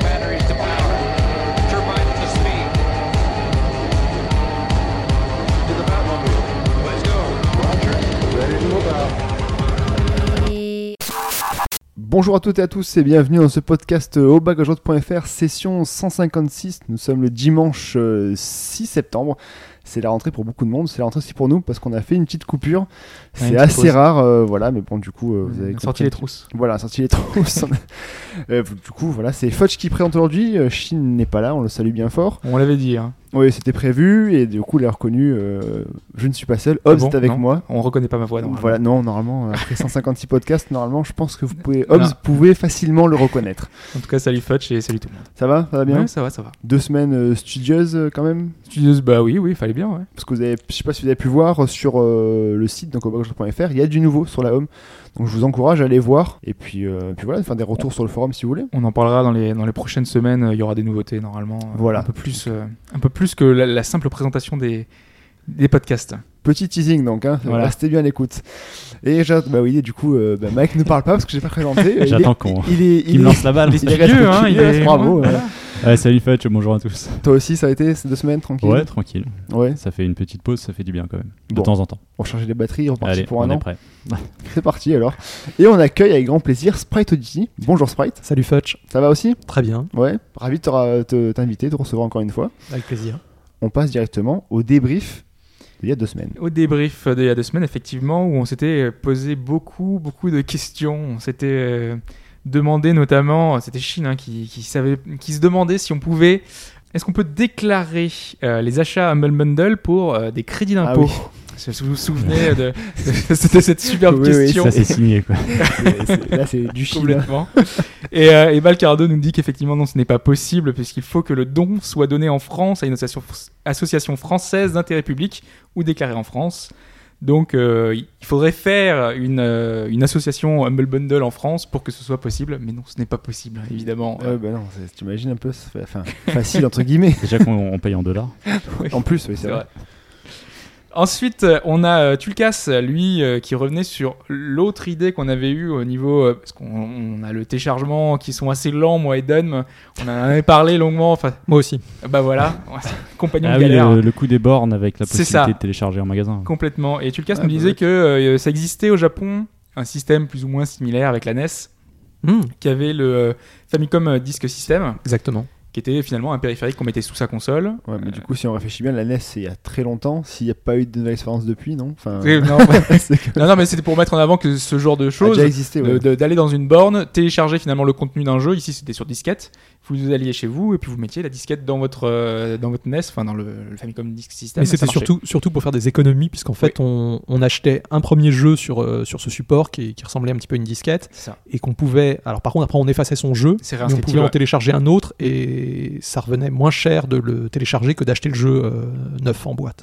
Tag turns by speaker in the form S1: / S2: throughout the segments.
S1: batteries to power. Turbines to speed. To the Batmobile. Let's go.
S2: Bonjour à toutes et à tous et bienvenue dans ce podcast euh, au bagageote.fr, session 156. Nous sommes le dimanche euh, 6 septembre. C'est la rentrée pour beaucoup de monde, c'est la rentrée aussi pour nous parce qu'on a fait une petite coupure.
S3: une
S2: C'est
S3: petite
S2: assez
S3: pause.
S2: rare, euh, voilà, mais bon, du coup, euh, vous avez
S3: On a
S2: compris
S3: sorti
S2: un
S3: les
S2: petit
S3: trousses.
S2: Voilà, sorti les trousses. Euh, du coup, voilà, c'est Fudge qui présente aujourd'hui. Euh, Shin n'est pas là, on le salue bien fort.
S3: On l'avait dit, hein.
S2: Oui, c'était prévu et du coup, il l'a reconnu. euh, je ne suis pas seul. Hobbs
S3: Ah bon,
S2: est avec
S3: non.
S2: moi.
S3: on reconnaît pas ma voix. normalement.
S2: Voilà, non, normalement, après 156 podcasts, normalement, je pense que vous pouvez,
S3: Non.
S2: Hobbs, vous pouvez facilement le reconnaître.
S3: En tout cas, salut Fudge et salut tout le monde.
S2: Ça va Ça va bien
S3: Ouais, ça va, ça va.
S2: Deux semaines euh, studieuses euh, quand même
S3: Studieuse, bah oui, oui, fallait bien, ouais.
S2: Parce que vous avez, je sais pas si vous avez pu voir euh, sur euh, le site, donc obagage.fr, il y a du nouveau sur la home. Donc je vous encourage à aller voir. Et puis, euh, puis voilà, faire des retours sur le forum si vous voulez.
S3: On en parlera dans les, dans les prochaines semaines. euh, Il y aura des nouveautés normalement. euh,
S2: Voilà.
S3: Un peu plus, euh, un peu plus que la, la simple présentation des, des podcasts.
S2: Petit teasing donc, hein,
S3: Voilà.
S2: restez bien à l'écoute. Et j'attends- bah oui, et du coup, euh, bah, Mike ne parle pas parce que j'ai pas présenté. Il est-
S4: J'attends qu'on-
S2: Il est.
S4: Eh Il
S2: est-
S4: me lance la balle.
S2: il est
S3: Vieux, hein, il est-
S2: Bravo.
S3: voilà.
S2: ouais.
S4: Ouais, salut Fudge, bonjour à tous.
S2: Toi aussi, ça a été ces deux semaines tranquille
S4: Ouais, tranquille.
S2: Ouais.
S4: Ça fait une petite pause, ça fait du bien quand même. De
S2: Bon.
S4: temps en temps.
S2: On changeait les batteries, on repartit
S4: Allez,
S2: pour un an.
S4: on est prêt.
S2: C'est parti alors. Et on accueille avec grand plaisir Sprite Audity. Bonjour Sprite.
S5: Salut Fudge.
S2: Ça va aussi
S5: Très bien,
S2: Ouais, ravi de t'aura- te- t'inviter, de te recevoir encore une fois.
S5: avec plaisir.
S2: On passe directement au débrief d'il y a deux semaines.
S3: Au débrief d'il y a deux semaines, effectivement, où on s'était euh, posé beaucoup, beaucoup de questions. On s'était euh, demandé notamment, c'était Chine hein, qui, qui, savait, qui se demandait si on pouvait, est-ce qu'on peut déclarer euh, les achats à Humble Bundle pour euh, des crédits
S2: Ah
S3: d'impôt Vous vous souvenez de, de- de cette superbe
S2: Oui, oui,
S3: question
S4: Ça c'est signé quoi.
S2: C'est- c'est- là, c'est du Chine.
S3: Complètement. et, euh, et Balcardo nous dit qu'effectivement, non, ce n'est pas possible, puisqu'il faut que le don soit donné en France à une association, association française d'intérêt public ou déclarée en France. Donc, euh, il faudrait faire une, euh, une association Humble Bundle en France pour que ce soit possible, mais non, ce n'est pas possible, évidemment.
S2: Ouais, bah non, c'est- t'imagines un peu, ça fait- enfin, facile entre guillemets.
S4: Déjà qu'on on paye en dollars.
S2: En plus, oui, c'est
S3: C'est
S2: vrai.
S3: vrai. Ensuite, euh, on a euh, Tulkas, euh, lui, euh, qui revenait sur l'autre idée qu'on avait eue au niveau. euh, parce qu'on on a le téléchargement qui sont assez lents, moi et Dom. On en avait parlé longuement. Enfin,
S5: Moi aussi.
S3: bah voilà, compagnon
S4: Ah
S3: de
S4: oui,
S3: galère.
S4: le, le coup des bornes avec la
S3: C'est
S4: possibilité
S3: ça.
S4: de télécharger en magasin.
S3: Complètement. Et Tulkas
S2: Ah,
S3: nous
S2: bah
S3: disait
S2: oui.
S3: que euh, ça existait au Japon, un système plus ou moins similaire avec la NES, qui avait le euh, Famicom euh, Disk System,
S5: exactement.
S3: qui était finalement un périphérique qu'on mettait sous sa console.
S2: Ouais, mais du coup, si on réfléchit bien, la NES, c'est il y a très longtemps. S'il n'y a pas eu de nouvelle expérience depuis, non enfin,
S3: Euh, non,
S2: c'est que-
S3: non, non, mais c'était pour mettre en avant que ce genre de
S2: ça a
S3: choses.
S2: déjà existé.
S3: de-
S2: ouais.
S3: de- d'aller dans une borne, télécharger finalement le contenu d'un jeu. Ici, c'était sur disquette. Vous alliez chez vous et puis vous mettiez la disquette dans votre euh, dans votre NES, enfin dans le, le Famicom Disk System.
S5: Mais
S3: ça
S5: c'était
S3: marchait.
S5: surtout, surtout pour faire des économies, puisqu'en fait, on, on achetait un premier jeu sur, euh, sur ce support qui, qui ressemblait un petit peu à une disquette,
S3: C'est ça.
S5: et qu'on pouvait. Alors, par contre, après, on effaçait son jeu,
S3: C'est
S5: mais on
S3: réinscriptible,
S5: pouvait en
S3: ouais.
S5: télécharger un autre, et ça revenait moins cher de le télécharger que d'acheter le jeu euh, neuf en boîte.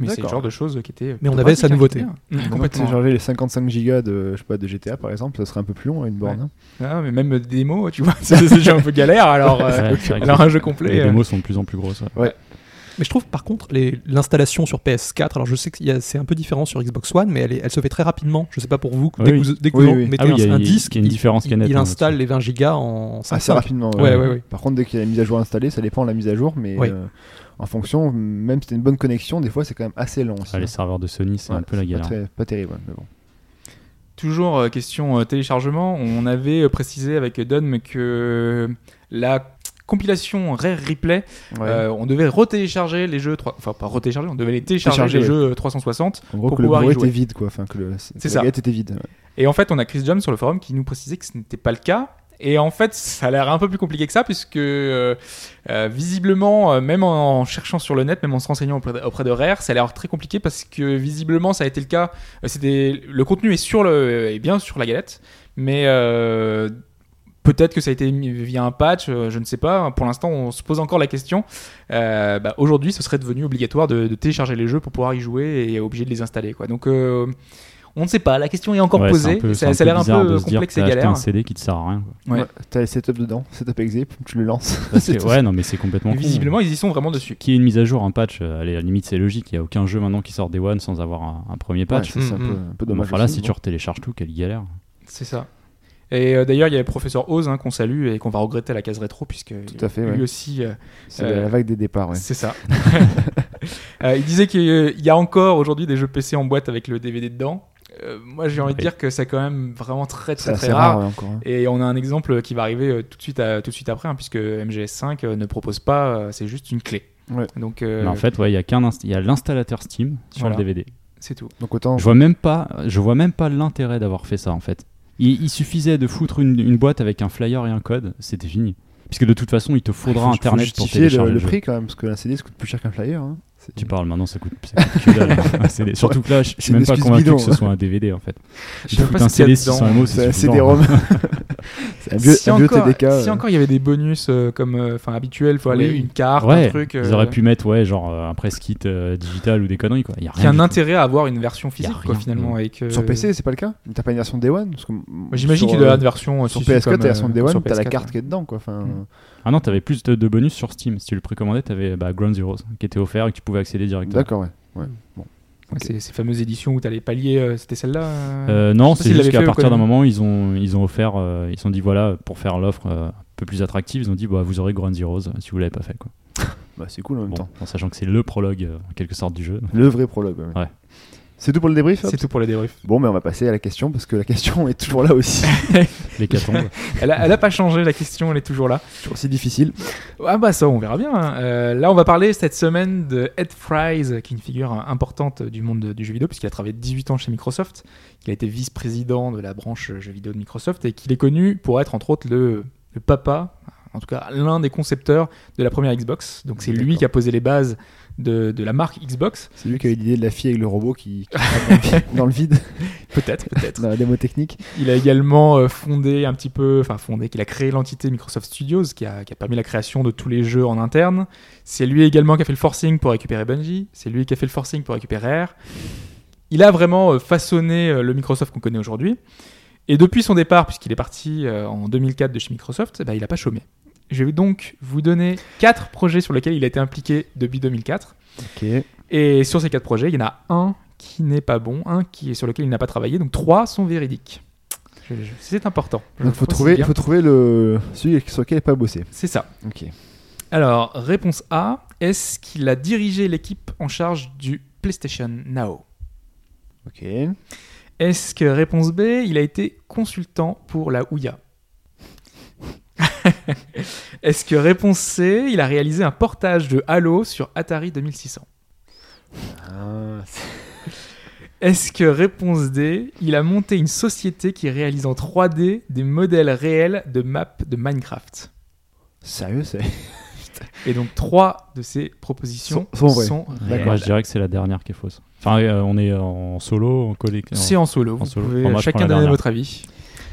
S3: Mais c'est le
S2: D'accord.
S3: genre de choses qui étaient.
S5: Mais on
S3: plutôt
S5: avait sa
S3: pratiques, hein,
S5: nouveauté.
S3: qui étaient-
S2: Donc,
S3: Complètement.
S2: télécharger les 55 gigas de, je sais pas, de GTA par exemple, ça serait un peu plus long à une borne. hein.
S3: Ah, mais même des démos, tu vois, c'est c'est déjà un peu galère. Alors, euh,
S4: Ouais, c'est vrai que
S3: alors un jeu
S4: les
S3: complet. euh,
S4: démos sont de plus en plus grosses. ouais.
S5: Mais je trouve par contre les- l'installation sur PS4, alors je sais que c'est un peu différent sur Xbox One, mais elle, est- elle se fait très rapidement. Je sais pas pour vous, dès que
S4: Oui,
S5: vous, dès que
S2: oui,
S5: vous
S2: oui.
S5: mettez
S4: Ah oui,
S5: un,
S4: il y a-
S5: un
S4: il y a
S5: disque,
S4: une différence canette,
S5: il
S4: hein, Ah,
S5: installe les 20 gigas en 5
S2: Assez rapidement.
S5: Ouais, ouais, ouais.
S2: Par contre, dès qu'il y a la mise à jour installée, ça dépend de la mise à jour, mais
S5: Oui.
S2: euh, en fonction, même si t'as une bonne connexion, des fois c'est quand même assez long. aussi.
S4: Ah, les serveurs de Sony, c'est
S2: Ouais,
S4: un peu la
S2: c'est
S4: galère.
S2: Pas, très- pas terrible, ouais, mais bon.
S3: Toujours euh, question euh, téléchargement, on avait euh, précisé avec Dom que la compilation Rare Replay,
S2: Ouais.
S3: euh, on devait retélécharger les jeux, trois- enfin pas retélécharger, on devait les télécharger
S2: Télécharger,
S3: les
S2: ouais.
S3: jeux euh, 360.
S2: en gros,
S3: pour
S2: que le
S3: pouvoir y
S2: bourré
S3: jouer.
S2: était vide, quoi. Enfin, que le, que
S3: ça.
S2: La guette était vide. ouais.
S3: Et en fait, on a Chris Jones sur le forum qui nous précisait que ce n'était pas le cas. Et en fait, ça a l'air un peu plus compliqué que ça, puisque euh, euh, visiblement, euh, même en, en cherchant sur le net, même en se renseignant auprès de, auprès de Rare, ça a l'air très compliqué parce que visiblement, ça a été le cas. Euh, C'était le contenu est sur le est bien sur la galette, mais euh, peut-être que ça a été mis via un patch, euh, je ne sais pas. Pour l'instant, on se pose encore la question. Euh, bah, Aujourd'hui, ce serait devenu obligatoire de, de télécharger les jeux pour pouvoir y jouer et obligé de les installer. Quoi. Donc, euh, On ne sait pas, la question est encore
S4: Ouais, c'est un
S3: posée.
S4: peu- c'est
S3: ça
S4: un
S3: ça a
S4: peu
S3: l'air un
S4: bizarre de
S3: peu
S4: se dire que
S3: complexe et
S4: t'as acheté
S3: galère.
S4: un CD qui te sert à rien. quoi.
S3: Ouais.
S2: Ouais, T'as les setup dedans, setup exip, tu le lances.
S4: Parce
S2: C'est
S4: que-
S2: tout.
S4: ouais, non, mais c'est complètement.
S3: Mais
S4: con.
S3: visiblement, ils y sont vraiment dessus.
S4: Qu'il y ait une mise à jour, un patch, euh, allez, à la limite, c'est logique. Il n'y a aucun jeu maintenant qui sort des One sans avoir un, un premier
S2: Ouais,
S4: patch.
S2: ça, c'est un,
S3: Mm,
S2: peu,
S3: mm.
S2: un peu
S4: Bon,
S2: dommage.
S4: enfin, là,
S2: aussi,
S4: si
S2: bon. bah,
S4: tu retélécharges tout, quelle galère.
S3: C'est ça. Et euh, d'ailleurs, il y a le professeur Oz hein, qu'on salue et qu'on va regretter à la case rétro, puisque
S2: à fait,
S3: lui
S2: ouais.
S3: aussi, euh,
S2: C'est
S3: euh,
S2: la vague des départs, ouais.
S3: c'est ça. Euh, il disait qu'il y a encore aujourd'hui des jeux PC en boîte avec le DVD dedans. Euh, moi, j'ai envie de
S4: Ouais.
S3: dire que c'est quand même vraiment très
S2: C'est
S3: très
S2: assez
S3: très rare.
S2: ouais, encore. hein.
S3: Et on a un exemple qui va arriver euh, tout de suite, à- tout de suite après, hein, puisque MGS5 euh, ne propose pas, euh, c'est juste une clé.
S2: Ouais.
S3: Donc, euh,
S4: Mais en fait, ouais, il y a qu'un inst- il y a l'installateur Steam sur
S3: Voilà.
S4: le DVD.
S3: c'est tout.
S2: Donc autant.
S4: Je vois même pas, je vois même pas l'intérêt d'avoir fait ça en fait. Il, il suffisait de foutre une, une boîte avec un flyer et un code, c'était fini. Puisque de toute façon, il te faudra
S2: faut- faut
S4: internet pour
S2: justifier
S4: télécharger
S2: le,
S4: le
S2: le
S4: jeu.
S2: prix quand même, parce que un CD ça coûte plus cher qu'un flyer. hein. C'est-
S4: Tu parles maintenant, ça coûte, ça coûte que dalle. Un CD. Surtout que là, je je
S2: C'est
S4: suis
S2: une
S4: même pas
S2: excuse
S4: convaincu
S2: bidon.
S4: que ce soit un DVD en fait.
S3: Je sais même
S4: Foutre
S3: pas
S4: un
S3: ce qu'il y a
S4: CD
S3: dedans.
S4: 600 MO,
S2: C'est
S4: c'est
S2: un
S4: suffisant. hein.
S2: CD-ROM. C'est un vieux,
S3: si
S2: un vieux
S3: encore,
S2: TDK.
S3: si
S2: euh.
S3: encore il y avait des bonus euh, comme euh, enfin habituel, faut aller
S2: Oui.
S3: une carte,
S4: Ouais,
S3: un truc.
S4: ils
S3: euh,
S4: auraient pu mettre ouais, genre euh, un press kit euh, digital ou des conneries quoi. Il y a
S3: qu'il y a
S4: rien.
S3: un
S4: du tout.
S3: intérêt à avoir une version physique quoi,
S4: rien.
S3: finalement. Et que...
S2: Sur PC, c'est pas le cas T'as pas une version Day One Parce que,
S3: Euh, Moi, J'imagine
S2: sur,
S3: qu'il doit y
S2: euh,
S3: avoir une version euh,
S2: Sur
S3: si, si,
S2: PS4,
S3: comme,
S2: t'as la version
S3: euh,
S2: Day One,
S3: sur
S2: t'as la
S3: PS4,
S2: carte
S3: ouais.
S2: qui est dedans, quoi. Enfin,
S3: Mm.
S4: Ah non, t'avais plus de, de bonus sur Steam. Si tu le précommandais, t'avais bah, Ground Zeroes qui était offert et que tu pouvais accéder directement.
S2: D'accord, ouais.
S3: Ouais, c'est- Ces fameuses éditions où t'as les paliers, euh, c'était celle-là euh,
S4: Euh,
S3: Je sais
S4: non,
S3: pas
S4: c'est
S3: s'ils
S4: juste
S3: l'avaient
S4: qu'à
S3: fait au
S4: partir d'un
S3: Konami.
S4: moment, ils ont, ils ont offert, euh, ils se sont dit voilà, pour faire l'offre euh, un peu plus attractive, ils ont dit bah, vous aurez Ground Zeroes euh, si vous l'avez pas fait. Quoi.
S2: Bah, c'est cool en même
S4: Bon,
S2: temps.
S4: en sachant que c'est le prologue euh, en quelque sorte du jeu.
S2: Le vrai prologue, ouais.
S4: Ouais.
S2: C'est tout pour le débrief Hop
S3: C'est tout pour le débrief.
S2: Bon, mais on va passer à la question, parce que la question est toujours là aussi.
S4: Les catombes.
S3: Elle a, elle a pas changé, la question, elle est toujours là.
S2: toujours si difficile.
S3: Ah bah ça, on verra bien. hein. Euh, là, on va parler cette semaine de Ed Fries, qui est une figure euh, importante du monde de- du jeu vidéo, puisqu'il a travaillé 18 ans chez Microsoft, qu'il a été vice-président de la branche euh, jeux vidéo de Microsoft, et qu'il est connu pour être, entre autres, le, le papa, en tout cas l'un des concepteurs de la première Xbox. Donc c'est lui
S2: D'accord.
S3: qui a posé les bases de, de la marque Xbox.
S2: C'est lui qui avait l'idée de la fille avec le robot qui, qui frappe dans le vide,
S3: Peut-être, peut-être.
S2: dans la démo technique.
S3: Il a également euh, fondé un petit peu, enfin fondé, qu'il a créé l'entité Microsoft Studios qui a, qui a permis la création de tous les jeux en interne. C'est lui également qui a fait le forcing pour récupérer Bungie. C'est lui qui a fait le forcing pour récupérer Rare. Il a vraiment euh, façonné euh, le Microsoft qu'on connaît aujourd'hui. Et depuis son départ, puisqu'il est parti euh, en 2004 de chez Microsoft, eh ben, il n'a pas chômé. Je vais donc vous donner quatre projets sur lesquels il a été impliqué depuis 2004.
S2: Ok.
S3: Et sur ces quatre projets, il y en a un qui n'est pas bon, un qui est sur lequel il n'a pas travaillé, donc trois sont véridiques. Je- je- C'est important. Je
S2: Donc, faut
S3: le précise
S2: trouver,
S3: bien.
S2: faut trouver le... celui sur lequel il n'a pas bossé.
S3: C'est ça.
S2: Ok.
S3: Alors, réponse A, est-ce qu'il a dirigé l'équipe en charge du PlayStation Now
S2: Ok.
S3: Est-ce que, réponse B, il a été consultant pour la Ouya Est-ce que, réponse C, il a réalisé un portage de Halo sur Atari 2600
S2: Ah, c'est-
S3: Est-ce que réponse D, il a monté une société qui réalise en 3D des modèles réels de maps de Minecraft
S2: Sérieux, c'est.
S3: Et donc trois de ces propositions
S2: Sont-
S3: sont,
S2: sont vraies.
S3: réelles.
S4: Moi, je dirais que c'est la dernière qui est fausse. Enfin, euh, on est en solo, en collectif.
S3: C'est en solo, vous
S4: solo.
S3: pouvez
S4: Enfin, moi, je prends
S3: chacun
S4: la
S3: donner
S4: dernière.
S3: votre avis.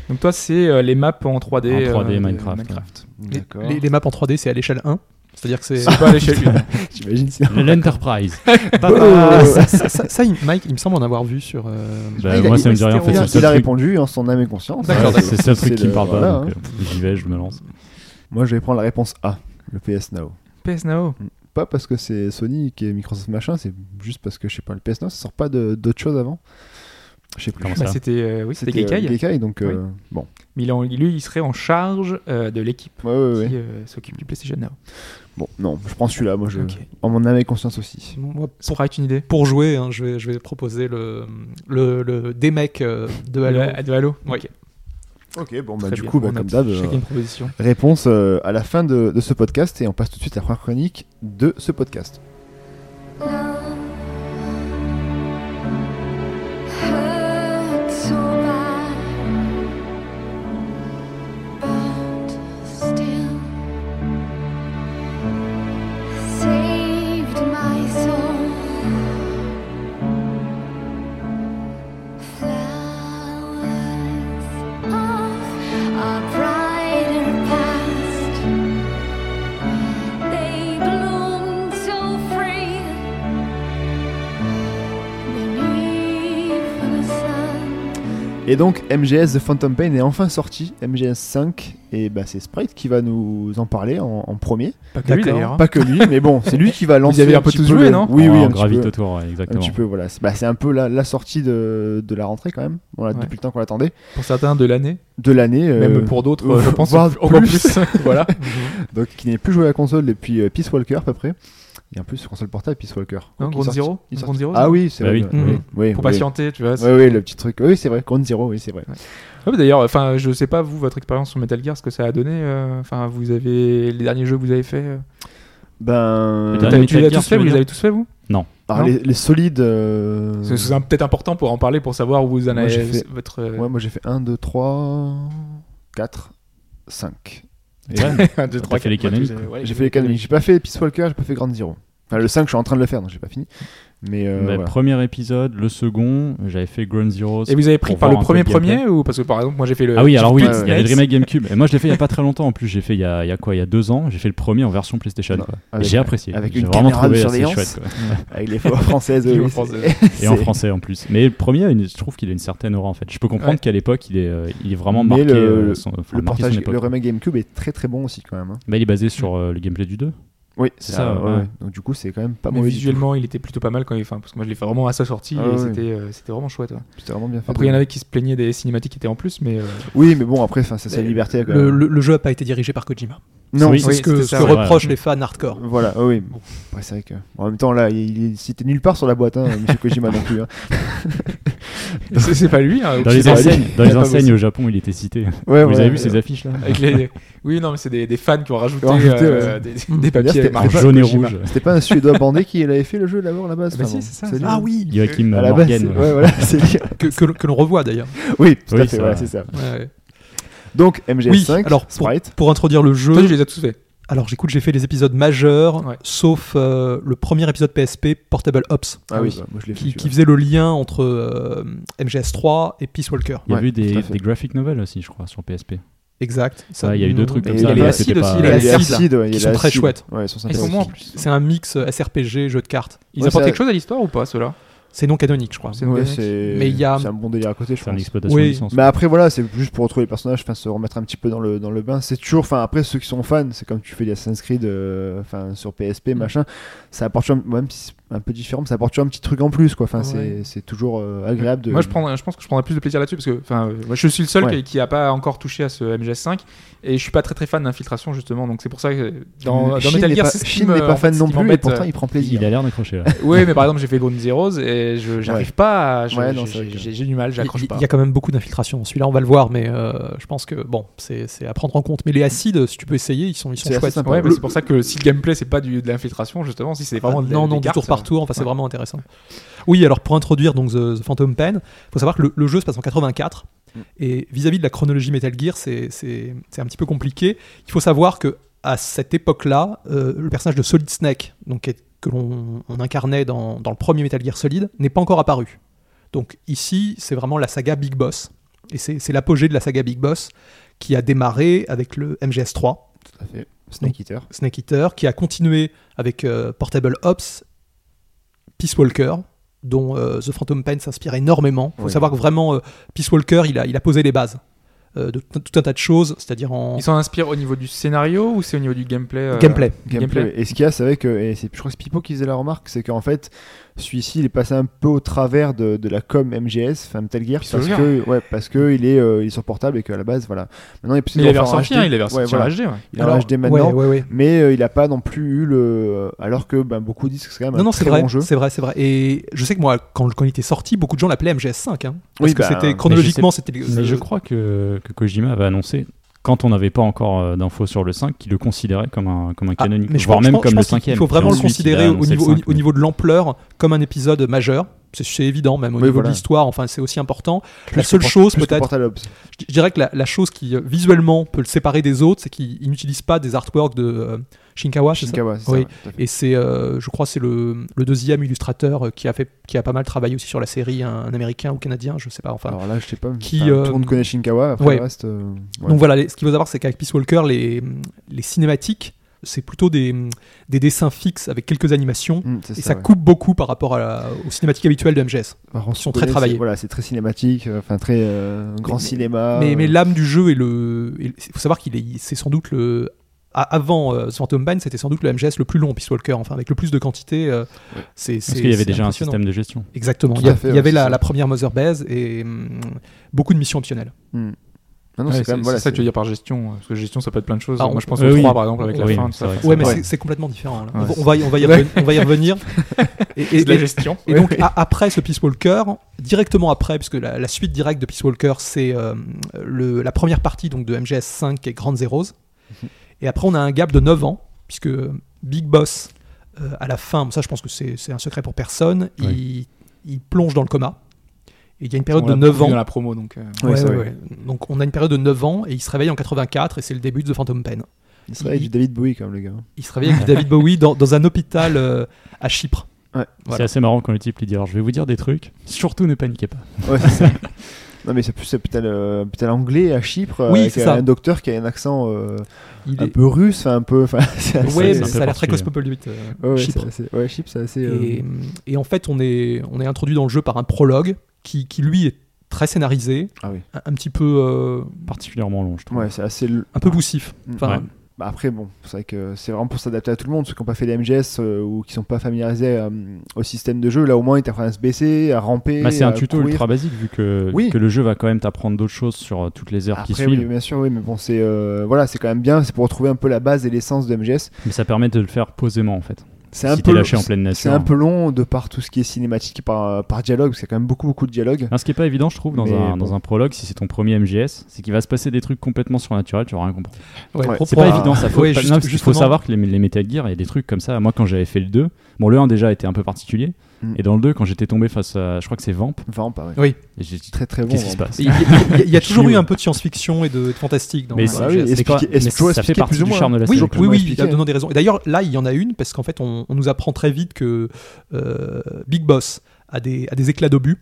S3: Donc toi, c'est euh, les maps en 3D,
S4: En 3D,
S3: de
S4: Minecraft,
S5: Les,
S2: D'accord.
S5: les- les maps en 3D, c'est à l'échelle 1. C'est-à-dire que c'est.
S3: C'est pas à l'échelle une.
S2: J'imagine c'est
S4: L'Enterprise.
S3: Bah,
S5: Ah, ça, ça- ça- ça, il- Mike, il me semble en avoir vu sur. euh,
S4: Bah,
S2: il a-
S4: moi,
S2: il-
S4: ça me dit rien. en fait,
S2: Il
S4: c'est
S2: a,
S4: le seul
S2: il a
S4: truc-
S2: répondu en son âme et conscience.
S4: Ouais,
S2: D'accord,
S4: c'est le seul truc qui me
S2: le-
S4: parle pas.
S2: voilà,
S4: donc,
S2: hein.
S4: euh, J'y vais, je me lance.
S2: Moi, je vais prendre la réponse A, le PS Now.
S3: PS Now.
S2: Pas parce que c'est Sony qui est Microsoft machin, c'est juste parce que je sais pas, le PS Now, ça sort pas de- d'autre chose avant. Je sais plus.
S4: Comment
S3: Bah,
S4: ça
S3: c'était euh, oui, c'était
S2: euh,
S3: Gaikai.
S2: Gaikai, donc euh, bon.
S3: Mais il en- lui, il serait en charge euh, de l'équipe
S2: Ouais, ouais, ouais.
S3: qui euh, s'occupe du PlayStation Now.
S2: Bon, non, je prends celui-là, moi, je...
S3: Ok.
S2: en mon âme et conscience aussi.
S5: moi, pour,
S3: Sprite, une idée
S5: pour jouer, hein, je, vais, je vais proposer le, le, le des mecs euh, de Halo.
S3: De- de Halo
S5: Oui.
S3: Ok.
S2: Ok, bon,
S3: Très
S2: bah, du
S3: bien.
S2: coup, bah,
S3: On
S2: comme
S3: note
S2: d'hab, euh,
S3: Chacune une proposition.
S2: réponse euh, à la fin de, de ce podcast et on passe tout de suite à la première chronique de ce podcast.
S6: Hurt so bad, but still saved my soul. Flowers of a brighter past, they bloom so
S2: Et donc MGS The Phantom Pain est enfin sorti, MGS 5, et bah c'est Sprite qui va nous en parler en, en premier.
S3: Pas que lui,
S2: D'accord.
S3: d'ailleurs.
S2: Pas que lui, mais bon, c'est lui qui va lancer.
S3: Hein Vous y avez un
S2: un
S3: peu
S2: petit
S3: tous joué,
S2: le-
S3: non
S2: Oui,
S4: On
S2: oui, un petit
S4: gravite
S2: peu.
S4: autour, ouais,
S2: Un
S4: exactement.
S2: petit peu, voilà. C'est bah, c'est un peu la, la sortie de, de la rentrée quand même. Bon, là,
S3: Ouais.
S2: Depuis le temps qu'on l'attendait.
S3: Pour certains, de l'année.
S2: De l'année. euh,
S3: Même pour d'autres, euh, je pense,
S2: voire
S3: encore
S2: plus.
S3: plus. voilà.
S2: Donc, qui n'est plus joué à la console depuis euh, Peace Walker, à peu près. Et en plus, console portable, Peace Walker. Donc,
S3: Hein,
S2: il
S3: Ground
S2: sort-
S3: Zero
S2: il sort-
S3: Ground Zero,
S2: Ah oui, c'est
S4: Bah
S2: vrai.
S4: oui.
S2: oui,
S5: Mhm.
S2: oui, oui,
S3: Pour
S2: oui.
S3: patienter, tu vois. c'est-
S2: Oui, oui, le petit truc. Oui, c'est vrai. Ground Zero, oui, c'est vrai.
S3: Ouais, mais D'ailleurs, enfin, je sais pas vous votre expérience sur Metal Gear, ce que ça a donné. euh, Enfin, vous avez les derniers jeux que vous avez fait. euh,
S2: Ben.
S4: Dernier
S3: t'as-
S4: Metal
S3: tu les as
S4: Gear,
S3: tous
S4: tu
S3: fait,
S4: veux
S3: vous les
S4: dire
S3: avez tous fait vous
S2: alors,
S3: non.
S2: les, les solides. euh,
S3: C'est c'est un- peut-être important pour en parler, pour savoir où vous en
S2: Moi, j'ai
S3: avez
S2: fait-
S3: votre. euh,
S2: Ouais, moi j'ai fait 1, 2, 3, 4, 5.
S4: Ouais,
S3: un, deux,
S4: T'as
S3: trois,
S4: fait les
S3: quatre,
S4: canoniques,
S3: vous avez- ouais,
S2: J'ai fait les canoniques. J'ai pas fait Peace Walker, j'ai pas fait Grand Zero. Enfin, le 5, je suis en train de le faire, donc j'ai pas fini. Mais euh,
S4: Bah,
S2: voilà.
S4: Premier épisode, le second, j'avais fait Ground Zero.
S2: Eh
S3: Et vous avez pris
S4: pour
S3: par le
S4: voir un peu
S3: premier
S4: le gameplay.
S3: premier ou parce que par exemple moi j'ai fait le
S4: Ah oui, alors oui,
S2: Ouais, ouais.
S4: il y avait le remake GameCube. Et moi, je l'ai fait il y a pas très longtemps en plus. J'ai fait il y a, il y a quoi Il y a deux ans. J'ai fait le premier en version PlayStation.
S2: Non,
S4: quoi.
S2: avec-
S4: Et J'ai apprécié.
S2: avec
S4: J'ai
S2: une
S4: vraiment
S2: caméra de
S4: trouvé assez
S2: surveillance.
S4: chouette, quoi.
S2: Avec les voix françaises. oui,
S3: Les voix
S2: c'est-
S3: françaises.
S4: Et en
S2: c'est-
S4: français en plus. Mais le premier, il- je trouve qu'il a une certaine aura en fait. Je peux comprendre
S3: Ouais.
S4: qu'à l'époque, il est, euh, il est vraiment
S2: Mais
S4: marqué.
S2: le-
S4: euh, son, enfin,
S2: Le,
S4: marqué son
S2: portage,
S4: époque.
S2: le remake GameCube est très très bon aussi quand même. hein.
S4: Bah, il est basé sur euh, le gameplay du 2.
S2: Oui,
S4: C'est ça,
S2: ouais,
S4: ouais.
S2: ouais. Donc du coup, c'est quand même pas
S3: Mais
S2: mauvais. du tout.
S3: visuellement il était plutôt pas mal quand il enfin, parce que moi je l'ai fait vraiment à sa sortie
S2: Ah
S3: et
S2: ouais.
S3: c'était euh, c'était vraiment chouette. ouais.
S2: C'était vraiment bien fait.
S3: Après il y en avait qui se plaignaient des cinématiques qui étaient en plus mais euh,
S2: Oui, mais bon, après, enfin, ça, c'est la
S5: Mais
S2: liberté. Quand
S5: Le,
S4: bah.
S2: même.
S5: le- le jeu a pas été dirigé par Kojima.
S2: Non,
S4: Oui,
S5: C'est
S3: oui,
S5: ce que,
S3: c'était
S5: ce
S3: ça,
S5: que
S4: ouais.
S5: reprochent les fans hardcore.
S2: Voilà, ouais, oui. Bon, après, c'est vrai que. En même temps, là, il, il citait nulle part sur la boîte, hein, Monsieur Kojima non plus. hein.
S3: c'est c'est pas lui. hein,
S4: Dans
S3: c'est
S4: les
S3: pas lui.
S4: enseignes, dans les
S3: Pas
S4: enseignes au Japon, il était cité.
S2: Ouais,
S4: Vous
S2: ouais,
S4: avez
S2: ouais.
S4: vu ces affiches là
S3: Avec les... Oui, non, mais c'est des, des fans qui ont rajouté,
S2: Qui ont rajouté,
S3: euh,
S2: ouais.
S3: des, des papiers
S2: D'ailleurs,
S3: avec
S2: c'était-
S4: En
S3: marqué.
S2: c'est pas
S4: jaune et
S3: Kojima.
S4: rouge.
S2: C'était pas un Suédois bandé qui l'avait fait le jeu d'abord là-bas
S3: Ah bah si, c'est ça, c'est
S2: Ah
S5: Ah
S2: oui.
S5: oui
S4: Joachim
S2: À la base, c'est-
S4: Morgan. ouais.
S2: ouais, voilà, c'est lui.
S5: Que, que, que l'on revoit d'ailleurs.
S2: Oui, tout à
S4: Oui,
S2: fait,
S4: ça-
S2: voilà, c'est ça.
S5: Ouais.
S2: Donc MGS5,
S5: Oui, alors, pour-
S2: Sprite.
S5: Pour introduire le jeu,
S3: Toi, tu les as tous fait.
S5: Alors j'écoute, j'ai fait les épisodes majeurs,
S3: Ouais.
S5: sauf euh, le premier épisode PSP, Portable Ops,
S2: Ah oui, moi je l'ai fait.
S5: qui, qui
S2: celui-là.
S5: faisait le lien entre euh, MGS3 et Peace Walker.
S4: Il y a
S2: Ouais,
S4: eu
S2: tout à
S4: des,
S2: fait.
S4: des graphic novels aussi, je crois, sur PSP.
S5: Exact.
S4: Ouais, il y a eu deux trucs
S2: Et
S4: comme
S2: il y
S4: ça.
S2: a
S4: mais
S2: les
S4: c'était
S3: acides aussi,
S4: pas-
S3: il y
S2: Il y
S3: a
S2: a
S3: les
S2: les acides, ouais, il y a
S5: qui
S2: les
S5: sont très
S2: acides.
S5: chouettes.
S2: Ouais, ils sont
S3: Ils sont
S2: sympathiques.
S3: bons en plus.
S5: C'est un mix euh, SRPG, jeu de cartes.
S3: Ils
S2: Ouais,
S3: apportent
S2: ça-
S3: quelque chose à l'histoire ou pas, ceux-là
S5: C'est non canonique, je crois.
S3: C'est-
S2: Ouais,
S3: Ouais,
S2: c'est
S5: mais il y a-
S2: c'est un bon délire à côté, je
S4: C'est une
S2: pense.
S4: exploitation
S5: Oui.
S4: de licence.
S2: Mais après voilà, c'est juste pour retrouver les personnages, enfin se remettre un petit peu dans le dans le bain. C'est toujours, enfin après ceux qui sont fans, c'est comme tu fais des Assassin's Creed, euh, enfin sur PSP machin, ça apporte toujours un- même si c'est un peu différent, mais ça apporte toujours un petit truc en plus quoi. Enfin c'est
S3: Ouais.
S2: c'est toujours euh, agréable de.
S3: Moi, je, prends, je pense que je prendrais plus de plaisir là-dessus parce que enfin, euh, moi, je suis le seul
S2: Ouais.
S3: qui, qui a pas encore touché à ce MGS5 et je suis pas très très fan d'infiltration justement. Donc c'est pour ça que dans, dans
S2: Chine
S3: Metal
S2: n'est
S3: Gear,
S2: pas-
S3: c'est ce qui
S2: Chine
S3: me-
S2: n'est
S3: en
S2: pas
S3: fait,
S2: fan
S3: ce
S2: non
S3: qui
S2: plus, et
S3: m'embête,
S2: pourtant
S3: euh,
S2: il prend
S4: Il
S2: plaisir.
S4: a l'air d'accrocher là.
S3: Oui, mais par exemple, j'ai fait Ground Zeroes et je j'arrive pas. à- je-
S2: Ouais, non,
S3: j'ai-
S2: c'est vrai que-
S3: J'ai j'ai du mal,
S5: Il
S3: j'accroche
S5: il-
S3: pas.
S5: il y a quand même beaucoup d'infiltration. Celui-là, on va le voir, mais euh, je pense que bon, c'est c'est à prendre en compte. Mais les acides, si tu peux essayer, ils sont, ils sont
S2: C'est assez
S5: chouettes.
S2: sympa.
S3: Ouais, mais
S2: Le-
S3: c'est pour ça que si le gameplay c'est pas du, de l'infiltration, justement, si c'est vraiment de,
S5: non,
S3: des
S5: non, du
S3: cartes, hein. euh,
S5: tour par tour, enfin, c'est
S3: ouais.
S5: vraiment intéressant. Oui, alors pour introduire donc The, The Phantom Pain, faut savoir que le, le jeu se passe en 84
S2: Mm.
S5: et vis-à-vis de la chronologie Metal Gear, c'est c'est- c'est un petit peu compliqué. Il faut savoir que à cette époque-là, euh, le personnage de Solid Snake, donc qui est- que l'on on incarnait dans, dans le premier Metal Gear Solid, n'est pas encore apparu. Donc ici, c'est vraiment la saga Big Boss et c'est c'est l'apogée de la saga Big Boss qui a démarré avec le MGS3.
S2: Tout à fait. Snake Eater.
S5: Snake Eater, qui a continué avec euh, Portable Ops, Peace Walker, dont euh, The Phantom Pain s'inspire énormément. Il faut
S2: Oui.
S5: savoir que vraiment, euh, Peace Walker, il a, il a posé les bases euh, de t- tout un tas de choses, c'est-à-dire en
S3: Ils s'en inspirent au niveau du scénario ou c'est au niveau du gameplay euh,
S5: gameplay.
S3: Gameplay.
S2: Gameplay. Et ce qu'il y a, c'est vrai que, et c'est, je crois que c'est Pipo qui faisait la remarque, c'est qu'en fait, celui-ci, il est passé un peu au travers de, de la com MGS, enfin Metal Gear,
S3: Puis
S2: parce
S3: Soldier.
S2: que, ouais, parce que il est, euh, il est sur portable et qu'à la base, voilà. Maintenant, il est possible
S3: Mais il
S2: d'en
S3: avait
S2: faire en
S3: ressorti,
S2: HD.
S3: hein, il
S2: Ouais,
S3: avait ressorti
S2: voilà.
S3: en HD. ouais.
S2: Il est en
S5: Alors,
S2: HD maintenant.
S5: ouais, ouais, ouais.
S2: Mais euh, il a pas non plus eu le. Alors que ben, beaucoup disent que c'est quand même
S5: Non,
S2: un
S5: non, c'est
S2: très
S5: vrai,
S2: bon jeu.
S5: c'est vrai, c'est vrai. Et je sais que moi, quand, quand il était sorti, beaucoup de gens l'appelaient MGS5, hein, parce
S2: Oui,
S5: que
S2: bah, mais
S5: c'était
S2: je
S5: chronologiquement, c'était. le-
S4: Mais je crois que, que Kojima avait annoncé, quand on n'avait pas encore euh, d'infos sur le 5, qu'il le considérait comme un, comme un
S5: Ah,
S4: canonique,
S5: mais je
S4: voire
S5: pense-
S4: même
S5: je pense
S4: comme le
S5: qu'il-
S4: cinquième.
S5: Il faut
S4: Puis
S5: vraiment le
S4: ensuite, il a
S5: considérer au
S4: annoncé le
S5: niveau, au-
S4: cinq,
S5: au niveau de l'ampleur comme un épisode majeur. C'est- C'est évident, même au
S2: Oui,
S5: niveau
S2: voilà.
S5: de l'histoire. Enfin, c'est aussi important.
S2: Plus
S5: la
S2: que
S5: seule
S2: Port-
S5: chose,
S2: plus que
S5: peut-être,
S2: Portal Ops.
S5: je je dirais que la, la chose qui euh, visuellement peut le séparer des autres, c'est qu'il il n'utilise pas des artworks de euh, Shinkawa. c'est ça
S2: Shinkawa, c'est ça,
S5: Oui.
S2: ouais, tout à fait.
S5: et c'est, euh, je crois, c'est le, le deuxième illustrateur euh, qui a fait, qui a pas mal travaillé aussi sur la série, un, un américain ou canadien, je sais pas. Enfin,
S2: Alors là, je sais pas.
S5: qui,
S2: enfin,
S5: euh,
S2: Tout le monde connaît Shinkawa, après
S5: ouais.
S2: le reste. euh, ouais.
S5: donc voilà, les- ce qu'il faut savoir, c'est qu'avec Peace Walker, les, les cinématiques c'est plutôt des, des dessins fixes avec quelques animations.
S2: Mm, c'est
S5: Et ça
S2: ouais.
S5: coupe beaucoup par rapport à la- aux cinématiques habituelles de MGS.
S2: Par contre,
S5: sont
S2: on
S5: très
S2: connaît,
S5: travaillés.
S2: c'est- Voilà, c'est très cinématique, euh, enfin très euh, grand
S5: mais-
S2: cinéma.
S5: mais, mais
S2: euh,
S5: l'âme du jeu et le. Il faut savoir qu'il est, c'est sans doute le. a- Avant euh, The Phantom Bind, c'était sans doute le MGS le plus long, Peace Walker, enfin avec le plus de quantité. euh, c'est, c'est-
S4: Parce qu'il y
S5: c'est
S4: avait déjà un
S5: impressionnant.
S4: système de gestion.
S5: Exactement.
S2: Tout
S5: Il y, a-
S2: à fait,
S5: il y
S2: ouais,
S5: avait
S2: c'est
S5: la,
S2: ça.
S5: la première Mother Base et hum, beaucoup de missions optionnelles.
S2: euh. non, non, c'est
S3: Ouais, c'est
S2: quand même voilà.
S3: c'est ça que tu
S2: c'est-
S3: veux dire par gestion. euh, Parce que gestion, ça peut être plein de choses.
S5: Ah,
S3: Moi,
S5: on-
S3: je pense
S4: euh,
S3: aux
S4: oui.
S3: trois, par exemple, avec la
S4: Oui,
S3: fin. tout
S4: c'est
S3: ça.
S4: vrai que
S5: Ouais, mais
S3: Ouais.
S5: c'est- c'est complètement différent. là.
S3: Ouais,
S5: on, va, on, va y reven- on va y revenir. Et, et-
S3: C'est de la
S5: et-
S3: gestion.
S5: et donc a- après ce Peace Walker, directement après, puisque la, la suite directe de Peace Walker, c'est euh, le- la première partie donc de MGS 5 qui est Grand Zeros. Et après, on a un gap de 9 ans, puisque Big Boss, euh, à la fin, ça je pense que c'est c'est un secret pour personne, il, il plonge dans le coma. Et il y a une période
S3: On
S5: de
S3: l'a
S5: 9
S3: vu
S5: ans.
S3: dans la promo, donc. euh,
S2: Ouais,
S5: Ouais,
S2: c'est
S5: ouais,
S2: vrai.
S5: ouais. Donc on a une période de 9 ans et il se réveille en 84 et c'est le début de The Phantom Pain.
S2: Il serait avec du David Bowie quand même, les gars. hein.
S5: Il se réveille avec David Bowie dans, dans un hôpital euh, à Chypre.
S4: C'est
S5: Voilà.
S4: assez marrant quand le type lui dit alors je vais vous dire des trucs, surtout ne paniquez pas.
S2: Ouais, c'est ça. non, mais c'est plus hôpital, euh, hôpital anglais à Chypre, euh,
S5: Oui,
S2: avec
S5: c'est ça.
S2: un docteur qui a un accent euh,
S5: Il
S2: un
S5: est...
S2: peu russe, enfin un peu. enfin, c'est assez-
S5: Ouais,
S4: c'est
S5: mais
S4: un peu
S5: ça a l'air très
S4: particulier.
S5: cosmopolite. euh,
S2: Ouais, ouais,
S5: Chypre.
S2: c'est assez- ouais, Chypre, c'est assez. euh,
S5: Et, et en fait, on est, on est introduit dans le jeu par un prologue qui, qui lui est très scénarisé,
S2: Ah oui.
S5: un, un petit peu, euh,
S4: Particulièrement long, je trouve.
S2: Ouais, c'est assez. l-
S5: un peu poussif. Enfin,
S4: Ah. Mm. Ouais.
S2: Bah après, bon, c'est vrai que c'est vraiment pour s'adapter à tout le monde, ceux qui n'ont pas fait des MGS euh, ou qui sont pas familiarisés euh, au système de jeu. Là, au moins, ils t'apprennent à se baisser, à ramper.
S4: Bah, c'est
S2: à
S4: un tuto
S2: courir.
S4: ultra basique vu que,
S2: Oui.
S4: que le jeu va quand même t'apprendre d'autres choses sur euh, toutes les heures qui
S2: Après, oui,
S4: suivent.
S2: bien sûr, oui, mais bon, c'est euh, voilà, c'est quand même bien, c'est pour retrouver un peu la base et l'essence de MGS.
S4: Mais ça permet de le faire posément en fait.
S2: C'est un
S4: si
S2: peu
S4: t'es lâché en pleine
S2: c'est
S4: nature.
S2: un peu long de par tout ce qui est cinématique et par, par dialogue, parce qu'il y a quand même beaucoup beaucoup de dialogue.
S4: Ah, ce qui est pas évident, je trouve, dans,
S2: Mais
S4: un,
S2: bon.
S4: dans un prologue, si c'est ton premier MGS, c'est qu'il va se passer des trucs complètement surnaturels, tu vas rien comprendre.
S5: ouais,
S2: Ouais,
S5: pour-
S4: C'est
S5: pour-
S4: pas
S2: Ah.
S4: évident, ça faut,
S5: Ouais,
S4: pas- non,
S5: juste-
S4: parce qu'il faut
S5: justement.
S4: savoir que les, les Metal Gear, il y a des trucs comme ça. Moi, quand j'avais fait le 2, bon, le 1 déjà était un peu particulier,
S2: Mm.
S4: et dans le 2, quand j'étais tombé face à, je crois que c'est Vamp,
S2: Enfin, pas ouais.
S5: Oui.
S4: et j'ai dit,
S2: Très très bon. hein.
S4: qu'est-ce qui se
S2: vraiment.
S4: passe
S5: Il y a, il y a- il y a toujours
S4: Chiou.
S5: eu un peu de science-fiction et de, de fantastique dans
S4: Mais
S5: le Bah
S4: c'est-
S2: Ah
S5: MGS.
S2: oui,
S4: c'est pas-
S2: expliquer-
S4: mais
S2: est-ce que
S4: ça fait
S2: expliquer
S4: partie
S2: plus ou
S4: du
S2: moins
S4: charme de la
S5: Oui,
S4: série.
S2: plus
S5: oui,
S2: ou moins
S5: oui, il
S2: expliqué.
S5: a donné des raisons. Et d'ailleurs, là, il y en a une, parce qu'en fait, on, on nous apprend très vite que euh, Big Boss a des, a des éclats d'obus,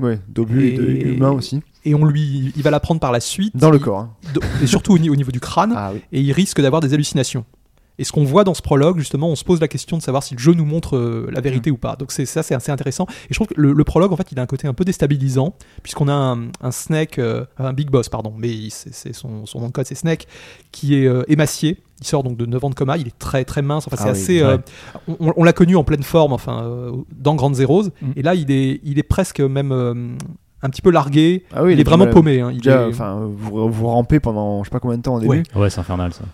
S2: Ouais, d'obus et... de
S5: Et-
S2: humains aussi.
S5: et on lui, il va l'apprendre par la suite.
S2: Dans le
S5: Il-
S2: corps. hein.
S5: de- et surtout au, ni- au niveau du crâne,
S2: Ah oui.
S5: et il risque d'avoir des hallucinations. Et ce qu'on voit dans ce prologue, justement, on se pose la question de savoir si le jeu nous montre euh, la vérité
S2: Mm.
S5: ou pas. Donc c'est ça, c'est assez intéressant. Et je trouve que le, le prologue, en fait, il a un côté un peu déstabilisant, puisqu'on a un, un Snake, euh, un Big Boss, pardon, mais il- c'est c'est son, son nom de code, c'est Snake, qui est euh, émacié. Il sort donc de 9 ans de coma, il est très très mince. Enfin, c'est
S2: Ah oui,
S5: assez.
S4: ouais.
S5: euh, on- on on l'a connu en pleine forme, enfin, euh, dans Grande Zérose.
S3: Mm.
S5: Et là, il est, il est presque même euh, un petit peu largué.
S2: Ah oui,
S5: il est vraiment
S2: voilà.
S5: paumé. hein. Il
S2: Déjà,
S5: est-
S2: enfin, vous, vous rampez pendant je sais pas combien de temps au début.
S5: Ouais.
S4: Ouais, c'est infernal ça.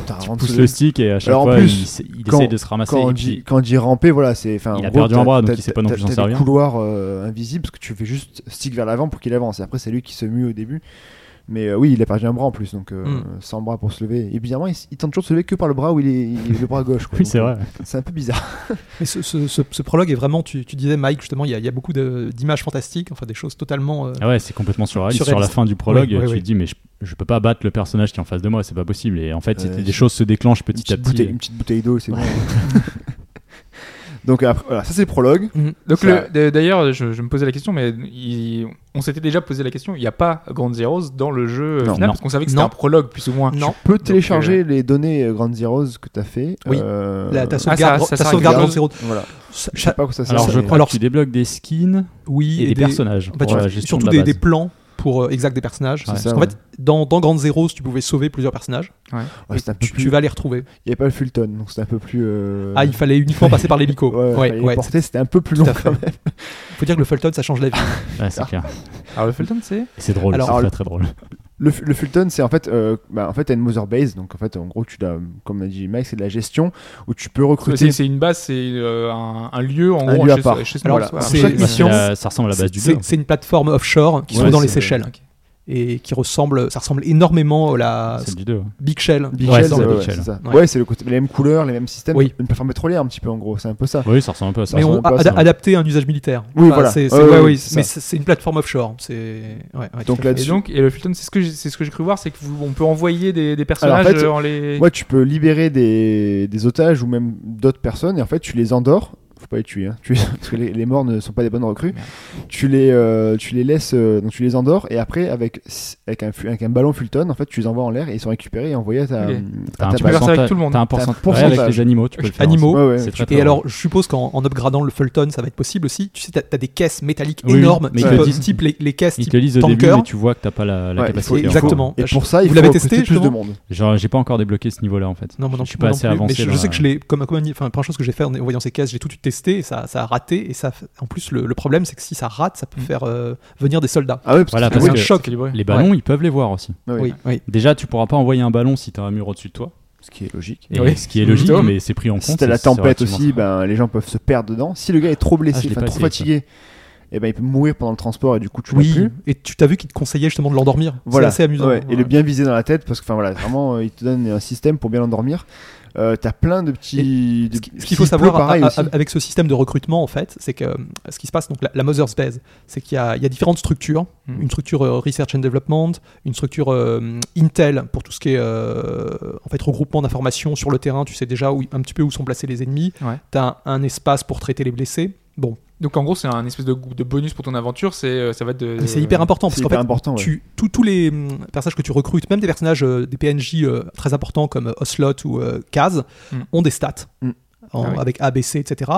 S2: Putain,
S4: Tu
S2: rentre
S4: pousses
S2: sous-
S4: le stick et à chaque
S2: Alors, en
S4: fois,
S2: plus,
S4: il, s- il
S2: quand-
S4: essaie de se ramasser.
S2: Quand
S4: Ah, et
S2: on
S4: puis-
S2: dit, quand on dit ramper, voilà, c'est. enfin, en
S4: Il a
S2: gros,
S4: perdu un
S2: t'as-
S4: bras, donc
S2: t'as-
S4: il sait pas non
S2: t'as-
S4: plus s'en
S2: t'as
S4: servir.
S2: des couloirs euh, invisibles parce que tu fais juste stick vers l'avant pour qu'il avance. Et après, c'est lui qui se mue au début. Mais euh, oui, il a perdu un bras en plus, donc euh,
S5: Mm.
S2: sans bras pour se lever. Et bizarrement, il, s- il tente toujours de se lever que par le bras où il est, il est le bras gauche. quoi.
S4: Oui,
S2: Donc,
S4: c'est
S2: euh,
S4: vrai.
S2: C'est un peu bizarre.
S5: Mais ce, ce- ce- ce prologue est vraiment, tu, tu disais Mike, justement, il y a, il y a beaucoup de- d'images fantastiques, enfin des choses totalement... euh,
S4: Ah ouais, c'est complètement surréaliste. Sur la
S5: Surréaliste.
S4: fin du prologue,
S5: Ouais, ouais,
S4: tu
S5: ouais.
S4: te dis, mais je, je peux pas battre le personnage qui est en face de moi, c'est pas possible. Et en fait,
S2: Ouais,
S4: c'était-
S2: c'est-
S4: des choses se déclenchent
S2: Une
S4: petit euh. à
S2: petite bouteille,
S4: petit.
S2: une petite bouteille d'eau, c'est bon. donc après, voilà, ça c'est le prologue.
S3: Donc
S2: Ça-
S3: le- d- d'ailleurs, je, je me posais la question, mais il- on s'était déjà posé la question. Il n'y a pas Grand Zeroes dans le jeu euh,
S2: Non.
S3: final
S4: Non.
S3: parce qu'on savait que c'était
S5: Non.
S3: un prologue plus ou moins.
S5: Non,
S2: Tu peux télécharger les données euh, Grand Zeroes que t'as fait.
S5: euh, Oui.
S2: euh,
S5: la, ta
S3: Ah,
S5: sauvegarde,
S3: ça- ça
S5: ta
S3: sert à
S5: sauvegarde
S3: quelque
S5: dans Zero-
S2: Voilà.
S5: ça-
S2: Je sais pas quoi ça sert,
S4: Alors, je
S2: mais-
S4: crois
S5: Alors,
S4: que tu débloques des skins
S5: Oui,
S4: et, des, personnages.
S5: en fait,
S4: pour
S5: tu-
S4: la gestion
S5: surtout
S4: de la
S5: des, des
S4: base.
S5: plans pour euh, exact des personnages.
S4: Ouais.
S2: C'est
S5: Parce
S2: ça,
S5: qu'en
S2: ouais.
S5: fait, dans, dans Grande Zéro, tu pouvais sauver plusieurs personnages,
S2: Ouais, c'était un peu
S5: tu,
S2: plus-
S5: tu vas les retrouver.
S2: Il n'y avait pas le Fulton, donc c'était un peu plus. euh,
S5: Ah, il fallait uniquement passer par l'hélico.
S2: Oh, Ouais,
S5: Ouais,
S2: fallait
S5: ouais,
S2: porter, c'était un peu plus long
S5: tout à fait.
S2: quand même.
S5: Faut dire que le Fulton, ça change la vie.
S4: Ouais, c'est clair.
S3: Alors le Fulton, c'est
S4: Et c'est drôle,
S5: Ah. Alors-
S4: c'est très très drôle.
S2: Le, fu- le Fulton, c'est en fait, euh, bah, en fait, t'as une Mother Base, donc en fait, en gros, tu l'as, comme a dit Mike, c'est de la gestion où tu peux recruter.
S3: c'est c'est une base, c'est euh, un, un lieu en
S2: Un
S3: gros
S2: lieu à
S3: chez,
S2: part.
S3: chez soi.
S5: Alors,
S3: Voilà.
S5: c'est-
S3: Chaque-
S5: Bah, mission,
S4: C'est la- ça ressemble à la base du jeu.
S5: C'est c'est une plateforme offshore qui se
S2: Ouais,
S5: trouve dans
S2: c'est-
S5: les Seychelles
S3: Ok.
S5: et qui ressemble, ça ressemble énormément à la
S4: Celle du 2. ouais.
S5: Big Shell.
S2: Big
S4: Ouais,
S2: Shell,
S4: c'est
S2: ouais,
S4: ça, Big
S2: euh, ouais,
S4: Shell.
S2: c'est ça.
S5: Ouais.
S2: Ouais, c'est le côté, les mêmes couleurs, les mêmes systèmes,
S5: Oui.
S2: une plateforme pétrolière un petit peu en gros, c'est un peu ça.
S4: Oui, ça ressemble un peu à ça.
S5: mais
S2: ressemble
S5: on
S2: pas à
S5: ad-
S2: ça.
S5: adapté à un usage militaire.
S2: Oui, voilà.
S5: c'est- c'est-
S2: Ouais,
S5: ouais,
S2: ouais,
S5: oui,
S2: c'est
S5: mais
S2: ça.
S5: c'est c'est une plateforme offshore. hein, C'est ouais, ouais, tout
S2: Donc
S5: à fait.
S3: Et
S2: là-dessus,
S3: donc, et le Fulton, c'est ce que j'ai- c'est ce que j'ai cru voir, c'est que vous- on peut envoyer des, des personnages
S2: Alors, en fait,
S3: euh, en les.
S2: ouais, tu peux libérer des, des otages ou même d'autres personnes et en fait, tu les endors. faut pas les tuer, hein. Tuer- parce que les, les morts ne sont pas des bonnes recrues. Tu les, euh, tu les laisses, euh, donc tu les endors et après avec avec un, fu- avec un ballon Fulton, en fait, tu les envoies en l'air et ils sont récupérés et envoyés à ta. euh,
S3: Ok.
S2: à
S4: bah, T'as
S2: ta
S4: un
S3: tu
S2: base.
S3: peux faire ça avec
S4: pourcentage-
S3: tout le monde.
S4: T'as un
S2: T'as un
S4: pourcentage. Ouais,
S2: pourcentage.
S4: avec les animaux, tu peux le faire. hein.
S5: Animaux.
S2: Ouais, ouais.
S4: aussi. C'est très,
S5: Et
S4: très
S5: alors, je suppose qu'en en upgradant le Fulton, ça va être possible aussi. Tu sais, t'as as des caisses métalliques
S4: Oui, oui,
S5: énormes,
S4: mais ils
S5: type,
S4: te disent-
S5: type les, les caisses
S4: Ils
S5: type
S4: te lisent au début,
S5: tanker.
S4: mais tu vois que t'as pas la, la
S2: Ouais, il
S4: capacité.
S2: faut-
S4: et en
S5: exactement. Ah,
S2: Et pour ça, il
S5: Vous
S2: faut
S5: l'avez
S2: recruter
S5: testé,
S2: plus de
S5: justement
S2: monde.
S4: fait. Genre, j'ai pas encore débloqué ce niveau-là en fait.
S5: Non, moi non
S4: je suis
S5: plus, moi
S4: pas
S5: non
S4: assez
S5: plus,
S4: avancé.
S5: Mais je,
S4: dans
S5: je
S4: la-
S5: sais que je l'ai, comme, comme enfin, la première chose que j'ai fait en en voyant ces caisses, j'ai tout de suite testé et ça, ça a raté. Et ça, en plus, le, le problème, c'est que si ça rate, ça peut
S4: Mm.
S5: faire euh, venir des soldats.
S2: Ah ouais, parce
S4: Voilà,
S2: que-
S4: parce
S2: oui,
S4: que-
S3: choc. équilibré.
S4: Les ballons, ils peuvent les voir aussi.
S2: Ah oui.
S5: Oui, oui.
S4: Déjà, tu pourras pas envoyer un ballon si t'as un mur au-dessus de toi.
S2: ce qui est logique.
S4: Et
S3: Oui,
S4: ce qui
S3: c'est
S4: est logique,
S3: évident.
S4: mais c'est pris en compte.
S2: Si t'as la
S4: c'est- c'est
S2: tempête
S4: relativement-
S2: aussi, ben, les gens peuvent se perdre dedans. Si le gars est trop
S4: Ah,
S2: blessé,
S4: je l'ai
S2: enfin,
S4: pas
S2: trop
S4: essayé,
S2: fatigué, et ben, il peut mourir pendant le transport et du coup tu l'as
S5: Oui,
S2: plus.
S5: et tu t'as vu qu'il te conseillait justement de l'endormir.
S2: Voilà.
S5: C'est assez amusant.
S2: Ouais, Et le bien viser dans la tête parce que enfin voilà, vraiment, euh, il te donne un système pour bien l'endormir. Euh, t'as plein de petits. de-
S5: Ce qui- ce
S2: s'il
S5: qu'il faut
S2: pleut,
S5: savoir à-
S2: pareil
S5: à-
S2: aussi.
S5: avec ce système de recrutement, en fait, c'est que euh, ce qui se passe, donc la, la Mother's Base, c'est qu'il y, a il y a différentes structures.
S3: Mm.
S5: Une structure euh, Research and Development, une structure euh, Intel pour tout ce qui est euh, en fait, regroupement d'informations sur le terrain. Tu sais déjà où, un petit peu où sont placés les ennemis.
S3: Ouais.
S5: Tu as un, un espace pour traiter les blessés. Bon,
S3: Donc en gros, c'est un espèce de, de bonus pour ton aventure. C'est euh, ça va être de.
S5: mais c'est hyper important parce
S2: C'est
S5: qu'en
S2: hyper
S5: fait,
S2: important. ouais.
S5: tu- tous- tous les hum, personnages que tu recrutes, même des personnages, euh, des PNJ euh, très importants comme euh, Ocelot ou euh, Kaz,
S3: Mm.
S5: ont des stats
S2: Mm.
S5: en-
S3: Ah oui.
S5: avec A, B, C, etc.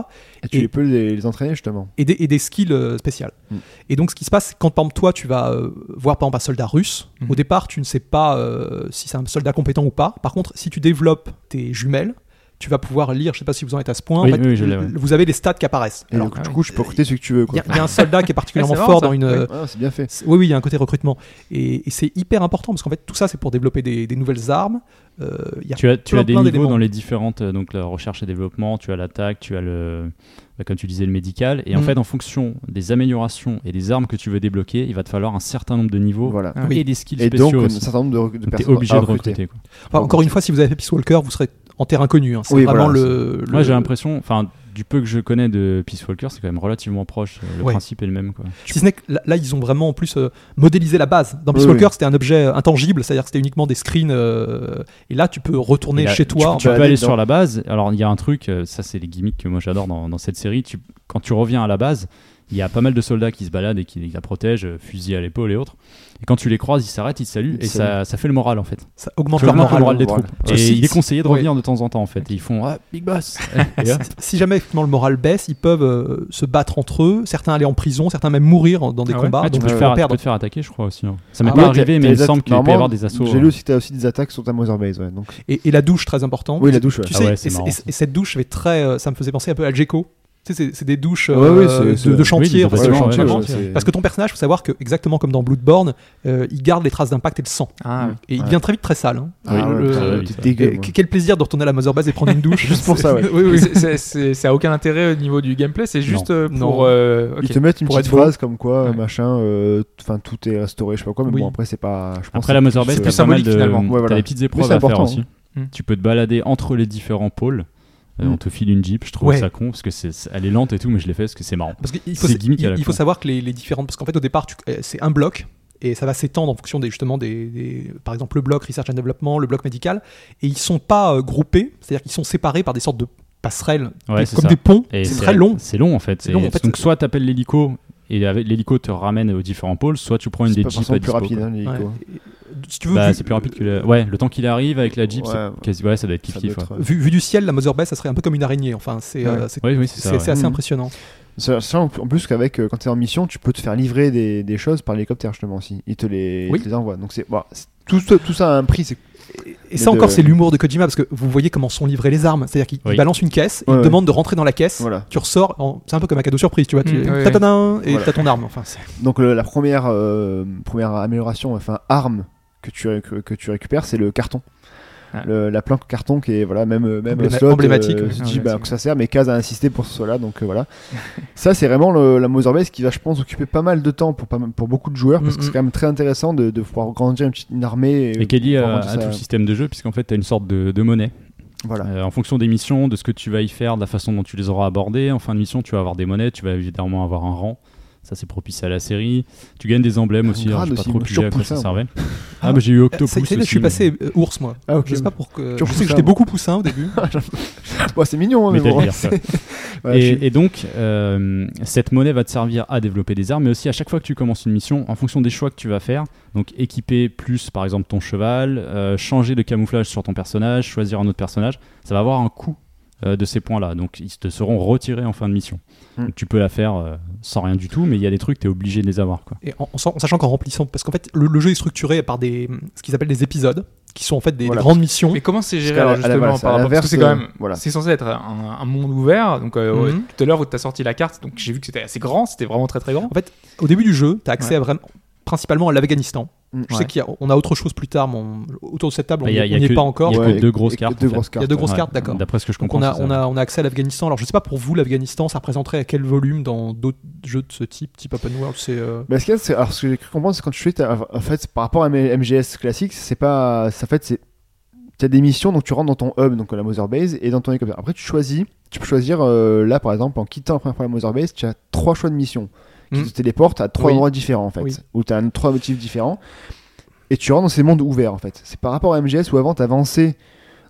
S2: Et tu les peux les, les entraîner justement.
S5: et des, et des skills euh, spéciales.
S2: Mm.
S5: Et donc, ce qui se passe, c'est que quand par exemple, toi, tu vas euh, voir par exemple un soldat russe,
S3: Mhm.
S4: Mm-hmm.
S5: au départ, tu ne sais pas euh, si c'est un soldat compétent ou pas. Par contre, si tu développes tes jumelles, tu vas pouvoir lire, je sais pas si vous en êtes à ce point,
S4: Oui,
S5: en fait,
S4: oui, je l'ai, ouais.
S5: vous avez les stats qui apparaissent.
S2: Et
S5: Alors, ah euh,
S2: donc, du coup, je peux recruter celui que tu veux.
S5: Il
S2: Quoi.
S5: y, a- il y a un soldat qui est particulièrement
S3: Ah, c'est marrant,
S5: fort
S3: ça.
S5: dans une.
S3: Oui.
S5: euh,
S2: Ouais, c'est bien fait.
S5: c'est- Oui, oui, il y a un côté recrutement. Et, et c'est hyper important parce qu'en fait, tout ça, c'est pour développer des, des nouvelles armes. Euh, il y a
S4: Tu as, tu
S5: plein,
S4: as des
S5: plein
S4: niveaux
S5: d'éléments.
S4: dans les différentes, euh, donc la recherche et développement, tu as l'attaque, tu as le, bah, comme tu disais, le médical. Et en
S5: Mhm.
S4: fait, en fonction des améliorations et des armes que tu veux débloquer, il va te falloir un certain nombre de niveaux
S2: Voilà.
S3: Ah oui.
S4: et des skills
S2: Et
S4: spéciaux.
S2: donc, un
S4: aussi.
S2: certain nombre de, de
S4: Donc, t'es
S2: personnes.
S4: obligé
S2: à
S4: de recruter. quoi.
S5: Enfin, encore une fois, si vous avez fait Peace Walker, vous serez en terrain inconnu. hein. C'est
S2: Oui,
S5: vraiment
S2: voilà,
S5: le. le-
S4: Moi, j'ai l'impression, enfin, du peu que je connais de Peace Walker, c'est quand même relativement proche. euh, Le
S5: Ouais.
S4: principe est le même. Quoi.
S5: Si ce n'est que là, là, ils ont vraiment en plus euh, modélisé la base. Dans Peace
S2: Oui,
S5: Walker,
S2: oui.
S5: c'était un objet euh, intangible, c'est-à-dire que c'était uniquement des screens. euh, et là, tu peux retourner
S4: Et là,
S5: chez toi.
S4: Tu
S2: Bah,
S4: peux
S2: allez
S4: aller
S2: dedans.
S4: sur la base. Alors, il y a un truc, euh, ça, c'est les gimmicks que moi j'adore dans, dans cette série. Tu, quand tu reviens à la base, il y a pas mal de soldats qui se baladent et qui, la protègent, euh, fusil à l'épaule et autres. Et quand tu les croises, ils s'arrêtent, ils te saluent et
S2: Ils
S4: ça, ça fait le moral en fait.
S5: ça augmente
S4: Ça
S5: leur
S4: augmente
S5: moral.
S4: le moral des
S2: moral.
S4: troupes.
S5: Parce
S4: Et
S5: que si-
S4: il est conseillé de
S5: ouais.
S4: revenir de temps en temps en fait. Et ils font Ah, Big Boss Et hop.
S5: Si jamais effectivement le moral baisse, ils peuvent euh, se battre entre eux, certains aller en prison, certains même mourir dans des
S3: Ah ouais.
S5: combats.
S4: Ah, tu
S5: donc
S4: peux, te
S5: ils
S4: faire,
S5: vont
S4: tu peux
S5: perdre.
S4: te faire attaquer, je crois aussi. hein. Ça m'est
S2: Ah
S4: pas
S2: ouais, t'as-
S4: arrivé,
S2: t'as
S4: mais
S2: les
S4: il me
S2: atta-
S4: semble qu'il peut y
S2: normalement,
S4: avoir des assauts.
S2: J'ai lu
S4: euh,
S2: aussi que t'as aussi des attaques sur ta Mother Base. Ouais, donc...
S5: Et, et la douche, très importante.
S2: Oui, la douche. ouais.
S5: Tu
S4: Ah
S5: sais,
S4: ouais, c'est
S5: et-
S4: marrant,
S5: et,
S4: ça.
S5: et cette douche fait très, euh, ça me faisait penser un peu à Algeco. Tu sais, c'est- c'est des douches
S2: Ouais, ouais,
S5: euh,
S2: c'est- c'est-
S5: de, de
S2: oui,
S5: chantier.
S4: des
S5: enfin,
S4: bâtiments,
S5: c'est
S4: Ah ouais,
S5: chantier,
S4: ouais.
S5: ouais.
S2: hein, c'est-
S5: Parce que ton personnage, faut savoir que exactement comme dans Bloodborne, euh, il garde les traces d'impact et de sang.
S3: Ah, oui.
S5: Et il
S2: Ouais.
S5: devient très vite très sale. hein.
S2: Ah ouais,
S5: le-
S2: putain,
S4: le-
S2: t'es
S4: ça.
S2: dégueu,
S5: Et
S2: moi.
S5: que- quel plaisir de retourner à la Mother Base et prendre une douche.
S2: Juste pour
S5: C'est-
S2: ça, ouais.
S5: oui, oui.
S3: C'est- c'est- c'est- Ça a aucun intérêt au niveau du gameplay. C'est juste euh,
S5: Non.
S3: pour. euh, ok.
S2: Ils te mettent une
S3: Pour
S2: petite
S3: être beau.
S2: phrase comme quoi,
S3: Ouais.
S2: machin, euh, enfin tout est restauré, je sais pas quoi, mais
S5: Oui.
S2: bon après c'est pas. Je pense
S4: Après la Mother Base,
S2: c'est
S4: t'as
S3: plus
S4: pas mal
S3: symbolique,
S4: de,
S3: finalement. Ouais,
S4: t'as
S2: voilà.
S4: des petites
S2: Mais
S4: épreuves
S2: c'est
S4: à faire
S2: important,
S4: aussi.
S3: hein.
S4: Tu peux te balader entre les différents pôles. Euh,
S2: Mm.
S4: On te file une jeep, je trouve
S5: Ouais.
S4: ça con parce que c'est, c'est- elle est lente et tout, mais je l'ai fait parce que c'est marrant.
S5: Parce qu'il faut,
S4: C'est gimmick à la
S5: il, il faut
S4: con.
S5: savoir que les, les différentes. Parce qu'en fait, au départ, tu- euh, c'est un bloc. Et ça va s'étendre en fonction des justement des, des- par exemple le bloc research and development, le bloc médical, et ils sont pas euh, groupés, c'est-à-dire qu'ils sont séparés par des sortes de passerelles,
S4: Ouais,
S5: des-
S4: c'est
S5: comme
S4: ça.
S5: des ponts.
S4: Et
S5: C'est très long.
S4: C'est long en fait.
S5: C'est
S4: Et
S5: long, en fait.
S4: donc soit t'appelles l'hélico et avec l'hélico te ramène aux différents pôles, soit tu prends une
S2: c'est
S4: des
S2: pas
S4: jeeps à
S2: forcément plus
S4: dispo,
S2: rapide,
S4: quoi.
S2: hein, les
S5: Ouais.
S2: quoi.
S5: Et- Si tu veux,
S4: Bah,
S5: vu-
S4: c'est plus rapide que le... Ouais, le temps qu'il arrive avec la jeep,
S2: Ouais,
S4: c'est quasi... ouais, ça doit être
S2: ça
S4: kiff
S2: doit
S4: kiff.
S2: être, euh,
S5: vu, vu du ciel, la Mother Base, ça serait un peu comme une araignée. Enfin, c'est euh, c'est-
S4: Oui, oui, c'est ça.
S5: c'est-
S4: ouais.
S5: c'est assez
S2: Mhm.
S5: impressionnant.
S2: ça- ça, en en plus qu'avec euh, quand t'es en mission, tu peux te faire livrer des, des choses par l'hélicoptère justement aussi. Ils te les,
S5: Oui.
S2: ils te les envoient. Donc c'est voilà, c'est- tout, ça- tout ça a un prix. C'est
S5: Et ça
S2: Mais de-
S5: encore, c'est l'humour de Kojima parce que vous voyez comment sont livrées les armes. C'est-à-dire qu'il il
S4: Oui.
S5: balance une caisse,
S2: Ouais,
S5: il
S2: ouais.
S5: te demande de rentrer dans la caisse,
S2: voilà.
S5: tu ressors, en- c'est un peu comme un cadeau surprise, tu vois. tu-
S3: Mm, oui,
S5: tatadin, et
S2: Voilà.
S5: t'as ton arme. Enfin, c'est-
S2: Donc le- la première euh, première amélioration, enfin arme que tu ré- que, que tu récupères, c'est le carton.
S3: Ah.
S2: Le- la planque carton qui est voilà même euh, même
S5: Embléma-
S2: slot,
S5: emblématique,
S2: euh, se
S5: oui.
S2: dit,
S3: Emblématique.
S2: bah, que ça sert mais Kaz a insisté pour cela donc euh, voilà ça c'est vraiment le- la Mother Base qui va je pense occuper pas mal de temps pour pas mal- pour beaucoup de joueurs parce
S5: Mm,
S2: que c'est
S5: mm.
S2: quand même très intéressant de, de pouvoir grandir une petite une armée euh,
S4: Et qui est lié
S2: pouvoir
S4: à,
S2: rendre
S4: à
S2: ça-
S4: tout le système de jeu, puisqu'en fait, t'as une sorte de, de monnaie.
S2: voilà
S4: Euh, en fonction des missions, de ce que tu vas y faire, de la façon dont tu les auras abordées. En fin de mission, tu vas avoir des monnaies, tu vas évidemment avoir un rang. Ça, c'est propice à la série. Tu gagnes des emblèmes aussi. alors,
S2: Grade
S4: Je sais pas
S2: aussi,
S4: trop
S2: moi,
S4: pigé à quoi ça
S2: Surpoussin,
S4: servait. Ah, bah j'ai eu
S5: Euh,
S4: Octopus.
S5: ça- ça y est,
S4: aussi,
S5: je suis
S4: mais-
S5: passé euh, ours moi.
S2: Ah, ok.
S5: Je sais pas pour que. Je
S2: Surpoussin,
S5: sais que j'étais
S2: moi.
S5: beaucoup poussin au début.
S2: Bon, c'est mignon, hein, mais
S4: Metal
S2: bon.
S4: Gear, quoi.
S2: Ouais, je suis-
S4: Et, et donc, euh, cette monnaie va te servir à développer des armes, mais aussi à chaque fois que tu commences une mission, en fonction des choix que tu vas faire, donc équiper plus, par exemple, ton cheval, euh, changer de camouflage sur ton personnage, choisir un autre personnage, ça va avoir un coût euh, de ces points-là. Donc, ils te seront retirés en fin de mission.
S2: Hmm.
S4: Donc, tu peux la faire euh, sans rien du tout, mais il y a des trucs, tu es obligé de les avoir. Quoi.
S5: Et en, en sa- en sachant qu'en remplissant, parce qu'en fait, le, le jeu est structuré par des, ce qu'ils appellent des épisodes, qui sont en fait des,
S2: Voilà.
S5: grandes missions.
S3: Mais comment c'est
S2: Parce
S3: géré
S2: qu'à la-
S3: alors
S2: à la-
S3: justement
S2: voilà, c'est à
S3: par rapport parce que c'est quand
S2: l'inverse,
S3: même
S2: euh, voilà.
S3: c'est censé être un, un monde ouvert donc euh, ouais,
S5: Mhm.
S3: tout à l'heure où tu as sorti la carte donc j'ai vu que c'était assez grand c'était vraiment très très grand
S5: Au début du jeu, tu as accès à vraiment, principalement à l'Afghanistan.
S2: Mm.
S5: Je sais qu'on a autre chose plus tard, mais on- autour de cette table, on
S4: Bah,
S5: n'y
S4: y a- y a
S5: est
S4: que-
S5: pas encore.
S4: Il y a que
S2: Ouais,
S4: deux grosses
S2: et- et
S4: cartes,
S2: Deux
S4: en fait.
S2: grosses
S5: Il y a
S2: cartes.
S5: deux grosses
S4: Ouais,
S5: cartes, d'accord.
S4: D'après ce que je
S5: Donc
S4: comprends.
S5: on a,
S4: c'est ça.
S5: on, a, on a accès à l'Afghanistan. Alors je sais pas pour vous l'Afghanistan, ça représenterait à quel volume dans d'autres jeux de ce type, type open world C'est euh,
S2: Bah, ce qu'il y a, c'est- alors ce que j'ai cru comprendre, c'est quand tu fais, ta- en fait, par rapport à mes MGS classique, c'est pas, ça fait, c'est, t'as des missions, donc tu rentres dans ton hub, donc euh, la Mother Base, et dans ton hélicoptère. Après, tu choisis, tu peux choisir, euh, là par exemple, en quittant la première fois la Mother Base, tu as trois choix de missions qui
S5: Mm.
S2: te téléportent à trois
S5: Oui.
S2: endroits différents en fait,
S5: Oui.
S2: où t'as un- trois motifs différents, et tu rentres dans ces mondes ouverts en fait. C'est par rapport à MGS où avant t'avançais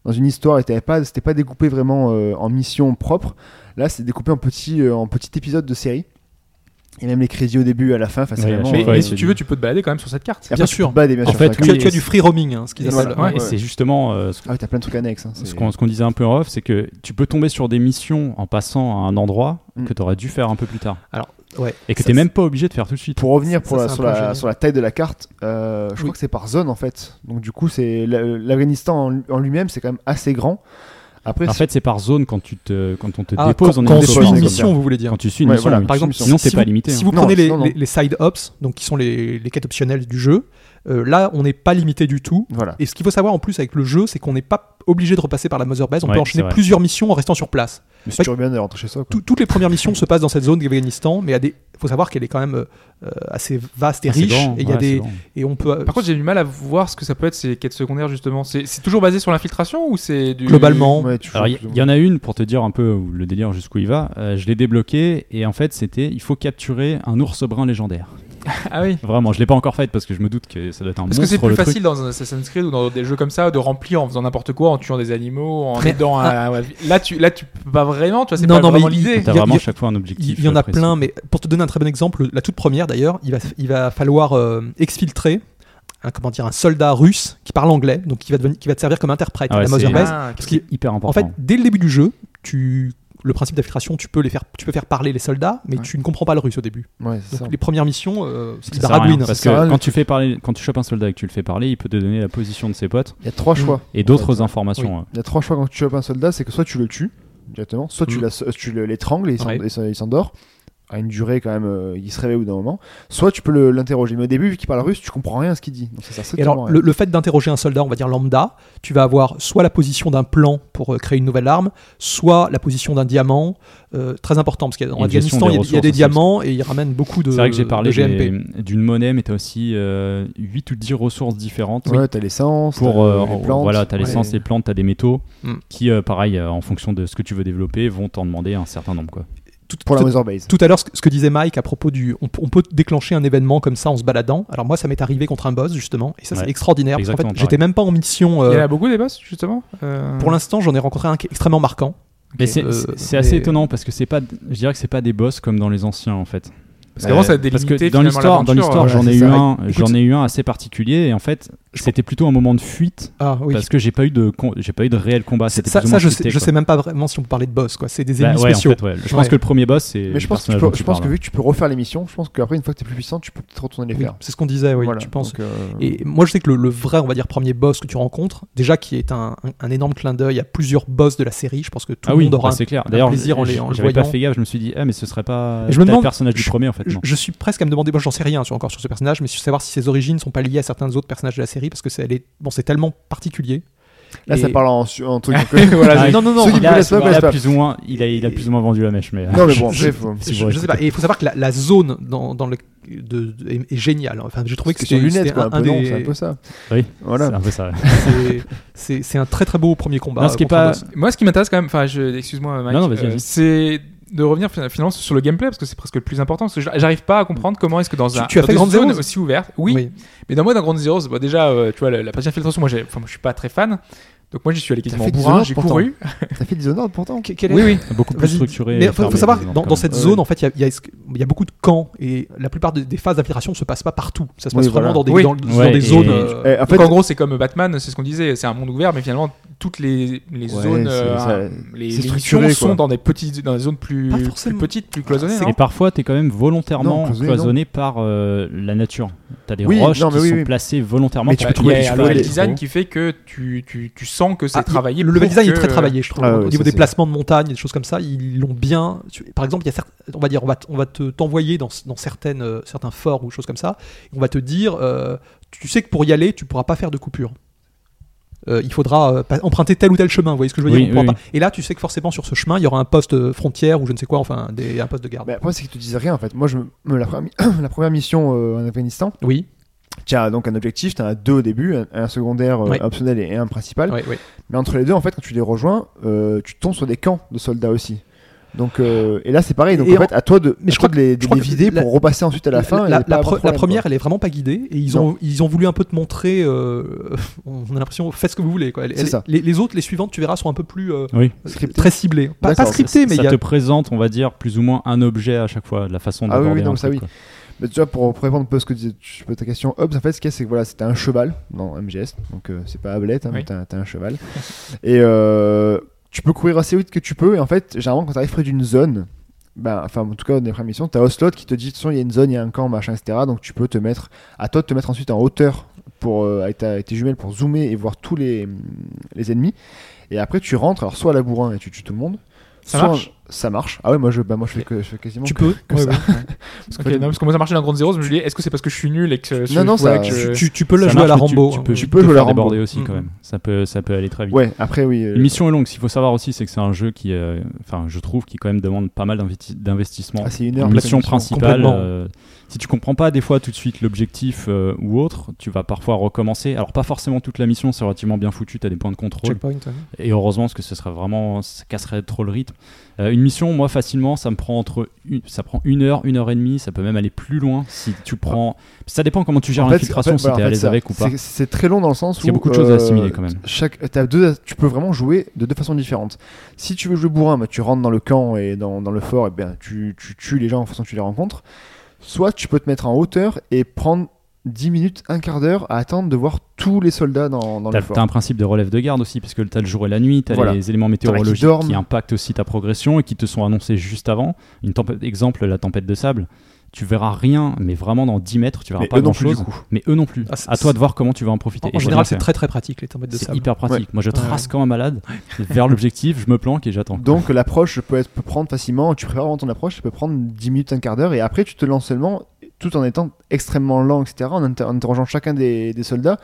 S2: dans une histoire et t'avais pas, c'était pas découpé vraiment euh, en missions propres. Là, c'est découpé en petits, euh, en petits épisodes de série. Et même les crédits au début, à la fin, enfin, c'est
S4: Oui, à
S2: vraiment.
S4: chaque
S3: mais,
S4: fois,
S3: mais
S4: il
S3: si
S4: se
S3: tu
S4: dit-
S3: veux tu peux te balader quand même sur cette carte
S2: Et après,
S5: Bien
S2: tu
S5: sûr.
S2: te balades, bien
S4: En
S2: sûr,
S4: fait,
S2: enfin,
S4: oui,
S5: tu, as,
S4: et
S5: tu as du
S4: c'est-
S5: free roaming, hein, ce qu'ils
S2: Et
S5: appellent.
S2: voilà.
S4: Ouais,
S2: ouais.
S4: et c'est justement euh, ce
S2: Ah oui, t'as plein de trucs annexes. hein, c'est-
S4: ce qu'on ce qu'on disait un peu en off, c'est que tu peux tomber sur des missions en passant à un endroit
S2: Mm.
S4: que tu aurais dû faire un peu plus tard.
S5: Alors, ouais.
S4: Et que
S5: Ça,
S4: tu n'es même pas obligé de faire tout de suite.
S2: Pour revenir
S5: Ça,
S2: pour
S5: ça,
S2: la-
S5: c'est
S2: sur,
S5: un peu
S2: la,
S5: génial.
S2: sur la taille de la carte, euh, je
S5: Oui.
S2: crois que c'est par zone en fait. Donc du coup, c'est la- l'Afghanistan en, en lui-même, c'est quand même assez grand. Après,
S4: En
S2: c'est-
S4: fait, c'est par zone quand, tu te, quand on te
S5: Ah,
S4: dépose
S5: quand,
S4: en
S5: quand
S4: hélico-
S5: on
S2: dépose
S5: suit
S4: en
S2: hélicoptère.
S5: une
S4: hélico-
S5: mission, vous voulez dire.
S4: Quand tu suis une
S2: Ouais,
S4: mission,
S2: voilà,
S4: oui.
S5: Par exemple,
S4: sinon t'es
S5: si
S4: pas
S5: vous-
S4: limité. hein.
S5: Si vous
S2: Non,
S5: prenez les,
S2: sinon, non.
S5: les- les side ops, donc qui sont les, les quêtes optionnelles du jeu, euh, là on n'est pas limité du tout.
S2: voilà.
S5: Et ce qu'il faut savoir en plus avec le jeu, c'est qu'on n'est pas obligé de repasser par la Mother Base. On
S4: Ouais,
S5: peut
S4: c'est
S5: enchaîner
S4: vrai.
S5: plusieurs missions en restant sur place.
S2: Mais si
S5: Ouais.
S2: tu reviens de rentrer chez soi, quoi.
S5: Tout- toutes les premières missions se passent dans cette zone d'Afghanistan, mais il faut savoir qu'elle est quand même euh, euh, assez vaste et
S4: Ah, c'est
S5: riche.
S4: grand,
S5: et, il y a
S4: ouais, c'est
S5: des,
S4: grand.
S5: et on peut. euh,
S3: par contre j'ai du mal à voir ce que ça peut être ces quêtes secondaires justement c'est c'est toujours basé sur l'infiltration ou c'est du
S5: globalement,
S2: Ouais, tu
S4: Alors,
S2: joues
S4: il
S2: plus ou
S4: y, y en a une pour te dire un peu où- le délire jusqu'où il va. Euh, je l'ai débloqué et en fait, c'était il faut capturer un ours brun légendaire.
S3: ah oui
S4: Vraiment, je l'ai pas encore faite parce que je me doute que ça doit être un
S3: parce que c'est
S4: monstre
S3: plus
S4: le truc.
S3: facile dans un Assassin's Creed ou dans des jeux comme ça de remplir en faisant n'importe quoi en tuant des animaux en
S5: Mais-
S3: aidant à-
S4: Ah.
S3: là tu là tu peux pas vraiment tu vois c'est
S5: Non,
S3: pas
S5: non, mais
S3: vraiment
S5: il-
S3: l'idée
S4: T'as
S5: y a-
S4: vraiment
S5: y a-
S4: chaque fois un
S5: il
S4: objectif.
S5: il y en a
S4: euh, précis.
S5: plein, mais pour te donner un très bon exemple, la toute première d'ailleurs, il va, il va falloir euh, exfiltrer un, comment dire, un soldat russe qui parle anglais, donc qui va, devenir- qui va te servir comme interprète
S4: Ah
S5: à
S4: ouais,
S5: la Mother
S4: c'est-
S5: Base.
S3: Ah,
S5: Parce
S4: C'est hyper important.
S5: En fait, dès le début du jeu, tu le principe d'infiltration, tu peux les faire, tu peux faire parler les soldats, mais
S2: Ouais.
S5: tu ne comprends pas le russe au début.
S2: moins. Ouais, c'est
S5: Donc
S2: ça.
S5: les premières missions, euh, c'est
S4: Ça
S5: des
S4: sert à rien,
S5: baragouines.
S4: parce
S2: Ça sert à
S4: que
S2: rien.
S4: quand tu fais parler, quand tu chopes un soldat et que tu le fais parler, il peut te donner la position de ses potes
S2: Il y a trois choix.
S4: et
S2: en
S4: d'autres
S2: fait.
S4: informations. hein.
S2: Il y a trois choix quand tu chopes un soldat, c'est que soit tu le tues directement, soit tu
S5: Mm.
S2: l'as- tu le- l'étrangles et il s'en-
S5: Ouais.
S2: et s'en- il s'endort à une durée quand même, euh, il se réveille au bout d'un moment, soit tu peux le- l'interroger. Mais au début, vu qu'il parle russe, tu comprends rien à ce qu'il dit. Donc ça hein. sert
S5: Et
S2: strictement
S5: alors,
S2: à rien.
S5: le, le fait d'interroger un soldat, on va dire lambda, tu vas avoir soit la position d'un plan pour euh, créer une nouvelle arme, soit la position d'un diamant. Euh, très important, parce qu'en
S4: une gestion
S5: Afghanistan,
S4: des
S5: il y a- il y, a
S4: ressources
S5: des
S4: aussi,
S5: diamants et ils ramènent beaucoup de,
S4: C'est vrai que j'ai parlé
S5: de GMP.
S4: des- d'une monnaie, mais t'as aussi 8 ou 10 ressources différentes.
S2: Ouais, t'as l'essence,
S4: Pour
S2: t'as
S4: euh,
S2: les plantes.
S4: voilà, t'as l'essence,
S2: Ouais.
S4: les plantes, t'as des métaux
S5: Mm.
S4: qui, euh, pareil, euh, en fonction de ce que tu veux développer, vont t'en demander un certain nombre. Quoi.
S5: Tout,
S2: Pour la
S5: tout-
S2: Mother Base.
S5: tout à l'heure, ce, que- ce que disait Mike à propos du. On, peut- on peut déclencher un événement comme ça en se baladant. Alors, moi, ça m'est arrivé contre un boss, justement, et ça, c'est
S4: Ouais.
S5: extraordinaire. parce qu'en
S4: Exactement
S5: fait, j'étais
S4: pareil.
S5: même pas en mission. euh,
S3: il y en a beaucoup des boss justement Euh,
S5: Pour l'instant, j'en ai rencontré un qui est extrêmement marquant.
S4: Mais c'est
S5: euh,
S4: c'est- c'est
S5: mais-
S4: assez étonnant parce que c'est pas, je dirais que c'est pas des boss comme dans les anciens en fait. Euh,
S3: parce qu'avant ça
S4: Parce que
S3: délimitait
S4: dans
S3: finalement
S4: l'histoire,
S3: l'aventure,
S4: dans l'histoire,
S3: euh,
S4: j'en ai
S2: c'est
S4: eu
S2: ça.
S4: un,
S5: Écoute-
S4: j'en ai eu un assez particulier et en fait, c'était plutôt un moment de fuite
S5: Ah oui.
S4: parce que j'ai pas eu de, com- j'ai pas eu de réel combat.
S5: ça,
S4: C'était
S5: ça,
S4: plus ou moins
S5: je,
S4: fuité,
S5: sais, je
S4: quoi.
S5: sais même pas vraiment si on peut parler de boss, quoi. C'est des
S4: Bah
S5: ennemis
S4: ouais, en
S5: spéciaux.
S4: fait, ouais. Je pense
S5: Ouais.
S4: que le premier boss, c'est.
S2: Mais je
S4: le
S2: pense, que, tu
S4: personnage
S2: peux-
S4: dont tu
S2: je pense que
S4: parles.
S2: vu que tu peux refaire les missions, je pense qu'après, une fois que t'es plus puissant, tu peux peut-être retourner les
S5: Oui,
S2: faire.
S5: c'est ce qu'on disait, oui,
S2: Voilà.
S5: tu penses.
S2: Donc, euh,
S5: Et moi, je sais que le, le vrai, on va dire, premier boss que tu rencontres, déjà qui est un, un- un énorme clin d'œil à plusieurs boss de la série, je pense que tout
S4: Ah
S5: le
S4: oui,
S5: monde aura.
S4: bah,
S5: un-
S4: c'est clair. D'ailleurs,
S5: plaisir en les-
S4: j-
S5: en le
S4: j'avais pas
S5: voyant.
S4: fait gaffe, je me suis dit, ah, mais ce serait pas
S5: Et je
S4: je
S5: me
S4: me
S5: demande-
S4: le personnage du premier en fait.
S5: je,
S4: non.
S5: je suis presque à me demander, moi j'en sais rien tu vois, encore sur ce personnage, mais je veux savoir si ses origines sont pas liées à certains autres personnages de la série, parce que c'est elle est- bon, c'est tellement particulier.
S2: Là,
S5: Et-
S2: ça parle en, en truc.
S3: voilà,
S4: Ah,
S5: non, non, non,
S2: ceux qui
S4: il a,
S2: connaissent pas,
S4: il a
S2: connaissent pas.
S4: plus ou moins, il a, il a plus ou moins vendu la mèche, mais.
S2: Non, mais bon,
S5: Je-
S2: après, faut.
S4: si
S5: Je,
S4: vous
S5: je sais
S4: réécoutez.
S5: pas, et il faut savoir que la, la zone dans, dans le, de, de- est, est géniale. Enfin, j'ai trouvé que
S2: C'est sur
S5: c'était
S2: lunettes,
S5: c'était
S2: quoi, un peu,
S5: des-
S2: non, c'est un peu ça.
S4: Oui.
S2: Voilà.
S4: C'est un peu ça.
S5: c'est- c'est c'est un très très beau premier combat.
S4: Non, ce qui est
S3: Euh,
S5: contre un
S4: pas.
S5: boss.
S3: Moi, ce qui m'intéresse quand même, enfin, je- excuse-moi, Mike,
S4: Non, non, vas-y,
S3: euh,
S4: vas-y.
S3: c'est de revenir fin- finalement sur le gameplay parce que c'est presque le plus important. Parce que j'a- j'arrive pas à comprendre comment est-ce que dans
S5: Tu-
S3: un
S5: tu as
S3: dans
S5: fait
S3: une
S5: Ground
S3: zone
S5: Zeroes
S3: aussi ouverte, oui, mais dans moi dans Ground Zeroes, bah déjà euh, tu vois la, la partie infiltration, moi j'ai- enfin, moi, je suis pas très fan, donc moi j'y suis allé quasiment
S2: fait
S3: bourrin,
S2: Dishonored
S3: j'ai
S2: pourtant.
S3: couru.
S2: T'as fait Dishonored pourtant
S5: Que- quel est-
S3: Oui oui,
S4: Beaucoup plus
S5: Vas-y.
S4: structuré.
S5: Mais
S4: et
S5: faut, faut
S4: fermé,
S5: savoir,
S4: disons,
S5: dans,
S4: quand
S5: dans
S4: même.
S5: cette
S2: Ouais.
S5: zone, en fait, il y a- il y, a- il y a beaucoup de camps et la plupart des, des phases d'infiltration se passent pas partout. Ça se
S2: Oui,
S5: passe vraiment
S2: voilà.
S5: dans des,
S3: Oui.
S5: dans- dans
S4: Ouais,
S5: des
S4: et-
S5: zones.
S4: et-
S5: euh,
S2: Eh, En
S3: Donc,
S2: fait,
S3: en gros, c'est comme Batman, c'est ce qu'on disait, c'est un monde ouvert, mais finalement, toutes les, les
S2: Ouais,
S3: zones,
S2: c'est-
S3: euh,
S2: ça-
S3: les,
S2: c'est
S3: les
S2: structuré,
S3: missions sont
S2: quoi.
S3: dans des petites, dans des zones plus,
S5: Pas
S3: plus
S5: forcément.
S3: petites, plus cloisonnées.
S4: Et
S3: non
S4: parfois, t'es quand même volontairement
S2: hein. Non, cloisonné,
S4: cloisonné par euh, la nature. T'as des
S2: Oui,
S4: roches
S2: non,
S4: qui
S2: mais oui,
S4: sont
S2: oui.
S4: placées volontairement.
S2: Mais tu
S4: pour
S2: peux
S3: Bah,
S2: trouver
S3: Il y
S4: tuer les
S3: a un
S4: chevaux,
S3: level
S4: les
S3: design
S4: chevaux.
S3: qui fait que tu, tu, tu sens que c'est
S5: ah, il-
S3: travaillé.
S5: le
S3: pour
S5: level design est
S3: que-
S5: très travaillé, je trouve.
S2: Ah ouais,
S5: Au niveau
S2: ça,
S5: des
S2: c'est-
S5: placements de montagne, des choses comme ça, ils l'ont bien. tu- Par exemple, il y a certes- on va dire, on va, t- on va te t'envoyer dans, dans certaines, euh, certains forts ou choses comme ça. On va te dire, euh, tu sais que pour y aller, tu pourras pas faire de coupure. Euh, il faudra euh, pas- emprunter tel ou tel chemin, vous voyez ce que je veux
S4: Oui,
S5: dire on pourra
S4: oui,
S5: pas- Et là, tu sais que forcément sur ce chemin, il y aura un poste euh, frontière ou je ne sais quoi, enfin des- un poste de garde.
S2: Mais après, Bah, c'est que tu disais rien en fait. Moi, je me- la, première, la première mission euh, en Afghanistan,
S5: Oui,
S2: tu as donc un objectif, tu as deux au début, un, un secondaire euh,
S5: Ouais.
S2: optionnel et un principal.
S5: ouais, ouais.
S2: Mais entre les deux, en fait, quand tu les rejoins, euh, tu tombes sur des camps de soldats aussi. Donc, euh, et là, c'est pareil. Donc,
S5: Et
S2: en fait, à toi de,
S5: mais je
S2: à toi
S5: crois
S2: de les, de
S5: je crois
S2: les
S5: que
S2: vider
S5: la-
S2: pour repasser ensuite à la fin. et
S5: la,
S2: pas avoir de
S5: pre- la
S2: problème,
S5: première, elle est vraiment pas guidée et ils ont, ils ont voulu un peu te montrer. euh, on a l'impression, faites ce que vous voulez. Quoi. Elle-
S2: C'est
S5: elle-
S2: ça.
S5: Les, les autres, les suivantes, tu verras, sont un peu plus euh,
S4: Oui.
S2: Scripté.
S5: très ciblées. Pas, pas
S2: D'accord.
S5: scriptées, mais il
S4: ça
S5: y a.
S4: te présente, on va dire, plus ou moins un objet à chaque fois, de la façon
S2: Ah oui,
S4: d'aborder
S2: oui, non,
S4: un
S2: ça
S4: truc,
S2: oui. Mais tu vois, pour, pour répondre un peu à ce que disait tu- ta question, Hobbes, en fait, ce qu'il y a, c'est que voilà, c'était un cheval dans MGS, donc euh, c'est pas Ablette, hein,
S3: Oui.
S2: mais t'as t'as un cheval. et euh, tu peux courir assez vite que tu peux, et en fait, généralement, quand t'arrives près d'une zone, ben, enfin, en tout cas, dans les premières missions, t'as Oslot qui te dit, de toute façon, il y a une zone, il y a un camp, machin, etc. Donc tu peux te mettre, à toi de te mettre ensuite en hauteur pour, euh, avec, ta- avec tes jumelles pour zoomer et voir tous les, les ennemis. Et après, tu rentres, alors soit à la bourrin et tu tues tout le monde,
S3: Ça
S2: soit-
S3: marche
S2: Ça marche. Ah ouais, moi je, bah, moi, je, fais, que, je fais quasiment
S5: Tu
S2: que-
S5: peux.
S2: que
S5: ouais,
S2: ça.
S5: ouais.
S3: Ok, non, parce que moi ça marchait dans Ground Zeroes, je me suis dit, est-ce que c'est parce que je suis nul et que
S2: Non, non, ça-
S5: Tu,
S2: Euh,
S5: tu- tu peux
S4: Ça
S5: la jouer à la
S4: marche, mais
S5: Rambo.
S4: Tu,
S5: hein.
S4: tu peux,
S2: Tu
S4: tu
S2: peux
S4: peux
S2: jouer la Rambo.
S4: déborder aussi quand
S3: Mm.
S4: même. Ça peut, ça peut aller très vite.
S2: Ouais, après, oui. euh,
S4: Une mission est longue. Ce qu'il faut savoir aussi, c'est que c'est un jeu qui, euh, enfin, je trouve, qui quand même demande pas mal d'investi- d'investissement.
S2: ah, c'est une
S4: Une
S2: heure.
S4: mission principale.
S5: complètement.
S4: euh, si tu comprends pas des fois tout de suite l'objectif euh, ou autre, tu vas parfois recommencer. Alors pas forcément toute la mission, c'est relativement bien foutu. T'as des points de contrôle.
S5: Checkpoint, ouais.
S4: Et heureusement, parce que ce serait vraiment, ça casserait trop le rythme. Euh, une mission, moi, facilement, ça me prend entre, une- ça prend une heure, une heure et demie. Ça peut même aller plus loin si tu prends. Ça dépend comment tu gères
S2: Ah. En fait, bah,
S4: l'infiltration,
S2: en fait,
S4: si
S2: voilà,
S4: t'es
S2: en
S4: à
S2: fait,
S4: l'aise
S2: ça-
S4: avec ou pas.
S2: c'est- euh, C'est très long dans le sens où
S4: Parce qu'il y a beaucoup de choses à assimiler, quand même.
S2: Chaque, t'as deux, tu peux vraiment jouer de deux façons différentes. Si tu veux jouer bourrin, bah, tu rentres dans le camp et dans, dans le fort, et bien tu, tu tues les gens en façon que tu les rencontres. Soit tu peux te mettre en hauteur et prendre 10 minutes, un quart d'heure à attendre de voir tous les soldats dans, dans
S4: T'as
S2: le fort.
S4: t'as un principe de relève de garde aussi, parce que t'as le jour et la nuit, t'as
S2: Voilà.
S4: les éléments
S2: qui
S4: météorologiques
S2: dorment.
S4: qui, impactent aussi ta progression et qui te sont annoncés juste avant. Une tempête, exemple, la tempête de sable, tu verras rien, mais vraiment dans 10 mètres, tu verras
S2: Mais
S4: pas
S2: eux non
S4: grand
S2: plus, du
S4: chose.
S2: coup.
S4: Mais eux non plus.
S5: Ah, c'est-
S4: à toi de voir comment tu vas en profiter.
S5: En-
S4: Et
S5: En général, c'est
S4: voilà,
S5: très très pratique les tempêtes de
S4: c'est
S5: sable.
S4: hyper pratique. Moi, je
S5: Ouais,
S4: trace
S5: ouais.
S4: comme un malade vers l'objectif, je me planque et j'attends.
S2: Donc l'approche peut, être, peut prendre facilement, tu prépares avant ton approche, ça peut prendre 10 minutes, un quart d'heure, et après tu te lances seulement, tout en étant extrêmement lent, etc., en inter- en interrogeant chacun des, des soldats,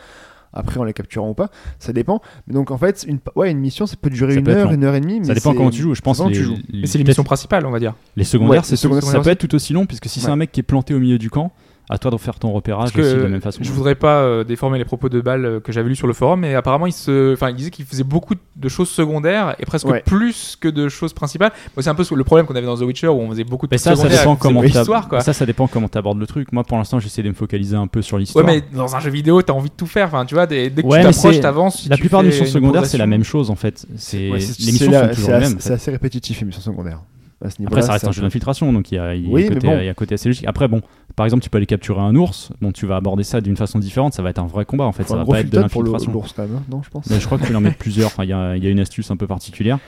S2: après en les capturant ou pas, ça dépend. Mais donc en fait, une, pa- ouais, une mission, ça peut durer
S4: Ça
S2: une
S4: peut être
S2: heure,
S4: long.
S2: une heure et demie.
S4: ça
S2: mais
S4: dépend
S2: c'est-
S4: comment tu joues. Je pense
S2: dépend
S4: les,
S2: tu joues.
S4: les-
S3: Mais c'est
S4: peut-être
S3: l'émission principale, on va dire.
S4: les secondaires,
S2: Ouais,
S4: c'est
S2: les secondaires,
S4: ça peut
S2: c'est-
S4: être tout aussi long, puisque si c'est
S2: Ouais.
S4: un mec qui est planté au milieu du camp, à toi de faire ton
S3: Parce
S4: repérage
S3: que
S4: aussi de la même façon.
S3: je voudrais pas euh, déformer les propos de Ball euh, que j'avais lu sur le forum, mais apparemment il se, enfin il disait qu'il faisait beaucoup de choses secondaires et presque
S2: Ouais.
S3: plus que de choses principales. Moi, c'est un peu le problème qu'on avait dans The Witcher où on faisait beaucoup de
S4: Mais ça, ça
S3: secondaires.
S4: dépend
S3: et
S4: comment
S3: c'est
S4: t'ab-
S3: l'histoire, quoi.
S4: Ça, ça dépend comment t'abordes le truc. Moi, pour l'instant, j'essaie de me focaliser un peu sur
S3: Ouais,
S4: l'histoire.
S3: mais dans un jeu vidéo, t'as envie de tout faire. Enfin, tu vois, dès, dès que
S4: Ouais,
S3: tu
S4: mais
S3: t'approches,
S4: c'est-
S3: t'avances. si
S4: la
S3: tu
S4: plupart
S3: fais
S4: des missions
S3: une
S4: secondaires, c'est la
S3: progression.
S4: même chose en fait. C'est
S2: Ouais, c'est-
S4: les missions
S2: c'est la-
S4: sont
S2: c'est
S4: toujours les
S2: assez-
S4: mêmes. en fait.
S2: C'est assez répétitif, les missions secondaires. À ce niveau-là,
S4: Après, ça reste
S2: c'est
S4: un jeu
S2: peu-
S4: d'infiltration, donc il y a, il y a
S2: Oui,
S4: un
S2: mais
S4: côté,
S2: bon.
S4: il y a un côté assez logique. Après, bon, par exemple, tu peux aller capturer un ours. Bon, tu vas aborder ça d'une façon différente. Ça va être un vrai combat en fait.
S2: faut
S4: ça
S2: un
S4: va
S2: gros
S4: pas être de
S2: filtre pour le-
S4: l'infiltration.
S2: l'ours quand même, hein, non, je pense.
S4: Mais je crois que tu en mets plusieurs. Enfin, Il y, a- il y a une astuce un peu particulière.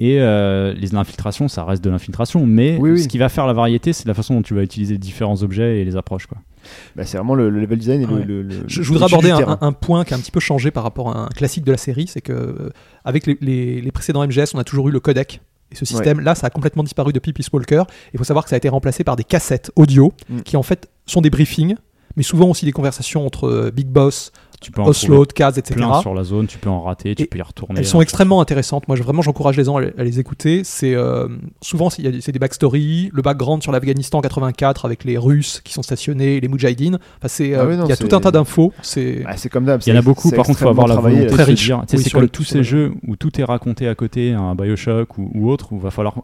S4: Et euh, les- l'infiltration, ça reste de l'infiltration, mais
S2: Oui, oui.
S4: ce qui va faire la variété, c'est la façon dont tu vas utiliser différents objets et les approches. Quoi.
S2: Bah, c'est vraiment le, le level design et le-
S5: Ouais.
S2: le, le-
S5: Je, je
S2: le
S5: voudrais
S2: dessus
S5: aborder
S2: du
S5: un,
S2: terrain.
S5: un- un point qui a un petit peu changé par rapport à un classique de la série, c'est que euh, avec les, les- les précédents MGS, on a toujours eu le codec. Et ce système, là, ça a complètement disparu depuis Peace Walker. Il faut savoir que ça a été remplacé par des cassettes audio,
S2: Mm.
S5: qui en fait sont des briefings, mais souvent aussi des conversations entre euh, Big Boss,
S4: Tu peux en
S5: Oslo, Kaz, etc.
S4: trouver plein sur la zone, tu peux en rater, tu
S5: Et
S4: peux y retourner.
S5: Elles sont extrêmement intéressantes. Moi, je- vraiment, j'encourage les gens à, les- à les écouter. C'est euh, souvent c'est il y a des- c'est des backstories, le background sur l'Afghanistan 84 avec les Russes qui sont stationnés, les Moudjahidines. Enfin, c'est euh,
S2: Ah oui, non,
S5: il y a
S2: c'est-
S5: tout un tas d'infos. C'est
S2: Ah, c'est comme d'hab.
S4: Il y en a
S2: c'est-
S4: beaucoup,
S2: c'est
S4: par contre, faut avoir la
S2: extrêmement travaillé,
S4: volonté de
S2: là-dessus.
S4: se
S5: Très
S4: dire. Tu sais,
S5: Oui,
S4: c'est
S5: sur
S4: comme
S5: le-
S4: tous
S5: sur le-
S4: ces jeux où tout est raconté à côté, un Bioshock ou, ou autre, où va falloir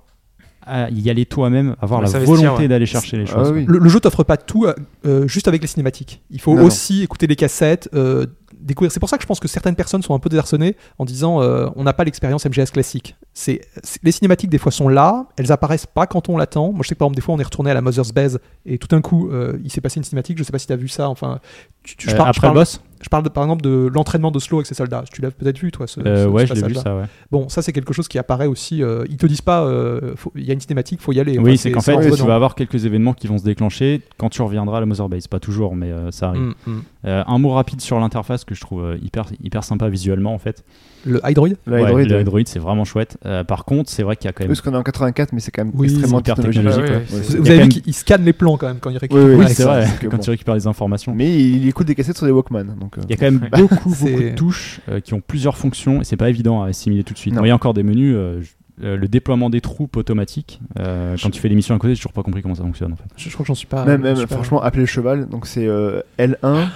S4: à y aller toi-même, avoir
S3: Ouais,
S4: la
S3: s'investir,
S4: volonté
S3: ouais.
S4: d'aller chercher les choses.
S2: Ah oui.
S5: Le, le jeu t'offre pas tout euh, juste avec les cinématiques. Il faut
S2: Non, non.
S5: aussi écouter des cassettes, euh, découvrir. C'est pour ça que je pense que certaines personnes sont un peu désarçonnées en disant euh, on n'a pas l'expérience MGS classique. C'est c'est- les cinématiques des fois sont là, elles apparaissent pas quand on l'attend. Moi je sais que par exemple des fois on est retourné à la Mother's Base et tout d'un coup euh, il s'est passé une cinématique. Je sais pas si t'as vu ça. Enfin, tu- tu- je,
S4: Euh,
S5: parle, je
S4: après le
S5: parle-
S4: boss
S5: je parle de- par exemple de l'entraînement de Slow avec ses soldats. Tu l'as peut-être vu toi. Ce,
S4: Euh,
S5: ce-
S4: Ouais,
S5: ce
S4: je l'ai vu
S5: passage-là.
S4: ça, ouais.
S5: Bon, ça c'est quelque chose qui apparaît aussi. euh, ils te disent pas euh, faut- il y a une cinématique, faut y aller. Enfin,
S4: oui, c'est qu'en fait,
S2: c'est
S4: tu
S2: redondant.
S4: vas avoir quelques événements qui vont se déclencher quand tu reviendras à la Mother Base. Pas toujours, mais euh, ça arrive.
S5: Mm, mm.
S4: Euh, un mot rapide sur l'interface que je trouve euh, hyper, hyper sympa visuellement, en fait.
S5: Le Hydroid
S2: La
S4: Ouais,
S2: Android,
S4: le
S2: ouais.
S4: Android, c'est vraiment chouette. Euh, par contre, c'est vrai qu'il y a quand même.
S2: Parce qu'on est en 84, mais c'est quand même
S5: Oui,
S2: extrêmement
S4: c'est hyper
S2: technologique.
S3: Ouais,
S4: technologique,
S3: ouais,
S2: Ouais,
S3: ouais,
S2: c'est-
S5: Vous
S4: Il y a
S5: avez vu
S4: quand même-
S5: qu'il scanne les plans quand même quand il récupère.
S2: Oui, oui,
S4: Oui,
S5: Ouais,
S4: c'est
S5: ça,
S4: vrai,
S2: c'est que
S4: quand
S2: bon.
S4: tu récupères les informations.
S2: Mais il écoute des cassettes sur des Walkman. Donc, euh,
S4: Il y a quand même
S3: Ouais.
S4: beaucoup, beaucoup
S5: C'est-
S4: de touches euh, qui ont plusieurs fonctions et c'est pas évident à assimiler tout de suite.
S2: Non.
S4: Moi, Il y a encore des menus. euh, je- euh, le déploiement des troupes automatiques. euh, Quand tu fais des missions à côté, j'ai toujours pas compris comment ça fonctionne. En fait.
S5: Je, je crois que j'en suis pas.
S2: même,
S5: j'en
S2: même,
S5: suis pas-
S2: franchement, appeler le cheval, donc c'est euh, L1,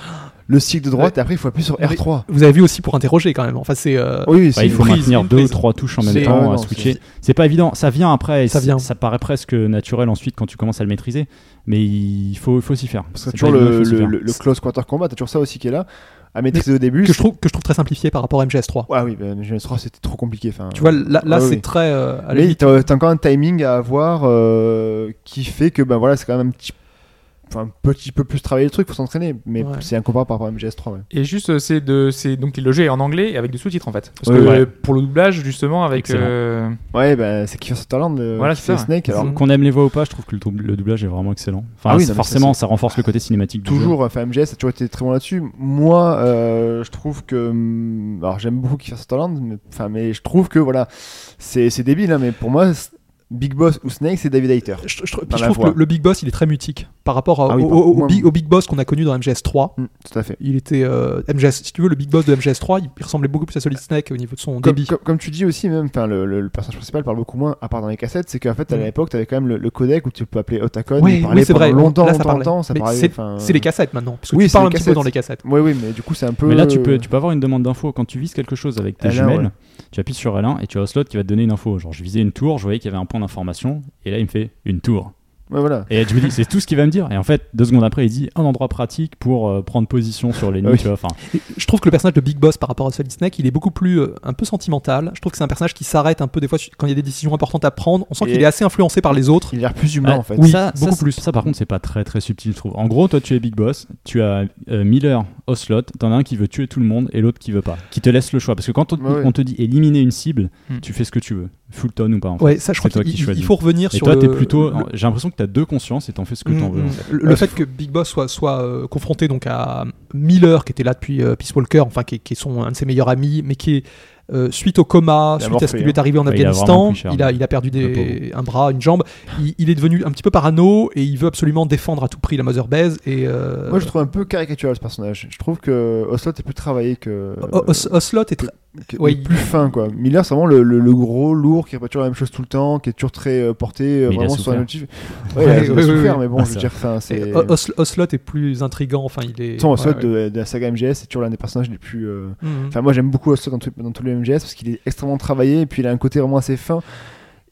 S2: le cycle de droite, et après il faut appuyer sur
S5: Oui.
S2: R3.
S5: Vous avez vu aussi pour interroger quand même. Enfin, c'est. euh,
S2: Oui, oui,
S4: Bah,
S2: c'est
S4: il faut
S5: une prise,
S4: maintenir
S5: une
S4: deux ou
S5: prise.
S4: trois touches en même
S2: C'est-
S4: temps
S2: ah,
S4: à
S2: non,
S4: switcher. C'est pas évident. Ça vient après. et
S5: Ça
S4: c'est-
S5: vient.
S4: Ça paraît presque naturel ensuite quand tu commences à le maîtriser. Mais il faut, il faut s'y faire.
S2: Parce que
S4: C'est
S2: toujours
S4: pas évident, il
S2: le,
S4: faut s'y
S2: le,
S4: faire.
S2: le- le close quarter combat, t'as toujours ça aussi qui est là, à maîtriser au début.
S5: hein. que je trouve que je trouve très simplifié par rapport à MGS3.
S2: Ah oui, ben, GS3 c'était trop compliqué. Enfin,
S5: Tu vois, là,
S2: Ah
S5: là,
S2: oui,
S5: c'est
S2: oui.
S5: très. euh, à la
S2: Mais
S5: limite,
S2: t'as t'as encore un timing à avoir euh, qui fait que ben voilà, c'est quand même un petit, enfin, un petit peu plus travailler le truc pour s'entraîner, mais
S5: Ouais.
S2: c'est incomparable par rapport à MGS3. ouais.
S3: Et juste, euh, c'est de, c'est donc le jeu est en anglais et avec des sous-titres en fait. Parce
S2: Ouais,
S3: que
S4: ouais.
S3: euh, pour le doublage, justement, avec.
S4: Excellent.
S3: euh,
S2: Ouais, ben c'est Kiefer Sutherland euh,
S3: Voilà,
S2: qui
S3: c'est
S2: fait
S3: ça.
S2: Snake. Alors,
S5: Mhm.
S4: Qu'on aime les voix ou pas, je trouve que le, dou- le doublage est vraiment excellent. Enfin,
S2: Ah oui, non,
S4: c'est-
S2: mais ça,
S4: forcément, ça, renforce le côté cinématique du jeu.
S2: toujours, euh, enfin MGS a toujours été très bon là-dessus. Moi, euh, je trouve que, hum, alors j'aime beaucoup Kiefer Sutherland, mais, enfin, mais je trouve que voilà, c'est c'est débile, hein, mais pour moi, s- Big Boss ou Snake, c'est David Hayter.
S5: je, je- puis
S2: dans
S5: je
S2: la
S5: trouve que
S2: voix.
S5: le, le Big Boss, il est très mutique par rapport à-
S2: Ah oui,
S5: au,
S2: par-
S5: au- au
S2: moi-
S5: Big, au Big Boss qu'on a connu dans MGS3.
S2: Mm, tout à fait.
S5: Il était euh, MGS. Si tu veux, le Big Boss de MGS3, il, il ressemblait beaucoup plus à Solid Snake au niveau de son
S2: Comme,
S5: débit.
S2: comme- comme tu dis aussi, même, enfin, le, le- le personnage principal parle beaucoup moins, à part dans les cassettes, c'est qu'en fait, à
S5: Mm.
S2: l'époque, t'avais quand même le, le codec où tu peux appeler Otacon,
S5: Ouais,
S2: il parlait
S5: oui, c'est
S2: pendant
S5: vrai.
S2: longtemps,
S5: Là, ça
S2: longtemps,
S5: parlait.
S2: longtemps, ça
S5: Mais
S2: parlait,
S5: c'est
S2: enfin,
S5: c'est les cassettes maintenant, parce que
S2: euh, Oui,
S5: tu
S2: c'est
S5: parles
S2: les
S5: un petit peu
S2: cassettes.
S5: dans les cassettes.
S2: Oui, oui, mais du coup, c'est un peu.
S4: Mais là, tu peux, tu peux avoir une demande d'info. Quand tu vises quelque chose avec tes
S2: L1,
S4: jumelles,
S2: ouais.
S4: tu appuies sur L1 et tu as Oslot qui va te donner une info. Genre, je visais une tour, je voyais qu'il y avait un point d'information, et là, il me fait une tour.
S2: Ouais, voilà.
S4: Et je me dis, c'est tout ce qu'il va me dire. Et en fait, deux secondes après, il dit un endroit pratique pour euh, prendre position sur l'ennemi.
S2: Ah Oui.
S4: Tu vois, enfin,
S5: Et Je trouve que le personnage de Big Boss par rapport à Solid Snake, il est beaucoup plus euh, un peu sentimental. Je trouve que c'est un personnage qui s'arrête un peu des fois su- quand il y a des décisions importantes à prendre. On sent qu'il
S2: Et-
S5: est assez influencé par les autres.
S2: Il a l'air plus humain,
S4: Ah,
S2: en fait.
S4: oui, ça,
S5: beaucoup
S4: ça, c'est-
S5: plus.
S4: Ça, par contre, c'est pas très très subtil, je trouve. En gros, toi, tu es Big Boss, tu as euh, Miller, Ocelot, t'en as un qui veut tuer tout le monde et l'autre qui veut pas. Qui te laisse le choix. Parce que quand on,
S2: Bah Ouais, ouais.
S4: on te dit éliminer une cible,
S3: Hmm.
S4: tu fais ce que tu veux. Fulton ou pas. en fait.
S5: Ouais, ça, je
S4: C'est
S5: crois
S4: toi
S5: qu'il
S4: qui
S5: il-
S4: choisis.
S5: il faut revenir
S4: Et
S5: sur.
S4: toi,
S5: le-
S4: t'es plutôt.
S5: le-
S4: J'ai l'impression que t'as deux consciences et t'en fais ce que t'en veux.
S5: Mm,
S4: en
S5: mm.
S4: fait.
S5: Le, le fait que Big Boss soit, soit euh, confronté donc à Miller, qui était là depuis euh, Peace Walker, enfin qui est, qui est son, un de ses meilleurs amis, mais qui est euh, suite au coma,
S2: Il a
S5: suite à ce
S2: morflé,
S5: qui lui est arrivé en
S4: hein. Ouais, il a vraiment
S5: Afghanistan,
S4: pris cher, hein.
S5: il a,
S4: lui.
S5: il a perdu
S4: Le
S5: des, un bras, une jambe. Il, il est devenu un petit peu parano et il veut absolument défendre à tout prix la Mother Base. Et, euh,
S2: Moi, je le trouve un peu caricatural ce personnage. Je trouve que Ocelot est plus travaillé que.
S5: O- Os- Ocelot est très-
S2: que-
S5: ouais,
S2: mais plus fin, quoi. Miller, c'est vraiment le, le- le gros, lourd, qui répète toujours la même chose tout le temps, qui est toujours très euh, porté euh,
S4: Mais il a
S2: vraiment sur un
S4: souffert.
S2: motif. Ouais, il a- il a
S5: Ouais, ouais,
S2: souffert,
S5: ouais.
S2: mais bon,
S4: Ah,
S2: je veux
S4: ça.
S2: dire, enfin, c'est.
S5: O- Os- Ocelot est plus intrigant, enfin il est.
S2: Sans
S5: ouais,
S2: Ocelot
S5: ouais.
S2: de, de la saga MGS, c'est toujours l'un des personnages les plus. euh,
S5: Mhm.
S2: Enfin, moi j'aime beaucoup Ocelot dans, tout- dans tous les MGS parce qu'il est extrêmement travaillé et puis il a un côté vraiment assez fin.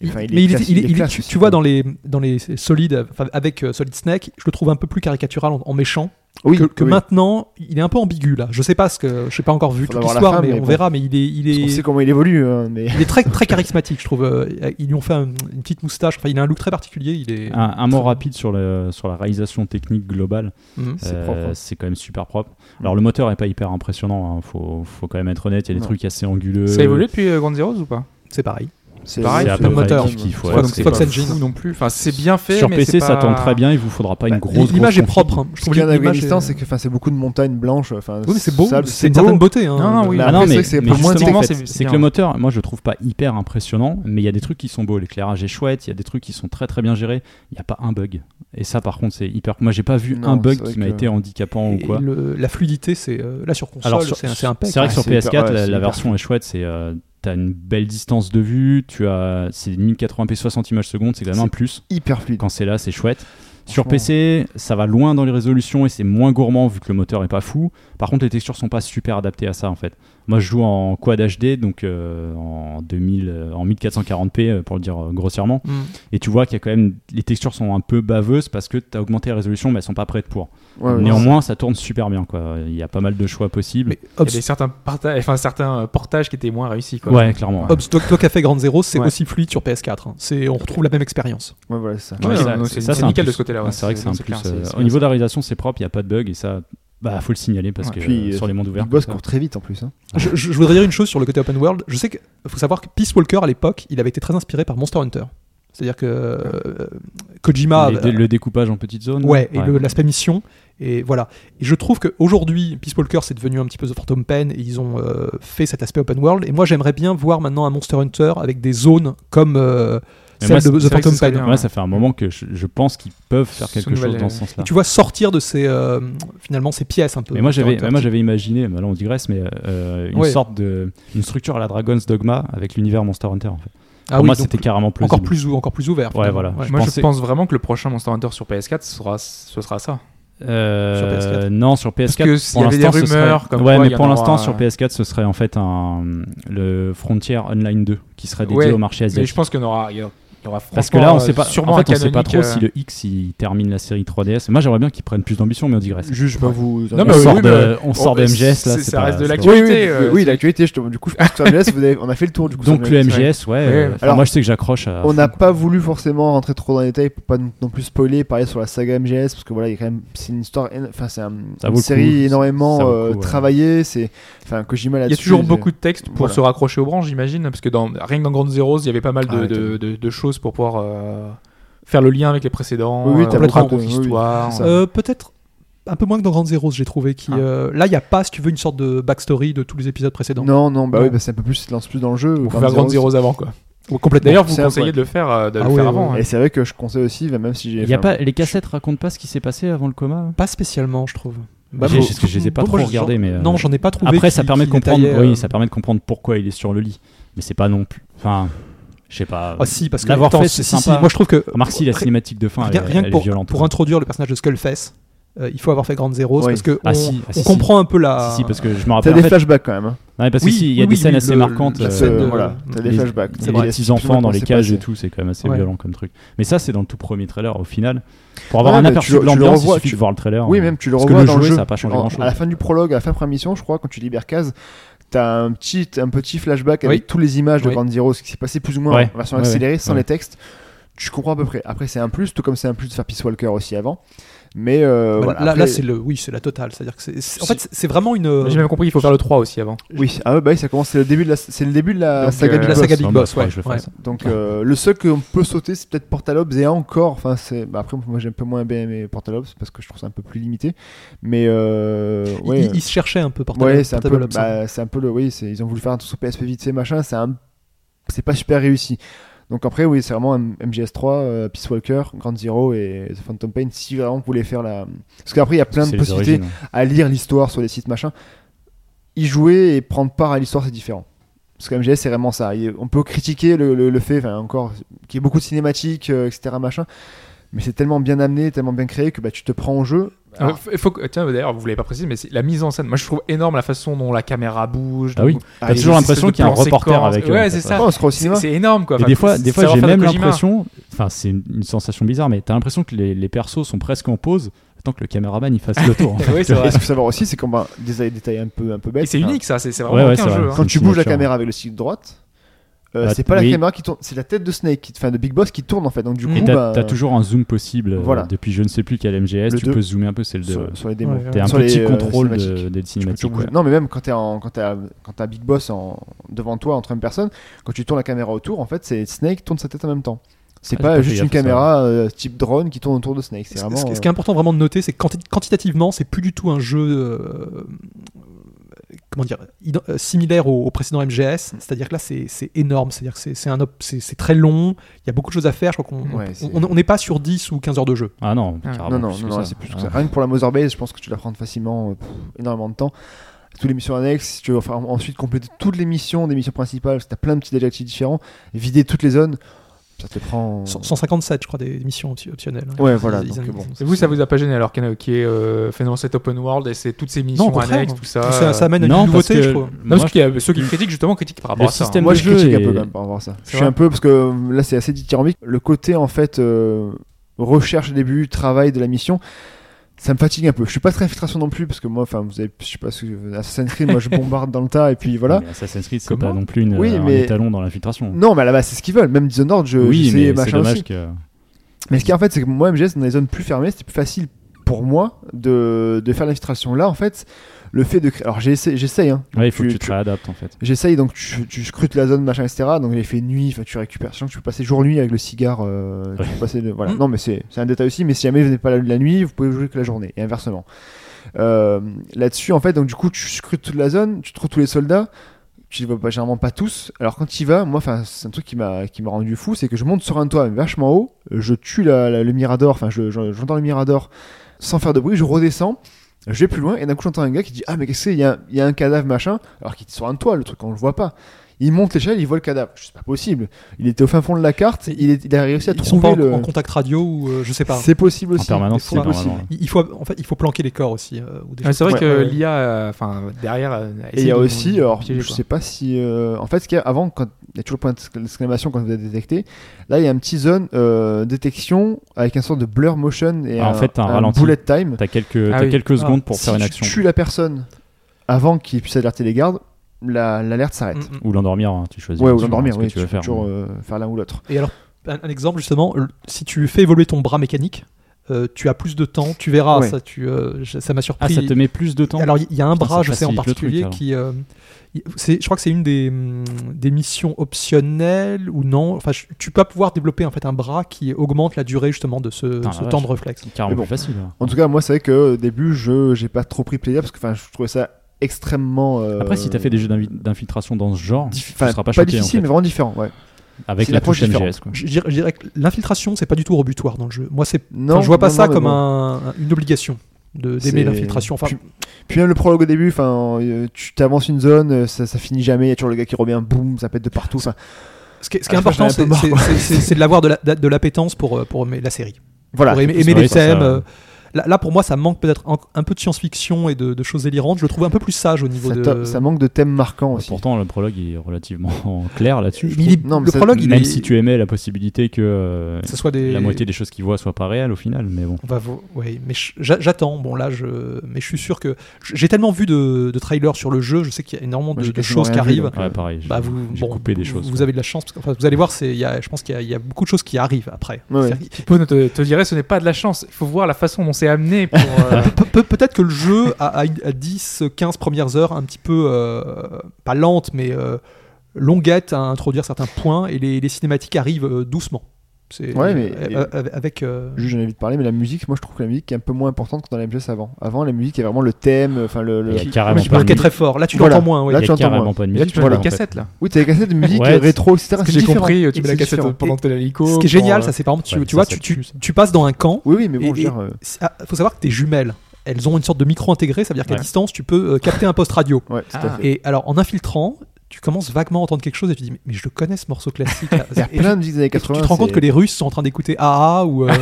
S2: Et, enfin,
S5: mais il est-
S2: classe-
S5: il est-
S2: est
S5: il est-
S2: classe
S5: tu,
S2: aussi,
S5: tu
S2: quoi.
S5: vois dans les dans les solides enfin, avec euh, Solid Snake, je le trouve un peu plus caricatural en, en méchant.
S2: oui,
S5: que, que
S2: oui.
S5: maintenant, il est un peu ambigu là. Je sais pas ce que je sais pas encore vu
S2: Faudra
S5: toute
S2: voir la
S5: l'histoire,
S2: fin,
S5: mais,
S2: mais
S5: on
S2: bon.
S5: verra. Mais il est il
S2: Parce qu'on
S5: est
S2: sait comment il évolue, hein, mais.
S5: il est très très charismatique, je trouve. Euh, Ils lui ont fait un- une petite moustache. Enfin, il a un look très particulier. Il
S2: Ah.
S5: est
S4: Un, un mot rapide sur, le, sur la réalisation technique globale.
S5: Mhm.
S2: C'est
S4: Euh,
S2: propre, hein. Hmm.
S4: c'est quand même super propre. Alors, le moteur est pas hyper impressionnant. hein, Faut, faut quand même être honnête. Il y a des
S2: Non.
S4: trucs assez anguleux.
S3: Ça a évolué depuis euh, Ground Zeroes ou pas
S5: c'est pareil.
S2: C'est
S3: pareil,
S4: c'est à
S3: c'est
S4: peu
S5: le
S4: près
S5: moteur.
S4: kiff-kiff, ouais.
S5: Ouais, donc
S3: c'est
S5: Fox
S3: pas
S5: Engine.
S3: fou non plus. Enfin, c'est bien fait.
S4: Sur
S3: mais
S4: PC,
S3: c'est
S4: ça
S3: pas-
S4: tourne très bien. Il vous faudra pas une
S2: Bah,
S4: grosse.
S5: L'image est
S4: grosse config.
S5: propre. hein. Je
S2: Ce
S5: trouve
S2: qu'il y a en
S5: l'image
S2: Afghanistan,
S5: est-
S2: c'est que enfin, c'est beaucoup de montagnes blanches. Enfin,
S5: Oui, mais c'est beau.
S2: sable,
S5: C'est une
S2: beau.
S5: certaine beauté. hein.
S3: Non, non, oui.
S2: Là,
S4: Ah non,
S2: après,
S4: mais,
S2: c'est vrai que c'est
S4: mais
S2: un peu moins
S4: justement,
S3: technique,
S4: c'est
S3: c'est-
S4: c'est
S3: c'est
S4: que
S3: bien.
S4: le moteur, moi je le trouve pas hyper impressionnant, mais il y a des trucs qui sont beaux. L'éclairage est chouette, il y a des trucs qui sont très très bien gérés. Il n'y a pas un bug. Et ça, par contre, c'est hyper. Moi, j'ai pas vu
S2: Non,
S4: un
S2: c'est
S4: bug
S2: vrai
S4: qui m'a
S2: que-
S4: été handicapant
S5: Et
S4: ou quoi.
S5: le- la fluidité, c'est euh, là sur console,
S4: sur-
S5: c'est c'est hein. impec.
S4: C'est vrai que
S2: ouais,
S4: sur
S2: c'est
S4: PS4,
S2: hyper- ouais,
S4: la,
S2: c'est
S4: la
S2: hyper
S4: version est chouette. C'est euh, t'as une belle distance de vue. Tu as c'est 1080p 60 images secondes. C'est quand même un
S2: C'est-
S4: plus.
S2: hyper fluide.
S4: Quand c'est là, c'est chouette. Sur
S2: Franchement.
S4: PC, ça va loin dans les résolutions et c'est moins gourmand vu que le moteur est pas fou. Par contre, les textures sont pas super adaptées à ça en fait. Moi, je joue en quad HD, donc euh, en 2000, euh, en 1440p euh, pour le dire euh, grossièrement.
S3: Hmm.
S5: Mm.
S4: Et tu vois qu'il y a quand même les textures sont un peu baveuses parce que tu as augmenté la résolution, mais elles sont pas prêtes pour.
S2: Ouais, ouais.
S4: Néanmoins, ça tourne super bien quoi. Il y a pas mal de choix possibles.
S5: Mais
S3: Il y
S5: Hobbs,
S3: avait certains, parta- enfin, certains euh, portages qui étaient moins réussis. Quoi.
S4: ouais, clairement. ouais.
S5: Hobbs Doc Doc Café Grande Zéro, c'est
S3: Ouais.
S5: aussi fluide sur PS4. hein. C'est, on retrouve la même expérience.
S2: Ouais, voilà, c'est ça.
S3: Ouais,
S4: Ouais,
S3: non,
S4: ça-
S3: non,
S4: ça,
S3: c'est
S4: c'est
S3: c'est
S4: un
S3: nickel de
S4: plus.
S3: ce côté-là.
S4: Ouais,
S3: ouais.
S4: c'est vrai que c'est un plus.
S3: clair,
S4: euh,
S3: c'est- c'est
S4: au niveau
S3: bien.
S4: de la réalisation, c'est propre, il n'y a pas de bug et ça, bah faut le signaler parce
S3: Ouais.
S4: que
S2: Puis,
S4: euh,
S2: euh,
S4: sur les mondes ouverts.
S2: Big Boss
S4: comme ça.
S2: court très vite en plus. hein.
S5: Je, je- je voudrais dire une chose sur le côté open world. Je sais qu'il faut savoir que Peace Walker à l'époque, il avait été très inspiré par Monster Hunter. C'est-à-dire que euh, Kojima,
S4: Les- le découpage en petites zones.
S5: Ouais, et le- l'aspect mission. Et voilà. Et je trouve qu'aujourd'hui, Peace Walker, c'est devenu un petit peu The Phantom Pen, et ils ont euh, fait cet aspect open world. Et moi, j'aimerais bien voir maintenant un Monster Hunter avec des zones comme euh,
S4: Mais
S5: celle
S4: moi,
S5: de
S4: c'est-
S3: c'est
S5: The
S3: vrai que
S5: Phantom
S3: ce serait
S5: Pen.
S3: bien.
S4: Ouais, ça fait un moment que je, je pense qu'ils peuvent faire
S3: Ce
S4: quelque chose
S3: nouvel,
S4: dans
S3: euh,
S4: ce
S5: Et
S4: sens-là.
S5: tu vois sortir de ces, euh, finalement, ces pièces un peu.
S4: Mais moi
S5: Monster
S4: j'avais,
S5: Hunter.
S4: moi j'avais imaginé, mais là on digresse, mais euh, une
S5: Ouais.
S4: sorte de, une structure à la Dragon's Dogma avec l'univers Monster Hunter. En fait.
S5: Ah
S4: Pour
S5: oui,
S4: moi
S5: donc
S4: c'était carrément plausible.
S5: encore plus, ou- encore plus ouvert.
S4: Ouais,
S5: finalement.
S4: voilà.
S3: Moi,
S4: pensais-
S3: je pense vraiment que le prochain Monster Hunter sur PS4 sera, ce sera ça.
S4: Euh,
S5: Sur PS4.
S4: Non, sur PS4.
S3: que s'il
S4: pour
S3: y avait des
S4: l'instant, ce
S3: rumeurs
S4: serait-
S3: comme
S4: ouais,
S3: quoi
S4: mais
S3: il y en
S4: pour l'instant,
S3: aura-
S4: sur PS4, ce serait en fait un, le Frontier Online 2 qui serait dédié
S3: Ouais,
S4: au marché
S3: Mais je
S4: asiatique.
S3: pense qu'il y en aura. il y aura- il y aura
S4: Parce que
S3: franchement,
S4: là, on
S3: euh,
S4: sait pas,
S3: Sûrement
S4: en fait,
S3: un
S4: on sait pas
S3: canonique,
S4: trop
S3: euh,
S4: si le X il termine la série 3DS. Moi, j'aimerais bien qu'ils prennent plus d'ambition, mais on digresse.
S2: Juste, je peux vous.
S3: Non,
S4: on,
S3: mais oui,
S4: sort
S3: oui,
S4: de,
S3: mais-
S4: on sort de
S3: Oh,
S4: MGS là.
S3: c'est-
S4: c'est
S3: ça
S4: pas-
S3: reste de
S4: c'est pas-
S3: l'actu.
S2: Oui, oui,
S3: L'actualité,
S2: oui,
S3: euh,
S2: oui, l'actualité, justement. Du coup, je pense que sur MLS, vous avez- on a fait le tour du coup.
S4: Donc
S2: sur
S4: le
S2: MLS.
S4: MGS, ouais.
S3: Ouais.
S4: euh, enfin,
S2: Alors,
S4: moi, je sais que j'accroche. à
S2: On
S4: fond,
S2: n'a
S4: quoi.
S2: pas voulu forcément rentrer trop dans les détails pour pas non non plus spoiler, parler sur la saga MGS parce que voilà, il y a quand même c'est une histoire, éno- enfin c'est un- une
S4: Ça vaut le coup,
S2: série
S4: ça-
S2: énormément
S4: ça vaut le
S2: euh,
S4: coup, ouais.
S2: travaillée, c'est enfin Kojima
S3: Il y
S2: là-dessus.
S3: a toujours
S2: c'est-
S3: beaucoup de textes pour
S2: Voilà.
S3: se raccrocher aux branches, j'imagine, parce que dans, rien que dans Grande Zeros, il y avait pas mal de,
S2: Ah ouais,
S3: de- de- de choses pour pouvoir euh, faire le lien avec les précédents,
S2: Oui, oui, t'as
S3: euh,
S2: beaucoup
S3: raconter
S2: de- oui, oui.
S3: l'histoire.
S2: Ça.
S3: euh,
S5: Euh, Peut-être un peu moins que dans Grande Zéros, j'ai trouvé. Qui,
S3: Ah.
S5: euh, là, il n'y a pas, si tu veux, une sorte de backstory de tous les épisodes précédents.
S2: Non, non, bah
S5: Non.
S2: oui, bah, c'est un peu plus, il se lance plus dans le jeu.
S3: Pour faire Grande Zeros avant, quoi.
S5: Ou complètement.
S3: D'ailleurs, vous
S2: c'est vrai,
S3: conseillez
S2: ouais.
S3: de le faire, euh, de
S5: Ah
S3: le
S5: oui,
S3: faire
S5: oui,
S3: avant.
S5: oui.
S3: hein.
S2: Et c'est vrai que je conseille aussi, bah, même si j'ai.
S4: Il y a
S2: enfin,
S4: pas, les cassettes racontent pas ce qui s'est passé avant le coma
S5: Pas spécialement, je trouve.
S4: Bah, J'ai- parce que je les ai pas
S5: Moi,
S4: trop
S5: j'en-
S4: regardés, mais, euh,
S5: Non, j'en ai pas trouvé.
S4: Après, ça
S5: qui-
S4: permet de
S5: qui
S4: comprendre.
S5: détaillait, euh,
S4: Oui, ça permet de comprendre pourquoi il est sur le lit. Mais c'est pas non plus. Enfin, je sais pas.
S5: Ah si, parce que
S4: L'avoir
S5: attends,
S4: fait,
S5: si,
S4: c'est
S5: si,
S4: sympa.
S5: moi je trouve que
S4: Remarque si la cinématique de fin, elle,
S5: rien, rien
S4: elle
S5: que
S4: est
S5: pour,
S4: violente. hein.
S5: pour introduire le personnage de Skullface, euh, il faut avoir fait Grande Zéros
S2: Oui.
S5: parce que
S4: Ah
S5: on,
S4: si, ah
S5: on
S4: si, si.
S5: comprend un peu la.
S4: Si, si, parce que je me
S2: T'as
S4: rappelle.
S2: des
S4: en fait-
S2: flashbacks quand même.
S4: non, mais parce
S5: Oui,
S4: que si, il y a
S5: oui,
S4: des
S5: oui,
S4: scènes
S5: le-
S4: assez
S5: le-
S4: marquantes.
S5: la
S4: euh,
S5: scène de-
S2: voilà, t'as des
S4: les-
S2: flashbacks.
S4: les petits enfants dans les cages et tout, c'est quand même assez
S5: Ouais.
S4: violent comme truc. Mais ça, c'est dans le tout premier trailer au final. Pour avoir
S2: Ouais,
S4: un
S2: mais
S4: aperçu
S2: tu-
S4: de
S2: tu le
S4: l'ambiance, il
S2: revois,
S4: suffit
S2: tu-
S4: de voir le trailer. hein.
S2: Oui, même tu le
S4: Parce
S2: revois
S4: que le
S2: dans le
S4: jouer,
S2: jeu.
S4: ça a pas changé
S2: En-
S4: grand-chose.
S2: À la fin du prologue, à la fin de la première mission, je crois, quand tu libères Kaz, t'as un petit, un petit flashback avec
S5: Oui.
S2: toutes les images de
S5: Oui.
S2: Grand Zero, ce qui s'est passé plus ou moins
S4: Ouais.
S2: en version
S4: Ouais,
S2: accélérée, sans
S4: ouais.
S2: les textes. Tu comprends à peu près. Après, c'est un plus, tout comme c'est un plus de faire Peace Walker aussi avant. Mais euh,
S5: Bah,
S2: voilà.
S5: là,
S2: après-
S5: là, c'est le, oui, c'est la totale. C'est-à-dire que c'est, c'est- en fait, c'est- c'est vraiment une.
S4: euh,
S3: J'ai même compris qu'il faut faire le 3 aussi avant.
S2: Oui, ah ouais, bah oui, ça commence, c'est le début de la, c'est le début de la
S3: Donc,
S2: saga
S3: euh,
S2: Big
S5: la
S2: Boss.
S5: saga Big
S4: Ah, bah,
S5: Boss,
S4: faudrait
S5: ouais.
S4: que je le fasse.
S2: Donc euh, le seul qu'on peut sauter, c'est peut-être Portal Ops et encore. Enfin, c'est bah, après moi j'ai un peu moins aimé Portal Ops parce que je trouve ça un peu plus limité. Mais euh,
S5: Il-
S2: ouais,
S5: Il, il se cherchait un peu Portable,
S2: ouais, c'est un peu,
S5: Portable Ops, hein.
S2: bah, c'est un peu le, oui, c'est ils ont voulu faire un truc sur PSP vite fait machin. C'est un, c'est pas super réussi. Donc après oui, c'est vraiment M- MGS3, euh, Peace Walker, Grand Zero et The Phantom Pain. Si vraiment vous voulez faire la, parce qu'après il y a plein
S4: C'est
S2: de
S4: les
S2: possibilités
S4: origines.
S2: à lire l'histoire sur les sites machin. Y jouer et prendre part à l'histoire, c'est différent. Parce que MGS, c'est vraiment ça. Il- On peut critiquer le, le- le fait, enfin, encore, qu'il y ait beaucoup de cinématiques, euh, etc. Machin. Mais c'est tellement bien amené, tellement bien créé que bah, tu te prends au jeu. Ah.
S3: Euh, f- faut que- Tiens, d'ailleurs, vous voulez pas préciser, mais c'est la mise en scène. Moi, je trouve énorme la façon dont la caméra bouge.
S4: Ah oui.
S2: Ah,
S4: T'as
S2: les-
S4: toujours
S3: les espèces
S4: l'impression
S3: de
S4: qu'il y a un
S3: plans
S4: reporter
S3: séquences.
S4: avec. euh,
S3: Ouais,
S4: eux, en
S3: c'est
S4: fait.
S3: ça.
S2: Oh, on se croit au
S3: C'est
S2: cinéma.
S3: Ah, c'est énorme quoi.
S4: Et
S3: Enfin,
S4: des fois,
S3: c'est-
S4: des
S3: c'est
S4: fois j'ai
S3: savoir-faire de
S4: même
S3: Kojima.
S4: l'impression, enfin c'est une une sensation bizarre, mais t'as l'impression que les, les persos sont presque en pause, tant que le caméraman il fasse le tour. en fait.
S3: Oui, c'est
S2: Et
S3: vrai.
S2: ce qu'il faut savoir aussi, c'est qu'on va des détails un peu, un peu
S3: Et
S2: bêtes.
S3: c'est
S2: Enfin,
S3: unique ça, c'est c'est
S4: Ouais,
S3: vraiment
S4: ouais,
S3: aucun
S4: c'est
S3: jeu.
S4: vrai.
S3: hein.
S2: Quand tu bouges la
S4: signature.
S2: caméra avec le stick droite, euh,
S4: Ah,
S2: c'est pas
S4: oui.
S2: la caméra qui tourne, c'est la tête de Snake, qui- enfin de Big Boss qui tourne en fait. Donc du
S3: Et
S2: coup,
S4: Et t'as
S2: bah,
S4: t'as toujours un zoom possible euh,
S2: Voilà.
S4: depuis je ne sais plus quel MGS,
S2: Le
S4: tu
S2: deux.
S4: peux zoomer un peu, c'est le de.
S2: sur, sur les démos.
S5: Ouais, ouais.
S4: T'as un
S2: sur
S4: petit
S2: les, euh,
S4: contrôle de-
S2: cinématiques. Tu
S4: des
S2: peux
S4: cinématiques.
S2: toujours bouger.
S4: ouais.
S2: Non, mais même quand t'es en, quand t'as, quand t'as Big Boss en, devant toi entre une personne, quand tu tournes la caméra autour, en fait, c'est Snake tourne sa tête en même temps. C'est
S4: Ah, j'ai
S2: pas
S4: pas fait
S2: juste
S4: gaffe
S2: une
S4: à ça.
S2: caméra euh, type drone qui tourne autour de Snake. C'est
S5: Ce-
S2: vraiment.
S5: ce, ce
S2: euh,
S5: qui est important vraiment de noter, c'est que quanti- quantitativement, c'est plus du tout un jeu euh, comment dire, ident- euh, similaire au, au précédent MGS. C'est-à-dire que là, c'est c'est énorme. C'est-à-dire que c'est- c'est un op- c'est c'est très long. Il y a beaucoup de choses à faire. Je crois qu'on on-
S2: Ouais, c'est-
S5: on- on n'est pas sur 10 ou 15 heures de jeu.
S4: Ah non,
S3: Ah,
S4: carrément,
S2: Non, non,
S4: plus
S2: non,
S4: que
S2: non,
S4: ça.
S2: c'est plus que
S4: Ah.
S2: ça. Rien que pour la Mother Base, je pense que tu la prends facilement euh, pff, énormément de temps. Toutes les missions annexes, si tu veux enfin, ensuite compléter toutes les missions des missions principales, parce que t'as plein de petits adjectifs différents, vider toutes les zones. Ça te prend.
S5: 157, je crois, des missions hein. opti- optionnelles.
S2: Ouais, voilà, donc
S5: en-
S2: bon.
S3: Et vous, ça vous a pas gêné alors qu'un qui est euh, fait dans cet open world et c'est toutes ces
S5: Non, au
S3: missions
S5: contraire.
S3: annexes, tout ça. euh,
S5: ça amène à
S4: non,
S5: une nouveauté,
S4: parce que
S5: je trouve.
S3: Non,
S4: moi,
S3: parce qu'il y a ceux qui critiquent justement critiquent par rapport
S4: Le
S3: à ça. hein.
S4: système
S2: Moi,
S4: de
S2: je
S4: jeu
S2: critique un
S4: est-
S2: peu quand même par rapport à ça. Je suis
S3: vrai
S2: un peu parce que là, c'est assez dithyrambique. Le côté en fait euh, recherche au début, travail de la mission. Ça me fatigue un peu. Je suis pas très filtration non plus parce que moi, enfin, vous avez, je sais pas, ce que- Assassin's Creed, moi, je bombarde dans le tas et puis voilà.
S4: Mais Assassin's Creed, c'est pas
S3: Comment
S4: non plus une,
S2: Oui,
S4: euh,
S2: mais-
S4: un étalon dans l'infiltration.
S2: Non, mais à la base, c'est ce qu'ils veulent. Même Dishonored, je
S4: oui,
S2: j'essayais
S4: mais c'est
S2: machin
S4: dommage
S2: aussi.
S4: que.
S2: Mais ce qui est en fait, c'est que moi, MGS, dans les zones plus fermées, c'était plus facile pour moi de, de faire l'infiltration. Là, en fait, le fait de. cré- Alors, j'ai essayé- j'essaye, hein.
S4: Ouais, il faut que
S2: Tu-
S4: tu te
S2: tu-
S4: réadaptes en fait.
S2: J'essaye, donc tu, tu scrutes la zone, machin, etc. Donc, j'ai fait nuit, enfin, tu récupères. Sachant que tu peux passer jour-nuit avec le cigare. euh, tu
S4: Ouais.
S2: peux passer le- voilà.
S5: Mm.
S2: Non, mais c'est c'est un détail aussi. Mais si jamais vous n'êtes pas la, la nuit, vous pouvez jouer que la journée, et inversement. Euh, Là-dessus, en fait, donc du coup, tu scrutes toute la zone, tu trouves tous les soldats tu les vois pas, généralement pas tous. Alors quand il va, moi, enfin, c'est un truc qui m'a qui m'a rendu fou, c'est que je monte sur un toit mais vachement haut, je tue la- la- le mirador, enfin, je- je- j'entends le mirador sans faire de bruit, je redescends. Je vais plus loin et d'un coup j'entends un gars qui dit ah mais qu'est-ce que c'est il y, a un- il y a un cadavre machin alors qu'il est sur un toit le truc on le voit pas il monte l'échelle il voit le cadavre c'est pas possible il était au fin fond de la carte il, est- il a réussi à
S5: Ils sont pas
S2: trouver
S5: en,
S2: le
S5: en contact radio ou euh, je sais pas.
S2: c'est possible aussi
S4: en permanence,
S5: c'est
S4: c'est
S5: pas
S4: permanent.
S2: possible.
S5: Il il faut, en fait, il faut planquer les corps aussi. euh, ou des
S3: Ouais,
S5: choses
S3: c'est vrai
S5: comme
S3: que
S5: ça.
S2: ouais.
S3: l'IA, euh, enfin derrière. euh,
S2: Et
S3: essaie
S2: il y a
S3: de nous-
S2: aussi,
S3: nous
S2: alors
S3: piéger,
S2: je
S3: quoi.
S2: sais pas si. euh, en fait, ce qu'il y a avant, quand il y a toujours le point d'exclamation quand vous êtes détecté, là il y a un petit zone euh, détection avec un sort de blur motion et
S4: Ah, en
S2: un,
S4: fait, t'as un ralenti.
S2: bullet time.
S4: T'as quelques,
S3: Ah
S4: t'as
S3: oui.
S4: quelques secondes pour
S2: si
S4: faire une
S2: tu
S4: action.
S2: tues la personne avant qu'il puisse alerter les gardes, la- l'alerte s'arrête.
S5: Mm, mm.
S4: Ou l'endormir, hein, tu choisis.
S2: Ouais, ou
S4: bien sûr,
S2: l'endormir,
S4: ce que
S2: oui,
S4: tu veux
S2: tu peux
S4: faire.
S2: toujours euh, faire l'un ou l'autre.
S5: Et alors, un, un exemple justement, le- si tu fais évoluer ton bras mécanique, euh, tu as plus de temps, tu verras,
S2: Ouais.
S5: ça, tu, euh, je- ça m'a surpris.
S4: Ah, ça te met plus de temps
S5: Alors, il y- il y a un
S4: Putain,
S5: bras,
S4: ça
S5: je sais en
S4: facilite le truc,
S5: particulier,
S4: alors.
S5: qui. euh, il- c'est- je crois que c'est une des, hum, des missions optionnelles ou non. Enfin, je- tu peux pouvoir développer en fait un bras qui augmente la durée justement de ce,
S4: Putain,
S5: ce
S4: la
S5: temps
S4: vache.
S5: de réflexe.
S4: C'est carrément
S2: Mais bon.
S4: plus facile. hein.
S2: En tout cas, moi, c'est vrai que au début, je j'ai pas trop pris plaisir parce que enfin, je trouvais ça extrêmement. euh,
S4: Après, si t'as fait des jeux d'invi- d'infiltration dans ce genre,
S2: diffi-
S4: tu
S2: enfin,
S4: seras
S2: pas,
S4: pas choqué.
S2: difficile,
S4: en
S2: mais
S4: fait.
S2: vraiment différent. Ouais.
S4: Avec
S2: c'est une
S4: la
S2: approche
S4: touche
S2: différente.
S4: MGS. quoi.
S5: Je, dirais- je dirais que l'infiltration, c'est pas du tout rebutoire dans le jeu. Moi, c'est.
S2: Non,
S5: enfin, je vois pas
S2: non,
S5: ça
S2: non, mais
S5: comme
S2: bon.
S5: un- un- une obligation de- d'aimer
S2: C'est-
S5: l'infiltration. Enfin,
S2: Puis- Puis même le prologue au début, enfin, euh, tu t'avances une zone, euh, ça, ça finit jamais, il y a toujours le gars qui revient, boum, ça pète de partout. Enfin,
S5: ce qui est, ce qui est
S2: Ah,
S5: important,
S2: je pense que j'en
S5: c'est
S2: ai un peu
S5: c'est- c'est- c'est- c'est de l'avoir de la- de l'appétence pour, euh, pour aimer la série.
S2: voilà.
S5: pour aimer,
S4: c'est
S5: aimer
S4: plus vrai,
S5: les
S4: ça,
S5: thèmes.
S4: ça.
S5: euh, Là, là, pour moi, ça manque peut-être un, un peu de science-fiction et de, de choses délirantes. Je le trouve un peu plus sage au niveau
S2: Ça,
S5: de.
S2: to- ça manque de thèmes marquants aussi.
S4: Pourtant, le prologue est relativement clair là-dessus. je
S5: Mais il est-
S4: trouve.
S2: Non, mais
S5: le
S2: ça-
S5: prologue, il
S4: Même
S5: est-
S4: si tu aimais la possibilité que euh,
S5: que ce soit des.
S4: la moitié des choses qu'il voit soient pas réelles au final, mais bon.
S5: On va vo- ouais, mais je- j'a- j'attends. Bon, là, je. Mais je suis sûr que j'ai tellement vu de, de trailers sur le jeu. Je sais qu'il y a énormément
S2: Moi,
S5: de,
S2: j'ai
S5: de
S2: quasiment
S5: choses qui
S2: rien vu,
S5: arrivent.
S2: donc,
S4: Ouais, pareil. j'ai-
S5: Bah, vous,
S4: j'ai
S5: bon,
S4: coupé des
S5: vous-
S4: choses,
S5: Vous
S4: quoi.
S5: avez de la chance. Parce que, enfin, vous allez voir, c'est. il y a- Je pense qu'il y, a- il y a beaucoup de choses qui arrivent après.
S2: Ouais, ouais.
S5: C'est-à-dire qu'il-
S3: Pau ne te, te dirait ce n'est pas de la chance. Il faut voir la façon dont c'est amené pour. euh,
S5: Pe- pe- Peut-être que le jeu a, a une- a 10, 15 premières heures un petit peu, euh, pas lente, mais euh, longuette à introduire certains points et les, les cinématiques arrivent euh, doucement. C'est-
S2: Ouais, mais-
S5: euh, euh, avec. euh,
S2: Juste, J'en ai vite parlé, mais la musique, moi je trouve que la musique est un peu moins importante que dans la MGS avant. Avant, la musique, il y a vraiment le thème, enfin le. le-
S4: Il y a carrément
S5: mais
S4: pas
S5: tu
S4: de
S5: marquais
S4: musique.
S5: très fort. Là, tu
S2: Voilà.
S5: l'entends moins. ouais.
S2: Là,
S4: Il y
S2: tu
S4: a
S2: entends
S4: carrément
S2: moins.
S4: pas de
S3: Et là,
S4: musique.
S3: tu mets
S2: Voilà,
S3: des
S4: en fait.
S3: cassettes là.
S2: Oui, t'as les cassettes de musique
S4: Ouais,
S2: rétro, etc.
S3: Parce que
S2: c'est
S3: j'ai
S2: différent.
S5: euh,
S3: compris, tu mets la
S2: C'est
S3: cassette
S2: différent.
S3: pendant que t'es à l'hélico.
S5: Ce qui est
S3: pour,
S5: génial,
S3: euh,
S5: ça, c'est par exemple, tu,
S4: Ouais,
S5: tu
S4: ça,
S5: vois,
S4: ça
S5: tu,
S4: tue,
S5: tu-
S4: ça.
S5: tu passes dans un camp.
S2: Oui, oui, mais bon,
S5: Et-
S2: je veux dire, euh,
S5: c'est- ah, faut savoir que tes jumelles, elles ont une sorte de micro intégré, ça veut dire qu'à
S4: Ouais.
S5: distance, tu peux euh, capter un poste radio.
S2: ouais, tout à
S3: Ah.
S2: fait.
S5: Et alors, en infiltrant, tu commences vaguement à entendre quelque chose et tu dis, mais, mais je le connais ce morceau classique.
S2: Il y a
S5: là. Et-
S2: plein de musiques des années
S5: Et tu-
S2: 80.
S5: tu te rends compte
S2: c'est-
S5: que les Russes sont en train d'écouter AA ou euh,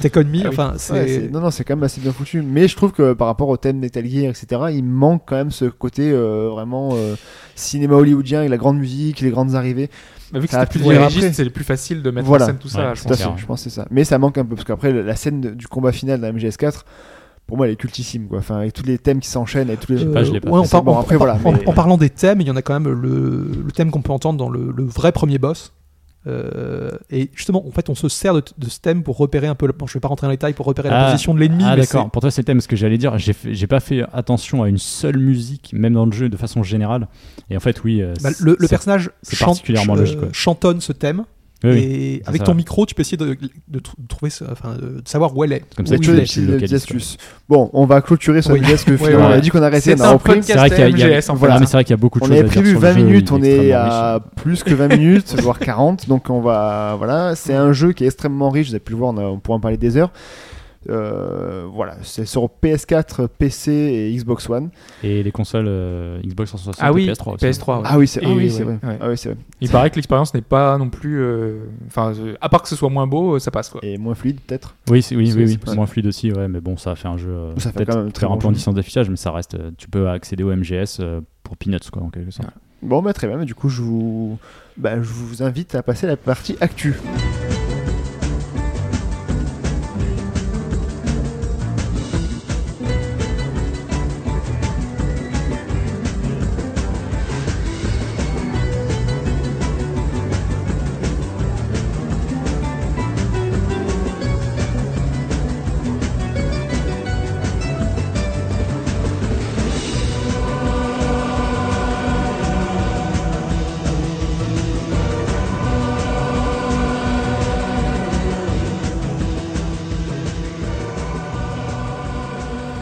S5: Take On Me.
S2: Ah oui.
S5: Enfin,
S2: Ouais,
S5: c'est.
S2: c'est- non, non, c'est quand même assez bien foutu. Mais je trouve que par rapport au thème Metal Gear, etc., il manque quand même ce côté euh, vraiment euh, cinéma hollywoodien avec la grande musique, les grandes arrivées.
S3: Bah, vu que
S2: Ça
S3: c'était
S2: a
S3: plus
S2: pu venir
S3: dirigiste,
S2: après.
S3: c'est le plus facile de mettre
S2: Voilà.
S3: en scène tout ça.
S4: Ouais,
S3: je
S4: tout
S3: pense.
S2: Tout
S4: à
S2: à fait,
S4: clair, ouais.
S2: je pense que c'est ça. Mais ça manque un peu parce qu'après le- la scène de- du combat final de la MGS4, pour moi, elle est cultissime. Quoi. Enfin, avec tous les thèmes qui s'enchaînent, avec tous les.
S4: pas, je l'ai pas
S5: Euh, ouais,
S4: fait.
S5: en,
S2: C'est
S5: par-
S2: bon,
S5: en-
S2: après,
S5: en-
S2: voilà,
S5: en-
S2: mais-
S5: en parlant des thèmes, il y en a quand même le, le thème qu'on peut entendre dans le, le vrai premier boss. Euh, et justement, en fait, on se sert de, de ce thème pour repérer un peu. le- bon, je vais pas rentrer dans les détails pour repérer la
S4: Ah.
S5: position de l'ennemi.
S4: Ah
S5: mais
S4: d'accord, pour toi c'est le thème, ce que j'allais dire, j'ai fait- j'ai pas fait attention à une seule musique, même dans le jeu de façon générale. Et en fait oui, euh,
S5: c'est- bah,
S4: c'est-
S5: le, le
S4: ça-
S5: personnage
S4: c'est
S5: chante-
S4: particulièrement
S5: euh,
S4: logique, ouais.
S5: chantonne ce thème.
S4: oui, oui.
S5: et
S4: c'est
S5: avec
S4: ça.
S5: ton micro, tu peux essayer de, de tr- de trouver, ce- enfin, de de savoir où elle est.
S4: Comme
S5: Où
S4: ça,
S2: C'est
S4: tu
S5: il
S2: toujours
S4: l'as-
S2: des
S5: est.
S4: tu
S2: petites- des petites
S4: localises, quoi.
S2: astuces. Bon, on va clôturer sur
S5: Oui.
S2: MGS que
S5: Ouais,
S2: finalement, on
S4: ouais.
S2: a dit qu'on arrêtait,
S3: C'est
S2: on a
S3: un
S2: repris.
S3: podcast
S4: C'est vrai qu'il y a- il y a-
S3: MGS en fait.
S2: Voilà.
S4: Ah, mais c'est vrai qu'il y a beaucoup de
S2: On
S4: choses
S2: avait
S4: à dire
S2: prévu
S4: sur le
S2: 20
S4: jeu, il
S2: minutes, on est
S4: extrêmement riche.
S2: à plus que 20 minutes, voire 40. Donc on va voilà, c'est un jeu qui est extrêmement riche. Vous avez pu le voir, on, a- on pourra en parler des heures. Euh, voilà, c'est sur PS4, PC et Xbox One.
S4: Et les consoles euh, Xbox 360
S3: Ah oui,
S4: et PS3 aussi.
S3: PS3, ouais.
S2: Ah oui, c'est ah
S3: Et
S2: oui,
S3: ouais,
S2: c'est vrai.
S3: ouais.
S2: Ah oui, c'est vrai.
S3: Il paraît que l'expérience n'est pas non plus. euh, Enfin, euh, à part que ce soit moins beau, euh, ça passe quoi.
S2: Et moins fluide peut-être.
S4: Oui, c'est- oui,
S2: C'est-
S4: oui,
S2: c'est
S4: oui.
S2: pas-
S4: moins fluide aussi, ouais, mais bon, ça a fait un jeu. euh,
S2: Ça fait
S4: peut-être
S2: quand même un très
S4: faire
S2: bon
S4: un peu en
S2: jeu.
S4: distance d'affichage, mais ça reste. euh, Tu peux accéder au MGS euh, pour Peanuts, quoi, en quelque sorte.
S2: Bon, bah très bien. Mais du coup, je vous, bah, je vous invite à passer à la partie actu.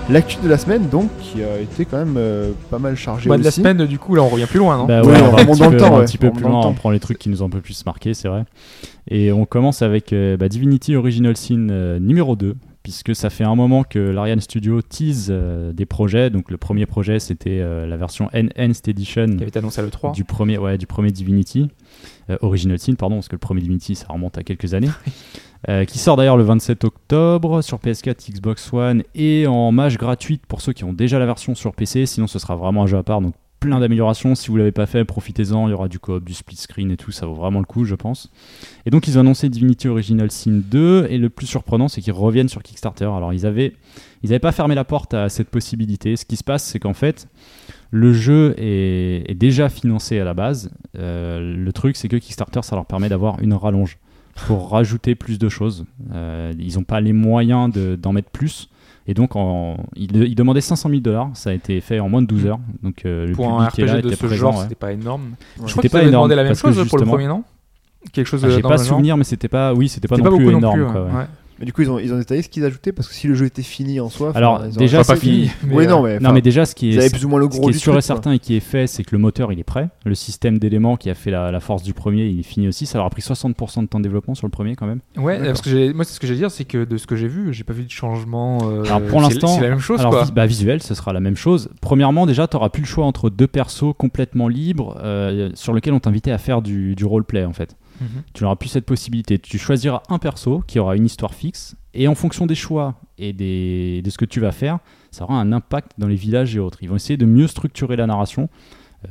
S2: L'actu de la semaine, donc, qui a été quand même euh, pas mal chargée
S3: Bah, de la
S2: aussi.
S3: semaine, du coup, là, on revient plus loin, non
S4: Bah
S2: Ouais,
S4: ouais,
S2: on
S4: on va un
S2: remonte
S4: petit
S2: dans
S4: peu,
S2: le temps,
S4: un
S2: ouais.
S4: petit peu
S2: On
S4: plus
S2: remonte dans
S4: loin,
S2: le
S4: on
S2: temps.
S4: prend les trucs qui nous ont un peu plus marqué, c'est vrai. Et on commence avec euh, bah, Divinity Original Sin euh, numéro 2, puisque ça fait un moment que l'Ariane Studio tease euh, des projets. Donc le premier projet, c'était euh, la version Enhanced Edition
S3: Qui avait été annoncé à l'E3.
S4: du premier, ouais, du premier Divinity, euh, Original Sin, pardon, parce que le premier Divinity, ça remonte à quelques années, Euh, qui sort d'ailleurs le 27 octobre sur PS4, Xbox One et en mage gratuite pour ceux qui ont déjà la version sur PC. Sinon, ce sera vraiment un jeu à part. Donc plein d'améliorations. Si vous l'avez pas fait, profitez-en. Il y aura du co-op, du split screen et tout. Ça vaut vraiment le coup, je pense. Et donc ils ont annoncé Divinity Original Sin 2. Et le plus surprenant, c'est qu'ils reviennent sur Kickstarter. Alors ils avaient, ils n'avaient pas fermé la porte à cette possibilité. Ce qui se passe, c'est qu'en fait, le jeu est, est déjà financé à la base. Euh, le truc, c'est que Kickstarter, ça leur permet d'avoir une rallonge pour rajouter plus de choses. Euh, ils n'ont pas les moyens de- d'en mettre plus. Et donc, en, ils, ils demandaient 500 000 dollars. Ça a été fait en moins de 12 heures. Donc, euh, le
S3: Mm. Pour
S4: public
S3: un
S4: est là,
S3: RPG de
S4: était
S3: ce
S4: présent,
S3: genre,
S4: ouais.
S3: c'était pas énorme. Je
S4: C'était
S3: crois qu'ils
S4: pas
S3: avaient
S4: énorme,
S3: demandé la même
S4: parce que
S3: chose pour le
S4: justement-
S3: premier, non Quelque chose
S4: Ah, J'ai
S3: dans
S4: pas
S3: le genre.
S4: souvenir, mais c'était pas, oui, c'était pas
S3: C'était
S4: non
S3: pas
S4: plus
S3: beaucoup non
S4: énorme.
S3: plus.
S4: quoi, ouais.
S3: ouais. Ouais.
S2: Mais du coup, ils ont, ils ont détaillé ce qu'ils ajoutaient parce que si le jeu était fini en soi.
S4: Alors,
S2: enfin, ils auraient-
S4: déjà,
S3: Enfin, pas
S4: c'est qu'ils-
S3: fini.
S2: oui,
S3: euh,
S2: non, mais,
S4: Non, mais déjà, ce qui
S2: ils avaient
S4: est,
S2: plus ou moins le
S4: ce
S2: gros
S4: qui est
S2: du
S4: sûr et
S2: truc, quoi.
S4: certain et qui est fait, c'est que le moteur, il est prêt. Le système d'éléments qui a fait la, la force du premier, il est fini aussi. Ça leur a pris 60% de temps de développement sur le premier, quand même.
S3: Ouais, parce que j'ai- moi, c'est ce que j'ai dire, c'est que de ce que j'ai vu, j'ai pas vu de changement. euh,
S4: Alors, pour
S3: c'est-
S4: l'instant,
S3: c'est la même chose,
S4: Alors,
S3: quoi.
S4: vi- bah, visuel, ce sera la même chose. Premièrement, déjà, tu plus le choix entre deux persos complètement libres euh, sur lesquels on t'invitait à faire du, du roleplay, en fait.
S3: Mhm.
S4: Tu n'auras plus cette possibilité. Tu choisiras un perso qui aura une histoire fixe, et en fonction des choix et des, de ce que tu vas faire, ça aura un impact dans les villages et autres. Ils vont essayer de mieux structurer la narration.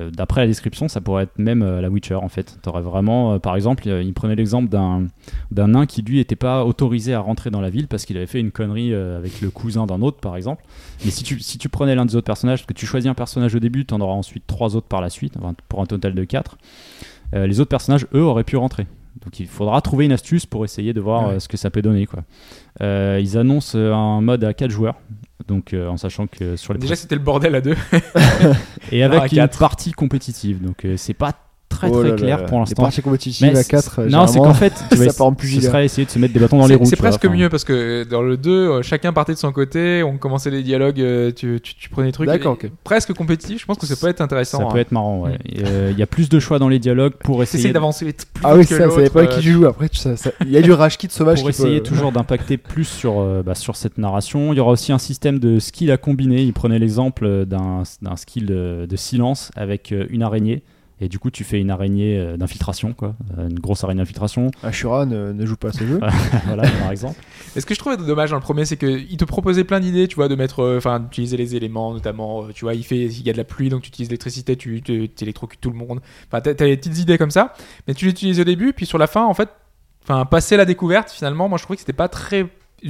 S4: Euh, D'après la description, ça pourrait être même euh, la Witcher en fait. T'aurais vraiment, euh, par exemple, euh, il prenait l'exemple d'un d'un nain qui lui était pas autorisé à rentrer dans la ville parce qu'il avait fait une connerie euh, avec le cousin d'un autre, par exemple. Mais si tu si tu prenais l'un des autres personnages, parce que tu choisis un personnage au début, t'en auras ensuite trois autres par la suite, enfin, pour un total de quatre. euh, les autres personnages, eux, auraient pu rentrer. Donc il faudra trouver une astuce pour essayer de voir
S3: Ouais.
S4: euh, ce que ça peut donner quoi. Euh, ils annoncent euh, un mode à 4 joueurs, donc euh, en sachant que sur les
S3: Déjà, c'était le bordel à deux.
S4: et
S3: Ah,
S4: avec une
S3: quatre.
S4: partie compétitive. Donc euh, c'est pas très
S2: Oh
S4: très
S2: là
S4: clair
S2: là,
S4: pour
S2: Les
S4: l'instant.
S2: parties compétitives à
S4: c'est-
S2: 4.
S4: non, c'est qu'en fait, tu vas
S2: ça part en hein.
S4: ce
S2: pugilat.
S4: serait essayer de se mettre des bâtons dans les
S3: C'est-
S4: roues.
S3: C'est
S4: tu vois,
S3: presque
S4: enfin.
S3: mieux parce que dans le 2, euh, chacun partait de son côté, on commençait les dialogues, euh, tu, tu, tu prenais des trucs.
S2: D'accord,
S3: Et-
S2: ok.
S3: Presque compétitif, je pense que ça peut être intéressant.
S4: Ça
S3: hein.
S4: peut être marrant. ouais. Et, euh, Il y a plus de choix dans les dialogues pour
S3: T'essayes
S4: essayer,
S3: d'avancer les t- plus
S2: Ah oui,
S3: vite que
S2: ça, ça savait
S3: l'autre,
S2: pas qui
S3: euh,
S2: tu joues. Après, tu- ça- ça- il y a du rage kit sauvage
S4: pour
S2: qui peut-
S4: essayer toujours d'impacter plus sur euh, bah, sur cette narration. Il y aura aussi un système de skill à combiner. Il prenait l'exemple euh, d'un d'un skill de, de silence avec euh, une araignée. Et du coup, tu fais une araignée euh, d'infiltration, quoi, Euh, une grosse araignée d'infiltration,
S2: Ashura ne, ne joue pas à ce jeu.
S4: voilà, par exemple.
S3: Et ce que je trouvais dommage dans le premier, c'est qu'il te proposait plein d'idées, tu vois, de mettre, euh, enfin, d'utiliser les éléments, notamment, euh, tu vois, il fait, il y a de la pluie, donc tu utilises l'électricité, tu tu- t'électrocutes tout le monde. Enfin, t'as t'as des petites idées comme ça, mais tu l'utilises au début, puis sur la fin, en fait, enfin, passer la découverte, finalement, moi je trouvais que c'était pas très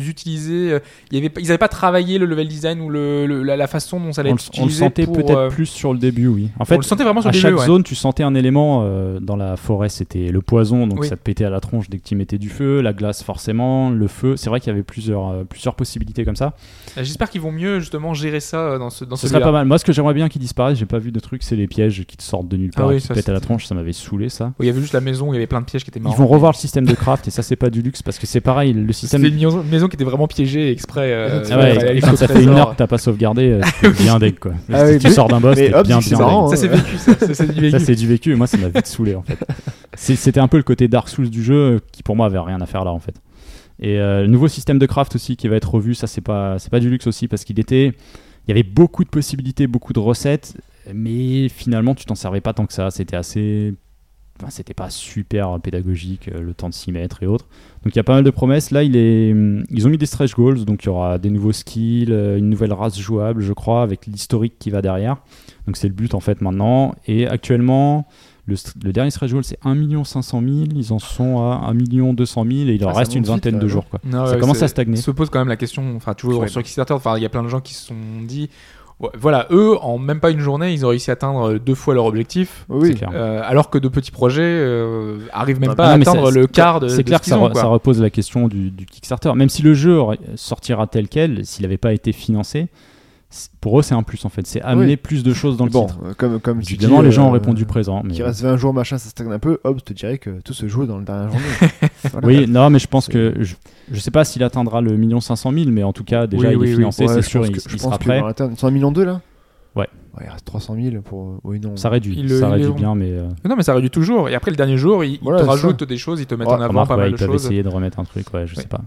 S3: utilisé. euh, Il y avait, ils avaient pas travaillé le level design ou le, le- la, la façon dont ça allait
S4: on,
S3: être
S4: le- on le
S3: utilisé.
S4: sentait
S3: pour,
S4: peut-être
S3: euh,
S4: plus sur le début, oui. En
S3: on
S4: fait,
S3: le sentait vraiment sur
S4: à
S3: le
S4: chaque
S3: jeu, ouais.
S4: zone, tu sentais un élément. euh, dans la forêt, c'était le poison, donc
S3: Oui.
S4: ça te pétait à la tronche dès que tu mettais du feu. La glace, forcément. Le feu, c'est vrai qu'il y avait plusieurs, euh, plusieurs possibilités comme ça.
S3: J'espère qu'ils vont mieux justement gérer ça euh, dans ce dans
S4: Ce serait
S3: celui-là.
S4: pas mal. Moi, ce que j'aimerais bien qu'ils disparaissent, j'ai pas vu de truc, c'est les pièges qui te sortent de nulle
S3: Ah
S4: part,
S3: oui,
S4: et qui
S3: ça,
S4: te pètent à la
S3: c'était-
S4: tronche. Ça m'avait saoulé, ça.
S3: Il y avait juste la maison où il y avait plein de pièges qui étaient
S4: Ils
S3: marrants.
S4: vont revoir le système de craft, et ça, c'est pas du luxe parce que c'est pareil, le système.
S3: C'était une maison- maison maison qui était vraiment piégée exprès. euh,
S4: Ah ouais,
S3: fallait aller
S4: quand
S3: jusqu'au
S4: ça fait une
S3: trésor.
S4: heure que t'as pas sauvegardé, euh, t'es bien deck quoi.
S2: Ah
S4: Si
S2: oui,
S4: tu
S2: mais-
S4: sors d'un boss,
S2: mais
S4: t'es
S2: hop,
S4: bien
S2: c'est
S4: bien
S2: marrant,
S4: deck.
S3: Ça c'est vécu, ça, ça, c'est du vécu.
S4: euh. Ça c'est du vécu et moi ça m'a vite saoulé en fait. C'est- C'était un peu le côté Dark Souls du jeu euh, qui pour moi avait rien à faire là en fait. Et euh, le nouveau système de craft aussi qui va être revu, ça c'est pas c'est pas du luxe aussi parce qu'il était il y avait beaucoup de possibilités, beaucoup de recettes, mais finalement tu t'en servais pas tant que ça, c'était assez enfin, c'était pas super pédagogique euh, le temps de s'y mettre et autres. Donc il y a pas mal de promesses. Là, il est, hum, ils ont mis des stretch goals, donc il y aura des nouveaux skills, euh, une nouvelle race jouable, je crois, avec l'historique qui va derrière. Donc c'est le but en fait maintenant. Et actuellement, le, st- le dernier stretch goal c'est 1 500 000. Ils en sont à 1 200 000 et il leur
S2: Ah, ça
S4: reste une
S2: monte vite,
S4: vingtaine
S2: là,
S4: de
S2: non
S4: jours. Quoi.
S3: Non,
S4: Ça
S3: ouais,
S4: commence
S3: c'est-
S4: à stagner.
S3: Se pose quand même la question, enfin toujours
S2: Ouais.
S3: sur Kickstarter, enfin il y a plein de gens qui se sont dit, ouais, voilà, eux en même pas une journée, ils ont réussi à atteindre deux fois leur objectif,
S4: C'est
S2: Oui,
S4: clair.
S3: euh, alors que de petits projets euh, arrivent même
S4: Ah Non,
S3: pas à
S4: mais
S3: atteindre
S4: ça-
S3: le quart de.
S4: C'est
S3: de
S4: clair
S3: ce
S4: que ça,
S3: qu'ils ont,
S4: re-
S3: quoi.
S4: ça repose la question du, du Kickstarter. Même si le jeu aurait- sortira tel quel, s'il n'avait pas été financé, c'est- pour eux c'est un plus en fait. C'est amener
S2: Oui.
S4: plus de choses dans le
S2: bon,
S4: titre.
S2: euh, comme, comme tu dis,
S4: Évidemment, les gens ont
S2: euh,
S4: répondu présent. mais-
S2: Qui reste 20 jours, machin, ça stagne un peu. Hop, je te dirais que tout se joue dans le dernier journée. Voilà.
S4: Oui, non, mais je pense que je, je sais pas s'il atteindra le million 500 000, mais en tout cas déjà
S3: Oui,
S4: il
S3: oui,
S4: est
S3: oui.
S4: financé,
S2: Ouais,
S4: c'est
S2: je
S4: sûr,
S2: pense
S4: il,
S2: que- je
S4: il
S2: pense
S4: sera
S2: que
S4: prêt.
S2: dans la terre- 100 millions deux là
S4: Ouais.
S2: Il reste 300 000 pour. Oui, non.
S4: Ça réduit,
S3: Il-
S4: ça
S3: il-
S4: réduit
S3: il-
S4: bien, mais euh,
S3: Non mais ça réduit toujours. Et après le dernier jour, ils, ils
S2: Voilà,
S3: te
S2: c'est
S3: rajoutent des choses, ils te mettent
S2: Ouais,
S3: en avant
S4: remarque,
S3: pas
S4: ouais,
S3: mal
S4: ils
S3: de
S4: peuvent
S3: choses.
S4: essayer de remettre un truc, ouais, je
S3: Ouais.
S4: sais pas.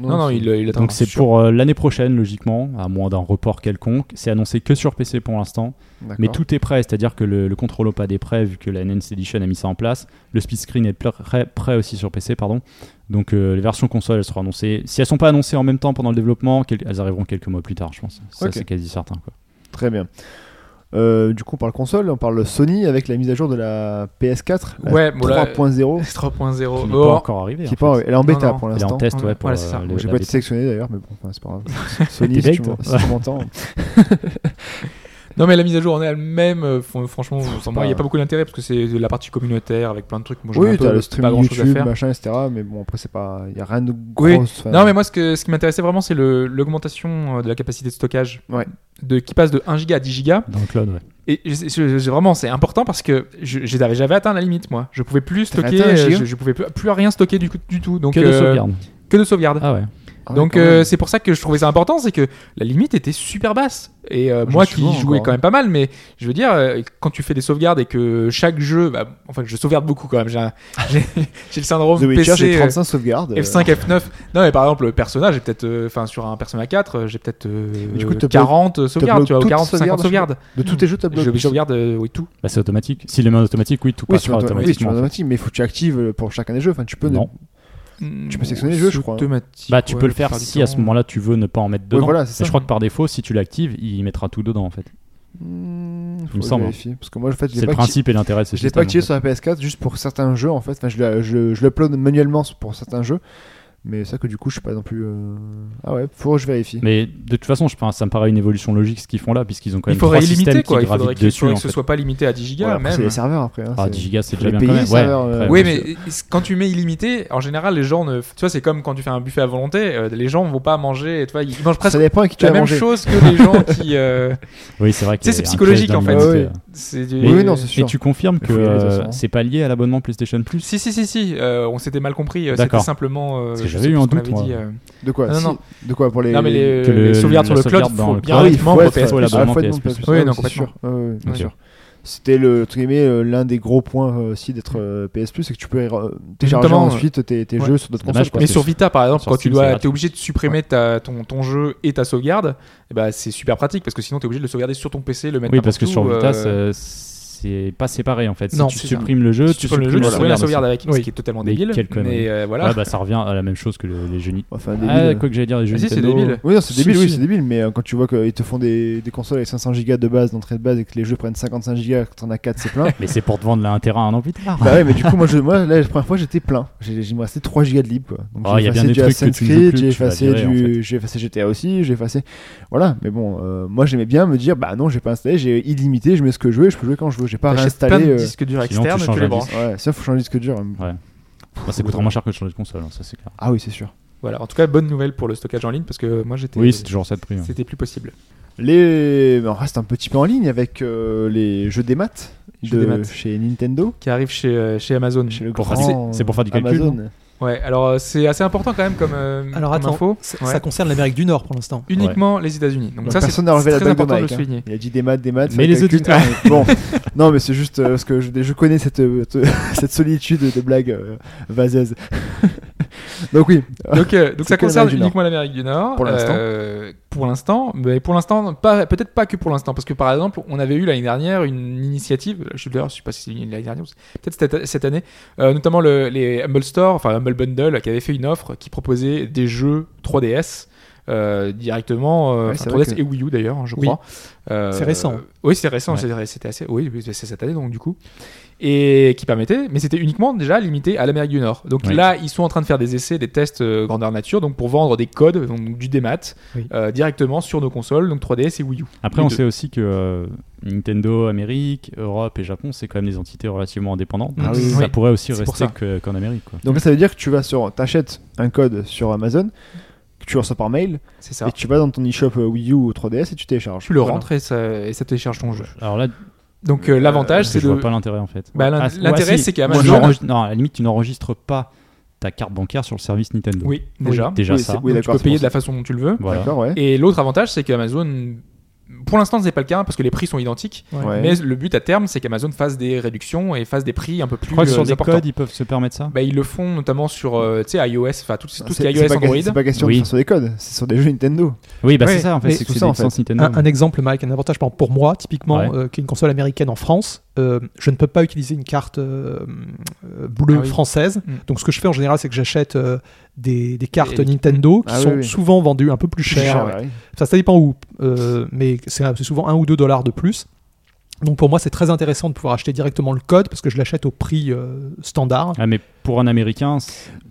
S3: Non non,
S2: c'est-
S3: il, il attend.
S4: Donc c'est pour euh, l'année prochaine logiquement, à moins d'un report quelconque. C'est annoncé que sur PC pour l'instant.
S2: D'accord.
S4: Mais tout est prêt, c'est-à-dire que le, le contrôle au pad est prêt vu que la NNC Edition a mis ça en place. Le split screen est pl- prêt, prêt aussi sur PC, pardon. Donc euh, les versions console, elles seront annoncées. Si elles sont pas annoncées en même temps pendant le développement, quel- elles arriveront quelques mois plus tard, je pense. Ça,
S2: Ok.
S4: c'est quasi certain. Quoi.
S2: Très bien. Euh, du coup, on parle console, on parle Sony avec la mise à jour de la PS4, la
S3: Ouais, bon, là,
S2: 3.0,
S3: 3.0.
S4: Qui n'est
S3: Bon,
S4: pas encore arrivé.
S2: qui est
S4: en
S2: pas-
S4: fait.
S2: elle est en bêta
S3: non,
S2: pour
S4: Elle est en
S2: l'instant.
S4: test, ouais, pour
S3: Voilà, Oh, c'est
S4: euh,
S3: ça.
S4: le-
S2: J'ai
S4: la
S2: pas été
S4: bêta.
S2: sélectionné d'ailleurs, mais bon, enfin, c'est pas grave. Sony,
S4: T'es
S2: si
S4: deg,
S2: tu
S4: toi.
S2: m'en- si tu m'entends.
S3: Non mais la mise à jour en elle-même, euh, fon- franchement, sans moi, il n'y a
S2: pas-
S3: pas beaucoup d'intérêt parce que c'est la partie communautaire avec plein de trucs. Moi, j'en ai un
S2: Oui,
S3: peu
S2: t'as le
S3: pas
S2: streaming
S3: grand-chose à
S2: YouTube,
S3: faire.
S2: machin, bah. etc. Mais bon, après, c'est pas. Il y a rien de gros.
S3: Oui. Non, mais moi, ce, que, ce qui m'intéressait vraiment, c'est le- l'augmentation euh, de la capacité de stockage
S2: Ouais.
S3: de, qui passe de 1 giga à 10 giga.
S4: Dans le cloud, ouais.
S3: Et je- je- je- vraiment, c'est important parce que je- j'avais j'avais atteint la limite, moi. Je pouvais plus
S2: T'avais
S3: stocker,
S2: atteint un
S3: euh,
S2: giga
S3: je, je pouvais plus, plus rien stocker du, coup- du tout. Donc,
S4: Que de
S3: euh,
S4: sauvegarde.
S3: que de sauvegarde.
S4: Ah ouais.
S3: Donc euh, c'est pour ça que je trouvais ça important, c'est que la limite était super basse. Et euh,
S2: J'en
S3: moi
S2: suis
S3: qui
S2: loin
S3: jouais
S2: encore, hein.
S3: quand même pas mal, mais je veux dire, euh, quand tu fais des sauvegardes et que chaque jeu, bah, enfin je sauvegarde beaucoup quand même, j'ai un- j'ai j'ai le syndrome
S2: The Witcher, j'ai
S3: PC, euh,
S2: 35 sauvegardes.
S3: F5, F9. Non mais par exemple, Persona, j'ai peut-être, euh, enfin sur un Persona 4, euh, j'ai peut-être euh,
S2: Mais du coup, te
S3: 40 sauvegardes,
S2: bloque
S3: tu vois, ou
S2: toutes
S3: 40 50
S2: sauvegardes,
S3: sauvegardes.
S2: De tous tes jeux, t'as
S3: Je
S2: bloqué.
S3: sauvegarde, euh, oui tout.
S4: Bah, c'est automatique. Si les mains automatiques, oui, tout
S2: Oui, sur
S4: passera
S2: auto- oui, sur
S4: automatiquement. en fait.
S2: automatique, mais il faut que tu actives euh, pour chacun des jeux. Enfin, tu peux. ne-
S4: Non.
S3: Tu
S2: peux sélectionner les jeux, je crois.
S4: Bah, tu peux le faire si à ce moment-là tu veux ne pas en mettre dedans.
S2: voilà, c'est
S4: Et
S2: ça.
S4: je crois que par défaut, si tu l'actives, il mettra tout dedans en fait.
S2: Hmm, faut
S4: me
S2: que je
S4: semble.
S2: vérifie. Parce que moi, en fait, je
S4: C'est
S2: l'ai
S4: le
S2: pas acti-
S4: principe et l'intérêt de ce
S2: Je l'ai pas
S4: système, en
S2: activé
S4: fait.
S2: sur la PS4 juste pour certains jeux en fait. Enfin, je l'ai- je je l'upload manuellement pour certains jeux. Mais ça que du coup, je suis pas non plus. euh, Ah ouais, faut que je
S3: Mm.
S2: vérifie.
S4: Mais de toute façon, je pense, ça me paraît une évolution logique ce qu'ils font là, puisquils ont quand
S3: Il
S4: même trois
S3: faudrait limiter
S4: systèmes
S3: quoi,
S4: qui
S3: il faudrait
S4: gravitent
S3: qu'il
S4: dessus.
S3: faudrait
S4: En
S3: que ce
S4: fait.
S3: soit pas limité à 10 gigas
S2: Voilà, après,
S3: même.
S2: c'est les serveurs après. hein,
S4: Ah,
S2: c'est-
S4: 10 gigas, c'est
S2: faut
S4: déjà
S2: les
S4: bien
S2: payer,
S4: quand même.
S2: ça,
S4: Ouais,
S2: alors, euh,
S4: après,
S3: Oui,
S4: bon,
S3: mais c- quand tu mets illimité, en général, les gens ne. Tu vois, c'est comme quand tu fais un buffet à volonté, euh, les gens vont pas manger. Tu vois, ils mangent
S2: Ça
S3: presque
S2: dépend à qui tu
S3: la
S2: as
S3: même
S2: mangé.
S3: chose que les gens qui. euh,
S4: c'est- Oui, c'est vrai que
S3: Tu sais, c'est psychologique, en fait. c'est du-
S2: Oui, non, c'est sûr.
S4: Et tu confirmes
S2: Il
S4: que
S2: faut y aller, de toute
S4: euh,
S2: façon.
S4: c'est pas lié à l'abonnement PlayStation Plus
S3: Si, si, si, si, euh, on s'était mal compris. euh, C'était
S4: D'accord.
S3: simplement. euh,
S4: Parce que
S3: je
S4: j'avais
S3: sais
S4: eu
S3: plus
S4: un
S3: ce qu'on
S4: doute,
S3: avait
S4: moi.
S3: dit, euh.
S2: De quoi
S3: Non,
S2: si-
S3: non.
S2: De quoi pour les.
S3: Non, mais les,
S4: que
S3: les
S4: le-
S3: sauvegardes sur
S4: la
S3: le cloud,
S4: sauvegarde dans
S3: faut
S4: le
S3: bien
S4: cloud.
S3: être
S4: Ah oui,
S3: membre
S4: être-
S3: PS.
S4: faut
S2: Ah,
S4: l'abonnement
S2: faut être
S4: PS+.
S2: membre PS+.
S3: Oui,
S2: Ah,
S3: non,
S2: c'est sûr. Ouais, ouais, bien
S3: Ouais.
S2: sûr. C'était le entre guillemets, euh, l'un des gros points euh, aussi d'être euh, PS Plus, c'est que tu peux euh, télécharger
S3: Notamment,
S2: ensuite tes, tes
S3: ouais.
S2: jeux sur d'autres
S4: Dommage,
S2: consoles. quoi.
S3: Mais
S4: que
S3: sur Vita, par exemple,
S4: sur
S3: quand tu
S4: Steam, c'est
S3: dois,
S4: gratuit.
S3: t'es obligé de supprimer ta, ton, ton jeu et ta sauvegarde, eh ben, c'est super pratique parce que sinon t'es obligé de le sauvegarder sur ton PC, le mettre
S4: Oui, parce que
S3: n'importe où,
S4: sur Vita,
S3: euh,
S4: ça- c'est pas séparé en fait. Si
S5: Non,
S4: tu
S5: c'est
S4: supprimes le jeu,
S3: si tu
S4: tu
S3: prends le
S4: supprimes
S3: jeu, tu
S4: la
S3: supprimes la sauvegarde
S4: sauvegarde.
S3: avec, ce
S5: Oui.
S3: qui est totalement
S4: Mais
S3: débile.
S4: quelle connerie.
S3: Mais euh, voilà.
S4: Voilà, bah ça revient à la même chose que le- les jeux. Ni-
S2: Enfin,
S4: Ah,
S2: débile.
S4: quoi que j'allais dire, les jeux.
S3: Ah, si, c'est
S4: Nintendo.
S3: débile.
S2: Oui, non, c'est
S4: Si,
S2: débile, oui,
S4: si.
S2: c'est débile, mais euh, quand tu vois qu'ils te font des, des consoles avec 500 gigas de base, d'entrée de base, et que les jeux prennent 55 gigas, que t'en as 4, c'est plein.
S4: Mais c'est pour te vendre là, un terrain un an plus tard.
S2: bah ouais, mais du coup, moi, je, moi là, la première fois, j'étais plein. J'ai, j'ai- il me restait 3 gigas de libre, quoi. Donc,
S4: Ah,
S2: j'ai
S4: y a
S2: effacé
S4: bien des
S2: du
S4: trucs que
S2: Assassin's
S4: tu ne veux
S2: Creed,
S4: plus,
S2: j'ai
S4: tu vas
S2: effacé,
S4: virer,
S2: du,
S4: en fait.
S2: j'ai effacé GTA aussi, j'ai effacé. Voilà, mais bon, euh, moi, j'aimais bien me dire, bah non, j'ai pas installé, j'ai illimité, je mets ce que je veux, et je peux jouer quand je veux. J'ai pas
S3: T'achètes plein
S2: réinstallé.
S3: de
S2: euh,
S3: disques durs
S4: Sinon, tu
S3: externes, tu
S4: changes
S3: les
S4: la
S3: branches.
S2: Ouais, ça, faut changer de disque dur. hein.
S3: Ah,
S4: Bah, ça coûtera moins cher que de changer de console, hein, ça c'est clair.
S2: Ah oui, c'est sûr.
S3: Voilà, en tout cas, bonne nouvelle pour le stockage en ligne parce que moi j'étais.
S4: Oui, c'est toujours ça de prix. hein.
S3: c'était plus possible.
S2: Les... mais On reste un petit peu en ligne avec euh, les jeux des maths,
S3: Jeux
S2: de-
S3: des maths.
S2: chez Nintendo.
S3: Qui arrive chez, euh, chez Amazon.
S2: Chez le
S4: Pour
S2: grand
S4: faciliter- c'est pour faire du calcul,
S2: Amazon.
S3: Ouais, alors euh, c'est assez important quand même comme, euh,
S5: Alors
S3: comme
S5: attends,
S3: info.
S5: ça,
S3: Ouais.
S5: ça concerne l'Amérique du Nord pour l'instant.
S3: Uniquement les États-Unis. Donc,
S2: Donc
S3: ça, c'est
S2: personne n'a relevé
S3: c'est
S2: la
S3: très
S2: blague de
S3: important de le
S2: Mike. hein.
S3: souligner.
S2: Il a dit des maths, des maths.
S4: Mais les
S2: calculs.
S4: auditeurs-
S2: bon, non, mais c'est juste euh, parce que je, je connais cette, euh, te- cette solitude de blague euh, vaseuse. Donc oui,
S3: Donc, euh, donc
S2: C'est
S3: ça
S2: que
S3: concerne
S2: l'Amérique du Nord.
S3: uniquement l'Amérique du Nord.
S2: Pour l'instant.
S3: Euh, pour l'instant, mais pour l'instant, pas- peut-être pas que pour l'instant, parce que par exemple, on avait eu l'année dernière une initiative. Je d'ailleurs, je sais pas si c'est l'année dernière, ou si- peut-être cette, cette année, euh, notamment le- les Humble Store, enfin Humble Bundle, qui avait fait une offre qui proposait des jeux 3DS. euh, directement euh,
S2: Ouais,
S3: enfin,
S2: c'est vrai
S3: 3DS
S2: que-
S3: et Wii U d'ailleurs hein, je
S5: Oui.
S3: crois Euh,
S5: C'est récent.
S3: oui c'est récent
S4: Ouais.
S3: c'est- c'était assez oui oui, c'est cette année donc du coup et qui permettait, mais c'était uniquement déjà limité à l'Amérique du Nord. Donc
S4: Oui.
S3: là, ils sont en train de faire des essais, des tests euh, grandeur nature, donc pour vendre des codes donc du démat
S5: Oui.
S3: euh, directement sur nos consoles, donc 3DS et Wii U.
S4: Après,
S3: Les
S4: on
S3: deux.
S4: sait aussi que euh, Nintendo, Amérique, Europe et Japon, c'est quand même des entités relativement indépendantes.
S2: Ah
S4: Donc
S2: oui,
S4: ça
S3: oui.
S4: pourrait aussi
S3: C'est pour
S4: rester
S3: ça.
S4: que- qu'en Amérique. Quoi.
S2: donc ça veut dire que tu vas sur, t'achètes un code sur Amazon, que tu reçois par mail,
S3: C'est ça.
S2: et tu vas dans ton eShop euh, Wii U ou 3DS et tu télécharges.
S3: Tu le
S2: Voilà.
S3: rentres et ça, et ça télécharge ton jeu.
S4: Alors là,
S3: Donc euh, l'avantage, c'est
S4: je
S3: de.
S4: vois pas l'intérêt en fait.
S3: Bah, l'int-
S4: Ah, ouais,
S3: l'intérêt,
S4: si.
S3: c'est
S4: Moi,
S3: qu'Amazon-
S4: j'enregistre- Non, à la limite, tu n'enregistres pas ta carte bancaire sur le service Nintendo.
S3: Oui, déjà.
S4: Déjà
S2: Oui,
S4: ça.
S2: c'est- oui,
S3: Donc, tu
S2: d'accord,
S3: peux
S2: c'est
S3: payer
S2: pour
S3: de la façon dont tu le veux.
S4: Voilà.
S2: D'accord, ouais.
S3: Et l'autre avantage, c'est qu'Amazon. Pour l'instant, ce n'est pas le cas hein, parce que les prix sont identiques.
S2: Ouais.
S3: Mais le but à terme, c'est qu'Amazon fasse des réductions et fasse des prix un peu plus.
S4: Je crois que sur
S3: euh,
S4: des
S3: importants.
S4: codes, ils peuvent se permettre ça.
S3: Bah, ils le font notamment sur euh, tu sais, iOS, enfin tout, tout ce qui
S2: C'est-
S3: est
S2: c'est
S3: iOS,
S2: pas-
S3: Android.
S2: C'est pas question
S4: Oui.
S2: de faire sur des codes, c'est sur des jeux Nintendo.
S4: Oui, bah
S5: Ouais,
S4: c'est ça en fait.
S5: mais
S4: C'est que
S2: tout
S4: c'est
S2: ça,
S4: des
S2: en fait.
S4: licences Nintendo. hein.
S5: Un, un exemple, Mike, un avantage par exemple, pour moi, typiquement,
S4: Ouais.
S5: euh, qui est une console américaine en France, euh, je ne peux pas utiliser une carte euh, euh, bleue
S3: Ah oui.
S5: française.
S3: Mm.
S5: Donc ce que je fais en général, c'est que j'achète euh, des, des cartes
S3: Et-
S5: Nintendo qui
S2: Ah oui,
S5: sont
S2: oui.
S5: souvent vendues un peu plus
S2: Plus
S5: chères.
S2: ouais.
S5: Ça, ça dépend où, euh, mais c'est c'est souvent 1 ou 2 dollars de plus. Donc pour moi, c'est très intéressant de pouvoir acheter directement le code parce que je l'achète au prix euh, standard.
S4: Ah, mais pour un Américain,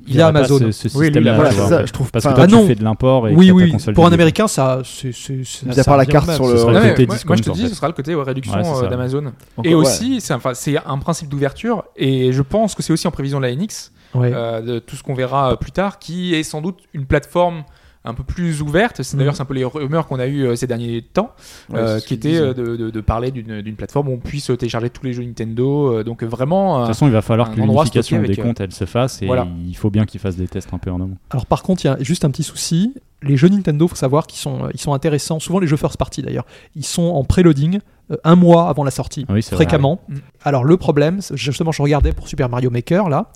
S4: il
S5: Via
S4: aurait pas
S5: Amazon.
S4: ce- Ce,
S3: Oui, lui, là,
S4: système-là,
S2: Voilà,
S4: tu vois,
S2: c'est
S4: en
S2: ça,
S4: fait.
S2: je trouve.
S4: Parce que
S2: enfin,
S4: toi,
S5: ah non.
S4: tu fais de l'import et
S5: oui,
S4: t'as ta
S5: oui.
S4: console
S5: Pour un
S4: vidéo.
S5: Américain, ça, c'est, c'est, c'est-
S2: Mis à
S5: ça
S2: part la
S5: revient au
S2: carte
S5: même.
S2: sur
S4: Ce
S2: le-
S4: serait
S3: Non,
S4: le
S3: mais
S4: côté
S3: moi, moi, je te
S4: discount, en
S3: dis,
S4: fait.
S3: ce sera le côté ouais, réduction
S4: Ouais, c'est
S3: euh,
S4: ça.
S3: d'Amazon.
S2: encore-
S3: Et
S2: ouais.
S3: aussi, c'est enfin, c'est un principe d'ouverture, et je pense que c'est aussi en prévision de la NX,
S5: Ouais.
S3: euh, de tout ce qu'on verra euh, plus tard, qui est sans doute une plateforme un peu plus ouverte. C'est d'ailleurs
S5: Mhm.
S3: c'est un peu les rumeurs qu'on a eues euh, ces derniers temps,
S2: Ouais,
S3: euh,
S2: c'est ce
S3: qui
S2: qu'ils
S3: était
S2: disent.
S3: euh, de, de- de parler d'une d'une plateforme où on puisse euh, télécharger tous les jeux Nintendo. euh, donc vraiment,
S4: De
S3: euh,
S4: toute façon, il va falloir
S3: un
S4: que
S3: endroit
S4: l'unification
S3: stocké
S4: des
S3: avec, euh,
S4: comptes elle se fasse et
S3: voilà.
S4: il faut bien qu'ils fassent des tests un peu en amont.
S5: Alors par contre, il y a juste un petit souci. Les jeux Nintendo, faut savoir qu'ils sont, euh, ils sont intéressants. Souvent les jeux first party d'ailleurs, ils sont en préloading euh, un mois avant la sortie.
S4: Ah oui, c'est vrai.
S5: fréquemment.
S3: ouais. Mm.
S5: Alors le problème, c'est- justement, je regardais pour Super Mario Maker là,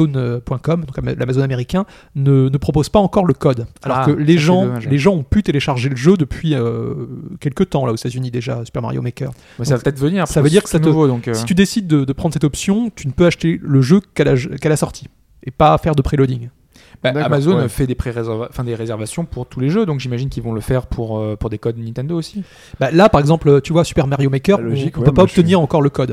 S5: Amazon.com, donc Ama- l'Amazon américain, ne, ne propose pas encore le code. Alors
S3: Ah,
S5: que
S3: ça,
S5: les
S3: c'est
S5: gens,
S3: dommage.
S5: les gens ont pu télécharger le jeu depuis euh, quelques temps là aux États-Unis déjà Super Mario Maker.
S3: mais ça va
S5: donc,
S3: peut-être venir.
S5: ça
S3: parce
S5: veut dire
S3: c'est
S5: que ça
S3: tout
S5: te-
S3: nouveau, donc, euh,
S5: Si tu décides de, de prendre cette option, tu ne peux acheter le jeu qu'à la, qu'à la sortie et pas faire de préloading.
S3: Bah,
S2: D'accord,
S3: Amazon
S2: ouais.
S3: fait des, pré-réserva- enfin, des réservations pour tous les jeux, donc j'imagine qu'ils vont le faire pour, euh, pour des codes Nintendo aussi.
S5: Bah, là, par exemple, tu vois Super Mario Maker,
S2: Bah, logique,
S5: on ne
S2: ouais,
S5: peut pas
S2: moi, je
S5: obtenir encore le code.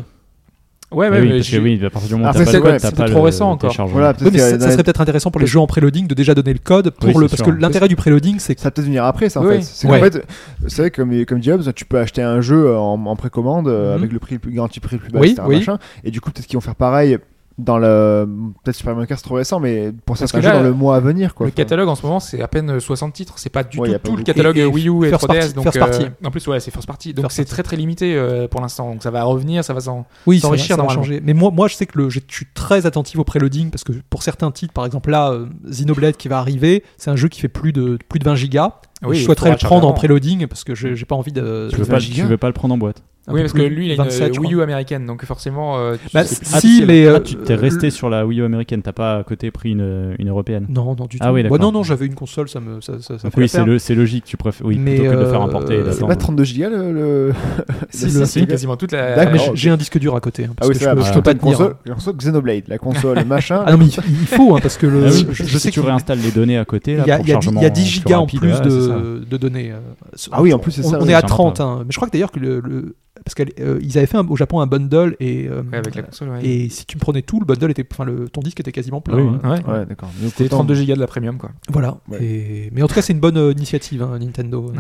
S3: Ouais, ouais,
S4: Ah oui,
S3: mais
S4: parce que
S3: j'ai-
S4: oui, à partir du moment où
S2: Après,
S4: t'as pas
S2: c'est
S4: le
S2: quoi,
S4: code, t'as
S3: c'est
S4: pas
S3: trop
S4: le-
S3: récent
S4: le
S3: encore.
S4: téléchargement.
S2: Voilà,
S5: Oui,
S2: peut-être qu'il
S5: mais
S2: y a-
S5: ça, ça serait peut-être intéressant pour les jeux en préloading de déjà donner le code pour
S4: Oui,
S5: le
S4: c'est
S5: parce
S4: sûr.
S5: que l'intérêt du préloading c'est que
S2: Ça va peut-être venir après, ça en
S3: Oui,
S2: fait. C'est qu'en
S5: ouais.
S2: fait, c'est vrai, comme, comme dit Hobbes, tu peux acheter un jeu en, en précommande euh,
S3: Mhm.
S2: avec le prix le plus garanti, prix le plus bas,
S5: Oui,
S2: etc.,
S5: oui.
S2: machin. Et du coup, peut-être qu'ils vont faire pareil dans le. Peut-être Super Mario Maker, c'est trop récent, mais pour certains
S3: que
S2: jeux
S3: là,
S2: dans le mois à venir, quoi.
S3: le
S2: Enfin,
S3: catalogue en ce moment c'est à peine 60 titres, c'est pas du
S2: Ouais, y a
S3: tout
S2: pas
S3: tout le
S2: beaucoup.
S3: catalogue
S5: Et- et
S3: Wii U et
S5: first
S3: 3DS.
S5: party,
S3: donc,
S5: first
S3: euh,
S5: party.
S3: en plus, ouais, c'est first party. Donc
S5: First
S3: c'est
S5: party.
S3: très très limité euh, pour l'instant. Donc ça va revenir, ça va s'en.
S5: Oui,
S3: s'enrichir
S5: ça va- ça va
S3: normalement.
S5: changer. Mais moi, moi, je sais que le, je je suis très attentif au préloading parce que pour certains titres, par exemple là, euh, Xenoblade qui va arriver, c'est un jeu qui fait plus de plus de 20 gigas. je
S3: il
S5: souhaiterais le
S3: faudra
S5: prendre
S3: charger
S5: en
S3: avant.
S5: préloading parce que j'ai j'ai pas envie de.
S4: Tu veux
S5: de-
S4: pas,
S5: gigas.
S4: tu veux pas le prendre en boîte.
S5: un
S3: Oui,
S5: peu
S3: parce que
S5: plus,
S3: lui, il a
S5: 27, je
S3: une euh, Wii
S5: crois.
S3: U américaine, donc forcément. euh, tu-
S5: Bah,
S3: c'est plus
S5: si
S3: difficile.
S5: les.
S4: Ah,
S5: euh,
S4: tu t'es
S5: euh,
S4: resté
S5: le-
S4: sur la Wii U américaine, t'as pas à côté pris une, une
S3: hein.
S4: européenne.
S5: Non, non, du tout.
S4: Ah oui,
S5: Bah,
S4: d'accord.
S5: non, non, j'avais une console, ça me. Ça, ça,
S2: Ah
S5: ça
S4: Donc
S5: fait
S4: oui,
S5: l'affaire.
S4: c'est le- c'est logique, tu préfères, oui,
S5: Mais,
S4: plutôt que de faire
S5: euh,
S4: importer et
S5: c'est
S2: C'est
S4: d'attendre.
S2: pas 32 gigas le. le-
S5: Si,
S2: le-
S5: le-
S3: Si, quasiment toute la.
S2: D'accord.
S5: Mais
S2: Ah,
S5: j'ai-
S2: ok.
S5: j'ai un disque dur à côté. hein,
S2: Ah
S5: parce
S2: oui,
S5: que
S2: c'est
S5: je,
S2: vrai,
S5: peux-
S2: parce
S5: je
S2: que
S5: peux pas
S2: la
S5: tenir.
S2: console, la console Xenoblade, la console machin.
S5: Ah non, mais il, il faut hein, parce que le,
S4: Ah oui,
S5: je,
S4: je,
S5: je sais
S4: si tu
S5: qu'il
S4: réinstalles les données à côté, là,
S5: il y a,
S4: pour
S5: il y a dix-
S4: chargement
S5: il y a 10 gigas en
S4: plus
S5: plus
S4: rapide, ouais, c'est ça.
S5: de, de données. euh,
S2: Ah oui, en plus, c'est
S5: on,
S2: ça,
S5: on
S2: oui.
S5: est à
S4: C'est
S5: 30. hein. Mais je crois que d'ailleurs que le, le- parce qu'ils avaient fait un- au Japon un bundle et euh,
S3: Ouais, avec la console, ouais.
S5: et si tu prenais tout, le bundle était, enfin le ton disque était quasiment plein.
S4: Oui,
S5: hein.
S3: Ouais.
S2: Ouais, d'accord. Donc,
S3: C'était
S2: autant-
S3: 32 gigas de la premium, quoi.
S5: Voilà.
S2: Ouais.
S5: Et- mais en tout cas, c'est une bonne euh, initiative hein, Nintendo.
S3: Ouais.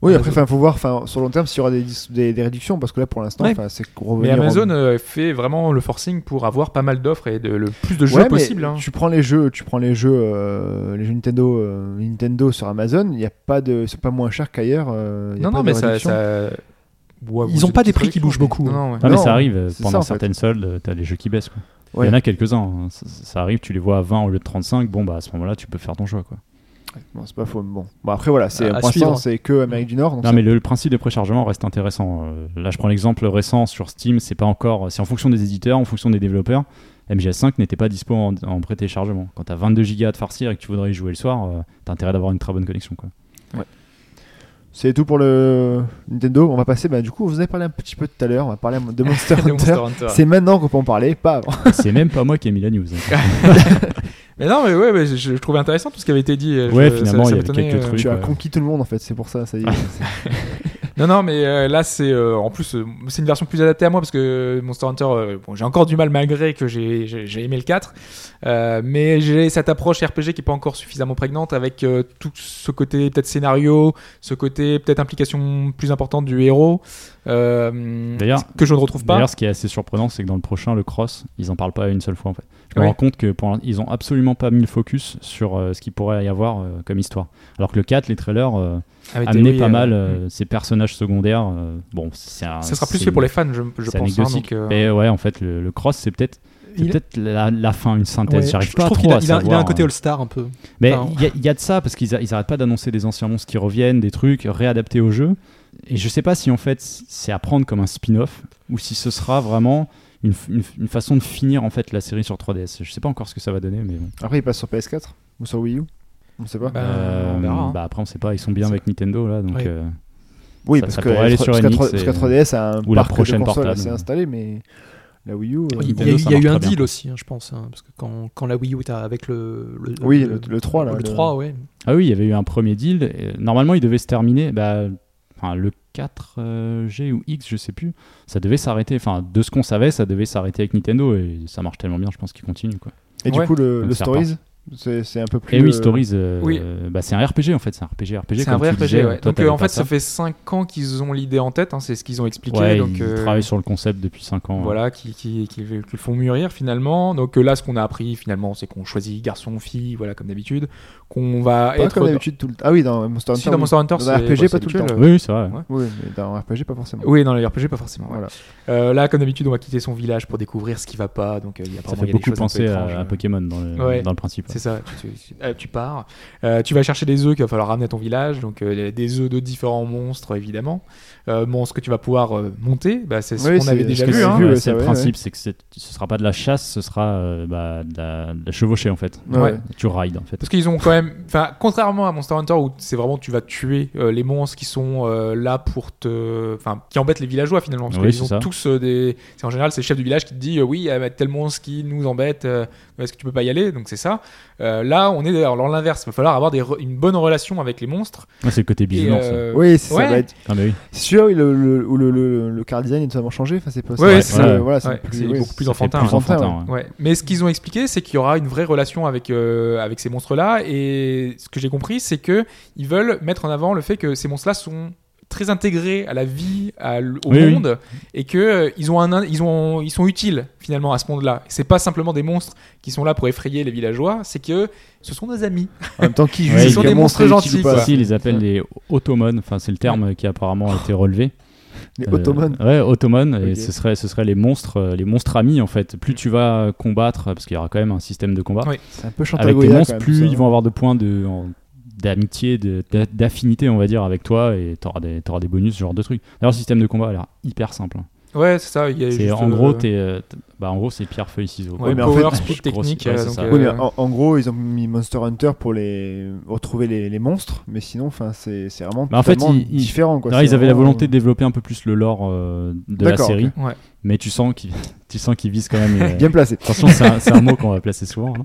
S2: Oui,
S5: Amazon.
S2: après, enfin, faut voir enfin, sur long terme s'il y aura des, des, des réductions, parce que là, pour l'instant,
S3: Ouais.
S2: enfin, c'est
S3: Mais
S2: revenir en-
S3: Amazon euh, fait vraiment le forcing pour avoir pas mal d'offres et de, le plus de jeux
S2: Ouais, mais
S3: possible. hein.
S2: Tu prends les jeux, tu prends les jeux, euh, les jeux Nintendo, euh, Nintendo sur Amazon, il y a pas de, c'est pas moins cher qu'ailleurs. euh, il y a
S3: Non,
S2: pas
S3: non,
S2: de
S3: mais ça.
S2: réduction.
S3: ça- Ouais,
S5: Ils
S3: vous
S5: ont
S3: êtes
S5: pas des
S3: très
S5: prix qui
S3: riches,
S5: bougent
S3: mais-
S5: beaucoup,
S3: Non,
S2: hein.
S4: Non, mais
S2: Non,
S4: ça arrive, euh,
S2: c'est
S4: pendant
S2: ça, en fait.
S4: certaines soldes, euh, t'as les jeux qui baissent. quoi. Il y en
S2: Ouais.
S4: a quelques-uns. hein. Ça, ça arrive, tu les vois à 20 au lieu de 35. Bon, bah à ce moment-là, tu peux faire ton choix. Quoi.
S2: Bon, c'est pas faux. mais Bon, Bon, après voilà, c'est
S5: À- à
S2: pour l'instant,
S5: suivre.
S2: c'est que Amérique du Nord. donc
S4: Non,
S2: ça-
S4: mais le, le principe de préchargement reste intéressant. Euh, Là, je prends l'exemple récent sur Steam. C'est pas encore. C'est en fonction des éditeurs, en fonction des développeurs. MGS5 n'était pas dispo en, en prétéchargement. Quand t'as 22 gigas de farcir et que tu voudrais y jouer le soir, euh, t'as intérêt d'avoir une très bonne connexion. Quoi.
S2: C'est tout pour le Nintendo. On va passer, bah, du coup, vous avez parlé un petit peu tout à l'heure. On va parler de Monster
S3: de Monster
S2: Hunter.
S3: Hunter.
S2: C'est maintenant qu'on peut en parler, pas avant.
S4: c'est même pas moi qui ai mis la news. hein.
S3: Ah, Mais non, mais ouais, mais je, je trouvais intéressant tout ce qui avait été dit. euh,
S4: Ouais,
S3: je-
S4: finalement,
S3: ça- ça
S4: il y avait
S3: m'étonnait, euh.
S4: quelques trucs. Oui,
S2: tu as
S4: quoi.
S2: conquis tout le monde en fait, c'est pour ça. ça y est.
S3: Non, non, mais euh, là, c'est euh, en plus, euh, c'est une version plus adaptée à moi parce que Monster Hunter, euh, bon, j'ai encore du mal malgré que j'ai j'ai- j'ai aimé le 4. euh, mais j'ai cette approche RPG qui est pas encore suffisamment prégnante avec euh, tout ce côté peut-être scénario, ce côté peut-être implication plus importante du héros. euh,
S4: D'ailleurs-
S3: que je ne retrouve pas.
S4: D'ailleurs, ce qui est assez surprenant, c'est que dans le prochain, le cross, ils en parlent pas une seule fois en fait. Je me
S3: Ouais.
S4: rends compte que pour l'in- ils ont absolument pas mis le focus sur euh, ce qu'il pourrait y avoir euh, comme histoire. Alors que le 4, les trailers euh,
S3: Avec
S4: amenaient
S3: des-
S4: pas
S3: oui,
S4: mal
S3: euh,
S4: euh, ces personnages secondaires. euh, bon, c'est un-
S3: ça sera plus
S4: c'est-
S3: fait pour les fans, je, je
S4: c'est
S3: pense. hein,
S4: anecdotique.
S3: donc, euh,
S4: Mais ouais, en fait, le, le cross, c'est peut-être c'est
S5: Il-
S4: peut-être la, la fin, une synthèse.
S5: Ouais,
S4: J'arrive
S5: je-
S4: pas
S5: je trouve
S4: trop
S5: qu'il a,
S4: à
S5: il a- il a
S4: savoir,
S5: un côté
S4: hein.
S5: all-star un peu.
S4: Mais
S5: Enfin,
S4: il y a- il y, a de ça, parce qu'ils a- ils arrêtent pas d'annoncer des anciens monstres qui reviennent, des trucs réadaptés au jeu. Et je sais pas si en fait c'est à prendre comme un spin-off ou si ce sera vraiment une, f- une f- une façon de finir en fait la série sur 3DS. Je sais pas encore ce que ça va donner, mais bon.
S2: Après, il passe sur PS4 ou sur Wii U. On sait pas.
S3: Bah,
S4: Euh,
S3: on verra, hein.
S4: bah, après, on sait pas, ils sont bien
S3: Ça-
S4: avec Nintendo là, donc
S5: Oui.
S4: euh,
S2: oui,
S4: ça-
S2: parce
S4: ça
S2: que
S4: pourrait aller sur
S2: parce qu'à
S4: NX
S2: 3- parce qu'à
S4: et-
S2: 3DS a un
S4: ou la
S2: parc
S4: prochaine
S2: de consoles
S4: portable.
S2: assez installé, mais la Wii U. euh,
S4: Oui,
S5: Il y a,
S4: Nintendo,
S5: eu-
S4: ça
S5: il y a eu
S4: marche
S5: un
S4: très bien,
S5: deal
S4: quoi.
S5: aussi, hein, je pense. hein, parce que quand, quand la Wii U était avec le, le-
S2: Oui, le- le 3, là,
S5: Le
S2: le-
S5: 3, ouais.
S4: Ah oui, il y avait eu un premier deal. et Normalement, il devait se terminer bah, enfin, le 4G ou X, je sais plus. Ça devait s'arrêter. Enfin, de ce qu'on savait, ça devait s'arrêter avec Nintendo. Et ça marche tellement bien, je pense qu'il continue. Quoi.
S2: Et du
S3: Ouais.
S2: coup, le,
S4: Donc,
S2: le
S4: ça
S2: Stories, c'est c'est un peu plus.
S4: Et oui,
S2: euh,
S4: Stories, euh,
S3: oui.
S4: bah, c'est un RPG en fait. C'est un RPG, RPG.
S3: C'est un
S4: comme
S3: vrai
S4: tu
S3: RPG,
S4: disais,
S3: ouais.
S4: toi,
S3: Donc,
S4: t'avais
S3: euh, en
S4: pas
S3: fait, ça
S4: ça
S3: fait 5 ans qu'ils ont l'idée en tête, hein, c'est ce qu'ils ont expliqué.
S4: Ouais,
S3: donc,
S4: ils
S3: euh,
S4: travaillent sur le concept depuis 5 ans. hein.
S3: Voilà, qui, qui, qui, qui le font mûrir finalement. Donc euh, là, ce qu'on a appris finalement, c'est qu'on choisit garçon, fille, voilà, comme d'habitude. Qu'on va
S2: Pas
S3: être.
S2: comme d'habitude tout le temps. Ah oui, dans Monster Hunter.
S3: Si, dans
S2: oui.
S3: Monster Hunter,
S2: Dans
S3: c'est
S2: un RPG,
S3: ouais,
S2: pas
S3: c'est
S2: tout le temps.
S3: habituel, euh,
S4: Oui, c'est vrai.
S3: Ouais.
S2: Oui, mais dans un RPG, pas forcément.
S3: Oui, dans les RPG, pas forcément. ouais.
S2: Voilà.
S3: Euh, là, comme d'habitude, on va quitter son village pour découvrir ce qui va pas. Donc, euh, il y a
S4: Ça
S3: apparemment, il
S4: fait
S3: y a des
S4: beaucoup
S3: choses un peu
S4: penser
S3: étranges,
S4: à, à
S3: euh.
S4: Pokémon dans le,
S3: Ouais.
S4: dans le principe.
S3: C'est ça, tu, tu- euh, tu pars. Euh, tu vas chercher des œufs qu'il va falloir ramener à ton village, donc euh, des œufs de différents monstres évidemment. Euh, monstres que tu vas pouvoir euh, monter, bah, c'est ce
S2: Oui,
S3: qu'on
S2: c'est
S3: avait
S2: ce
S3: déjà
S2: que
S3: vu.
S2: j'ai
S3: hein.
S4: Ouais,
S2: ouais,
S4: c'est
S2: ça,
S4: le
S2: ouais,
S4: principe, c'est que c'est- ce sera pas de la chasse, ce sera euh, bah, de, la, de la chevauchée en fait.
S2: Ouais.
S3: Ouais.
S4: Tu rides en fait.
S3: Parce qu'ils ont quand même, enfin, contrairement à Monster Hunter où c'est vraiment tu vas tuer euh, les monstres qui sont euh, là pour te, enfin, qui embêtent les villageois finalement. Parce
S4: Oui,
S3: qu'ils
S4: c'est
S3: ont
S4: ça.
S3: tous euh, des, c'est en général c'est le chef du village qui te dit euh, oui, il y a tel monstre qui nous embête, euh, est-ce que tu peux pas y aller Donc c'est ça. Euh, là, on est alors l'inverse. Il va falloir avoir des re- une bonne relation avec les monstres.
S4: Ouais, c'est le côté hein.
S3: Et,
S4: bisounours. ça.
S3: euh,
S2: Oui, c'est- ça
S3: ouais.
S2: va être.
S4: Ah, mais oui.
S2: Sûr, le, le, ou le, le, le car design est totalement changé. Enfin, c'est pas
S3: Ouais,
S2: c'est-
S3: c'est
S4: ça.
S2: euh, Voilà, c'est
S3: Ouais,
S2: plus,
S3: c'est
S2: ouais,
S3: beaucoup plus
S4: Ça fait
S3: enfantin. hein.
S4: plus
S2: enfantin,
S4: enfantin, ouais.
S3: Ouais. Mais ce qu'ils ont expliqué, c'est qu'il y aura une vraie relation avec, euh, avec ces monstres-là. Et ce que j'ai compris, c'est que ils veulent mettre en avant le fait que ces monstres-là sont très intégrés à la vie, à l- au
S4: Oui, oui.
S3: monde, et que euh, ils ont un, in- ils ont, ils sont utiles finalement à ce monde-là. C'est pas simplement des monstres qui sont là pour effrayer les villageois, c'est que ce sont des amis.
S2: En même temps, qui
S4: Ouais,
S2: juge
S4: ils sont
S2: les
S3: des
S2: monstres
S3: monstres
S2: et
S3: gentils,
S2: qui jouent
S3: quoi.
S2: pas
S4: Ici, ils les appellent les automones. Enfin, c'est le terme qui apparemment a été relevé.
S2: Les
S4: Euh,
S2: Ottomans.
S4: Ouais, Ottoman. Et
S2: Ok.
S4: ce serait, ce serait les monstres, euh, les monstres amis en fait. Plus tu vas combattre, parce qu'il y aura quand même un système de combat
S3: Ouais,
S2: C'est un peu
S4: avec
S2: Chantagoya.
S4: tes
S2: quand
S4: monstres,
S2: même,
S4: plus
S2: ça. hein.
S4: ils vont avoir de points de en- d'amitié, de- d'a- d'affinité, on va dire, avec toi, et t'auras des, t'auras des bonus, ce genre de trucs. D'ailleurs, le système de combat a l'air hyper simple. hein.
S3: Ouais, c'est ça. il y a
S4: C'est
S3: juste,
S4: en gros,
S3: euh,
S4: t'es, euh, t- bah, en gros, c'est pierre feuille ciseaux.
S3: ouais,
S2: Oui, mais en
S3: power
S2: fait-
S3: speed
S4: Je grossis,
S3: technique.
S4: ouais,
S3: euh,
S4: c'est
S3: donc,
S4: ça.
S3: euh,
S2: Oui, mais en, en gros, ils ont mis Monster Hunter pour les retrouver les, les monstres, mais sinon, enfin, c'est c'est vraiment
S4: Mais en fait,
S2: totalement
S4: ils- ils-
S2: différent. Quoi.
S4: Non,
S2: C'est
S4: ils avaient la
S2: vraiment-
S4: volonté de développer un peu plus le lore euh, de la
S2: D'accord,
S4: série,
S2: ok.
S3: euh, Ouais.
S4: mais tu sens qu'ils tu sens qu'ils visent quand même. euh,
S2: Bien placé.
S4: Attention, c'est un, c'est un mot qu'on va placer souvent. hein.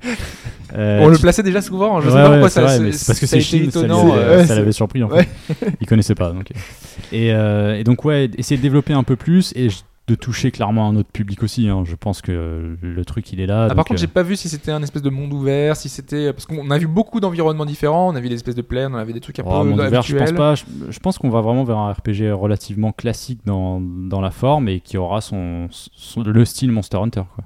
S4: Euh,
S3: on le
S4: tu-
S3: plaçait déjà souvent. Je sais
S4: Ouais,
S3: pas
S4: ouais,
S3: pourquoi
S4: c'est
S3: ça.
S4: vrai,
S3: c'est-
S4: mais c'est parce que
S3: ça a
S4: c'est
S3: été
S4: Chine, ça
S3: étonnant.
S4: l'avait-
S3: euh,
S2: ouais,
S4: ça
S2: c'est-
S4: l'avait surpris en fait.
S2: ouais.
S4: Il connaissait pas. Donc. Et, euh, et donc ouais, essayer de développer un peu plus et de toucher clairement un autre public aussi. hein. Je pense que le truc il est là.
S3: Ah, par
S4: donc,
S3: contre,
S4: euh,
S3: j'ai pas vu si c'était un espèce de monde ouvert, si c'était euh, parce qu'on a vu beaucoup d'environnements différents, on a vu des espèces de plaines, on avait des trucs un
S4: Oh,
S3: peu
S4: monde ouvert, je
S3: habituels.
S4: pense pas. Je, je pense qu'on va vraiment vers un RPG relativement classique dans, dans la forme et qui aura son, son- le style Monster Hunter. Quoi.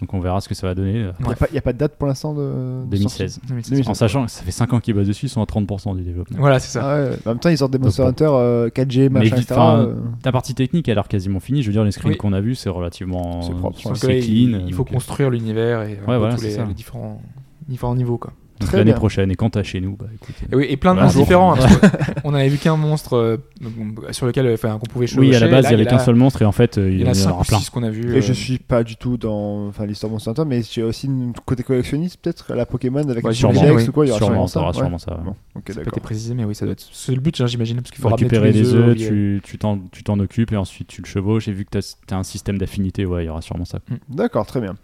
S4: Donc on verra ce que ça va donner euh,
S2: Il n'y a, pas- y a pas de date pour l'instant de. de
S4: 2016.
S2: sortie. 2016.
S4: En sachant que ça fait 5 ans qu'ils bossent dessus, ils sont à 30% du développement.
S3: Voilà, c'est ça.
S2: Ah ouais, en même temps, ils sortent des Monster
S4: bon.
S2: Hunter euh, 4G,
S4: Mais
S2: machin,
S4: vite,
S2: etc.
S4: enfin,
S2: euh,
S4: La partie technique, elle a l'air quasiment finie. Je veux dire, les screens
S3: Oui.
S4: qu'on a vus, c'est relativement.
S2: C'est propre,
S4: c'est
S2: ouais.
S4: c'est
S3: Donc là, il-
S4: clean.
S3: il, faut
S4: donc, euh.
S3: construire l'univers et un peu
S4: voilà,
S3: tous
S4: c'est
S3: les,
S4: ça.
S3: les différents, différents niveaux. Quoi.
S4: donc
S2: Très
S4: l'année
S2: bien.
S4: prochaine. Et quand t'as chez nous, bah écoutez.
S3: Et, oui, et plein de
S4: Voilà,
S3: monstres
S4: un jour.
S3: différents. hein, parce que on en avait vu qu'un monstre euh, sur lequel enfin, qu'on pouvait chevaucher.
S4: Oui, à la base,
S3: Là,
S4: il y avait
S3: a-
S4: qu'un seul monstre et en fait, euh,
S3: Il
S4: il
S3: y en a 5
S4: aura
S3: ou
S4: plein.
S3: 6 qu'on a vu.
S2: Et je
S3: euh,
S2: suis pas du tout dans enfin, l'histoire Monster Hunter, mais j'ai aussi une côté collectionniste, peut-être à la Pokémon avec
S3: Ouais,
S2: un
S4: sûrement.
S2: Pokédex ou quoi, il y aura
S4: Sûrement,
S2: sûrement,
S4: ça aura
S2: ça. ouais.
S4: sûrement ça. ouais.
S2: Bon, ok,
S3: Ça n'a pas
S2: d'accord.
S3: été précisé, mais oui, ça doit être. C'est le but, hein, j'imagine, parce qu'il
S4: faut
S3: faut ramener tous
S4: récupérer les œufs,
S3: œufs. et-
S4: tu tu t'en tu t'en occupes et ensuite tu le chevauches. J'ai vu que t'as as un système d'affinité, ouais, il y aura sûrement ça. Ah
S2: D'accord, très bien.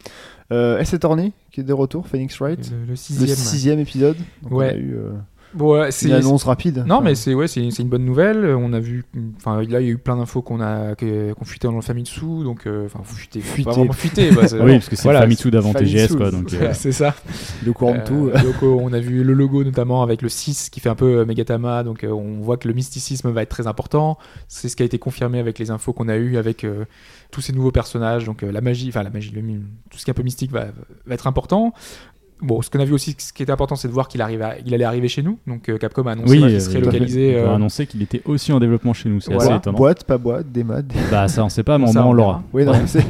S2: Euh, S.A. Torney, qui est de retour, Phoenix Wright.
S3: Le, le
S2: Le
S3: sixième.
S2: sixième épisode. Donc
S3: Ouais.
S2: On a eu euh,
S3: Bon, ouais, c'est-
S2: une annonce rapide.
S3: Non,
S2: Enfin,
S3: mais c'est ouais, c'est c'est une bonne nouvelle. Euh, On a vu, enfin là, il y a eu plein d'infos qu'on a que- qu'on fuitait dans le Famitsu, donc euh, enfin fuité,
S2: Fuité.
S3: pas vraiment fuité. bah, c'est-
S4: oui, parce que c'est
S3: voilà,
S4: le Famitsu d'avant
S2: Famitsu,
S4: TGS, quoi. Donc, euh,
S3: c'est- c'est ça.
S2: le courant de
S3: Euh,
S2: tout.
S3: donc, euh, on a vu le logo notamment avec le 6 qui fait un peu euh, Megatama, donc euh, on voit que le mysticisme va être très important. C'est ce qui a été confirmé avec les infos qu'on a eues avec euh, tous ces nouveaux personnages, donc euh, la magie, enfin la magie, le mi- tout ce qui est un peu mystique va, va être important. Bon, ce qu'on a vu aussi, ce qui était important, c'est de voir qu'il arrive à- il allait arriver chez nous. Donc euh, Capcom a annoncé
S4: oui,
S3: qu'il
S4: euh,
S3: serait
S4: tout à fait.
S3: localisé.
S4: On
S3: euh,
S4: a annoncé qu'il était aussi en développement chez nous, c'est
S3: Voilà.
S4: assez étonnant.
S2: Boîte, pas boîte, des maths. des-
S4: Bah, ça, on sait pas, mais au
S3: Ça,
S4: moins on
S3: on
S4: l'aura.
S2: Oui, non,
S4: Ouais.
S2: mais c'est-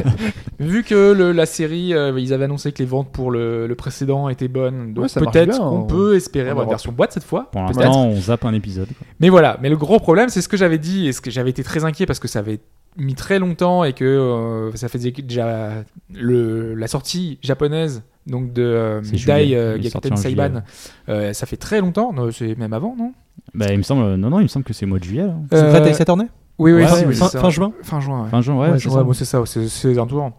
S3: Vu que le- la série, euh, ils avaient annoncé que les ventes pour le, le précédent étaient bonnes, donc
S2: Ouais, ça marche
S3: peut-être
S2: bien, hein.
S3: qu'on
S2: on-
S3: peut espérer avoir une
S2: Europe.
S3: version boîte cette fois.
S4: Pour
S3: peut-être.
S4: l'instant, on zappe un épisode. quoi.
S3: Mais voilà, mais le gros problème, c'est ce que j'avais dit et ce que j'avais été très inquiet parce que ça avait mis très longtemps et que euh, ça faisait déjà le, la sortie japonaise donc de euh,
S4: C'est
S3: Dai
S4: juillet.
S3: euh,
S4: Il est sorti
S3: Gakuten
S4: en
S3: Saiban.
S4: juillet.
S3: Euh, ça fait très longtemps, non, c'est même avant, non
S4: Bah, il me semble, non, non, il me semble que c'est au mois de juillet, là.
S5: C'est vrai,
S3: Euh,
S5: Taïsa Tornay
S3: Oui, oui,
S4: Ouais,
S3: si,
S4: ouais,
S3: oui,
S5: fin,
S3: c'est ça.
S5: fin juin
S3: Fin juin, ouais.
S4: Fin juin, ouais.
S3: Ouais,
S4: c'est
S3: ouais,
S4: ça.
S3: bon, c'est ça, c'est- c'est un tour.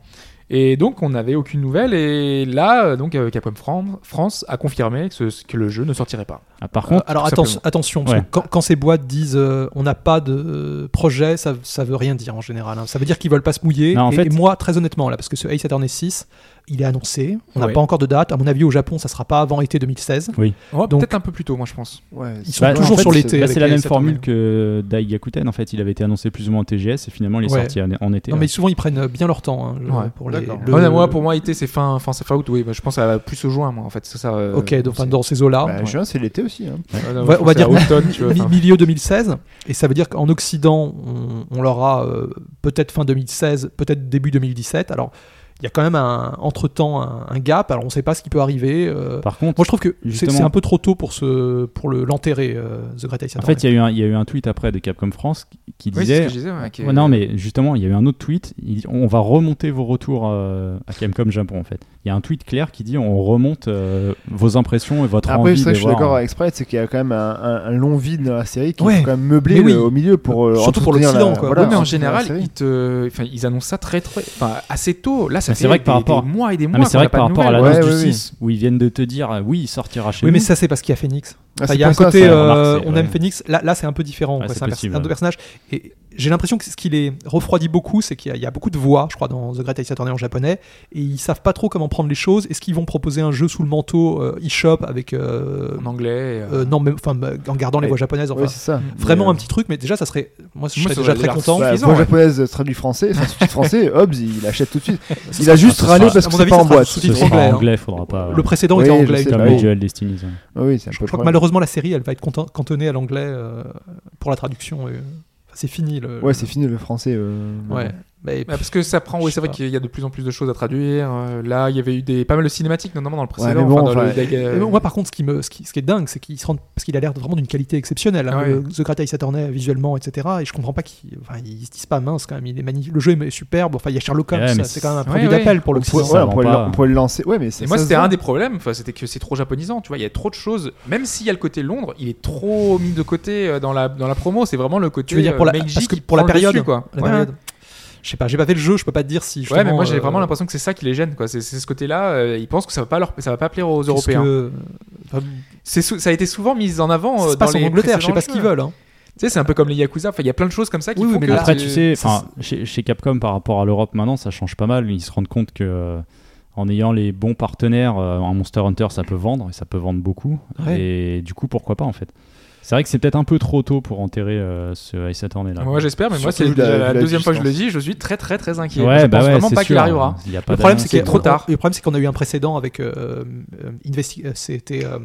S3: Et donc, on n'avait aucune nouvelle, et là, euh, donc, euh, Capcom Fran- France a confirmé que, ce- que le jeu ne sortirait pas.
S4: Ah, par contre,
S5: Alors
S3: tout
S5: atten-
S3: simplement.
S5: attention, parce
S4: Ouais.
S5: que quand, quand ces boîtes disent euh, on n'a pas de euh, projet, ça, ça veut rien dire en général. hein. Ça veut dire qu'ils veulent pas se mouiller.
S4: Non, en
S5: et,
S4: fait-
S5: et moi, très honnêtement, là, parce que ce Ace Attorney 6, il est annoncé, on n'a
S3: Ouais.
S5: pas encore de date. À mon avis, au Japon, ça sera pas avant été 2016.
S3: Ouais,
S5: Donc-
S3: Peut-être un peu plus tôt, moi, je pense.
S2: ouais,
S5: Ils
S2: c'est-
S5: sont
S4: Bah,
S5: toujours
S4: en fait,
S5: sur
S2: c'est-
S5: l'été.
S4: bah,
S5: avec
S4: c'est la
S5: les
S4: même
S5: Ace Attorney.
S4: formule que Dai Yakuten, en fait. Il avait été annoncé plus ou moins en TGS et finalement, il est
S5: Ouais.
S4: sorti en- en été. hein.
S5: Non,
S4: ouais.
S5: mais souvent, ils prennent bien leur temps. hein, le-
S3: Ouais.
S5: pour les,
S2: D'accord.
S5: le-
S3: Ouais, moi, pour moi, été, c'est fin, fin, c'est fin août, oui, bah, je pense à plus au juin, moi, en fait, c'est ça. euh,
S5: Ok, donc, enfin,
S3: c'est-
S5: dans ces eaux-là.
S2: Bah,
S3: ouais.
S2: Juin, c'est l'été aussi. hein.
S3: Ouais, non,
S5: on
S3: je
S5: va-
S3: pense
S5: on va
S3: à
S5: dire-
S3: automne, tu vois.
S5: Mi-
S3: enfin.
S5: milieu 2016, et ça veut dire qu'en Occident, on, on l'aura euh, peut-être fin 2016, peut-être début 2017. Alors, il y a quand même un, entre-temps un, un gap, alors on ne sait pas ce qui peut arriver. euh.
S4: Par contre,
S5: moi, je trouve que c'est
S4: justement-
S5: c'est un peu trop tôt pour, ce, pour le- l'enterrer, euh, The Great Ice
S4: en
S5: Attorney.
S4: fait, il y, a eu un- il y a eu un tweet après de Capcom France qui- qui
S3: Oui, c'est ce
S4: disait
S3: que je disais, ouais, qui-
S4: Ouais, non, mais justement, il y a eu un autre tweet. Il dit, on va remonter vos retours euh, à Capcom Japon, en fait. Il y a un tweet clair qui dit on remonte euh, vos impressions et votre
S2: Après,
S4: envie.
S2: c'est vrai que Ah
S4: de
S2: je suis
S4: voir,
S2: d'accord
S4: euh,
S2: avec Sprite, c'est qu'il y a quand même un, un- un long vide dans la série qui
S5: Ouais.
S2: est quand même meublé
S5: Mais oui.
S2: le- au milieu pour euh,
S5: Surtout pour
S2: entretenir la-
S5: l'Occident, quoi.
S2: voilà,
S3: Ouais, mais en
S2: entretenir la
S3: général,
S2: série.
S3: ils, te... enfin, ils annoncent ça très, très, enfin, assez tôt. Là, ça
S4: Mais
S3: fait
S4: c'est vrai que par
S3: des- des
S4: rapport-
S3: mois et des
S4: Non,
S3: mois.
S4: Ah, mais c'est
S3: qu'on
S4: vrai
S3: n'a
S4: que
S3: pas
S4: par
S3: de
S4: rapport à
S3: nouvelles.
S4: l'annonce
S2: Ouais,
S4: du
S2: ouais,
S4: 6, où ils viennent de te dire euh, oui, il sortira chez
S5: Oui,
S4: nous.
S5: mais ça, c'est parce qu'il y a Phoenix.
S2: Ah,
S5: Enfin,
S2: c'est
S5: il y a
S2: pas
S5: un
S2: ça,
S5: côté,
S2: c'est-
S5: euh,
S4: remarque, c'est-
S5: on
S4: ouais.
S5: aime Phoenix. Là, là c'est un peu différent.
S4: Ouais,
S5: quoi.
S4: c'est
S5: c'est un, pers-
S4: possible,
S5: un
S4: ouais.
S5: personnage. Et j'ai l'impression que ce qui les refroidit beaucoup, c'est qu'il y, a- il y a beaucoup de voix, je crois, dans The Great Ace Attorney en japonais. Et ils savent pas trop comment prendre les choses. Est-ce qu'ils vont proposer un jeu sous le manteau euh, e-shop avec. euh,
S3: En anglais. et, euh,
S5: euh, non, mais enfin, en gardant les
S2: Ouais.
S5: voix japonaises. Enfin,
S2: Ouais, c'est ça.
S5: vraiment
S2: Mais, euh,
S5: un petit truc, mais déjà, ça serait. Moi, je
S3: Moi,
S5: serais
S3: ça
S5: déjà
S3: aurait
S5: très
S3: l'air
S5: content.
S3: super.
S2: Bah,
S3: suffisant,
S2: voix
S3: ouais.
S2: japonaise traduit français, enfin sous-titre français, Hobbs il achète tout de suite. Il a juste
S4: ce
S2: râlé
S4: sera-
S2: parce
S5: à
S2: que
S5: mon
S2: c'est
S5: avis,
S2: pas
S5: ça
S2: en
S5: sera
S2: boîte.
S4: ce
S5: sous-titre
S4: sera
S5: anglais,
S4: en
S5: hein.
S4: anglais, faudra pas.
S5: Le précédent
S2: Oui,
S5: était
S2: je
S5: anglais.
S2: sais,
S4: comme
S2: bah
S4: les
S2: oui.
S4: Dual Destiny. ça.
S2: Ah oui, c'est un
S5: Je
S2: peu le
S5: crois que
S2: problème.
S5: malheureusement la série elle va être canton- cantonnée à l'anglais euh, pour la traduction. et, euh, enfin, c'est fini. Le,
S2: Ouais, c'est fini le français. euh,
S5: Ouais. Mais-
S3: bah, parce que ça prend, oui,
S5: Je
S3: c'est vrai
S5: sais pas.
S3: qu'il y a de plus en plus de choses à traduire. euh, Là, il y avait eu des, pas mal de cinématiques, notamment dans le
S2: Ouais,
S3: précédent.
S2: mais bon,
S3: enfin, dans le-
S2: enfin,
S3: Dag-
S5: Mais bon, euh, moi par contre ce qui me ce qui, ce qui est dingue c'est qu'il se rend parce qu'il a l'air vraiment d'une qualité exceptionnelle hein,
S3: Ah Ouais.
S5: le- The Great Ace Attorney, visuellement etc et je comprends pas qu'ils enfin, ils se disent pas mince quand même il est magnifique le jeu est superbe enfin il y a Sherlock Holmes
S4: Ouais, mais
S5: ça, c'est quand même un
S3: c'est-
S5: produit
S3: ouais,
S5: d'appel pour
S2: on pourrait-
S5: l'Occident
S4: ça
S2: ouais, on
S4: vend
S2: pourrait
S4: pas.
S2: le- on pourrait le lancer. Ouais, mais
S3: Et moi, c'était un
S2: indépendant.
S3: des problèmes, enfin, c'était que c'est trop japonisant, tu vois, il y a trop de choses. Même s'il y a le côté Londres, il est trop mis de côté euh, dans la, dans la promo, c'est vraiment le côté
S5: Tu veux dire pour la-
S3: euh, Meiji
S5: parce que
S3: qui
S5: pour la
S3: prend le
S5: période,
S3: dessus, quoi.
S5: La
S3: Ouais.
S5: période. je sais pas j'ai pas fait le jeu je peux pas te dire si
S3: Ouais, mais moi j'ai
S5: justement,
S3: vraiment
S5: euh,
S3: l'impression que c'est ça qui les gêne, quoi. C'est c'est ce côté-là, euh, ils pensent que ça va pas leur, ça va pas plaire aux
S5: qu'est-ce
S3: Européens.
S5: que- euh, enfin,
S3: C'est sou- ça a été souvent mis en avant.
S5: ça
S3: euh,
S5: se passe
S3: dans
S5: en
S3: les
S5: Angleterre je sais
S3: précédents
S5: pas ce qu'ils
S3: jeux.
S5: veulent hein.
S3: Tu sais, c'est un peu comme les yakuza. Enfin, il y a plein de choses comme ça qui
S5: Oui, oui,
S3: font
S5: mais
S3: que
S4: Après,
S3: tu-
S4: tu sais,
S5: ça,
S4: enfin, chez, chez Capcom, par rapport à l'Europe maintenant, ça change pas mal. Ils se rendent compte que euh, en ayant les bons partenaires, euh, un Monster Hunter, ça peut vendre et ça peut vendre beaucoup.
S5: Ouais.
S4: Et du coup, pourquoi pas en fait C'est vrai que c'est peut-être un peu trop tôt pour enterrer euh, ce Ace Attorney là.
S3: Moi j'espère, mais moi c'est
S2: Surtout
S3: déjà
S2: la-
S3: la
S2: la
S3: deuxième fois que je le
S2: distance.
S3: dis, je suis très très très inquiet.
S4: ouais,
S3: je
S4: bah
S3: pense
S4: ouais,
S3: vraiment
S4: c'est
S3: pas qu'il
S4: sûr. hein.
S3: arrivera.
S4: Il y a pas
S5: Le problème, c'est
S4: d'annonce,
S3: qu'il
S5: qu'on-
S3: trop tard.
S5: Le problème, c'est qu'on a eu un précédent avec euh, euh, investi- euh, c'était euh,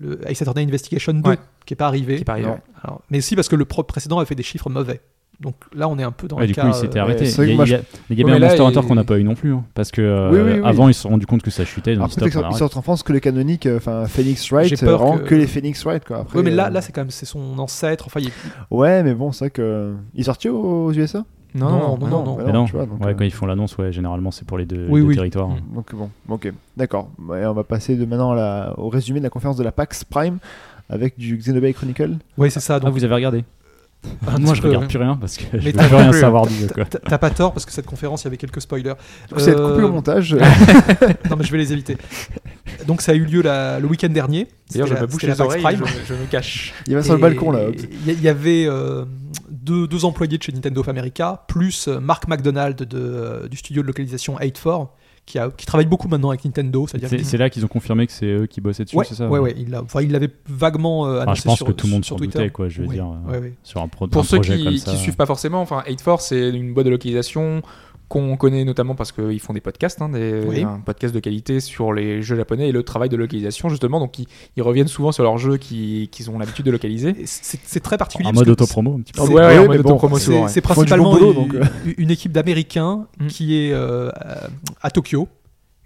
S5: le Ace Attorney Investigation 2
S3: Ouais.
S5: qui est pas arrivé.
S3: Qui est pas arrivé, ouais.
S5: Alors, mais aussi parce que le pro- précédent avait fait des chiffres mauvais. Donc là, on est un peu dans
S4: Ouais,
S5: le
S4: du
S5: cas.
S4: coup, il s'était
S5: euh,
S4: arrêté.
S2: c'est vrai
S4: Il y
S2: que
S4: a-
S2: moi,
S4: il y a- il y a
S3: Ouais,
S4: bien
S3: mais
S4: un
S3: là,
S4: Monster Hunter
S3: il-
S4: qu'on n'a pas eu non plus, hein, parce que euh,
S2: Oui, oui, oui.
S4: avant ils se sont rendus compte que ça chutait. donc
S2: Alors,
S4: ils stop,
S2: peut-être qu'ils
S4: on
S2: sont- ils
S4: arrête.
S2: sortent en France que les canoniques, euh, enfin Phoenix Wright,
S5: J'ai
S2: euh,
S5: peur
S2: vraiment que...
S5: que-
S2: les Phoenix Wright quoi. Après,
S5: ouais, mais là,
S2: euh,
S5: là, c'est quand même c'est son ancêtre. Enfin, il-
S2: ouais, mais bon, c'est vrai que il est sorti aux USA.
S3: Non, non, non.
S5: Ah Non, non, non.
S2: bah
S4: Mais non,
S2: tu vois, donc,
S4: ouais,
S2: euh,
S4: quand ils font l'annonce, ouais, généralement c'est pour les deux,
S5: Oui,
S4: deux
S5: oui.
S4: territoires.
S3: Mm.
S2: Donc bon, ok, d'accord. Ouais, on va passer de maintenant à la- au résumé de la conférence de la PAX Prime avec du Xenoblade Chronicle.
S5: ouais, c'est ça.
S4: Ah,
S5: Donc,
S4: vous avez regardé
S5: un petit
S4: Moi, je
S5: peu,
S4: regarde
S5: hein.
S4: plus rien parce que je veux
S5: Mais t'as
S4: plus
S5: pas
S4: rien
S5: plus-
S4: savoir du jeu. quoi.
S5: T'as- T'as pas tort parce que cette conférence, il y avait quelques spoilers.
S2: Donc, ça va être coupé
S5: Euh,
S2: au montage.
S5: Non, mais je vais les éviter. Donc, ça a eu lieu la- le week-end dernier.
S3: D'ailleurs, je me
S5: C'était la-
S3: bouche
S5: c'était
S3: les
S5: la PAX
S3: oreilles,
S5: Prime.
S3: je, je me cache.
S2: il va sur le
S5: Et
S2: balcon là.
S5: Il y, il y avait euh, deux, deux employés de chez Nintendo of America, plus euh, Mark McDonald de, euh, du studio de localisation 8-4, qui, a- qui travaille beaucoup maintenant avec Nintendo. C'est-à-dire
S4: C'est
S5: qu'il-
S4: c'est là qu'ils ont confirmé que c'est eux qui bossaient dessus,
S5: Ouais,
S4: c'est ça
S5: ouais, ouais, il l'a- enfin, il l'avait vaguement euh,
S4: Enfin,
S5: annoncé
S4: je pense
S5: sur,
S4: que tout le monde
S5: sur
S4: s'en
S5: Twitter.
S4: doutait, quoi, je veux
S5: Ouais,
S4: dire, euh,
S5: ouais, ouais.
S4: sur un, pro un
S3: Pour ceux
S4: projet comme
S3: qui,
S4: ça.
S3: qui suivent pas forcément, enfin, 8-4, c'est une boîte de localisation qu'on connaît notamment parce qu'ils font des podcasts, hein, des,
S5: Oui.
S3: un podcast de qualité sur les jeux japonais et le travail de localisation, justement. Donc, ils, ils reviennent souvent sur leurs jeux qui- qu'ils ont l'habitude de localiser.
S5: Et C'est c'est très particulier.
S4: en
S5: parce
S4: mode
S5: que
S4: autopromo, un petit peu.
S5: C'est-
S3: Ouais,
S5: ouais,
S3: ouais, en
S2: mais
S3: mode
S2: bon,
S3: promo
S5: C'est
S3: souvent. ouais.
S5: c'est
S2: Faut du bon
S5: principalement
S2: boulot,
S5: une,
S2: donc, euh.
S5: une équipe d'Américains
S3: Mm.
S5: qui est euh, à- à Tokyo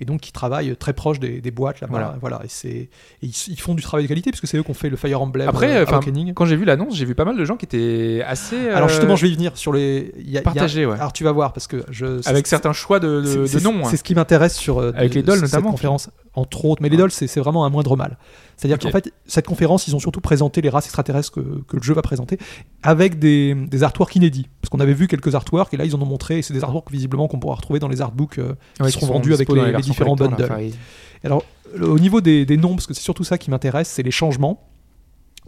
S5: et donc qui travaille très proche des, des boîtes là-bas.
S3: Voilà.
S5: Voilà. Et, c'est- et ils, ils font du travail de qualité puisque c'est eux qui ont fait le Fire Emblem
S3: Après,
S5: euh,
S3: enfin,
S5: Awakening.
S3: Quand j'ai vu l'annonce, j'ai vu pas mal de gens qui étaient assez euh,
S5: Alors justement, je vais y venir sur les. il y a- il y a-
S3: partagés, ouais.
S5: Alors tu vas voir parce que je. c'est-
S3: avec
S5: c'est-
S3: certains choix de,
S5: c'est-
S3: de, de
S5: c'est-
S3: noms. hein.
S5: C'est ce qui m'intéresse sur euh,
S3: Avec
S5: de-
S3: les dolls,
S5: cette
S3: notamment.
S5: conférence entre autres, mais les
S3: Ouais.
S5: dolls c'est c'est vraiment un moindre mal. C'est-à-dire
S3: Ok.
S5: qu'en fait cette conférence ils ont surtout présenté les races extraterrestres que, que le jeu va présenter avec des, des artworks inédits parce qu'on avait vu quelques artworks et là ils en ont montré et c'est des artworks visiblement qu'on pourra retrouver dans les artbooks. euh.
S3: Ouais,
S5: qui seront vendus avec
S3: dispo dans
S5: les- les
S3: versions
S5: différents
S3: collector, là.
S5: bundles.
S3: Enfin, ils-
S5: Alors le- au niveau des, des noms parce que c'est surtout ça qui m'intéresse, c'est les changements.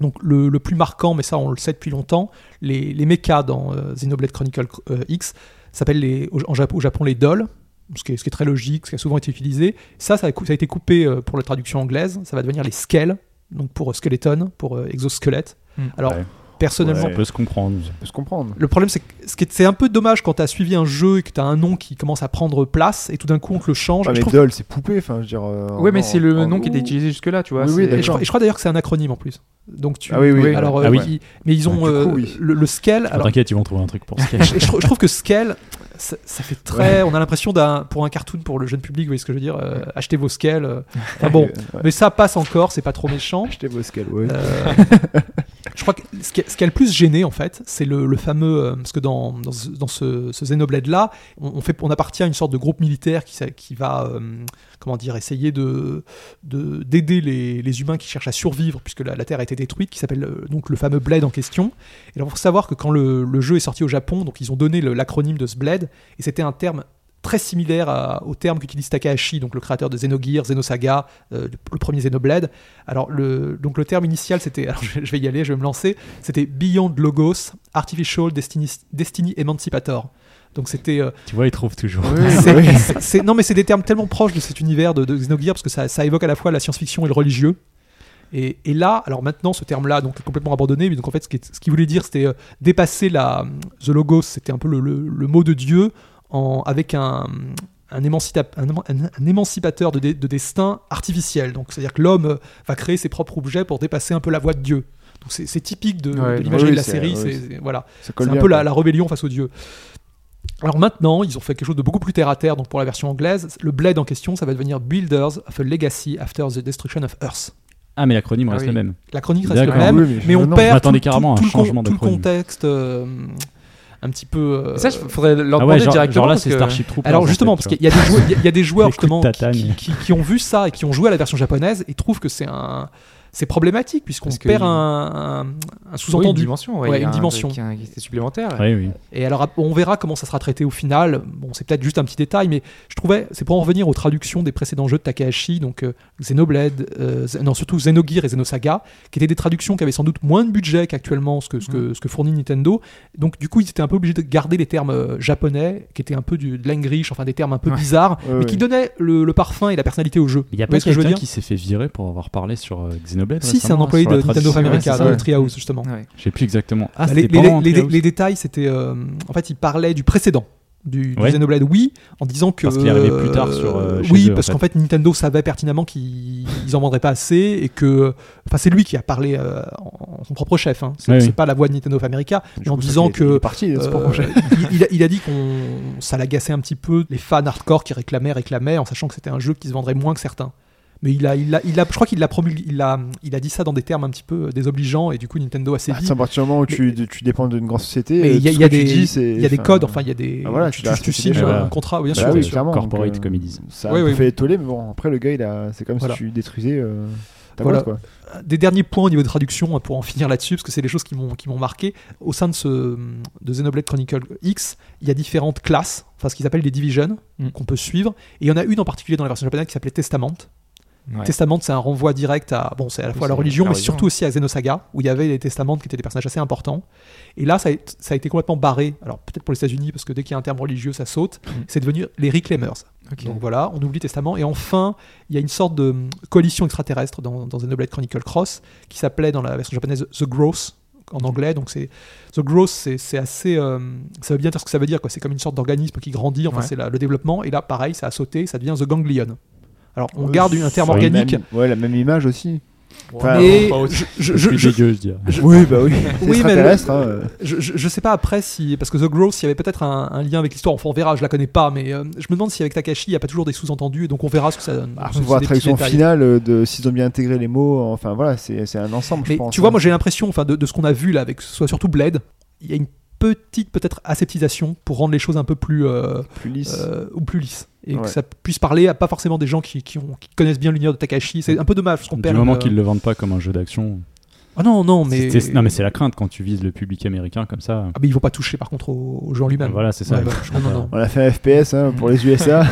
S5: Donc le, le plus marquant, mais ça on le sait depuis longtemps, les, les mechas dans euh, Xenoblade Chronicle euh, X s'appellent les, au, en Japon, au Japon les dolls, ce qui, est, ce qui est très logique, ce qui a souvent été utilisé. Ça, ça a, cou- ça a été coupé euh, pour la traduction anglaise, ça va devenir les scales, donc pour euh, skeleton, pour euh, exosquelette.
S3: Hmm.
S5: Alors
S4: Ouais.
S5: personnellement,
S4: On peut se comprendre.
S2: On peut se comprendre.
S5: le problème, c'est que ce qui est- c'est un peu dommage quand tu as suivi un jeu et que tu as un nom qui commence à prendre place et tout d'un coup on te le change.
S2: Ah,
S5: Et
S2: mais
S5: je trouve-
S2: Doll, c'est poupée, enfin je veux dire. euh,
S3: Ouais, mais
S2: en-
S3: c'est le
S2: en-
S3: nom qui était utilisé jusque-là, tu vois.
S2: Oui, oui,
S3: c'est-
S5: Et je,
S2: d'accord.
S5: crois- et je crois d'ailleurs que c'est un acronyme en plus. Donc tu.
S2: Ah oui, oui.
S3: Oui.
S5: Alors,
S4: Ah
S5: euh,
S4: oui.
S5: ils- mais ils
S2: Ah, du
S5: ont
S2: coup,
S5: euh,
S2: oui.
S5: le, le scale.
S4: Ah,
S5: Alors,
S4: T'inquiète, ils vont trouver un truc pour se cacher.
S5: je, je trouve- je trouve que scale, ça, ça fait très. On a l'impression d'un pour un cartoon pour le jeune public. Vous voyez ce que je veux dire euh, Achetez vos scales. euh. Enfin, bon,
S2: Ouais.
S5: mais ça passe encore. C'est pas trop méchant.
S2: Achetez vos scales, ouais.
S5: Euh, je crois que ce qui, est- ce qui a le plus gêné en fait, c'est le, le fameux euh, parce que dans, dans ce, dans ce- ce Xenoblade là, on, on fait on appartient à une sorte de groupe militaire qui, s'a- qui va euh, comment dire essayer de de- d'aider les, les humains qui cherchent à survivre puisque la, la Terre a été détruite, qui s'appelle euh, donc le fameux Blade en question. Et alors faut savoir que quand le, le jeu est sorti au Japon, donc ils ont donné le- l'acronyme de ce Blade et c'était un terme très similaire à- au terme qu'utilise Takahashi, donc le créateur de Xenogears, Xenosaga, euh, le premier Xenoblade. Alors, le, donc le terme initial, c'était, alors je, je vais y aller, je vais me lancer, c'était Beyond Logos Artificial Destiny, Destiny Emancipator. Donc c'était... euh,
S4: Tu vois, ils trouvent toujours.
S2: Oui,
S5: c'est-
S2: bah oui.
S5: c'est- c'est- non mais c'est des termes tellement proches de cet univers de, de Xenogears parce que ça, ça évoque à la fois la science-fiction et le religieux. Et, et là, alors maintenant, ce terme-là donc est complètement abandonné. Mais donc en fait, ce qui, est- ce qui voulait dire, c'était euh, dépasser la the logos, c'était un peu le, le- le mot de Dieu en, avec un un, émancita- un éman- un- un émancipateur de, dé- de destin artificiel. Donc c'est-à-dire que l'homme euh, va créer ses propres objets pour dépasser un peu la voie de Dieu. Donc c'est c'est typique de,
S3: Ouais,
S5: de l'imagerie
S2: oui,
S5: de la
S2: c'est-
S5: série.
S2: oui,
S5: c'est-
S2: c'est-
S5: c'est- voilà.
S2: Ça colle
S5: C'est un
S2: bien,
S5: peu
S2: quoi.
S5: la, la rébellion face aux dieux. Alors maintenant, ils ont fait quelque chose de beaucoup plus terre à terre. Donc pour la version anglaise, le blade en question, ça va devenir Builders of a Legacy After the Destruction of Earth.
S4: Ah, mais l'acronyme reste
S3: Ah
S4: le
S3: oui.
S4: même.
S5: La chronique reste la
S4: D'accord.
S5: même,
S2: Ah, Oui, mais je
S5: mais
S2: me
S5: on
S2: demande.
S4: Je
S5: perd tout,
S4: m'attendais carrément à un
S5: tout- tout le con-
S4: changement
S5: tout le
S4: d'acronyme.
S5: contexte euh, un petit peu. euh,
S3: Mais ça, il faudrait leur
S4: Ah
S3: demander
S4: ouais, genre,
S3: directement.
S4: genre là,
S3: parce
S4: c'est
S3: que-
S4: Starship Troopers.
S5: Alors
S4: en
S5: justement,
S4: fait,
S5: parce qu'il y a des joueurs, il y a- il y a des joueurs
S4: Les coups
S5: justement
S4: de
S5: qui,
S4: tatane.
S5: qui- qui- qui ont vu ça et qui ont joué à la version japonaise et trouvent que c'est un, c'est problématique puisqu'on
S3: Parce que
S5: perd
S3: il-
S5: un, un- un
S3: Oui, une
S5: sous-entendu.
S3: dimension, ouais,
S5: Ouais,
S3: il y a
S5: une
S3: un-
S5: dimension.
S3: qui est- qui est supplémentaire.
S4: tu vois. Oui, oui.
S5: Et alors on verra comment ça sera traité au final. Bon, c'est peut-être juste un petit détail, mais je trouvais, c'est pour en revenir aux traductions des précédents jeux de Takahashi, donc euh, Xenoblade, euh, Z- non surtout Xenogears et Xenosaga, qui étaient des traductions qui avaient sans doute moins de budget qu'actuellement ce que, ce,
S4: Mm.
S5: que, ce que fournit Nintendo. Donc du coup, ils étaient un peu obligés de garder les termes euh, japonais, qui étaient un peu du, de l'English, enfin des termes un peu
S3: Ouais.
S5: bizarres,
S2: Ouais,
S5: mais
S2: ouais.
S5: qui donnaient le, le parfum et la personnalité au jeu.
S4: Il y a
S5: Vous
S4: pas
S5: voyez ce que je veux
S4: quelqu'un
S5: dire
S4: qui s'est fait virer pour avoir parlé sur euh, Xenoblade Xenoblade
S5: Si, c'est un
S4: récemment,
S5: employé
S4: sur
S5: de
S4: la
S5: Nintendo of
S4: traduction.
S5: America,
S4: Ouais, c'est
S5: dans le
S4: ça.
S5: Treehouse, justement.
S3: Ouais.
S4: Je sais plus exactement. Ah,
S5: Bah, les,
S4: c'était
S5: les-
S4: pas en
S5: les-
S4: Treehouse.
S5: les détails, c'était. euh, en fait, il parlait du précédent du, du
S4: Ouais.
S5: Xenoblade Wii en disant que.
S4: Parce qu'il est arrivé plus tard sur, euh, chez
S5: oui,
S4: eux, en
S5: parce
S4: fait.
S5: qu'en fait, Nintendo savait pertinemment qu'ils ils en vendraient pas assez et que. Enfin, c'est lui qui a parlé euh, en, en son propre chef. hein. C'est
S4: Ouais,
S5: c'est
S4: oui.
S5: pas la voix de Nintendo of America, mais en
S2: Je pense
S5: disant
S2: qu'il est- il est
S5: que.
S2: parti, c'est pas
S5: euh,
S2: prochain.
S5: il, il a, il a dit qu'on ça l'agaçait un petit peu les fans hardcore qui réclamaient réclamaient en sachant que c'était un jeu qui se vendrait moins que certains mais il a, il a, il a- je crois qu'il l'a promulgué, il a, il a dit ça dans des termes un petit peu euh, désobligeants et du coup Nintendo a
S2: Ah,
S5: sévi.
S2: c'est à partir du moment où tu, tu dépends d'une grande société,
S5: Mais
S2: euh,
S5: il y
S2: tout
S5: a, il
S2: ce
S5: y a
S2: que tu
S5: des,
S2: dis, c'est-
S5: il y a des codes, enfin il y a des,
S2: Ah, voilà,
S5: tu,
S2: tu dois
S5: tu- tu
S2: respecter
S5: signes
S4: des-
S5: un
S4: Ouais.
S5: contrat, bien
S4: Bah
S5: sûr.
S4: oui,
S5: bien sûr.
S2: clairement, donc,
S4: corporate,
S2: euh,
S4: comme ils disent.
S2: Ça a
S5: Oui,
S2: un peu
S5: oui.
S2: fait étoiler, mais bon, après le gars, il a... c'est comme
S5: Voilà.
S2: si tu détruisais euh, ta
S5: Voilà.
S2: boîte, quoi.
S5: Des derniers points au niveau de traduction hein, pour en finir là-dessus, parce que c'est des choses qui m'ont qui m'ont marqué. Au sein de ce de Xenoblade Chronicle X, il y a différentes classes, enfin ce qu'ils appellent des divisions
S3: Mm.
S5: qu'on peut suivre, et il y en a une en particulier dans la version japonaise qui s'appelait Testament.
S3: Ouais.
S5: Testament, c'est un renvoi direct à, bon, c'est à la
S3: Oui,
S5: fois à la
S3: c'est
S5: religion,
S3: la
S5: mais
S3: religion.
S5: surtout aussi à Xenosaga, où il y avait les testaments qui étaient des personnages assez importants. Et là, ça a, été- ça a été complètement barré. Alors, peut-être pour les États-Unis, parce que dès qu'il y a un terme religieux, ça saute. C'est devenu les Reclaimers.
S3: Mm. Ok.
S5: Donc voilà, on oublie testament. Et enfin, il y a une sorte de hum, coalition extraterrestre dans, dans Xenoblade Chronicle Cross, qui s'appelait dans la version japonaise The Growth, en anglais. Donc, c'est The Growth, c'est c'est assez. euh, ça veut bien dire ce que ça veut dire, quoi. C'est comme une sorte d'organisme qui grandit, enfin,
S3: Ouais.
S5: c'est la- le développement. Et là, pareil, ça a sauté, ça devient The Ganglion. Alors,
S3: Euh,
S5: on garde un terme organique.
S2: La même- Ouais, la même image aussi. Enfin,
S5: Mais
S3: Pas
S5: je,
S3: aussi.
S5: je, je,
S4: Plus
S5: je,
S4: dégueu, je dirais.
S2: Oui, bah oui. oui,
S5: Oui, mais le-
S2: extraterrestre, hein, euh,
S5: je- je- je sais pas après si. Parce que The Growth, il y avait peut-être un, un lien avec l'histoire. Enfin, on verra, je la connais pas, mais euh, je me demande si avec Takashi, il n'y a pas toujours des sous-entendus, et donc on verra ce que ça donne.
S3: Ah,
S2: Après,
S5: C'est-
S2: faut voir
S5: c'est
S2: la
S5: des petits
S2: traduction
S5: détails.
S2: finale euh, de s'ils ont bien intégré les mots. Enfin voilà, c'est c'est un ensemble, je
S5: Mais
S2: pense.
S5: tu vois,
S2: hein.
S5: moi j'ai l'impression, enfin, de, de ce qu'on a vu là, avec soit surtout Blade, il y a une petite, peut-être, aseptisation pour rendre les choses un peu plus. euh,
S2: plus lisse.
S5: euh, ou plus lisses. Et que
S2: Ouais.
S5: ça puisse parler à pas forcément des gens qui, qui, ont- qui connaissent bien l'univers de Takashi. C'est un peu dommage, parce qu'on
S4: Du
S5: perd.
S4: moment
S5: une-
S4: qu'ils le vendent pas comme un jeu d'action.
S5: Ah non, non, mais.
S4: C'était- Non, mais c'est la crainte quand tu vises le public américain comme ça.
S5: Ah, bah, mais ils vont pas toucher par contre au, au jeu en lui-même.
S4: Voilà, c'est ça.
S5: Ouais, ouais.
S4: Je
S5: Non, non,
S4: comprends.
S5: non.
S2: On a fait un FPS hein, pour les USA.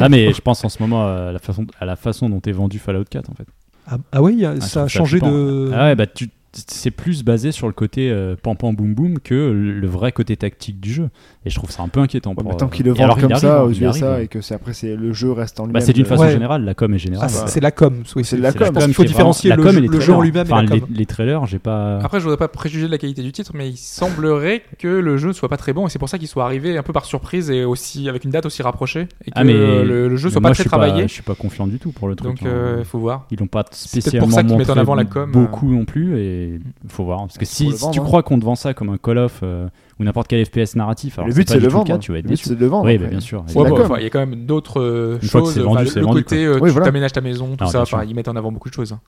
S4: Ah, mais je pense en ce moment à la façon, à la façon dont est vendu Fallout 4 en fait.
S5: Ah, ah oui,
S4: Ah, je
S5: ça a
S4: trouve ça
S5: changé
S4: flippant.
S5: de.
S4: Ah ouais, bah tu c'est plus basé sur le côté euh, pam pam boum boum que le vrai côté tactique du jeu et je trouve ça un peu inquiétant
S2: Ouais,
S4: pour,
S2: mais tant
S4: euh,
S2: qu'ils le
S4: et
S2: vendent
S4: alors qu'il
S2: comme
S5: hein,
S2: ça
S4: arrive,
S2: aux
S4: il arrive.
S2: USA et que c'est après c'est le jeu reste en lui-même.
S4: bah, c'est d'une
S2: euh,
S4: façon
S5: Ouais.
S4: générale la com est générale
S5: Ah,
S4: en
S5: c'est
S4: fait.
S5: c'est la com, oui.
S2: C'est de la
S4: C'est la
S2: com.
S4: com
S5: qu'il
S4: qui
S5: faut
S4: est
S5: différencier
S4: vraiment-
S5: le
S4: la com
S5: jeu-
S4: et les
S5: le jeu
S4: trailers.
S5: en lui-même et
S4: Enfin,
S5: la
S4: les,
S5: com.
S4: les trailers j'ai pas
S3: Après, je voudrais pas préjuger de la qualité du titre, mais il semblerait que le jeu ne soit pas très bon et c'est pour ça qu'il soit arrivé un peu par surprise et aussi avec une date aussi rapprochée et que
S4: Ah, mais-
S3: le, le jeu
S4: mais
S3: soit
S4: moi,
S3: pas
S4: je
S3: très
S4: suis
S3: travaillé.
S4: je suis pas confiant du tout pour le truc
S3: donc, il
S4: hein.
S5: euh,
S3: faut voir.
S4: ils l'ont pas
S3: peut-être pour
S4: spécialement
S3: ça qu'ils mettent
S4: montré
S3: en avant la com, euh.
S4: beaucoup non plus et faut voir parce que si,
S2: le
S4: si
S2: vendre,
S4: tu
S2: hein.
S4: crois qu'on te vend ça comme un Call of euh, ou n'importe quel FPS narratif alors
S2: Le but
S4: pas
S2: c'est de
S4: du
S2: le
S4: tout
S2: vendre. hein.
S4: cas,
S3: hein.
S4: tu vas être
S2: Le but
S4: déçu
S2: c'est de le vendre.
S4: oui
S2: après.
S4: bah, bien sûr
S2: C'est
S3: Ouais,
S2: la
S3: bon,
S2: com.
S3: enfin, il y a quand même d'autres euh,
S4: Une fois que
S3: choses.
S4: c'est vendu,
S3: Enfin,
S4: c'est
S3: le
S4: vendu,
S3: côté, euh,
S2: Oui,
S3: tu
S2: voilà.
S3: t'aménages ta maison, tout
S4: Ah,
S3: ça.
S4: bien
S3: Enfin,
S4: sûr.
S3: ils mettent en avant beaucoup de choses. hein.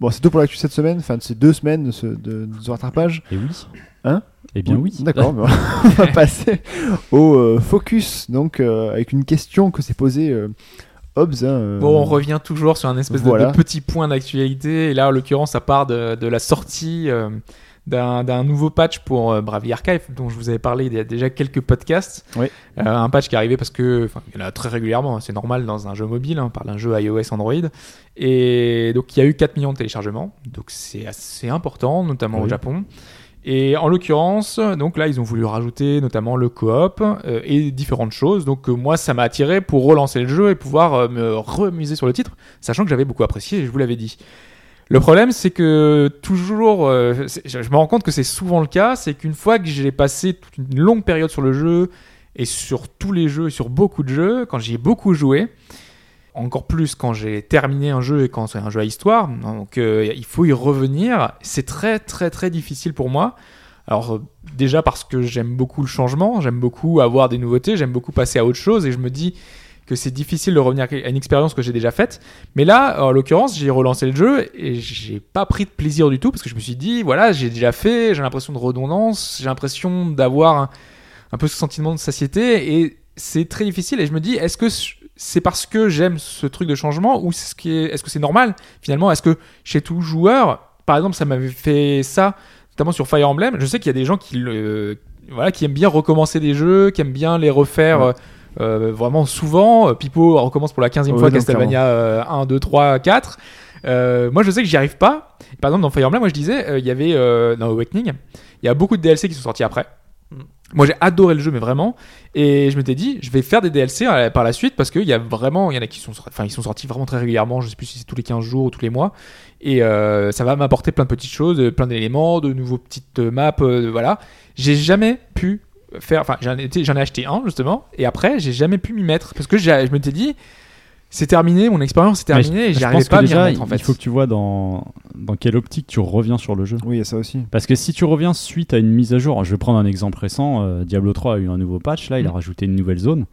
S2: Bon, c'est tout pour l'actu cette semaine, enfin de ces deux semaines de ce, de, de ce rattrapage.
S4: et oui
S2: Hein
S4: et bien oui
S2: D'accord, mais on va passer au euh, focus, donc euh, avec une question que s'est posée euh, Hobbes. hein, euh,
S3: Bon, on revient toujours sur un espèce de-
S2: voilà.
S3: de, petit point d'actualité. Et là, en l'occurrence, ça part de, de la sortie euh, d'un d'un nouveau patch pour euh, Bravely Archive, dont je vous avais parlé il y a déjà quelques podcasts.
S2: Oui.
S3: Euh, un patch qui est arrivé parce que, enfin, il y en a très régulièrement, hein, c'est normal dans un jeu mobile, hein, on parle d'un jeu iOS Android. Et donc, il y a eu 4 millions de téléchargements. Donc, c'est assez important, notamment au
S4: Oui.
S3: Japon. Et en l'occurrence, donc là, ils ont voulu rajouter notamment le coop euh, et différentes choses. Donc euh, moi, ça m'a attiré pour relancer le jeu et pouvoir euh, me remiser sur le titre, sachant que j'avais beaucoup apprécié, et je vous l'avais dit. Le problème, c'est que toujours, euh, c'est- je je me rends compte que c'est souvent le cas, c'est qu'une fois que j'ai passé toute une longue période sur le jeu et sur tous les jeux, et sur beaucoup de jeux, quand j'y ai beaucoup joué, encore plus quand j'ai terminé un jeu et quand c'est un jeu à histoire, donc euh, il faut y revenir. C'est très très très difficile pour moi. Alors euh, déjà parce que j'aime beaucoup le changement, j'aime beaucoup avoir des nouveautés, j'aime beaucoup passer à autre chose et je me dis que c'est difficile de revenir à une expérience que j'ai déjà faite. Mais là, en l'occurrence, j'ai relancé le jeu et j'ai pas pris de plaisir du tout parce que je me suis dit, voilà, j'ai déjà fait, j'ai l'impression de redondance, j'ai l'impression d'avoir un, un peu ce sentiment de satiété et c'est très difficile et je me dis, est-ce que c'est parce que j'aime ce truc de changement ou c'est ce qui est, est-ce que c'est normal finalement Est-ce que chez tout joueur, par exemple, ça m'avait fait ça, notamment sur Fire Emblem, je sais qu'il y a des gens qui le, voilà, qui aiment bien recommencer des jeux, qui aiment bien les refaire.
S2: Ouais.
S3: euh, euh, vraiment souvent, Euh, Pipo recommence pour la 15
S2: Ouais,
S3: fois
S2: non,
S3: Castlevania euh, 1, 2, 3, 4. Euh, moi, je sais que j'y arrive pas. Par exemple, dans Fire Emblem, moi, je disais, euh, il y avait euh, dans Awakening, il y a beaucoup de DLC qui sont sortis après. Moi j'ai adoré le jeu, mais vraiment. Et je m'étais dit, je vais faire des DLC euh, par la suite parce qu'il y a vraiment, il y en a qui sont, sorti- enfin ils sont sortis vraiment très régulièrement. Je sais plus si c'est tous les 15 jours ou tous les mois. Et euh, ça va m'apporter plein de petites choses, euh, plein d'éléments, de nouveaux petites euh, maps, euh, voilà. J'ai jamais pu faire, enfin j'en ai, j'en ai acheté un justement. Et après j'ai jamais pu m'y mettre parce que j'ai- je m'étais dit, c'est terminé, mon expérience est
S4: Mais
S3: terminée. et
S4: je- je
S3: J'arrivais
S4: pense que
S3: pas à m'y
S4: déjà,
S3: remettre en fait.
S4: Il faut que tu vois dans, dans quelle optique tu reviens sur le jeu.
S2: Oui, il y a ça aussi.
S4: Parce que si tu reviens suite à une mise à jour, je vais prendre un exemple récent, euh, Diablo 3 a eu un nouveau patch, là il a
S3: Mm.
S4: rajouté une nouvelle zone.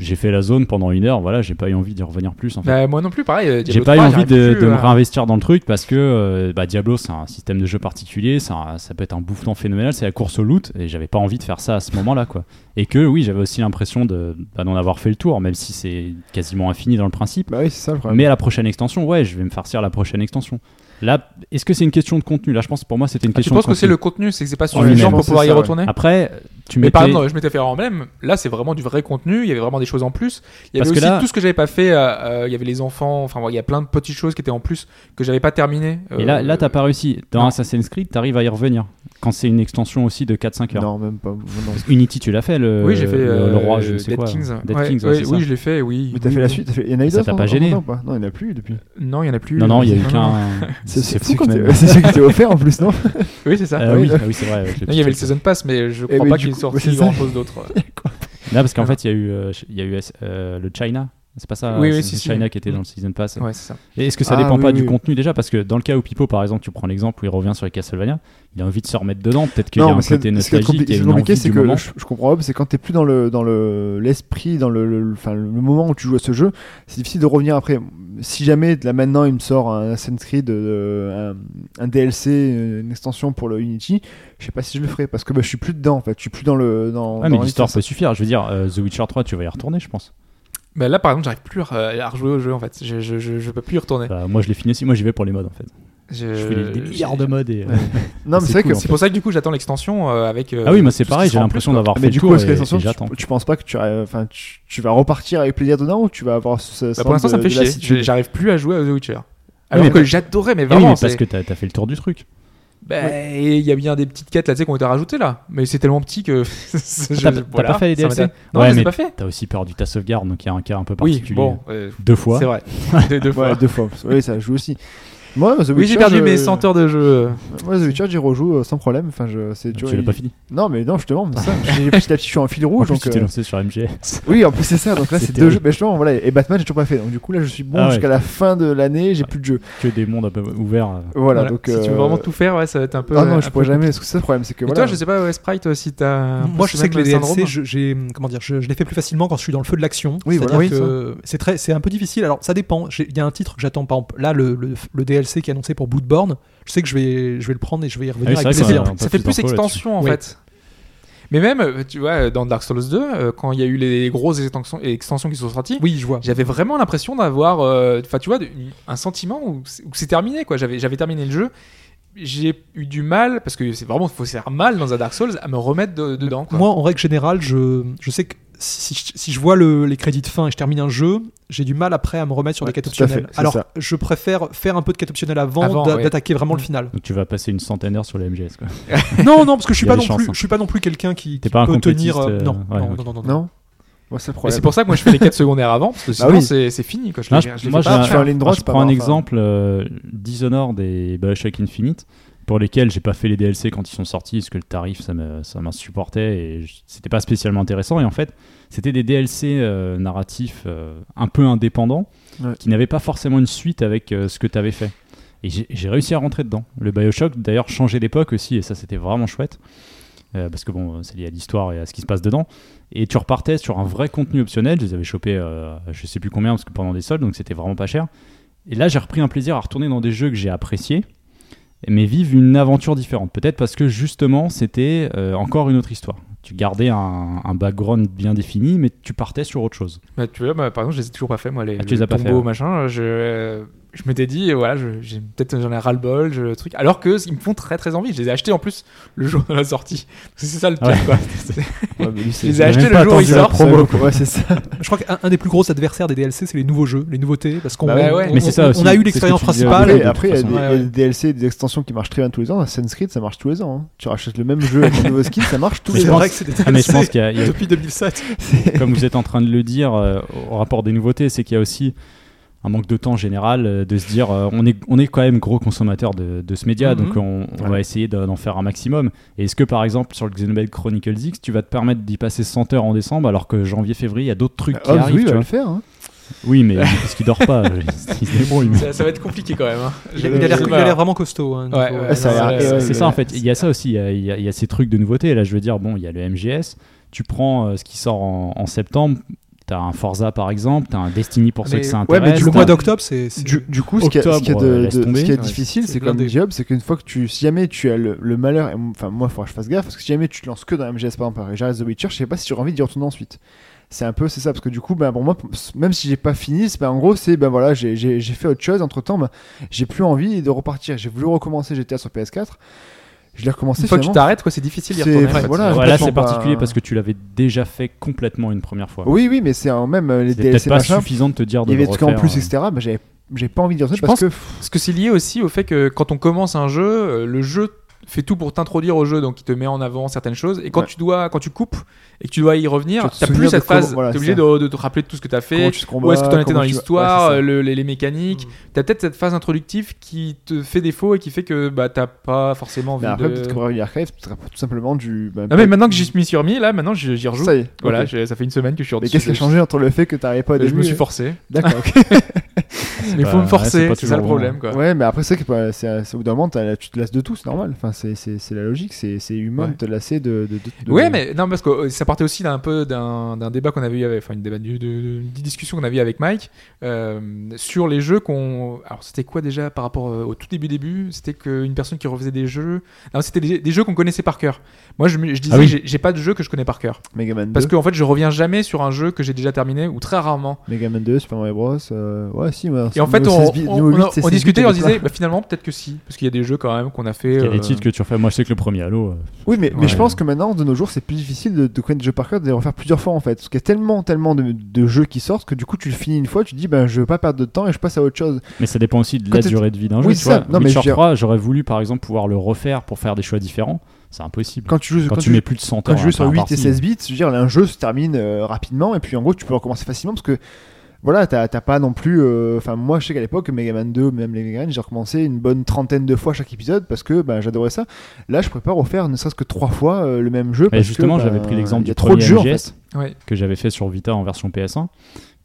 S4: J'ai fait la zone pendant une heure, voilà, j'ai pas eu envie d'y revenir plus en fait.
S3: Bah, moi non plus, pareil. euh,
S4: J'ai
S3: Diablo
S4: pas eu
S3: 3,
S4: envie de,
S3: j'arrive plus,
S4: de me
S3: euh,
S4: réinvestir dans le truc parce que euh, bah, Diablo c'est un système de jeu particulier, c'est un- ça peut être un bouffon phénoménal, c'est la course au loot et j'avais pas envie de faire ça à ce moment-là quoi. Et que oui j'avais aussi l'impression de bah, d'en avoir fait le tour même si c'est quasiment infini dans le principe.
S2: Bah oui, c'est ça le problème.
S4: Mais à la prochaine extension ouais je vais me farcir la prochaine extension. Là est-ce que c'est une question de contenu Là je pense que pour moi c'était une
S3: Ah, tu
S4: question
S3: penses
S4: de
S3: que c'est
S4: contenu.
S3: le contenu, c'est que c'est pas
S4: lui-même.
S3: suffisant
S4: Je
S3: pour
S2: pense
S3: pouvoir
S2: que
S3: y
S2: c'est ça,
S3: retourner
S4: Après tu
S3: Mais
S4: mettais...
S3: par exemple, je m'étais fait un emblème. Là, c'est vraiment du vrai contenu. Il y avait vraiment des choses en plus. Il y avait
S4: Parce que
S3: aussi
S4: là-
S3: tout ce que j'avais pas fait. euh, euh, il y avait les enfants. Enfin, voilà, il y a plein de petites choses qui étaient en plus que j'avais pas terminées.
S4: Et
S3: Euh,
S4: là, là t'as pas réussi. Dans
S3: non.
S4: Assassin's Creed, t'arrives à y revenir. Quand c'est une extension aussi de 4-5 heures.
S2: Non, même pas. Non.
S4: Unity, tu l'as fait, le,
S3: Oui, j'ai fait
S4: le,
S3: euh,
S4: le roi, je ne sais
S3: Dead
S4: quoi.
S3: Kings.
S4: Dead
S3: Ouais,
S4: Kings, ouais,
S3: ouais,
S4: c'est
S3: oui,
S4: ça.
S3: je l'ai fait. Oui.
S2: Mais t'as
S3: oui,
S2: fait la
S3: oui.
S2: suite. t'as fait- Il y en a eu
S4: Ça
S2: d'autres
S4: t'a
S2: hein,
S4: pas
S2: en-
S4: gêné
S2: en- en- pas. Non, il n'y en a plus depuis.
S3: Non, il y en a plus.
S4: Non, non, il y a eu
S3: Non, non.
S4: qu'un. C'est fou
S2: ceux
S4: quand
S2: qui
S4: même.
S2: t'es- C'est ceux qui t'étaient offerts en plus, non
S3: Oui, c'est ça.
S4: Euh,
S3: Oui.
S4: oui,
S2: oui.
S4: ah oui, c'est vrai. avec le
S3: Non, Il y
S4: petit
S3: avait le
S4: truc.
S3: season pass, mais je crois
S2: Eh mais
S3: pas
S2: du
S3: qu'il
S2: coup,
S3: sorte
S2: c'est ça.
S3: grand chose d'autre.
S4: Là, parce qu'en
S3: Non.
S4: fait, il y a eu, euh, il y a eu euh, le China. C'est pas ça
S3: Oui, oui,
S4: c'est
S3: si,
S4: le
S3: si.
S4: China qui était
S3: Mm.
S4: dans le season pass.
S3: Ouais, c'est ça.
S4: Et est-ce que ça
S2: Ah,
S4: dépend
S2: oui,
S4: pas
S2: oui,
S4: du
S2: oui.
S4: contenu déjà Parce que dans le cas où Pipo, par exemple, tu prends l'exemple où il revient sur les Castlevania, il a envie de se remettre dedans. Peut-être qu'il y a un
S2: mais ce qui est- ce
S4: côté
S2: qui est
S4: nostalgique
S2: compli-
S4: et
S2: ce qui est
S4: une envie
S2: compliqué, c'est
S4: du
S2: que
S4: moment.
S2: je, je comprends pas, c'est quand t'es plus dans le dans le l'esprit, dans le, le, le- enfin, le moment où tu joues à ce jeu, c'est difficile de revenir après. Si jamais de là maintenant il me sort un Assassin's Creed, euh, un, un DLC, euh, une extension pour le Unity, je sais pas si je le ferai parce que bah, je suis plus dedans en fait, je suis plus dans le dans. dans
S4: Ah, mais l'histoire
S2: l'histoire.
S4: peut suffire. Je veux dire, euh, The Witcher 3, tu vas y retourner, je pense.
S3: Mais là, par exemple, j'arrive plus à à rejouer au jeu en fait. Je, je, je, je peux plus y retourner.
S4: Bah, moi, je l'ai fini aussi. Moi, j'y vais pour les modes en fait.
S3: Je,
S4: Je fais des- des
S3: j'ai-
S4: milliards de modes et. euh,
S2: Non, mais
S4: c'est
S2: c'est vrai
S4: cool, hein.
S2: que
S4: en
S3: C'est pour ça que du coup, j'attends l'extension euh, avec. euh,
S4: Ah oui, moi c'est
S3: tout ce qui
S4: pareil, j'ai
S3: sera en plus,
S4: l'impression
S3: quoi.
S4: d'avoir fait
S2: Mais
S4: le
S2: du
S4: tour
S2: coup, est-ce
S4: et-
S2: que l'extension,
S4: et j'attends. Ah
S2: tu, tu penses pas que tu, as- enfin, tu, tu vas repartir avec plaisir dedans ou tu vas avoir ce, ce
S3: Bah, pour l'instant,
S2: de-
S3: ça me fait
S2: de
S3: chier.
S2: lassitude
S3: J'ai- J'arrive plus à jouer à The Witcher. Alors
S4: mais
S3: que j'adorais, mais
S4: Eh oui,
S3: vraiment.
S4: mais parce
S3: c'est-
S4: que t'as t'as fait le tour du truc.
S3: Bah, et il y a bien des petites quêtes là, tu sais, qui ont été rajoutées là. Mais c'est tellement petit que. je-
S4: t'as pas- t'as
S3: voilà,
S4: pas fait les
S3: ça m'intéresse.
S4: DLC?
S3: Non,
S4: Ouais,
S3: je les ai
S4: mais
S3: pas fait.
S4: T'as aussi peur du ta sauvegarde, donc il y a un cas un peu
S3: Oui,
S4: particulier.
S3: bon, euh,
S4: Deux fois.
S3: c'est vrai. Deux, deux fois.
S2: Ouais, deux fois. Oui, ça joue aussi. Moi, The
S3: Oui, j'ai
S2: Witcher,
S3: perdu
S2: je-
S3: mes 100 heures de jeu.
S2: Moi, The Witcher, j'y rejoue euh, sans problème. Enfin, je, c'est,
S4: Tu
S2: vois,
S4: l'as
S2: il-
S4: pas fini.
S2: Non, mais non, justement, c'est ça. J'ai- petit à petit, je suis en fil
S4: En
S2: rouge.
S4: plus,
S2: donc,
S4: tu t'es
S2: euh,
S4: lancé sur MG.
S2: Oui, en plus, c'est ça. Donc là,
S4: C'est
S2: c'est deux
S4: terrible.
S2: jeux. Mais justement, voilà. Et Batman, j'ai toujours pas fait. Donc du coup, là, je suis bon
S4: Ah ouais.
S2: jusqu'à la fin de l'année. J'ai plus de jeu.
S4: Que des mondes un peu ouverts. euh.
S2: Voilà.
S3: Voilà.
S2: donc,
S3: si tu veux
S2: euh,
S3: vraiment tout faire, ouais, ça va être un peu.
S2: Ah non,
S3: un
S2: je
S3: peu
S2: pourrais jamais.
S3: compliqué.
S2: Parce que c'est ça le problème, c'est que
S3: Et
S2: voilà.
S3: toi, je sais pas, ouais, Sprite, euh, si t'as.
S5: Moi, je sais que les
S3: le
S5: DLC,
S3: syndrome.
S5: je- j'ai comment dire, je, je les fais plus facilement quand je suis dans le feu de l'action.
S2: Oui,
S5: C'est-à-dire
S2: voilà.
S5: que c'est très, c'est un peu difficile. Alors, ça dépend. J'ai- Il y a un titre que j'attends. Par exemple, là, le, le, le DLC qui est annoncé pour Bloodborne, je sais que je vais, je vais le prendre et je vais y revenir
S4: Ah oui,
S5: avec
S4: c'est vrai
S5: plaisir.
S4: qu'on a-
S3: Ça
S4: pas
S3: fait
S4: plus
S3: plus
S4: d'infos
S3: extension en
S5: Oui.
S3: fait. Mais même, euh, tu vois, dans Dark Souls 2, euh, quand il y a eu les grosses extensions, extensions qui sont sorties,
S5: Oui, je vois.
S3: j'avais vraiment l'impression d'avoir euh, enfin tu vois de- un sentiment où c'est où c'est terminé quoi j'avais j'avais terminé le jeu j'ai eu du mal parce que c'est vraiment faut se faire mal dans un Dark Souls à me remettre de- dedans quoi.
S5: Moi, en règle générale, je, je sais que si, si- si je vois le- les crédits de fin et je termine un jeu, j'ai du mal après à me remettre sur
S2: Ouais,
S5: des quêtes
S2: tout à fait,
S5: optionnelles.
S2: c'est
S5: Alors,
S2: ça.
S5: je préfère faire un peu de quêtes optionnelles avant,
S3: Avant,
S5: d'a-
S3: ouais.
S5: d'attaquer vraiment
S4: Mm.
S5: le final.
S4: Donc tu vas passer une centaine d'heures sur le MGS. Quoi.
S5: non, non, parce que je suis
S4: Il y a
S5: pas
S4: des
S5: non
S4: chances,
S5: plus,
S4: hein.
S5: je suis pas non plus quelqu'un qui,
S4: T'es
S5: qui
S4: pas un
S5: peut
S4: complétiste,
S5: tenir. euh,
S4: euh,
S5: non,
S4: ouais,
S5: non,
S4: ok.
S5: non, non, non,
S2: Non. Moi, c'est le
S3: Mais
S2: problème.
S3: c'est pour ça que moi je fais les quêtes secondaires avant parce que sinon
S2: oui.
S3: c'est c'est fini quoi je,
S4: Là,
S3: les-
S4: je-
S3: je les
S4: moi,
S3: fais
S4: j'ai
S3: pas
S4: un-
S3: après.
S2: Tu fais en ligne
S4: Alors,
S2: droite,
S4: je
S2: c'est pas
S4: prends un
S2: grave,
S4: exemple euh, Dishonored et Bioshock Infinite, pour lesquels j'ai pas fait les DLC quand ils sont sortis, parce que le tarif ça me- ça m'insupportait et je- c'était pas spécialement intéressant. Et en fait, c'était des DLC euh, narratifs euh, un peu indépendants
S2: Ouais.
S4: qui n'avaient pas forcément une suite avec euh, ce que t'avais fait. Et j'ai- j'ai réussi à rentrer dedans. Le Bioshock, d'ailleurs, changeait d'époque aussi, et ça c'était vraiment chouette. Euh, parce que bon, c'est lié à l'histoire et à ce qui se passe dedans. Et tu repartais sur un vrai contenu optionnel. Je les avais chopés, euh, je sais plus combien, parce que pendant des soldes, donc c'était vraiment pas cher. Et là, j'ai repris un plaisir à retourner dans des jeux que j'ai appréciés, mais vivre une aventure différente. Peut-être parce que justement, c'était euh, encore une autre histoire. Tu gardais un, un background bien défini, mais tu partais sur autre chose.
S3: Bah, tu vois bah, par exemple je les ai toujours pas fait moi les,
S4: Ah, tu les
S3: le
S4: as pas fait,
S3: tombeau,
S4: ouais.
S3: machin je euh, je m'étais dit, voilà, je- j'ai peut-être j'en ai ras-le-bol, je- truc. Alors que ils me font très très envie. Je les ai achetés en plus le jour de la sortie. C'est ça le pire,
S4: Ouais.
S3: quoi.
S2: Ouais, mais lui, c'est-
S3: les ai
S2: il a
S3: achetés
S2: même
S3: le
S2: pas
S3: jour où
S2: attendu
S3: ils
S2: la
S3: sortent.
S2: promo, quoi. Ouais, c'est ça.
S5: Je crois qu'un un des plus gros adversaires des DLC, c'est les nouveaux jeux, les nouveautés, parce qu'on
S3: Bah ouais, ouais.
S5: on-
S4: Mais c'est ça
S5: on-
S4: aussi,
S5: on a
S4: c'est
S5: eu
S4: ce que
S5: l'expérience
S4: tu disais au
S5: principale.
S4: début.
S2: Après, après, il y a
S4: de
S2: des,
S4: toute
S5: façon.
S2: il y a des DLC, des extensions qui marchent très bien tous les ans. Assassin's Creed, ça marche tous les ans. hein. Tu rachètes le même jeu avec un nouveau skin, ça marche tous
S4: Mais
S5: C'est
S2: les ans.
S5: vrai que c'est des
S4: Ah, mais je
S5: DLC
S4: pense qu'il y a- il y a
S5: depuis 2007.
S4: comme vous êtes en train de le dire, euh, au rapport des nouveautés, c'est qu'il y a aussi un manque de temps général euh, de se dire euh, on, est, on est quand même gros consommateur de, de ce média,
S5: Mhm.
S4: donc on, on va
S2: Ouais.
S4: essayer d'en d'en faire un maximum. Et est-ce que par exemple sur le Xenoblade Chronicles X, tu vas te permettre d'y passer 100 heures en décembre alors que janvier-février, il y a d'autres trucs qui
S2: Hobbs, Ah
S4: arrivent
S2: oui,
S4: tu
S2: va
S4: vois
S2: le faire. hein.
S4: Oui, mais parce qu'il dort pas, euh, il se débrouille. mais-
S3: Ça, ça va être compliqué quand même. hein.
S5: Il a
S3: Je-
S5: il a l'air
S3: je sais
S5: il
S3: pas.
S5: a l'air vraiment costaud. hein,
S3: Ouais,
S5: niveau-
S3: ouais,
S5: euh,
S2: ça a l'air-
S3: ouais,
S2: et ouais,
S4: C'est ça en fait, il y a ça aussi, il y a, il y a- il y a ces trucs de nouveautés. Là, je veux dire, bon, il y a le MGS, tu prends euh, ce qui sort en, en septembre, t'as un Forza par exemple, t'as un Destiny pour ceux
S5: Mais-
S4: que ça
S5: ouais,
S4: intéresse.
S2: mais du
S5: Le
S4: t'as-
S5: mois d'octobre, c'est. c'est-
S2: Du, du coup, ce qui est,
S4: Octobre, euh, laisse tomber.
S2: qui est
S5: Ouais,
S2: difficile,
S5: c'est
S2: c'est comme
S5: blindé.
S2: Job, c'est qu'une fois que tu, si jamais tu as le, le malheur, et m- enfin moi, il faudra que je fasse gaffe, parce que si jamais tu te lances que dans MGS par exemple, et j'arrête The Witcher, je sais pas si j'aurai envie d'y retourner ensuite. C'est un peu, c'est ça, parce que du coup, ben, pour moi, p- même si j'ai pas fini, c'est- ben, en gros, c'est ben voilà, j'ai- j'ai j'ai fait autre chose entre temps, j'ai plus envie de repartir. J'ai voulu recommencer GTA sur PS4, je l'ai recommencé
S3: Une fois que tu
S2: finalement.
S3: t'arrêtes, quoi, c'est difficile d'y
S2: C'est-
S3: retourner. en fait.
S2: voilà.
S4: Ouais, là,
S2: complètement
S4: c'est
S2: pas-
S4: particulier parce que tu l'avais déjà fait complètement une première fois.
S2: Oui, oui, mais c'est en même euh, les
S4: C'était peut-être
S2: DLC
S4: pas
S2: machin,
S4: suffisant de te dire de
S2: il y avait
S4: le
S2: des trucs en
S4: refaire,
S2: plus,
S4: euh.
S2: etc. Ben, j'avais- j'ai pas envie d'y retourner
S3: Je
S2: parce
S3: pense
S2: que
S3: Parce que c'est lié aussi au fait que quand on commence un jeu, euh, le jeu fait tout pour t'introduire au jeu, donc il te met en avant certaines choses. Et quand
S2: Ouais.
S3: tu dois, quand tu coupes et que tu dois y revenir,
S2: Tu te
S3: t'as plus
S2: souviens
S3: cette
S2: de comment-
S3: phase.
S2: voilà,
S3: t'es obligé
S2: c'est
S3: de, de te rappeler de tout ce que t'as
S2: comment tu te
S3: fait. Où est-ce que
S2: combats,
S3: t'en
S2: comment
S3: étais dans
S2: tu- ouais,
S3: l'histoire,
S2: c'est ça.
S3: euh, le- les, les mécaniques T'as peut-être cette phase introductive qui te fait défaut et qui fait que bah t'as pas forcément envie
S2: Mais après,
S3: de.
S2: peut-être que Bravely Archive, ce sera tout simplement du. ben,
S3: Non mais maintenant que j'y suis remis, là maintenant j'y j'y rejoue.
S2: Ça y est.
S3: Voilà,
S2: ok.
S3: j'ai- ça fait une semaine que je suis
S2: Mais
S3: redessus.
S2: qu'est-ce qui a changé entre le fait que t'arrivais pas au
S3: Je
S2: début
S3: me suis
S2: et-
S3: forcé.
S2: D'accord, ok.
S3: Il faut
S4: pas-
S3: me forcer,
S4: ouais, c'est pas
S3: c'est ça le
S4: toujours
S2: hein.
S3: problème quoi.
S2: ouais, mais après, c'est que bah, c'est- c'est- au bout d'un moment, t'as- tu te lasses de tout, c'est normal. Enfin, c'est- c'est c'est la logique, c'est c'est humain
S3: Ouais.
S2: de te lasser de. de, de- de-
S3: Ouais, mais non, parce que euh, ça partait aussi d'un peu d'un d'un débat qu'on avait eu, avec, enfin une, débat, de- de- une discussion qu'on avait eu avec Mike euh, sur les jeux qu'on. Alors c'était quoi déjà par rapport euh, au tout début début C'était qu'une personne qui refaisait des jeux. Non, c'était des, des jeux qu'on connaissait par cœur. Moi, je, me- je disais,
S4: Ah oui.
S3: j'ai- j'ai pas de jeu que je connais par cœur,
S2: Megaman 2,
S3: parce qu'en fait, je reviens jamais sur un jeu que j'ai déjà terminé ou très rarement.
S2: Megaman 2, Super Mario Bros. euh, Ouais, si, ouais,
S3: Et en
S2: Neo
S3: fait,
S2: 16,
S3: on, on-
S2: Neo
S3: on-
S2: 8,
S3: on
S2: c'est 16,
S3: discutait,
S2: c'est
S3: on
S2: tout
S3: disait,
S2: ça.
S3: bah, finalement, peut-être que si, parce qu'il y a des jeux quand même qu'on a fait.
S4: Il y a
S3: euh,
S4: des titres que tu refais. Moi, je sais que le premier Halo. euh,
S2: Oui, mais, mais
S3: Ouais.
S2: je pense que maintenant, de nos jours, c'est plus difficile de, de connaître le jeu par cœur, de les refaire plusieurs fois en fait. Parce qu'il y a tellement, tellement de, de jeux qui sortent que du coup, tu le finis une fois, tu te dis, ben, je veux pas perdre de temps et je passe à autre chose.
S4: Mais ça dépend aussi de
S2: Quand
S4: la
S2: t'es-
S4: durée de vie d'un
S2: Oui,
S4: jeu. Tu
S2: ça,
S4: vois.
S2: non, mais je
S4: Witcher
S2: veux dire-
S4: 3, j'aurais voulu par exemple pouvoir le refaire pour faire des choix différents. C'est impossible. Quand,
S2: Quand tu joues, quand
S4: tu
S2: tu-
S4: mets plus de 100 heures.
S2: quand je
S4: à
S2: joue sur
S4: faire
S2: 8
S4: partie,
S2: et 16 bits, je veux dire, là, un jeu se termine euh, rapidement et puis en gros, tu peux recommencer facilement parce que voilà, t'as t'as pas non plus. euh, Enfin, moi, je sais qu'à l'époque, Mega Man 2, même les Mega Man, j'ai recommencé une bonne trentaine de fois chaque épisode parce que ben, j'adorais ça. Là, je prépare refaire ne serait-ce que trois fois euh, le même jeu.
S4: Et
S2: parce
S4: justement,
S2: que, ben,
S4: j'avais pris l'exemple
S2: il y a
S4: du
S2: trop de
S4: premier
S2: jeux. en
S4: MGS
S2: fait.
S3: ouais.
S4: que j'avais fait sur Vita en version PS1,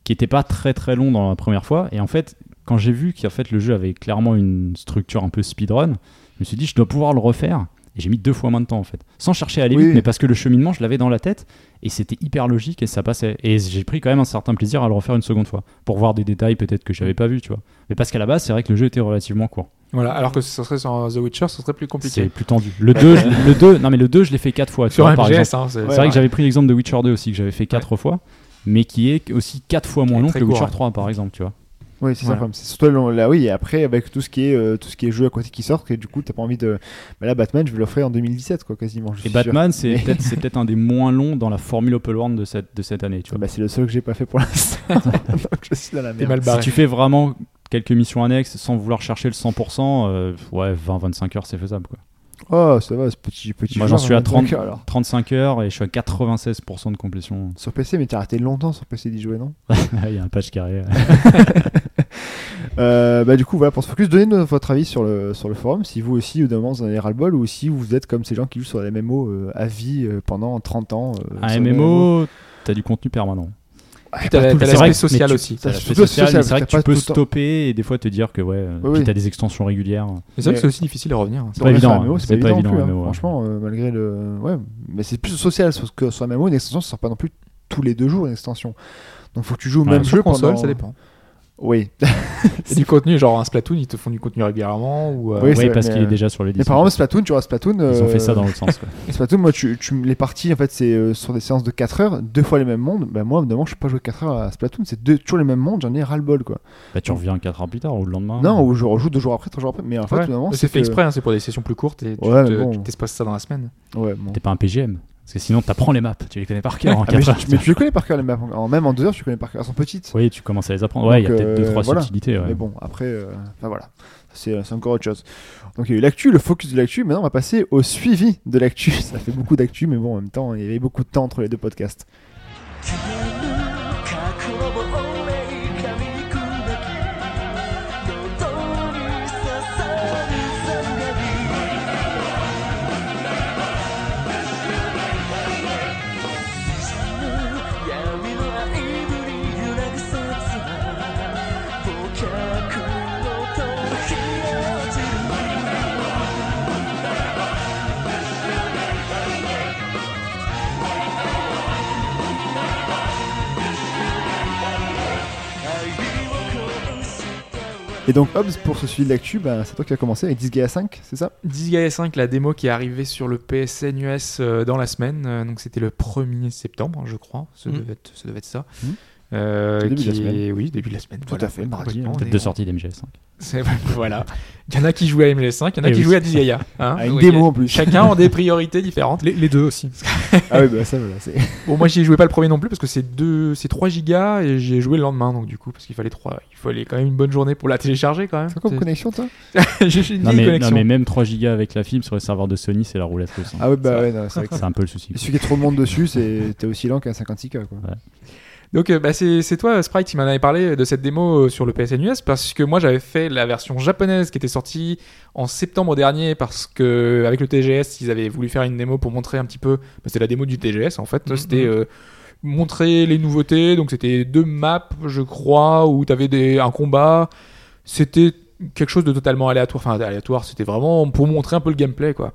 S4: qui était pas très très long dans la première fois. Et en fait, quand j'ai vu qu'en fait le jeu avait clairement une structure un peu speedrun, je me suis dit je dois pouvoir le refaire. Et j'ai mis deux fois moins de temps en fait, sans chercher à aller
S2: Oui.
S4: vite, mais parce que le cheminement je l'avais dans la tête et c'était hyper logique et ça passait. Et j'ai pris quand même un certain plaisir à le refaire une seconde fois pour voir des détails peut-être que j'avais pas vu, tu vois. Mais parce qu'à la base c'est vrai que le jeu était relativement court.
S3: Voilà, alors que ce serait sur The Witcher, ce serait plus compliqué.
S4: C'est plus tendu. Le 2, le 2, non mais le 2 je l'ai fait quatre fois. tu
S3: Sur
S4: vois,
S3: un
S4: par exemple.
S3: MGS, hein,
S4: C'est vrai que j'avais pris l'exemple de Witcher 2 aussi, que j'avais fait 4 fois, mais qui est aussi 4 fois moins
S3: Qui est
S4: long
S3: très
S4: que
S3: court,
S4: Witcher
S3: hein.
S4: 3, par exemple, tu vois.
S2: Oui, c'est ça le
S3: Voilà.
S2: problème. C'est surtout le- là, oui, et après, avec tout ce qui est, euh, tout ce qui est jeu à côté qui sort, que du coup, t'as pas envie de. Ben là, Batman, je vais l'offrir en 2017, quoi, quasiment. je
S4: Et
S2: suis sûr.
S4: Batman, c'est
S2: Mais-
S4: peut-être c'est peut-être un des moins longs dans la formule Open World de cette, de cette année, tu
S2: Ah bah,
S4: vois.
S2: c'est le seul que j'ai pas fait pour l'instant. Donc, je suis dans la
S3: T'es
S2: merde.
S3: mal
S4: si
S3: barré.
S4: tu fais vraiment quelques missions annexes sans vouloir chercher le 100%, euh, ouais, 20-25 heures, c'est faisable, quoi.
S2: Oh, ça va, ce petit, petit
S4: Moi,
S2: joueur, hein,
S4: j'en suis à
S2: 25
S4: 30.
S2: heures, alors.
S4: 35 heures et je suis à 96% de complétion.
S2: Sur PC, mais t'as arrêté longtemps sur PC d'y jouer, non
S4: Il y a un patch carré.
S2: Euh, Bah, du coup, voilà, pour ce focus, donnez-nous votre avis sur le, sur le forum. Si vous aussi, au d'un moment, vous en avez ras-le-bol, ou si vous êtes comme ces gens qui jouent sur les MMO euh, à vie euh, pendant 30 ans. euh, sur
S4: Un
S2: les
S4: MMO, t'as du contenu permanent.
S3: Puis t'as t'as
S4: C'est vrai
S3: l'aspect
S4: que-
S3: social
S4: mais tu-
S3: aussi.
S2: Ça,
S4: T'as
S2: c'est
S4: l'aspect
S2: plutôt
S4: social,
S2: social,
S4: mais c'est vrai
S2: parce
S4: que
S2: qu'il y a
S4: tu peux
S2: pas tout le temps.
S4: stopper et des fois te dire que, ouais, euh,
S2: Oui,
S4: puis
S2: oui.
S4: t'as des extensions régulières.
S3: Mais c'est vrai
S2: Mais-
S3: que c'est aussi difficile de revenir. hein.
S4: C'est pas
S2: Ouais, sur
S4: évident,
S2: un MMO,
S4: hein.
S2: c'est pas, évident non plus, hein,
S4: ouais.
S2: franchement, euh, malgré le. Ouais, mais c'est plus social, sauf que sur un MMO, une extension, ça sort pas non plus tous les deux jours, une extension. Donc, faut que tu joues au
S4: Ouais,
S2: même
S3: Sur
S2: jeu
S3: console,
S2: pendant-
S3: ça dépend.
S2: Oui.
S3: C'est du contenu, genre un Splatoon, ils te font du contenu régulièrement ou. euh,
S2: Oui,
S4: oui,
S2: c'est-
S4: parce
S2: mais,
S4: qu'il
S2: euh,
S4: est déjà sur les
S2: Mais
S4: listes.
S2: par exemple, Splatoon, tu vois, Splatoon.
S4: Ils ont
S2: euh,
S4: fait ça dans l'autre sens. quoi.
S2: Splatoon, moi, tu, tu me les parties, en fait, c'est euh, sur des séances de 4 heures, deux fois les mêmes mondes. Bah, moi, évidemment, je peux pas jouer 4 heures à Splatoon, c'est deux, toujours les mêmes mondes, j'en ai ras-le-bol, quoi.
S4: Bah, tu reviens 4 heures plus tard ou le lendemain.
S2: Non, ou je rejoue deux jours après, trois jours après, mais en fait,
S3: Ah. Ouais.
S2: évidemment,
S3: c'est fait
S2: que-
S3: exprès, hein, c'est pour des sessions plus courtes et tu
S2: Ouais, mais
S3: te-
S2: bon.
S3: tu t'espaces ça dans la semaine.
S2: Ouais, bon.
S4: T'es pas un PGM. Parce que sinon, t'apprends les maps. Tu les connais par cœur en
S2: Ah, mais,
S4: 4 heures.
S2: tu, mais tu les connais par cœur, les maps. En- Même en 2 heures, tu connais par cœur, elles sont petites.
S4: Oui, tu commences à les apprendre. Ouais, il y a
S2: Donc,
S4: peut-être 2
S2: euh,
S4: 3
S2: voilà.
S4: subtilités. ouais.
S2: Mais bon, après, euh, enfin voilà, c'est c'est encore autre chose. Donc il y a eu l'actu, le focus de l'actu. Maintenant, on va passer au suivi de l'actu. Ça fait beaucoup d'actu, mais bon, en même temps, il y avait beaucoup de temps entre les deux podcasts. Et donc, Hobbs, pour ce suivi de l'actu, bah, c'est toi qui as commencé avec 10 Gaia 5, c'est ça
S3: 10 Gaia 5, la démo qui est arrivée sur le PSN US euh, dans la semaine, euh, donc c'était le 1er septembre, hein, je crois, ça,
S5: Mm.
S3: devait, être, ça devait être ça.
S2: Mm.
S3: Euh,
S2: Début de la
S3: qui
S2: semaine.
S3: est- Oui, début de la semaine. Tout
S2: à fait, mardi, hein.
S4: Peut-être de sortie d'MGS5.
S3: voilà. Il y en a qui jouaient à ML5, il y en a
S4: Eh
S3: qui
S4: oui.
S3: jouaient à 10 Gaia. hein.
S2: Ah À une
S3: Oui,
S2: démo en plus.
S3: Chacun ont des priorités différentes.
S5: Les, les deux aussi.
S2: ah oui, bah ça, voilà. c'est-
S3: Bon, moi, j'y ai joué pas le premier non plus parce que c'est deux, c'est 3 gigas et j'y ai joué le lendemain, donc du coup, parce qu'il fallait trois, il fallait quand même une bonne journée pour la télécharger quand même.
S2: T'as quoi comme connexion, toi
S3: J'ai j'ai une
S4: Non
S3: vieille
S4: mais, non,
S3: connexion.
S4: mais même 3 gigas avec la fibre sur les serveurs de Sony, c'est la roulette russe. hein.
S2: Ah oui, bah ouais, non, c'est vrai que
S4: C'est un peu le souci.
S2: Et celui qui est trop de monde dessus, c'est t'es aussi lent qu'un 56K, quoi.
S3: Donc euh, bah, c'est c'est toi Sprite qui m'en avait parlé de cette démo euh, sur le PSN US parce que moi j'avais fait la version japonaise qui était sortie en septembre dernier parce que avec le TGS ils avaient voulu faire une démo pour montrer un petit peu bah, c'était la démo du TGS en fait
S5: Mhm.
S3: c'était euh, montrer les nouveautés donc c'était deux maps je crois où t'avais des un combat c'était quelque chose de totalement aléatoire enfin aléatoire c'était vraiment pour montrer un peu le gameplay quoi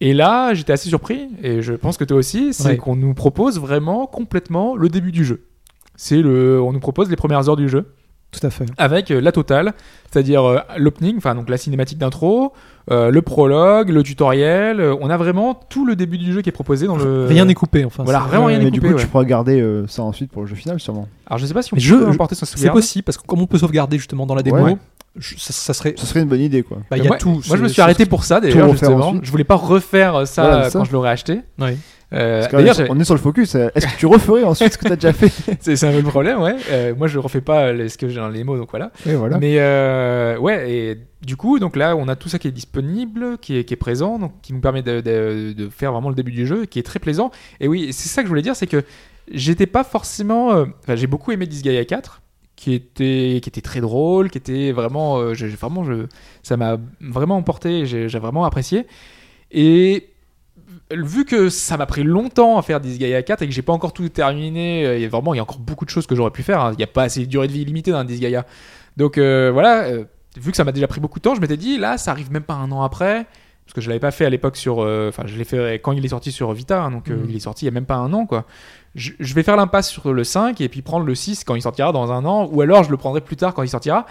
S3: et là, j'étais assez surpris, et je pense que toi aussi, c'est
S5: Ouais.
S3: qu'on nous propose vraiment complètement le début du jeu. C'est le, on nous propose les premières heures du jeu
S5: Tout à fait.
S3: avec euh, la totale, c'est-à-dire euh, l'opening, enfin donc la cinématique d'intro, euh, le prologue, le tutoriel. euh, on a vraiment tout le début du jeu qui est proposé dans le.
S5: Rien n'est coupé, enfin.
S3: Euh, Voilà,
S5: c'est-
S3: vraiment rien n'est
S2: Mais du coup,
S3: coupé.
S2: tu
S3: ouais.
S2: pourras garder euh, ça ensuite pour le jeu final, sûrement.
S3: Alors je sais pas si on
S5: Mais
S3: peut
S5: je- je-
S3: emporter son
S5: C'est
S3: souvenir.
S5: possible, parce que comme on peut sauvegarder justement dans la démo,
S2: Ouais.
S5: je- ça, ça serait.
S2: Ce serait une bonne idée, quoi.
S5: bah, il y a
S3: moi,
S5: tout.
S3: moi, je me
S5: c'est-
S3: suis arrêté pour ça d'ailleurs
S2: refaire
S3: justement.
S2: ensuite.
S3: Je voulais pas refaire euh, ça
S2: Voilà,
S3: euh,
S2: c'est ça.
S3: quand je l'aurais acheté.
S5: Ouais.
S3: Euh,
S2: Parce que là,
S3: d'ailleurs, j'avais-
S2: on est sur le focus. euh, Est-ce que tu referais ensuite ce que t'as déjà fait
S3: c'est c'est un peu le problème, ouais. Euh, moi je refais pas les- ce que j'ai dans les mots, donc voilà.
S2: Et voilà.
S3: Mais euh, ouais, et du coup, donc là, on a tout ça qui est disponible, qui est, qui est présent, donc qui nous permet de, de- de faire vraiment le début du jeu, qui est très plaisant. Et oui, c'est ça que je voulais dire, c'est que j'étais pas forcément. euh, Enfin, j'ai beaucoup aimé Disgaea 4, qui était, qui était très drôle, qui était vraiment. euh, j'ai- j'ai vraiment je, ça m'a vraiment emporté, j'ai j'ai vraiment apprécié. Et vu que ça m'a pris longtemps à faire Disgaea 4 et que j'ai pas encore tout terminé, euh, il y a vraiment il y a encore beaucoup de choses que j'aurais pu faire. hein. Il n'y a pas assez de durée de vie limitée dans Disgaea. Donc euh, voilà, euh, vu que ça m'a déjà pris beaucoup de temps, je m'étais dit là, ça arrive même pas un an après. Parce que je l'avais pas fait à l'époque sur, euh, enfin je l'ai fait quand il est sorti sur Vita, hein, donc euh,
S5: Mhm.
S3: il est sorti il y a même pas un an quoi. Je, je vais faire l'impasse sur le 5 et puis prendre le 6 quand il sortira dans un an, ou alors je le prendrai plus tard quand il sortira.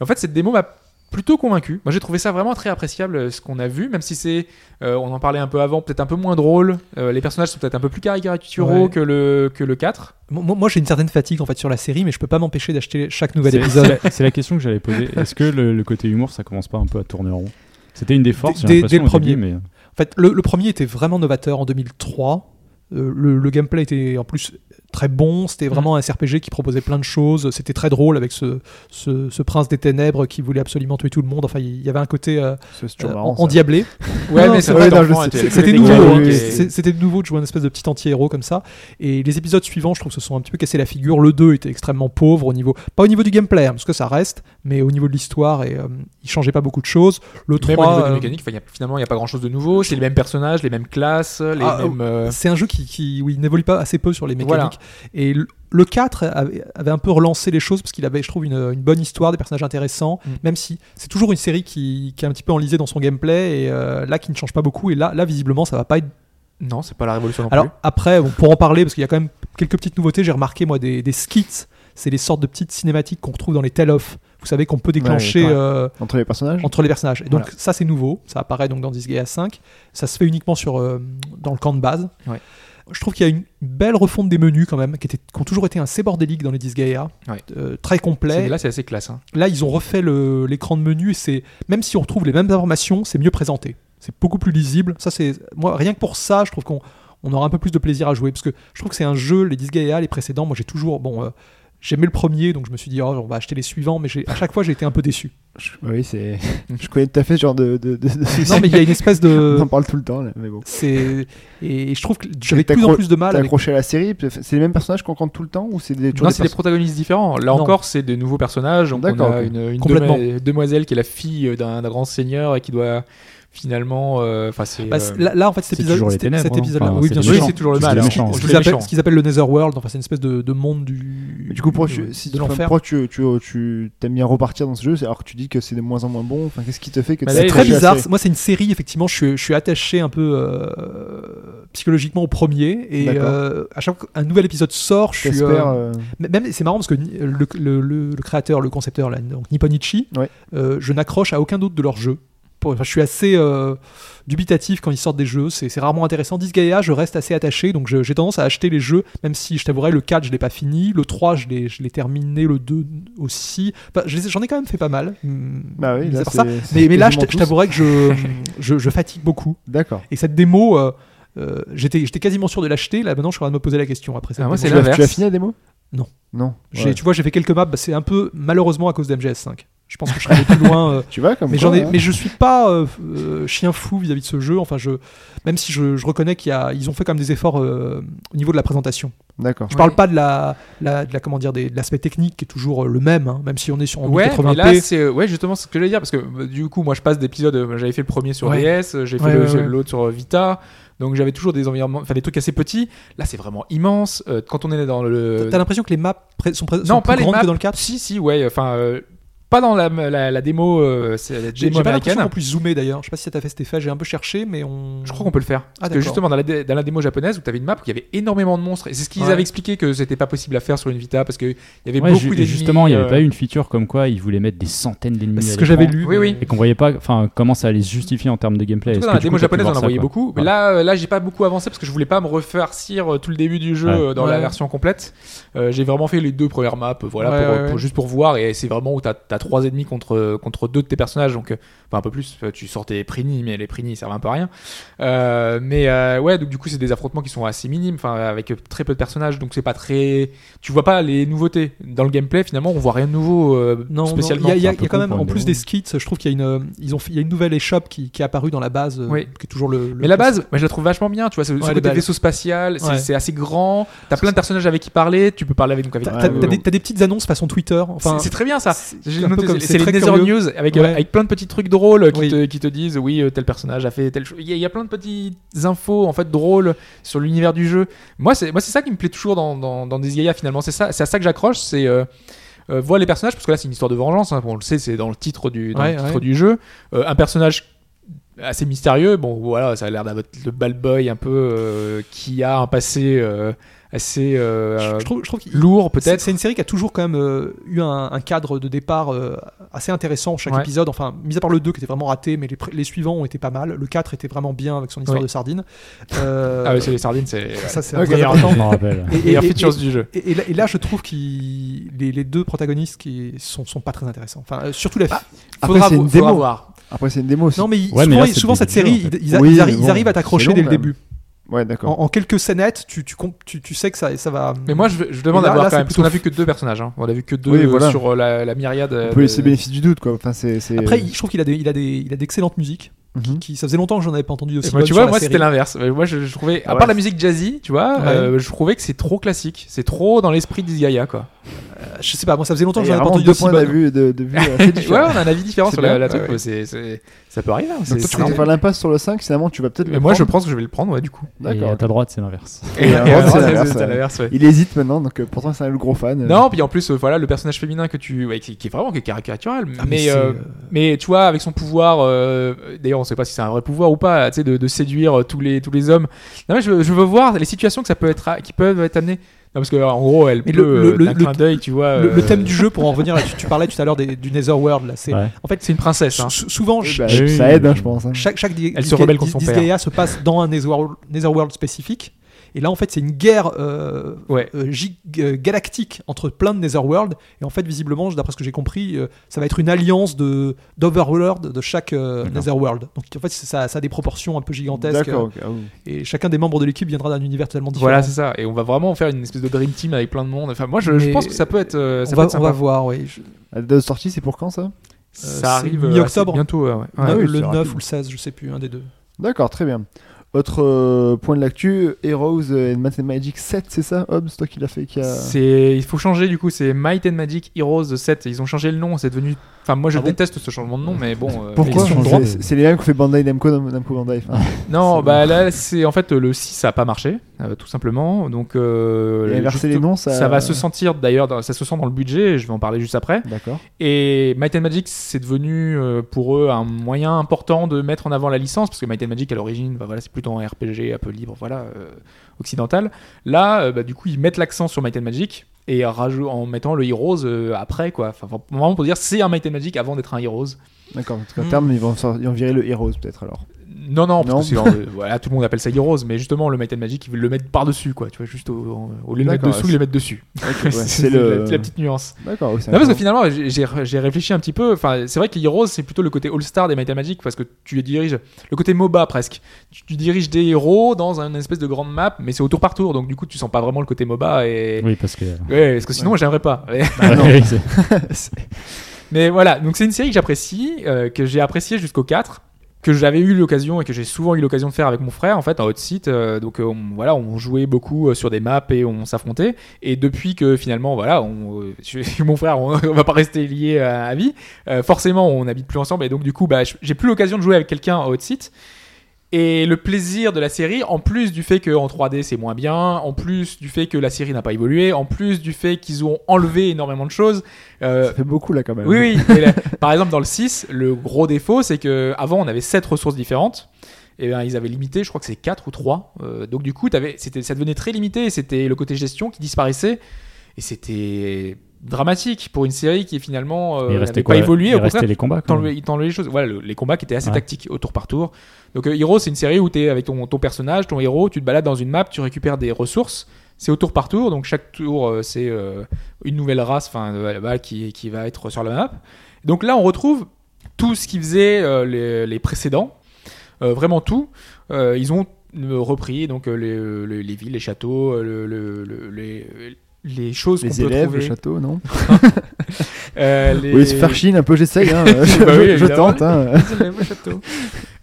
S3: Et en fait cette démo m'a plutôt convaincu. Moi j'ai trouvé ça vraiment très appréciable euh, ce qu'on a vu, même si c'est, euh, on en parlait un peu avant, peut-être un peu moins drôle. Euh, les personnages sont peut-être un peu plus caricaturaux
S5: Ouais.
S3: que le que le 4.
S5: Moi, moi, j'ai une certaine fatigue en fait sur la série, mais je peux pas m'empêcher d'acheter chaque nouvel
S4: C'est
S5: épisode.
S4: c'est la, c'est la question que j'allais poser. Est-ce que le, le côté humour, ça commence pas un peu à tourner en rond C'était une des forces, j'ai
S5: Dès-
S4: l'impression,
S5: dès le
S4: au début,
S5: premier.
S4: mais
S5: En fait, le, le premier était vraiment novateur en 2003. Euh, le, le gameplay était en plus très bon. C'était
S3: Mhm.
S5: vraiment un SRPG qui proposait plein de choses. C'était très drôle avec ce, ce, ce prince des ténèbres qui voulait absolument tuer tout le monde. Enfin, il y avait un côté euh,
S2: C'est toujours
S5: euh,
S2: marrant. ça.
S5: endiablé.
S3: Ouais,
S5: Non,
S3: mais
S5: non,
S3: ça
S2: ouais,
S3: va,
S2: non, je
S3: t'en
S2: sais,
S3: prends,
S2: c'est-
S3: t'es-
S5: C'était
S3: t'es
S5: nouveau,
S3: décalé,
S2: nouveau,
S5: hein.
S3: ok.
S2: oui.
S5: C'est- c'était nouveau de jouer un espèce de petit anti-héros comme ça. Et les épisodes suivants, je trouve, se sont un petit peu cassés la figure. Le 2 était extrêmement pauvre au niveau, pas au niveau du gameplay, hein, parce que ça reste, mais au niveau de l'histoire, et euh, il changeait pas beaucoup de choses. Le
S3: Même
S5: 3,
S3: au niveau des
S5: euh,
S3: mécaniques, enfin, y a- finalement, il n'y a pas grand chose de nouveau. C'est les mêmes personnages, les mêmes classes, les
S5: Ah,
S3: mêmes. euh,
S5: c'est un jeu qui, qui où il n'évolue pas assez peu sur les
S3: Voilà.
S5: mécaniques. Et le- le 4 avait, avait un peu relancé les choses parce qu'il avait, je trouve, une, une bonne histoire, des personnages intéressants,
S3: Mm.
S5: même si c'est toujours une série qui, qui est un petit peu enlisée dans son gameplay et euh, là qui ne change pas beaucoup. Et là, là visiblement, ça va pas être
S3: Non, c'est pas la révolution non
S5: alors
S3: plus.
S5: après, bon, pour en parler, parce qu'il y a quand même quelques petites nouveautés, j'ai remarqué moi des, des skits c'est les sortes de petites cinématiques qu'on retrouve dans les tell-off. Vous savez qu'on peut déclencher
S2: pareil.
S5: euh,
S2: Entre les personnages
S5: entre les personnages. Et donc
S2: Voilà.
S5: ça c'est nouveau, ça apparaît donc dans Disgaea 5, ça se fait uniquement sur euh, dans le camp de base.
S3: Ouais.
S5: Je trouve qu'il y a une belle refonte des menus quand même, qui, étaient, qui ont toujours été assez bordéliques dans les Disgaea,
S3: Ouais.
S5: Euh, très complet.
S3: C'est- Là, c'est assez classe. hein.
S5: Là, ils ont refait le- l'écran de menu et c'est même si on retrouve les mêmes informations, c'est mieux présenté. C'est beaucoup plus lisible. Ça, c'est moi rien que pour ça, je trouve qu'on on aura un peu plus de plaisir à jouer parce que je trouve que c'est un jeu les Disgaea les précédents. Moi, j'ai toujours bon. euh, J'aimais le premier, donc je me suis dit, oh, on va acheter les suivants, mais j'ai- à chaque fois j'ai été un peu déçu.
S2: Je- bah Oui, c'est. je connais tout à fait ce genre de. de, de, de-
S5: Non, mais il y a une espèce de.
S2: On en parle tout le temps, là, mais bon.
S5: C'est et je trouve que j'avais de
S2: t'as
S5: plus en
S2: cro-
S5: plus de mal.
S2: T'as
S5: Avec...
S2: accroché à la série puis C'est les mêmes personnages qu'on compte tout le temps ou c'est des, toujours
S3: Non,
S2: des
S3: c'est des
S2: perso-
S3: protagonistes différents. Là
S5: Non.
S3: encore, c'est des nouveaux personnages. Donc on
S2: D'accord,
S3: a
S2: ok.
S3: une, une
S5: Complètement.
S3: demoi- demoiselle qui est la fille d'un d'un grand seigneur et qui doit finalement. euh, Enfin, c'est.
S5: Bah,
S3: euh,
S5: c'est- là, là, en fait, cet
S4: c'est
S5: épisode,
S4: toujours les
S5: cet-
S4: ténèbres,
S5: cet
S4: hein.
S5: épisode-là,
S4: Enfin,
S5: oui,
S4: c'est
S5: bien
S4: les
S5: sûr.
S3: Oui,
S4: méchants.
S3: c'est toujours le
S4: C'est
S3: mal.
S4: les
S3: hein.
S4: méchants,
S3: C'est
S4: c'est
S5: Ce
S3: les
S5: qu'ils appellent,
S3: méchants.
S5: ce qu'ils appellent le Netherworld, enfin c'est une espèce de, de monde du.
S2: Mais du coup, pourquoi
S5: de-
S2: tu, si
S5: de
S2: tu,
S5: l'enfer.
S2: pourquoi tu, tu, tu t'aimes bien repartir dans ce jeu c'est- alors que tu dis que c'est de moins en moins bon enfin, Qu'est-ce qui te fait que
S3: Mais
S2: t'es
S3: là,
S5: Bah, C'est
S3: il
S5: très
S2: accroché à la
S5: bizarre.
S2: série
S5: Moi, c'est une série, effectivement, je suis, je suis attaché un peu euh, psychologiquement au premier. Et
S2: D'accord.
S5: euh, à chaque fois qu'un nouvel épisode sort, je suis.
S2: T'espères,
S5: euh,
S2: euh,
S5: mais- Même, c'est marrant parce que ni- le, le- le- le créateur, le concepteur, là, donc Nipponichi,
S2: Ouais.
S5: euh, je n'accroche à aucun d'autre de leurs jeux. Pour- enfin, je suis assez euh, dubitatif quand ils sortent des jeux, c'est c'est rarement intéressant. Disgaea, je reste assez attaché, donc je- j'ai tendance à acheter les jeux, même si je t'avouerai, le 4, je l'ai pas fini, le 3, je l'ai je l'ai terminé, le 2 aussi. Enfin, je les ai- J'en ai quand même fait pas mal. hmm,
S2: Bah oui,
S5: mis
S2: là,
S5: à part ça.
S2: c'est- c'est
S5: Mais, mais là, je
S2: quasiment
S5: t- je
S2: tous.
S5: t'avouerai que je, je, je fatigue beaucoup.
S2: D'accord.
S5: Et cette démo, euh, euh, j'étais j'étais quasiment sûr de l'acheter. Là, maintenant, je suis en train de me poser la question après ça.
S3: Ah, moi,
S2: Tu
S3: c'est
S2: l'as-
S3: l'inverse.
S2: tu l'as fini la démo
S5: Non.
S2: Non.
S5: J'ai-
S2: Ouais.
S5: Tu vois, j'ai fait quelques maps. bah, C'est un peu malheureusement à cause d'MGS5. Je pense que je serais allé plus loin. euh,
S2: Tu vas comme
S5: mais
S2: quoi,
S5: j'en ai,
S2: hein.
S5: mais je suis pas euh, euh, chien fou vis-à-vis de ce jeu. Enfin, je, même si je, je reconnais qu'il y a, ils ont fait quand même des efforts euh, au niveau de la présentation.
S2: D'accord.
S5: Je parle pas de la, la- de la comment dire, des- de l'aspect technique qui est toujours euh, le même, hein, même si on est sur en
S3: Ouais,
S5: 1080p.
S3: mais là, c'est ouais, justement c'est ce que j'allais dire parce que euh, du coup, moi, je passe d'épisodes. euh, J'avais fait le premier sur
S5: Ouais.
S3: DS, euh, j'ai fait
S5: Ouais,
S3: le-
S5: ouais, ouais.
S3: l'autre sur Vita, donc j'avais toujours des environnements, enfin des trucs assez petits. Là, c'est vraiment immense. Euh, quand on est dans le,
S5: T'as l'impression que les maps pré- sont, pré-
S3: non
S5: sont
S3: pas les
S5: plus grandes
S3: maps
S5: que dans le 4
S3: Si, si, ouais, enfin. euh, Pas dans la, la, la démo, euh, c'est la
S5: J'ai j'ai
S3: démo
S5: pas l'impression
S3: américaine.
S5: qu'on puisse zoomer d'ailleurs. Je sais pas si t'as fait cet effet, j'ai un peu cherché, mais on.
S3: Je crois qu'on peut le faire.
S5: Ah,
S3: Parce que
S5: d'accord.
S3: justement, dans la, dé- dans la démo japonaise, où tu avais une map où il y avait énormément de monstres. Et c'est ce qu'ils
S5: Ouais.
S3: avaient expliqué que c'était pas possible à faire sur une Vita parce qu'il y avait
S4: Ouais,
S3: beaucoup
S4: ju-
S3: d'ennemis.
S4: justement, il n'y
S3: euh,
S4: avait pas eu une feature comme quoi ils voulaient mettre des centaines d'ennemis. à
S5: Bah, c'est ce que j'avais
S4: l'écran
S5: lu.
S3: Oui, oui.
S4: Et qu'on voyait pas enfin, comment ça allait se justifier en termes de gameplay.
S3: En tout
S4: Est-ce
S3: cas, dans
S4: que
S3: la
S4: du
S3: démo
S4: coup, t'as pu
S3: japonaise,
S4: voir
S3: on en
S4: ça,
S3: voyait
S4: quoi
S3: beaucoup. Mais
S4: Ouais.
S3: là, euh, là j'ai pas beaucoup avancé parce que je voulais pas me refaire cire euh, tout le début du jeu
S4: Ouais.
S3: euh, dans la
S5: Ouais.
S3: version complète. Euh, j'ai vraiment fait les deux premières maps, euh, voilà,
S5: Ouais,
S3: pour,
S5: ouais,
S3: pour-
S5: ouais.
S3: juste pour voir. Et c'est vraiment où t'as as trois ennemis contre euh, contre deux de tes personnages, donc euh, enfin un peu plus. euh, Tu sortais les Prini, mais les Prini ils servent un peu à rien. Euh, mais euh, ouais, donc du coup c'est des affrontements qui sont assez minimes, enfin avec euh, très peu de personnages, donc c'est pas très. Tu vois pas les nouveautés dans le gameplay. Finalement, on voit rien de nouveau euh,
S5: Non, non,
S3: spécialement.
S5: Il y a, il y a-
S4: c'est un peu
S5: il y a quand
S4: con
S5: même,
S4: pour
S5: en
S4: une
S5: plus
S4: démo.
S5: des skits, je trouve qu'il y a une, euh, ils ont, fait- il y a une nouvelle échoppe qui, qui est apparue dans la base, euh,
S3: Oui.
S5: qui est toujours le. le
S3: Mais la base, moi, je la trouve vachement bien, tu vois, ce, ce
S5: Ouais, elle est
S3: côté
S5: belle.
S3: vaisseau spatial, c'est
S5: Ouais.
S3: c'est assez grand, t'as plein de personnages avec qui parler, tu peux parler avec, donc avec
S5: T'as,
S2: Ouais,
S5: t'as-
S2: ouais,
S5: t'as
S2: ouais.
S5: des, t'as des petites annonces façon Twitter.
S3: C'est
S5: Enfin,
S3: c'est très bien ça. J'ai
S5: un peu
S3: noté,
S5: comme-
S3: C'est
S5: c'est
S3: c'est les
S5: très
S3: Nether
S5: curieux.
S3: News avec,
S5: Ouais.
S3: euh, avec plein de petits trucs drôles qui,
S5: Oui.
S3: te, qui te disent oui, euh, tel personnage a fait telle chose. Il y, a- il y a plein de petites infos en fait drôles sur l'univers du jeu. Moi, c'est moi, c'est ça qui me plaît toujours dans, dans, dans des Gaia finalement. C'est ça, c'est à ça que j'accroche. C'est euh, euh, voir les personnages parce que là, c'est une histoire de vengeance. hein. Bon, on le sait, c'est dans le titre du, dans
S5: Ouais,
S3: le titre
S5: ouais.
S3: du jeu. Euh, un personnage assez mystérieux. Bon, voilà, ça a l'air d'un le bad boy un peu euh, qui a un passé euh, assez euh,
S5: je, je trouve, je trouve qu'il-
S3: lourd
S5: c'est,
S3: peut-être.
S5: c'est une série qui a toujours quand même euh, eu un, un cadre de départ euh, assez intéressant chaque
S3: Ouais.
S5: épisode. Enfin, mis à part le 2 qui était vraiment raté, mais les, pré- les suivants ont été pas mal. Le 4 était vraiment bien avec son histoire
S3: Oui.
S5: de sardine. Euh,
S3: Ah ouais, c'est les sardines, c'est.
S5: ça, c'est
S3: Ok.
S5: très
S3: Alors,
S5: important.
S4: Je m'en rappelle.
S5: Et- et-
S3: Et,
S5: et-
S3: features du jeu.
S5: Et, et là, et là, je trouve que les, les deux protagonistes qui sont, sont pas très intéressants. Enfin, euh, surtout la fille.
S2: Ah, Après,
S3: Faudra
S2: c'est
S3: vo-
S2: une
S3: faudra
S2: démo.
S3: voir.
S2: Après, c'est une démo aussi.
S5: Non, mais ils-
S4: Ouais, mais
S5: souvent,
S4: là, c'est
S5: souvent,
S4: le
S5: cette
S4: début
S5: série,
S4: du jeu, en fait.
S5: ils, ils a-
S2: Oui,
S5: ils arri-
S2: mais bon,
S5: ils arrivent à t'accrocher
S2: c'est
S5: dès
S2: long,
S5: le
S2: quand même.
S5: début.
S2: Ouais,
S5: En,
S2: d'accord.
S5: en quelques scénettes, tu, tu, comp- tu, tu sais que ça, ça va.
S3: Mais moi, je, je demande
S5: Là-
S3: à voir
S5: là,
S3: quand
S5: c'est
S3: même. Parce qu'on a vu
S5: plutôt-
S3: que deux personnages. hein. On a vu que deux
S2: Oui,
S3: euh,
S2: voilà.
S3: sur euh, la, la myriade. euh,
S2: On peut laisser
S3: de-
S2: bénéfice du doute, quoi. Enfin, c'est. c'est-
S5: Après, il- je trouve qu'il a des, il a des, il a d'excellentes musiques.
S2: Mhm.
S5: Qui, ça faisait longtemps que j'en avais pas entendu
S3: Et
S5: aussi.
S3: moi,
S5: bonnes
S3: tu
S5: sur
S3: vois,
S5: la
S3: moi
S5: série.
S3: c'était l'inverse. Euh, Moi je, je trouvais, à
S2: Ah ouais.
S3: part la musique jazzy, tu vois,
S5: Ouais.
S3: euh, je trouvais que c'est trop classique, c'est trop dans l'esprit d'Isgaia quoi.
S5: Euh, Je sais pas, moi ça faisait longtemps
S2: Il
S5: que
S2: y
S5: j'en
S2: a
S5: avais
S2: vraiment
S5: pas entendu
S2: deux
S5: aussi.
S2: points de
S5: bonnes.
S2: vue, de, de vue assez
S3: Ouais, on
S2: différents.
S3: a un avis différent
S2: C'est
S3: sur la,
S2: bien,
S3: la
S2: ouais,
S3: truc.
S2: ouais.
S3: ouais, c'est- c'est- ça peut arriver. hein, c'est-
S2: Donc, toi,
S3: c'est
S2: tu voulais
S3: normal.
S2: faire l'impasse sur le 5, finalement, tu vas peut-être.
S3: Mais
S2: le
S3: moi je
S2: prendre.
S3: pense que je vais le prendre, ouais, du coup.
S4: Et à
S2: D'accord.
S4: ta droite, c'est l'inverse.
S3: Et,
S2: à droite, c'est
S3: à
S2: l'inverse,
S3: c'est
S2: ouais.
S3: l'inverse, ouais.
S2: Il hésite maintenant, donc euh, pourtant, c'est un gros fan. euh.
S3: Non, puis en plus, euh, voilà, le personnage féminin que tu, ouais, qui, qui est vraiment qui est caricatural,
S5: Ah,
S3: mais,
S5: c'est,
S3: euh,
S5: euh,
S3: mais tu vois, avec son pouvoir, euh, d'ailleurs, on sait pas si c'est un vrai pouvoir ou pas, tu sais, de, de séduire euh, tous les tous les hommes. Non mais je, veux- je veux voir les situations que ça peut être, à- ah, qui peuvent être amenées. parce que en gros, elle
S5: Mais
S3: peut
S5: le- le-
S3: euh,
S5: le-
S3: d'un
S5: le-
S3: clin d'œil, tu vois.
S5: Le, le
S3: euh,
S5: thème du jeu, pour en revenir, là, tu, tu parlais tout à l'heure des- du Netherworld, là, c'est
S4: Ouais.
S5: en fait
S3: c'est une princesse. hein.
S5: sou- souvent
S2: Eh
S5: ch-
S2: ben,
S4: oui, oui,
S2: ça aide, hein,
S4: oui.
S2: je pense. hein.
S5: chaque chaque di-
S3: Elle se
S5: disga-
S3: rebelle contre
S5: dis-
S3: son père.
S5: Disgaea se passe dans un Netherworld, Netherworld spécifique. Et là, en fait, c'est une guerre euh,
S3: Ouais.
S5: euh, gig- euh, galactique entre plein de Netherworld. Et en fait, visiblement, d'après ce que j'ai compris, euh, ça va être une alliance de d'Overworld de chaque euh,
S4: D'accord.
S5: Netherworld. Donc, en fait, c'est- ça, ça a des proportions un peu gigantesques.
S2: D'accord.
S5: euh,
S2: ok, ah oui.
S5: Et chacun des membres de l'équipe viendra d'un univers totalement différent.
S3: Voilà, c'est ça. Et on va vraiment faire une espèce de dream team avec plein de monde. Enfin, moi, je, je
S5: Mais-
S3: pense que ça peut être, euh,
S5: on,
S3: ça peut
S5: va,
S3: être
S5: on
S3: sympa.
S5: va voir, oui. Je-
S2: La date de sortie, c'est pour quand ça
S5: c'est
S3: Ça arrive euh,
S5: mi-octobre.
S3: assez bientôt. ouais, ouais. Ouais.
S2: Ah oui,
S5: le
S2: c'est
S5: 9
S2: rapide.
S5: ou le 16, je sais plus, un des deux.
S2: D'accord, très bien. Autre euh, point de l'actu, Heroes and Math and Magic 7, c'est ça Hobbs, c'est toi qui l'as fait qui
S5: euh,
S2: a...
S3: C'est, il faut changer du coup. C'est Might and Magic Heroes 7. Ils ont changé le nom. C'est devenu. Enfin, moi, je
S5: Ah bon
S3: déteste ce changement de nom, mais bon. euh,
S2: Pourquoi
S4: ils ont changé
S2: C'est- C'est les mêmes qu'on fait Bandai Namco, Nam- Namco Bandai. enfin,
S3: Non,
S2: C'est-
S3: bah là, c'est en fait le 6 ça a pas marché, euh, tout simplement. Donc euh,
S2: et inverser
S3: juste-
S2: les noms, ça...
S3: Ça va se sentir d'ailleurs, dans- ça se sent dans le budget, et je vais en parler juste après.
S2: D'accord.
S3: Et Might and Magic, c'est devenu euh, pour eux un moyen important de mettre en avant la licence, parce que Might and Magic à l'origine, bah voilà, c'est plutôt un RPG un peu libre, voilà, euh, occidental. Là, euh, bah, du coup, ils mettent l'accent sur Might and Magic et rajou- en mettant le Heroes euh, après, quoi. Enfin, vraiment pour dire c'est un Might and Magic avant d'être un Heroes.
S2: D'accord, en tout cas,
S5: Hmm.
S2: terme, ils vont, sor- ils vont virer le Heroes peut-être alors.
S3: Non, non, parce
S2: Non.
S3: que c'est genre, euh, voilà, tout le monde appelle ça Heroes, mais justement, le Might and Magic, ils veulent le mettre par-dessus, quoi. Tu vois, juste au, au lieu de le mettre
S2: D'accord,
S3: dessous,
S2: ouais,
S3: ils le mettent dessus.
S2: ouais, c'est
S3: la-
S2: le-
S3: la petite nuance.
S2: D'accord, oui, c'est
S3: Non, parce que
S2: intéressant.
S3: finalement, j'ai- j'ai j'ai réfléchi un petit peu. Enfin, c'est vrai que Heroes, c'est plutôt le côté All-Star des Might and Magic parce que tu les diriges, le côté MOBA presque. Tu, tu diriges des héros dans une espèce de grande map, mais c'est au tour par tour, donc du coup, tu sens pas vraiment le côté MOBA. Et...
S4: Oui, parce que.
S3: Ouais, parce que sinon, j'aimerais pas.
S2: non.
S4: Oui, c'est-
S3: mais voilà, donc c'est une série que j'apprécie, euh, que j'ai appréciée jusqu'au 4 que j'avais eu l'occasion et que j'ai souvent eu l'occasion de faire avec mon frère en fait en hot site donc euh, on, voilà on jouait beaucoup euh, sur des maps et on s'affrontait et depuis que finalement voilà on, euh, je- je- mon frère on, on va pas rester lié à, à vie euh, forcément on habite plus ensemble et donc du coup bah je- j'ai plus l'occasion de jouer avec quelqu'un en hot site et le plaisir de la série en plus du fait que en 3D c'est moins bien en plus du fait que la série n'a pas évolué en plus du fait qu'ils ont enlevé énormément de choses euh,
S2: Ça fait beaucoup là quand même.
S3: oui, oui. mais là, par exemple, dans le 6, le gros défaut, c'est que avant on avait 7 ressources différentes. Et ben, ils avaient limité, je crois que c'est 4 ou 3. Euh, donc, du coup, t'avais- c'était- ça devenait très limité. et C'était le côté gestion qui disparaissait. Et c'était dramatique pour une série qui, finalement, euh,
S4: il
S3: n'avait
S4: restait
S3: pas
S4: quoi
S3: évolué.
S4: Il
S3: Au contraire,
S4: restait les combats. quoi.
S2: Hmm.
S3: t'enlevais- ils t'enlevaient les choses. Voilà, le- les combats qui étaient assez
S4: Ouais.
S3: tactiques au tour par tour. Donc euh, Hero, c'est une série où tu es avec ton, ton personnage, ton héros, tu te balades dans une map, tu récupères des ressources. C'est au tour par tour, donc chaque tour euh, c'est euh, une nouvelle race, enfin euh, voilà, qui, qui va être sur la map. Donc là, on retrouve tout ce qui faisait euh, les, les précédents, euh, vraiment tout. Euh, ils ont euh, repris donc euh, les, les- les villes, les châteaux, euh, le- le- le- les, les choses qu'on
S2: Les
S3: peut
S2: élèves, le
S3: trouver.
S2: château, non
S3: Euh, les-
S2: Oui, se faire chine un peu, j'essaye. Hein. je,
S3: Bah oui,
S2: je- je
S3: évidemment.
S2: tente. Hein.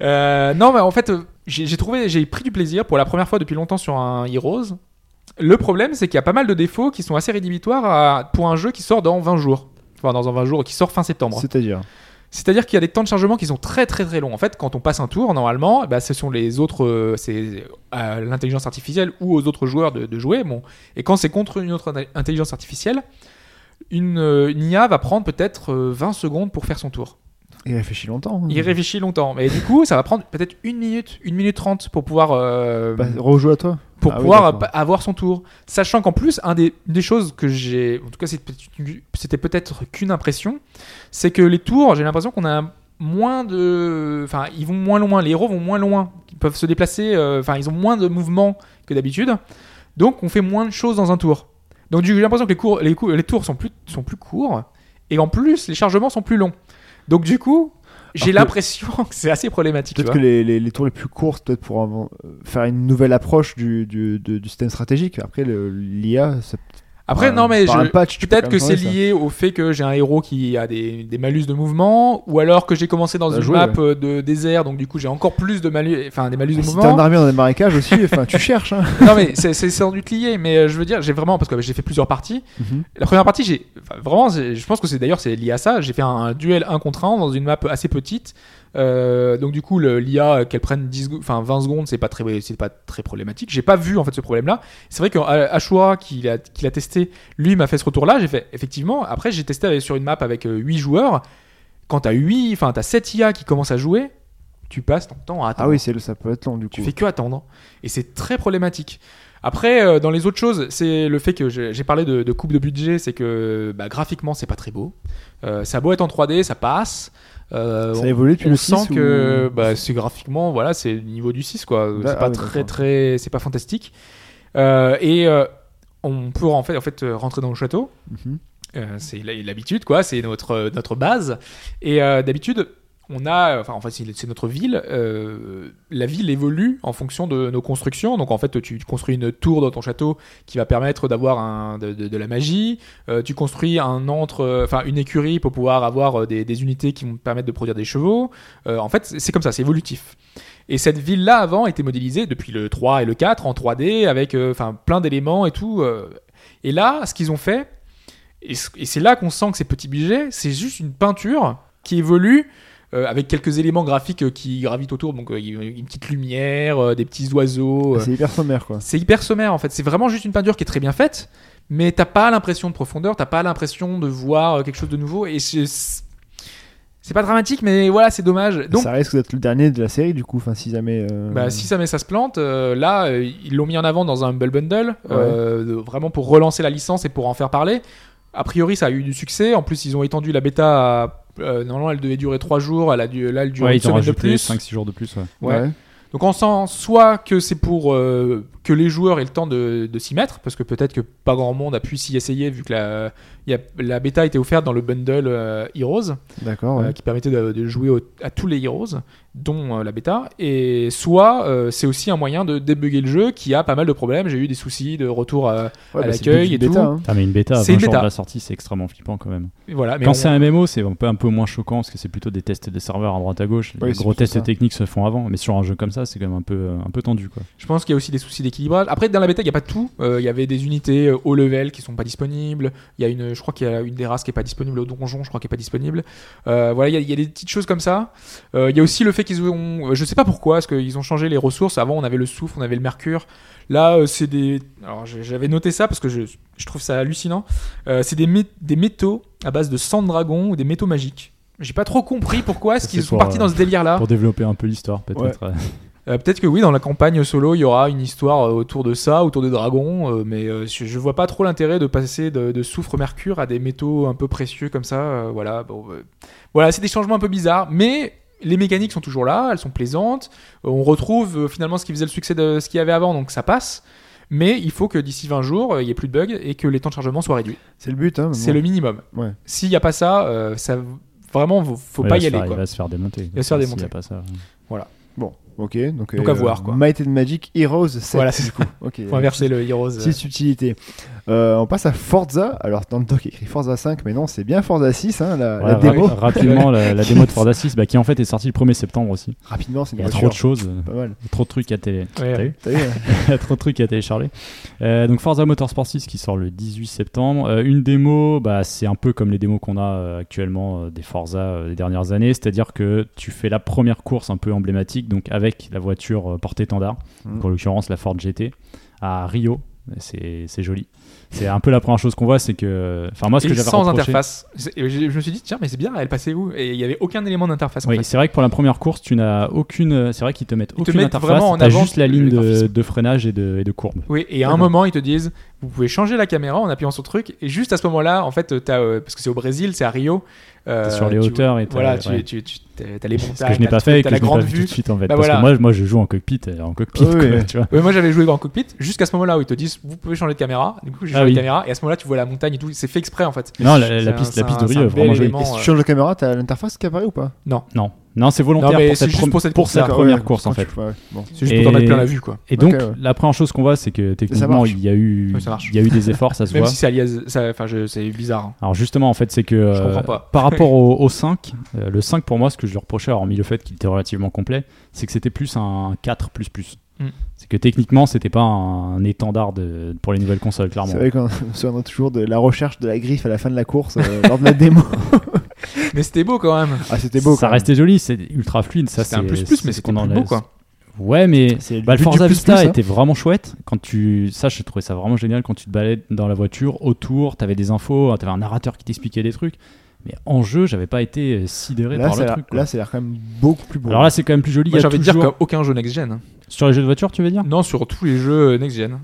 S3: Euh, non, mais en fait, euh, j'ai j'ai trouvé, j'ai pris du plaisir pour la première fois depuis longtemps sur un Heroes. Le problème, c'est qu'il y a pas mal de défauts qui sont assez rédhibitoires à- pour un jeu qui sort dans 20 jours. Enfin, dans un 20 jours, qui sort fin septembre.
S2: C'est-à-dire.
S3: C'est-à-dire qu'il y a des temps de chargement qui sont très très très longs. En fait, quand on passe un tour, normalement, bah, ce sont les autres, euh, c'est à l'intelligence artificielle ou aux autres joueurs de, de jouer. Bon. Et quand c'est contre une autre inte- intelligence artificielle, une, euh, une IA va prendre peut-être euh, 20 secondes pour faire son tour.
S2: Il réfléchit longtemps. hein.
S3: Il réfléchit longtemps. Mais du coup, ça va prendre peut-être une minute, une minute trente pour pouvoir, euh,
S2: Bah, rejoue à toi.
S3: pour
S2: Ah oui,
S3: pouvoir
S2: d'accord.
S3: euh, avoir son tour. Sachant qu'en plus, un des, une des choses que j'ai. En tout cas, c'est peut-être- c'était peut-être qu'une impression. C'est que les tours, j'ai l'impression qu'on a moins de. Enfin, ils vont moins loin. Les héros vont moins loin. Ils peuvent se déplacer. euh, Enfin, ils ont moins de mouvements que d'habitude. Donc, on fait moins de choses dans un tour. Donc, j'ai l'impression que les, cours, les, cou- les tours sont plus, sont plus courts. Et en plus, les chargements sont plus longs. Donc, du coup. J'ai
S2: Alors que-
S3: l'impression que c'est assez problématique. tu
S2: Peut-être
S3: vois.
S2: que les, les, les tours les plus courtes, peut-être pour avant- euh, faire une nouvelle approche du, du, de- du système stratégique. Après, le- l'IA, ça
S3: Après,
S2: par-
S3: non, mais
S2: par
S3: je-
S2: un patch, tu peux
S3: peut-être
S2: quand
S3: que
S2: même
S3: c'est
S2: changer ça.
S3: lié au fait que j'ai un héros qui a des, des malus de mouvement, ou alors que j'ai commencé dans
S2: Bah,
S3: une
S2: joué,
S3: map
S2: ouais. Ah,
S3: euh, de désert, donc du coup j'ai encore plus de malus, enfin des malus de
S2: Si t'es en
S3: mouvement.
S2: armée dans des marécages aussi, enfin, tu cherches. Hein.
S3: non, mais c'est c'est sans doute lié, mais euh, je veux dire, j'ai vraiment, parce que j'ai fait plusieurs parties.
S2: Mhm.
S3: La première partie, j'ai enfin, vraiment, c'est- je pense que c'est d'ailleurs c'est lié à ça. J'ai fait un, un duel 1 contre 1 dans une map assez petite. Euh, donc du coup, le- l'IA euh, qu'elle prenne 10, secondes- enfin 20 secondes, c'est pas très, c'est pas très problématique. J'ai pas vu en fait ce problème-là. C'est vrai qu'Ashua qui l'a, qui l'a testé, lui m'a fait ce retour-là. J'ai fait effectivement. Après, j'ai testé avec- sur une map avec 8 joueurs. Quand t'as 8, enfin t'as 7 IA qui commencent à jouer, tu passes ton temps à attendre.
S2: Ah oui, c'est- ça peut être long du coup.
S3: Tu fais que attendre. Et c'est très problématique. Après, euh, dans les autres choses, c'est le fait que j'ai j'ai parlé de, de coupe de budget, c'est que bah, graphiquement, c'est pas très beau. Euh, ça a beau être en 3D, ça passe. Euh,
S2: Ça
S3: on-
S2: a évolué depuis
S3: on
S2: le 6
S3: sent
S2: ou-
S3: que bah, c'est graphiquement, voilà, c'est le niveau du 6, quoi.
S2: Bah,
S3: C'est
S2: ah
S3: pas
S2: oui,
S3: très,
S2: d'accord.
S3: très, c'est pas fantastique. Euh, et euh, on peut en fait, en fait euh, rentrer dans le château.
S2: Mhm.
S3: Euh, c'est la- l'habitude, quoi. C'est notre, euh, notre base. Et euh, d'habitude, on a, enfin, en fait, c'est c'est notre ville. euh, la ville évolue en fonction de nos constructions. Donc, en fait, tu construis une tour dans ton château qui va permettre d'avoir un- de, de- de la magie. Euh, tu construis un antre, euh, enfin, une écurie pour pouvoir avoir euh, des, des unités qui vont te permettre de produire des chevaux. Euh, en fait, c'est c'est comme ça, c'est évolutif. Et cette ville-là, avant, était modélisée depuis le 3 et le 4 en 3D avec euh, enfin, plein d'éléments et tout. euh. Et là, ce qu'ils ont fait, et c- et c'est là qu'on sent que c'est petit budget, c'est juste une peinture qui évolue euh, avec quelques éléments graphiques euh, qui gravitent autour. Donc, euh, il y a une petite lumière, euh, des petits oiseaux. euh.
S2: C'est hyper sommaire quoi.
S3: C'est hyper sommaire en fait. C'est vraiment juste une peinture qui est très bien faite, mais t'as pas l'impression de profondeur, t'as pas l'impression de voir euh, quelque chose de nouveau. Et c'est c'est pas dramatique, mais voilà, c'est dommage. Donc,
S2: ça risque d'être le dernier de la série du coup, enfin si jamais. euh,
S3: bah, si ça met ça se plante, euh, là euh, ils l'ont mis en avant dans un Humble Bundle, euh, de- vraiment pour relancer la licence et pour en faire parler. A priori, ça a eu du succès. En plus, ils ont étendu la bêta. À, euh, normalement, elle devait durer 3 jours. Elle a dû, là, elle dure
S4: Ouais,
S3: une
S4: ils ont
S3: semaine de
S4: rajouté
S3: plus.
S4: 5-6 jours de plus. ouais.
S3: Ouais. Donc on sent soit que c'est pour euh, que les joueurs aient le temps de, de s'y mettre, parce que peut-être que pas grand monde a pu s'y essayer, vu que la, il y a- la bêta était offerte dans le bundle euh, Heroes,
S2: D'accord. ouais.
S3: euh, qui permettait de, de jouer au- à tous les Heroes, dont euh, la bêta, et soit euh, c'est aussi un moyen de débugger le jeu, qui a pas mal de problèmes, j'ai eu des soucis de retour à...
S2: Ouais,
S3: à
S2: bah, c'est
S3: l'accueil
S2: le
S3: et
S2: bêta,
S3: tout.
S2: hein.
S4: Putain, mais une bêta à
S3: C'est une
S4: 20 jours
S3: bêta.
S4: de la sortie, c'est extrêmement flippant quand même.
S3: Voilà, mais
S4: Quand
S3: on-
S4: Bah, c'est un MMO, c'est un peu, un peu moins choquant parce que c'est plutôt des tests de serveurs à droite à gauche.
S2: Oui,
S4: les
S2: c'est
S4: gros
S2: plutôt
S4: tests
S2: ça.
S4: techniques se font avant, mais sur un jeu comme ça, c'est quand même un peu, un peu tendu. Quoi.
S3: Je pense qu'il y a aussi des soucis d'équilibrage. Après, dans la bêta, il n'y a pas tout. Euh, Il y avait des unités euh, haut level qui sont pas disponibles. Il y a une, je crois qu'il y a une des races qui est pas disponible au donjon, je crois qui est pas disponible. Euh, voilà, il y a- il y, a des petites choses comme ça. Euh, Il y a aussi le fait qu'ils ont, euh, je sais pas pourquoi, parce qu'ils ont changé les ressources. Avant, on avait le soufre, on avait le mercure. Là, euh, c'est des. Alors, je- j'avais noté ça parce que je, je trouve ça hallucinant. Euh, c'est des, mé- des métaux à base de sang de dragon ou des métaux magiques. J'ai pas trop compris pourquoi est-ce
S4: Ça,
S3: qu'ils
S4: c'est
S3: sont
S4: pour,
S3: partis
S4: euh,
S3: dans ce délire-là.
S4: Pour développer un peu l'histoire, peut-être. euh,
S3: Euh, Peut-être que oui, dans la campagne solo, il y aura une histoire euh, autour de ça, autour des dragons, euh, mais euh, je, je vois pas trop l'intérêt de passer de, de soufre-mercure à des métaux un peu précieux comme ça. euh, voilà, bon, euh, voilà, c'est des changements un peu bizarres, mais les mécaniques sont toujours là, elles sont plaisantes. euh, on retrouve euh, finalement ce qui faisait le succès de ce qu'il y avait avant, donc ça passe. Mais il faut que d'ici 20 jours, euh, il y ait plus de bugs et que les temps de chargement soient réduits.
S2: C'est le but. Hein, mais
S3: C'est
S2: bon.
S3: le minimum.
S2: Ouais.
S3: S'il n'y a pas ça, euh, ça vraiment, faut- faut
S4: il
S3: pas
S4: va
S3: y
S4: se
S3: aller.
S4: faire-
S3: quoi.
S4: Il va se faire démonter.
S3: va se faire
S4: S'il y a
S3: démonter.
S4: pas ça.
S2: Bon, ok. Donc, euh,
S3: Donc à voir, quoi.
S2: Might and Magic Heroes 7.
S3: Voilà, c'est
S2: coup. Ok.
S3: Faut inverser le Heroes. euh,
S2: Petite subtilité. Euh, on passe à Forza. Alors, dans le doc, il écrit Forza 5, mais non, c'est bien Forza 6, hein, la, la
S4: Voilà, ra-
S2: démo.
S4: Rapidement, la, la démo de Forza 6, bah, qui en fait est sortie le 1er septembre aussi.
S2: Rapidement, c'est
S4: Il y
S2: une
S4: a trop
S2: voiture.
S4: de choses, euh,
S2: Pas mal.
S4: trop de trucs à télé.
S3: Ouais.
S4: T'as vu
S2: T'as vu, hein
S4: Il y a trop de trucs à télécharger. Euh, donc Forza Motorsport 6 qui sort le 18 septembre. Euh, une démo, bah, c'est un peu comme les démos qu'on a euh, actuellement euh, des Forza euh, des dernières années, c'est-à-dire que tu fais la première course un peu emblématique, donc avec la voiture euh, porte-étendard,
S3: Mmh.
S2: Mhm.
S4: donc en l'occurrence la Ford GT, à Rio. C'est c'est joli. C'est un peu la première chose qu'on voit, c'est que... Enfin moi ce
S3: Et
S4: que j'avais
S3: sans
S4: reproché-
S3: interface. C'est- et Je, je me suis dit, tiens, mais c'est bien, elle passait où Et il n'y avait aucun élément d'interface. en
S4: Oui,
S3: fait.
S4: c'est vrai que pour la première course, tu n'as aucune. C'est vrai qu'ils te mettent
S3: Ils te
S4: aucune
S3: mettent
S4: interface.
S3: vraiment en
S4: T'as
S3: avant
S4: juste la
S3: le-
S4: ligne de,
S3: l'interface.
S4: de freinage et de, et de courbe.
S3: Oui, et à un
S2: D'accord.
S3: moment, ils te disent, vous pouvez changer la caméra en appuyant sur le truc. Et juste à ce moment-là, en fait, t'as, euh, parce que c'est au Brésil, c'est à Rio. euh,
S4: T'es sur les
S3: tu-
S4: hauteurs et t'as-
S3: Voilà, tu,
S4: ouais.
S3: tu, tu- t'as t'as les montagnes.
S4: Ce que je n'ai
S3: t'as
S4: pas
S3: le
S4: fait
S3: truc,
S4: et que
S3: t'as la
S4: je n'ai pas
S3: grande
S4: vu tout
S3: vue.
S4: de suite en fait.
S3: Bah
S4: parce
S3: voilà.
S4: que moi, moi, je joue en cockpit, euh, en cockpit.
S2: Oui,
S4: quoi,
S2: oui.
S4: tu vois.
S3: Ouais, moi j'avais joué en cockpit jusqu'à ce moment-là où ils te disent vous pouvez changer de caméra. Du coup j'ai
S4: Ah
S3: changé
S4: oui.
S3: de caméra et à ce moment-là tu vois la montagne et tout. C'est fait exprès en fait.
S4: Non, la, la
S3: C'est un-
S4: piste,
S3: c'est
S4: la piste
S3: un-
S4: de
S3: c'est un
S4: Rio
S3: bel
S4: est vraiment jolie.
S3: élément.
S2: Et si tu changes de caméra, t'as l'interface qui apparaît ou pas
S4: Non, non, c'est volontaire
S3: Non, mais
S4: pour,
S3: c'est
S4: cette
S3: juste
S4: prom-
S3: pour cette
S4: la
S3: course-là,
S4: première
S2: ouais,
S4: course en
S2: je
S4: fait.
S2: crois que tu- ouais, bon.
S3: C'est juste pour t'en
S4: Et-
S3: mettre plein la vue quoi.
S4: Et donc,
S2: Ok, ouais.
S4: la première chose qu'on voit, c'est que techniquement,
S2: marche.
S4: il y a eu,
S3: euh, Oui, ça marche.
S4: il y a eu des efforts, ça se
S3: Même
S4: voit.
S3: si c'est alias, ça- enfin je- c'est bizarre. hein.
S4: Alors justement, en fait, c'est que euh,
S3: Je comprends pas.
S4: par rapport au, au 5, euh, le 5 pour moi, ce que je lui reprochais, hormis le fait qu'il était relativement complet, c'est que c'était plus un 4 plus plus.
S3: Mm.
S4: C'est que techniquement, c'était pas un étendard de- pour les nouvelles consoles, clairement.
S2: C'est vrai qu'on se souviendra toujours de la recherche de la griffe à la fin de la course euh, lors de la démo.
S3: Mais c'était beau quand même.
S2: Ah, c'était beau.
S4: ça
S2: quand même.
S4: restait joli, c'est ultra fluide. Ça,
S3: C'était un
S4: c'est-
S3: plus plus,
S4: c'est
S3: mais
S4: ce
S3: c'était
S4: qu'on en
S3: plus
S4: a-
S3: beau quoi.
S4: Ouais, mais
S2: C'est le
S4: bah, le
S2: but du
S4: Forza
S2: plus
S4: Vista
S2: plus, hein.
S4: était vraiment chouette. Quand tu, ça, je trouvais ça vraiment génial quand tu te balais dans la voiture, autour, t'avais des infos, hein, t'avais un narrateur qui t'expliquait des trucs. Mais en jeu, j'avais pas été sidéré
S2: Là,
S4: par
S2: ça
S4: le
S2: a l'air-
S4: truc. quoi.
S2: là, ça a l'air quand même beaucoup plus beau.
S4: Alors là, c'est quand même plus joli.
S3: Moi
S4: il y
S3: j'ai
S4: a
S3: envie de dire
S4: toujours-
S3: qu'aucun jeu next-gen. hein.
S4: Sur les jeux de voiture, tu veux dire
S3: Non, sur tous les jeux next-gen.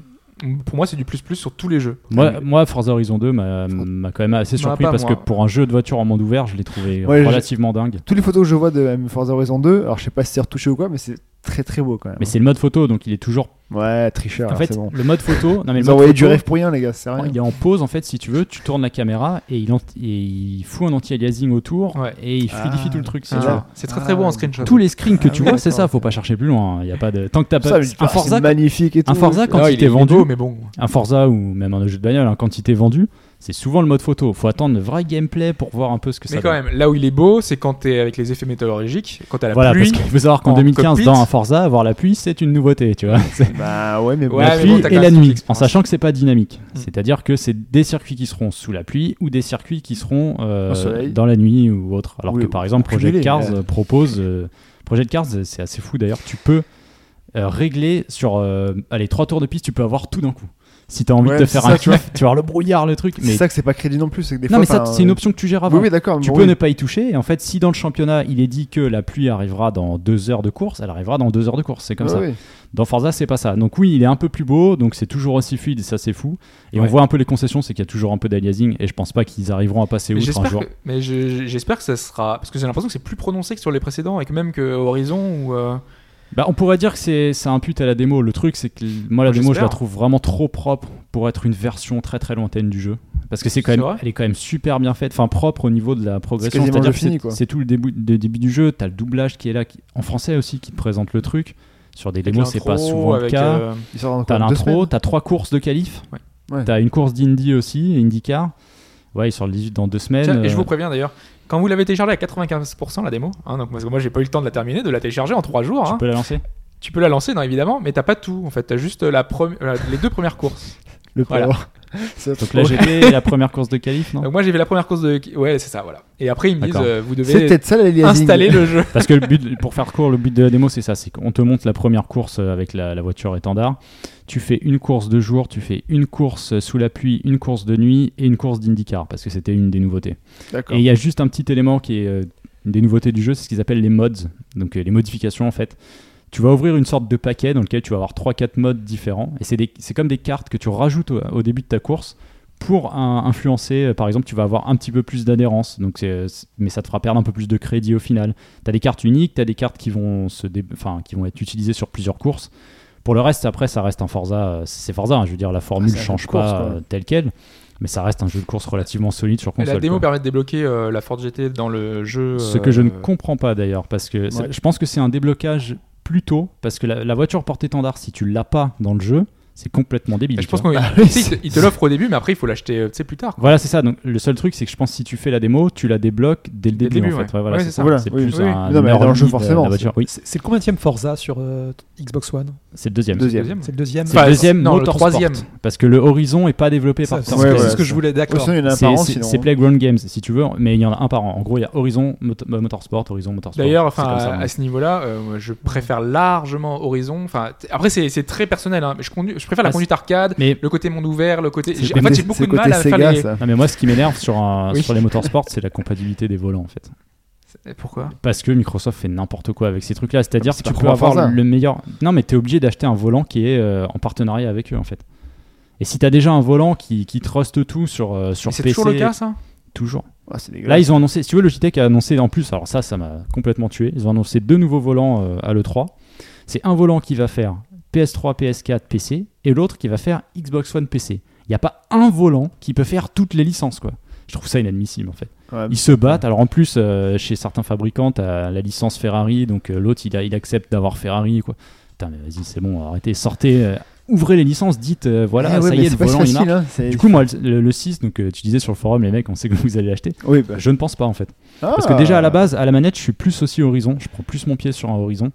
S3: Pour moi, c'est du plus plus sur tous les jeux. Ah,
S4: Moi, moi, Forza Horizon 2 m'a m'a quand même assez
S3: Moi,
S4: surpris
S3: pas
S4: parce
S3: moi.
S4: que pour un jeu de voiture en monde ouvert, je l'ai trouvé
S2: Ouais, Ah
S4: relativement dingue.
S2: Toutes les photos que je vois de euh, Forza Horizon 2, alors je sais pas si c'est retouché ou quoi, mais c'est très très beau quand même.
S4: Mais c'est le mode photo, donc il est toujours.
S2: Ouais, tricheur, hein,
S4: en fait,
S2: Ah, c'est bon.
S4: le mode photo. Non, mais le
S2: Ils
S4: mode
S2: ont envoyé du
S4: photo,
S2: rêve pour rien, les gars, c'est rien.
S4: Il est en pause en fait, si tu veux, tu tournes la caméra et il, ant- et il fout un anti-aliasing autour
S3: Ouais.
S4: et il fluidifie
S2: Ah.
S4: tout le truc. si
S3: C'est
S4: tu veux.
S3: c'est très très beau en screenshot.
S4: Tous les screens que
S2: Ah
S4: tu
S2: oui,
S4: vois, c'est ça,
S2: d'accord.
S4: faut pas chercher plus loin. hein. Y a pas de... Tant que t'as
S2: Ça,
S4: pas.
S2: mais
S4: un,
S2: putain, c'est
S4: Forza,
S2: magnifique et tout.
S4: un Forza, quand
S3: Non,
S4: il t'est
S3: Ah, est
S4: vendu,
S3: beau, mais bon.
S4: un Forza ou même un jeu de bagnole, hein, quand il t'est vendu, c'est souvent le mode photo. Faut attendre le vrai gameplay pour voir un peu ce que
S3: Mais
S4: ça
S3: quand
S4: donne.
S3: même, là où il est beau, c'est quand t'es avec les effets météorologiques, quand t'as la
S4: Voilà,
S3: pluie.
S4: parce qu'il faut savoir qu'en
S3: en
S4: 2015,
S3: cockpit.
S4: dans un Forza, avoir la pluie, c'est une nouveauté, tu vois. C'est-
S2: Bah ouais, mais bon.
S3: Ouais,
S4: la
S3: mais
S4: pluie
S3: bon, t'as quand
S4: et la
S3: même
S4: nuit,
S3: l'expérience.
S4: en sachant que c'est pas dynamique.
S3: Mm.
S4: C'est-à-dire que c'est des circuits qui seront sous la pluie ou des circuits qui seront euh,
S2: Au soleil.
S4: dans la nuit ou autre. Alors
S2: Oui,
S4: que par exemple, Project
S2: cumulé,
S4: Cars
S2: ouais.
S4: euh, propose. euh, Project Cars, euh, c'est assez fou d'ailleurs. Tu peux euh, régler sur euh, allez trois tours de piste, tu peux avoir tout d'un coup. Si t'as envie
S2: Ouais,
S4: de te
S2: c'est
S4: faire
S2: ça
S4: un
S2: que-
S4: kiff, tu vas avoir le brouillard, le truc.
S2: C'est
S4: Mais
S2: ça que c'est pas crédit non plus, c'est que des
S4: non,
S2: fois.
S4: mais ça,
S2: enfin, euh,
S4: c'est une option que tu gères
S2: Oui,
S4: avant.
S2: oui, d'accord.
S4: Tu
S2: mais
S4: peux
S2: oui.
S4: ne pas y toucher. Et en fait, si dans le championnat, il est dit que la pluie arrivera dans deux heures de course, elle arrivera dans deux heures de course. C'est comme
S2: Ouais,
S4: ça.
S2: ouais.
S4: Dans Forza, c'est pas ça. Donc oui, il est un peu plus beau, donc c'est toujours aussi fluide, et ça c'est fou. Et on
S3: Ouais.
S4: voit un peu les concessions, c'est qu'il y a toujours un peu d'aliasing, et je pense pas qu'ils arriveront à passer
S3: Mais
S4: outre un
S3: j'espère
S4: jour.
S3: que, mais je- je- j'espère que ça sera. Parce que j'ai l'impression que c'est plus prononcé que sur les précédents et que même que Horizon ou. euh,
S4: Bah, on pourrait dire que c'est ça impute à la démo. Le truc, c'est que l- moi la
S3: Moi,
S4: démo, je la
S3: j'espère.
S4: trouve vraiment trop propre pour être une version très très lointaine du jeu. Parce que c'est quand
S3: C'est
S4: même,
S3: vrai
S4: elle est quand même super bien faite, enfin propre au niveau de la progression.
S2: quasiment
S4: C'est-à-dire
S2: le
S4: que
S2: fini,
S4: c'est-
S2: quoi.
S4: c'est tout le début, le début du jeu. T'as le doublage qui est là, qui- en français aussi, qui te présente le truc. Sur des
S3: avec
S4: démos, c'est pas
S3: l'intro,
S4: souvent le
S3: avec,
S4: cas.
S3: euh,
S2: Ils sortent dans
S4: T'as
S2: quoi, deux
S4: l'intro,
S2: semaines
S4: t'as trois courses de qualif,
S3: Ouais.
S2: Ouais.
S4: t'as une course d'Indy aussi, IndyCar. Ouais, il sort le 18 dans deux semaines.
S3: Tiens, et je vous
S4: euh,
S3: préviens d'ailleurs, quand vous l'avez téléchargée à 95% la démo, hein, donc parce que moi j'ai pas eu le temps de la terminer, de la télécharger en 3 jours,
S4: tu
S3: hein,
S4: peux la lancer.
S3: tu peux la lancer non, évidemment, mais t'as pas tout en fait, t'as juste la premi- euh, les deux premières courses.
S2: Le
S3: Voilà.
S2: pauvre. C'est
S4: Donc la GP et la première course de qualif, non
S3: Donc moi j'ai vu la première course de. Ouais, c'est ça, voilà. Et après ils me disent,
S4: D'accord.
S3: euh, vous
S2: C'est
S3: devez
S2: peut-être ça l'aliasing.
S3: installer le jeu.
S4: Parce que le but, pour faire court, le but de la démo, c'est ça c'est qu'on te montre la première course euh, avec la, la voiture étendard. Tu fais une course de jour, tu fais une course euh, sous la pluie, une course de nuit et une course d'IndyCar, parce que c'était une des nouveautés.
S2: D'accord.
S4: Et il y a juste un petit élément qui est euh, une des nouveautés du jeu, c'est ce qu'ils appellent les mods, donc euh, les modifications en fait. Tu vas ouvrir une sorte de paquet dans lequel tu vas avoir 3-4 modes différents, et c'est des- c'est comme des cartes que tu rajoutes au, au début de ta course pour un- influencer, euh, par exemple, tu vas avoir un petit peu plus d'adhérence, donc c'est- euh, c'est- mais ça te fera perdre un peu plus de crédit au final. Tu as des cartes uniques, tu as des cartes qui vont, se dé- enfin, qui vont être utilisées sur plusieurs courses. Pour le reste, après, ça reste un Forza, euh, c'est Forza, hein, je veux dire, la formule
S2: c'est un jeu
S4: change
S2: de course,
S4: pas
S2: quoi.
S4: euh, telle quelle, mais ça reste un jeu de course relativement solide sur
S3: Mais
S4: console.
S3: la démo
S4: quoi.
S3: permet de débloquer euh, la Ford GT dans le jeu.
S4: Ce que je ne
S3: euh,
S4: comprends pas d'ailleurs, parce que c'est-
S2: Ouais.
S4: je pense que c'est un déblocage plus tôt, parce que la, la voiture porte-étendard, si tu l'as pas dans le jeu, c'est complètement débile.
S3: Je
S4: tu
S3: pense
S4: vois.
S3: qu'on
S2: Ah oui,
S3: tu sais, il te- il te l'offre au début, mais après il faut l'acheter euh, tu sais, plus tard.
S4: Voilà, c'est ça. Donc le seul truc, c'est que je pense que si tu fais la démo, tu la débloques dès le
S3: Dès le
S4: début.
S3: début,
S4: en fait.
S3: ouais.
S4: voilà,
S3: Ouais,
S4: c'est
S3: c'est
S4: ça.
S2: ça.
S4: C'est
S2: Voilà,
S4: plus
S3: oui.
S4: un
S2: Non, mais
S4: nerf
S2: dans le jeu,
S4: de la
S2: forcément,
S4: voiture. Oui,
S5: C'est c'est le combienième Forza sur euh, Xbox One
S4: c'est le deuxième.
S2: Deuxième.
S3: Deuxième.
S5: C'est Bah, le deuxième
S4: C'est le
S3: Enfin,
S4: deuxième
S3: non, le
S4: Motorsport,
S3: troisième.
S4: Parce que le Horizon est pas développé par
S5: Ça, C'est
S4: Motorsport.
S2: Ouais,
S5: c'est
S2: ouais,
S5: ce que
S2: c'est-
S5: je voulais,
S2: Oh,
S5: d'accord.
S2: sinon, il y en a un
S4: C'est-
S2: par an,
S4: C'est
S2: sinon.
S4: c'est Playground Games, si tu veux, mais il y en a un par an. En gros, il y a Horizon, Mot- Motorsport, Horizon, Motorsport.
S3: D'ailleurs,
S4: C'est
S3: enfin,
S4: comme ça,
S3: à,
S4: hein.
S3: à ce niveau-là, euh, moi, je préfère largement Horizon. Enfin, t- après, c'est c'est très personnel, hein, mais je, conduis, je préfère la
S4: Ah,
S3: conduite arcade,
S4: mais
S3: le côté monde ouvert, le côté. j'ai-
S2: le
S3: En fait,
S2: côté-
S3: j'ai beaucoup
S2: c'est
S3: de
S2: le
S3: mal à
S2: côté
S3: faire
S2: Sega,
S3: les.
S2: ça.
S4: Non, mais moi, ce qui m'énerve sur, un-
S3: Oui.
S4: sur les motorsports, c'est la compatibilité des volants, en fait.
S3: Pourquoi
S4: Parce que Microsoft fait n'importe quoi avec ces trucs-là.
S3: Ah,
S4: C'est-à-dire que
S2: C'est
S4: tu
S2: pas
S4: peux
S2: comme
S4: avoir
S2: Forza.
S4: le meilleur. Non, mais t'es obligé d'acheter un volant qui est euh, en partenariat avec eux, en fait. Et si t'as déjà un volant qui, qui truste tout sur, euh, sur
S3: Mais C'est
S4: PC.
S3: toujours le cas, ça
S4: toujours.
S2: Ah, c'est
S4: Là,
S2: dégueulasse.
S4: ils ont annoncé. Si tu veux, Logitech E a annoncé en plus. Alors, ça, ça m'a complètement tué. Ils ont annoncé deux nouveaux volants euh, à l'E3. C'est un volant qui va faire PS3, PS4, PC et l'autre qui va faire Xbox One, PC. Il n'y a pas un volant qui peut faire toutes les licences, quoi. Je trouve ça inadmissible, en fait.
S2: Ouais,
S4: Ils se battent. Alors en plus, euh, chez certains fabricants, t'as la licence Ferrari, donc euh, l'autre il, a- il accepte d'avoir Ferrari, quoi. Putain, mais vas-y, c'est bon, arrêtez, sortez, euh, ouvrez les licences, dites, euh, voilà,
S2: Eh ouais,
S4: ça
S2: mais
S4: y est,
S2: c'est
S4: le
S2: pas si
S4: volant il marche.
S2: facile, hein, c'est-
S4: Du coup, moi, le, le 6, donc euh, tu disais sur le forum, les mecs, on sait que vous allez l'acheter.
S2: oui, bah,
S4: Je ne pense pas en fait.
S2: ah.
S4: Parce que déjà à la base, à la manette, je suis plus aussi Horizon, je prends plus mon pied sur un Horizon.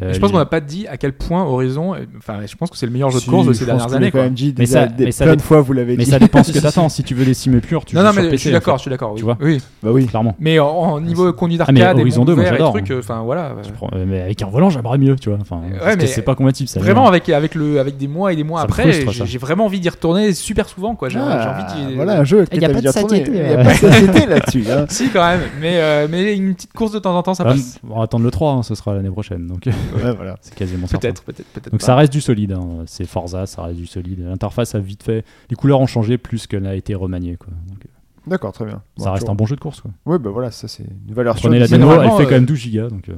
S4: Euh,
S3: Je pense
S4: les-
S3: qu'on n'a pas dit à quel point Horizon. est- Enfin, je pense que c'est le meilleur jeu de
S2: Si,
S3: course de
S2: je
S3: ces
S2: pense que
S3: dernières
S2: vous
S3: années,
S2: l'avez quand
S3: quoi.
S2: même dit
S4: Mais
S2: déjà
S4: ça-
S2: des-
S4: mais ça
S2: plein de
S4: dépend-
S2: fois, vous l'avez
S4: Mais
S2: dit.
S4: ça dépend ce que t'attends. Si tu veux des simus purs, tu
S3: Non,
S4: joues
S3: non,
S4: sur
S3: mais je
S4: PC,
S3: suis
S4: en
S3: d'accord,
S4: fait.
S3: je suis d'accord. oui.
S4: Tu vois
S3: Oui.
S2: Bah oui.
S4: Clairement.
S3: Mais en- en niveau conduite
S4: Ah, mais
S3: arcade, et
S4: Horizon
S3: monde
S4: 2, moi,
S3: ouvert et
S4: j'adore. hein.
S3: trucs, euh, Enfin, voilà.
S4: Je prends- euh, mais avec un volant, j'aimerais mieux, tu vois. Enfin, parce que
S3: mais
S4: c'est pas compatible, ça.
S3: Vraiment avec avec le avec des mois et des mois
S4: Ça me
S3: après,
S4: frustre,
S3: j'ai-
S4: ça.
S3: j'ai vraiment envie d'y retourner super souvent quoi. J'ai j'ai
S2: Ah,
S3: envie d'y
S2: Voilà un jeu.
S7: Il y a pas de satiété,
S2: Il n'y
S7: euh.
S2: a pas de satiété là-dessus. hein.
S3: Si quand même, mais euh, mais une petite course de temps en temps ça
S4: Ouais,
S3: passe.
S4: on va attendre le 3, hein, ce sera l'année prochaine. Donc,
S2: Ouais, voilà.
S4: C'est quasiment certain.
S3: Peut-être, peut-être, peut-être.
S4: Donc
S3: pas.
S4: ça reste du solide, hein. c'est Forza, ça reste du solide. L'interface a vite fait, les couleurs ont changé plus qu'elle a été remaniée. Quoi. Donc, euh,
S2: D'accord, très bien.
S4: ça reste un bon jeu de course. Quoi.
S2: Oui, bah voilà, ça c'est une valeur sûre.
S4: Prenez la
S2: C'est
S4: démo, elle
S3: vraiment,
S4: fait
S3: euh,
S4: quand même 12 gigas. Donc, euh,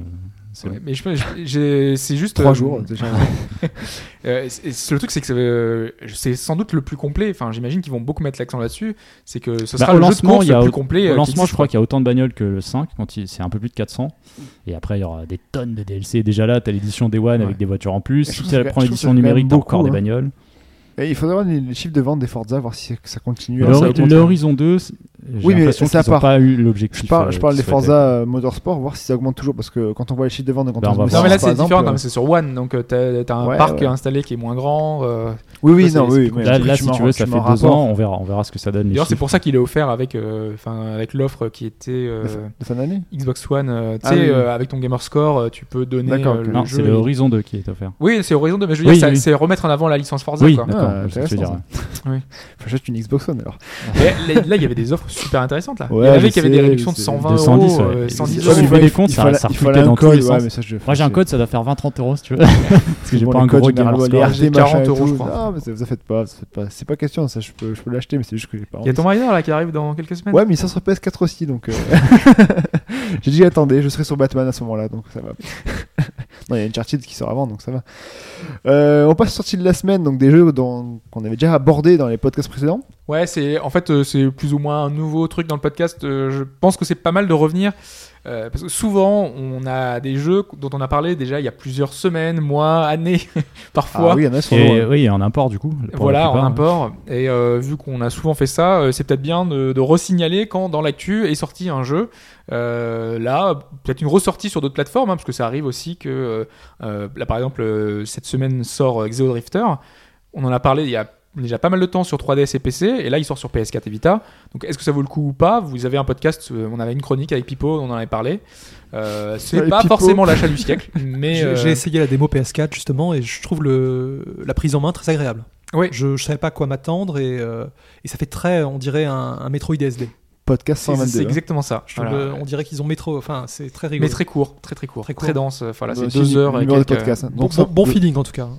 S4: c'est
S3: Ouais,
S4: bon.
S3: mais je pense- j'ai- c'est juste
S2: Trois
S3: euh,
S2: jours déjà.
S3: Euh, c'est- c'est- le truc, c'est que euh, c'est sans doute le plus complet. Enfin, j'imagine qu'ils vont beaucoup mettre l'accent là-dessus. C'est que ce
S4: Bah,
S3: sera
S4: au
S3: le jeu de
S4: lancement,
S3: course
S4: il y a
S3: le plus
S4: au-
S3: complet.
S4: Au
S3: euh, qui
S4: lancement, je
S3: existe,
S4: crois qu'il y a autant de bagnoles que le 5, quand il- c'est un peu plus de 400. Et après, il y aura des tonnes de DLC. Déjà là, t'as l'édition Day One
S3: Ouais.
S4: avec des voitures en plus.
S2: Je
S4: Si
S2: trouve
S4: tu
S2: que- je
S4: prends
S2: trouve que c'est quand
S4: l'édition
S2: même
S4: numérique, t'as
S2: beaucoup,
S4: encore des
S2: hein.
S4: bagnoles.
S2: Et il faudra voir les les chiffres de vente des Forza, voir si ça continue.
S4: Le-
S2: ça augmente.
S4: L'Horizon 2, c'est- j'ai
S2: Oui, mais
S4: l'impression
S2: ça
S4: qu'ils n'ont
S2: part.
S4: pas eu l'objectif.
S2: Je parle, je
S4: euh,
S2: parle des
S4: souhaité.
S2: Forza euh, Motorsport, voir si ça augmente toujours, parce que quand on voit les chiffres de vente de quand
S4: Ben, on va
S3: quoi.
S4: voir.
S3: Non, mais là, c'est
S2: par
S3: différent.
S2: exemple,
S3: Non, mais c'est sur One, donc euh, t'as t'as un
S2: Ouais,
S3: parc
S2: ouais.
S3: installé qui est moins grand. euh.
S2: Oui, oui,
S3: Ça,
S2: non,
S3: c'est-
S2: oui.
S3: c'est
S2: mais
S4: Là,
S2: tu-
S4: là, si
S2: m'en-
S4: tu veux, ça fait
S2: m'en
S4: deux
S2: rapportes
S4: ans. On verra, on verra ce que ça donne. les
S3: D'ailleurs, c'est
S4: chiffres.
S3: pour ça qu'il est offert avec, euh, enfin, avec l'offre qui était euh,
S2: de fin- De fin d'année
S3: Xbox One. euh, tu
S2: Ah,
S3: sais,
S2: oui.
S3: euh, avec ton gamer score, euh, tu peux donner
S2: D'accord,
S3: euh,
S2: ok.
S3: le
S4: Non,
S3: jeu.
S4: c'est le Horizon 2 qui est offert.
S3: Oui, c'est Horizon 2, mais je veux dire,
S4: Oui,
S3: ça-
S4: oui.
S3: c'est remettre en avant la licence Forza.
S4: Oui,
S3: quoi.
S2: Ah,
S4: d'accord. c'est ce que je veux
S2: intéressant,
S4: dire.
S2: Faut acheter une Xbox One alors.
S3: Et là, là, il y avait des offres super intéressantes. Là.
S2: Ouais,
S3: il y en
S2: je
S3: avait qui avaient des
S2: sais,
S3: réductions de
S2: je sais.
S3: 120
S4: 210,
S3: euros,
S4: ouais.
S3: euh,
S4: Et
S3: 110
S4: c'est-
S3: euros.
S4: Ouais, mais-
S2: il
S4: des
S2: faut-
S4: comptes,
S2: il
S4: ça-
S2: fallait-
S4: ça
S2: il
S4: recrutait
S2: fallait
S4: dans
S2: un
S4: tous les
S2: code. ouais,
S4: sens.
S2: mais ça, je-
S4: Moi, j'ai un
S2: je-
S4: code, ça doit faire 20-30 euros si tu veux.
S2: Parce
S4: que j'ai pas un gros gamer score.
S3: J'ai 40 euros, je crois.
S2: Non, mais ça, vous en faites pas, vous en faites pas. C'est pas question, ça, je peux, je peux l'acheter, mais c'est juste que j'ai pas
S3: Il y a
S2: envie.
S3: Tomb Raider là, qui arrive dans quelques semaines.
S2: Ouais, mais ça sur PS4 aussi, donc. euh, J'ai dit attendez, je serai sur Batman à ce moment-là, donc ça va. non, il y a Uncharted qui sort avant, donc ça va. Euh, on passe sur sortie de la semaine, donc des jeux dont- qu'on avait déjà abordés dans les podcasts précédents.
S3: Ouais, c'est en fait euh, c'est plus ou moins un nouveau truc dans le podcast. Euh, je pense que c'est pas mal de revenir euh, parce que souvent on a des jeux dont on a parlé déjà il y a plusieurs semaines, mois, années, parfois.
S2: Ah oui, il y en a sur le
S3: euh,
S4: Et oui, en import du coup. pour la
S3: Voilà, en
S4: plupart. hein.
S3: import. Et euh, vu qu'on a souvent fait ça, euh, c'est peut-être bien de, de resignaler quand dans l'actu est sorti un jeu. Euh, là, peut-être une ressortie sur d'autres plateformes, hein, parce que ça arrive aussi que, euh, euh, là par exemple, euh, cette semaine sort euh, Xeo Drifter. On en a parlé il y a déjà pas mal de temps sur 3DS et PC, et là il sort sur PS4 et Vita. Donc est-ce que ça vaut le coup ou pas Vous avez un podcast, euh, on avait une chronique avec Pipo, on en avait parlé. Euh, c'est
S2: Avec
S3: pas
S2: Pipo.
S3: forcément l'achat du siècle, mais
S5: J'ai
S3: euh,
S5: j'ai essayé la démo PS4 justement et je trouve le, la prise en main très agréable.
S3: Oui.
S5: Je ne savais pas à quoi m'attendre et, euh, et ça fait très, on dirait, un, un Metroid SD.
S2: podcast
S3: euh, c'est, c'est
S2: 122. hein.
S3: exactement ça.
S5: Je trouve,
S3: Voilà.
S5: euh, on dirait qu'ils ont métro. Enfin, c'est très rigolo.
S3: Mais très court, très très court, très,
S5: Très court.
S3: dense. Enfin là, c'est
S2: Bah,
S3: deux
S2: c'est
S3: heures euh,
S2: le
S3: et
S2: numéro de
S3: quelques-
S2: podcast, hein.
S5: bon,
S2: Donc,
S5: bon, bon
S2: ça-
S5: feeling en tout cas.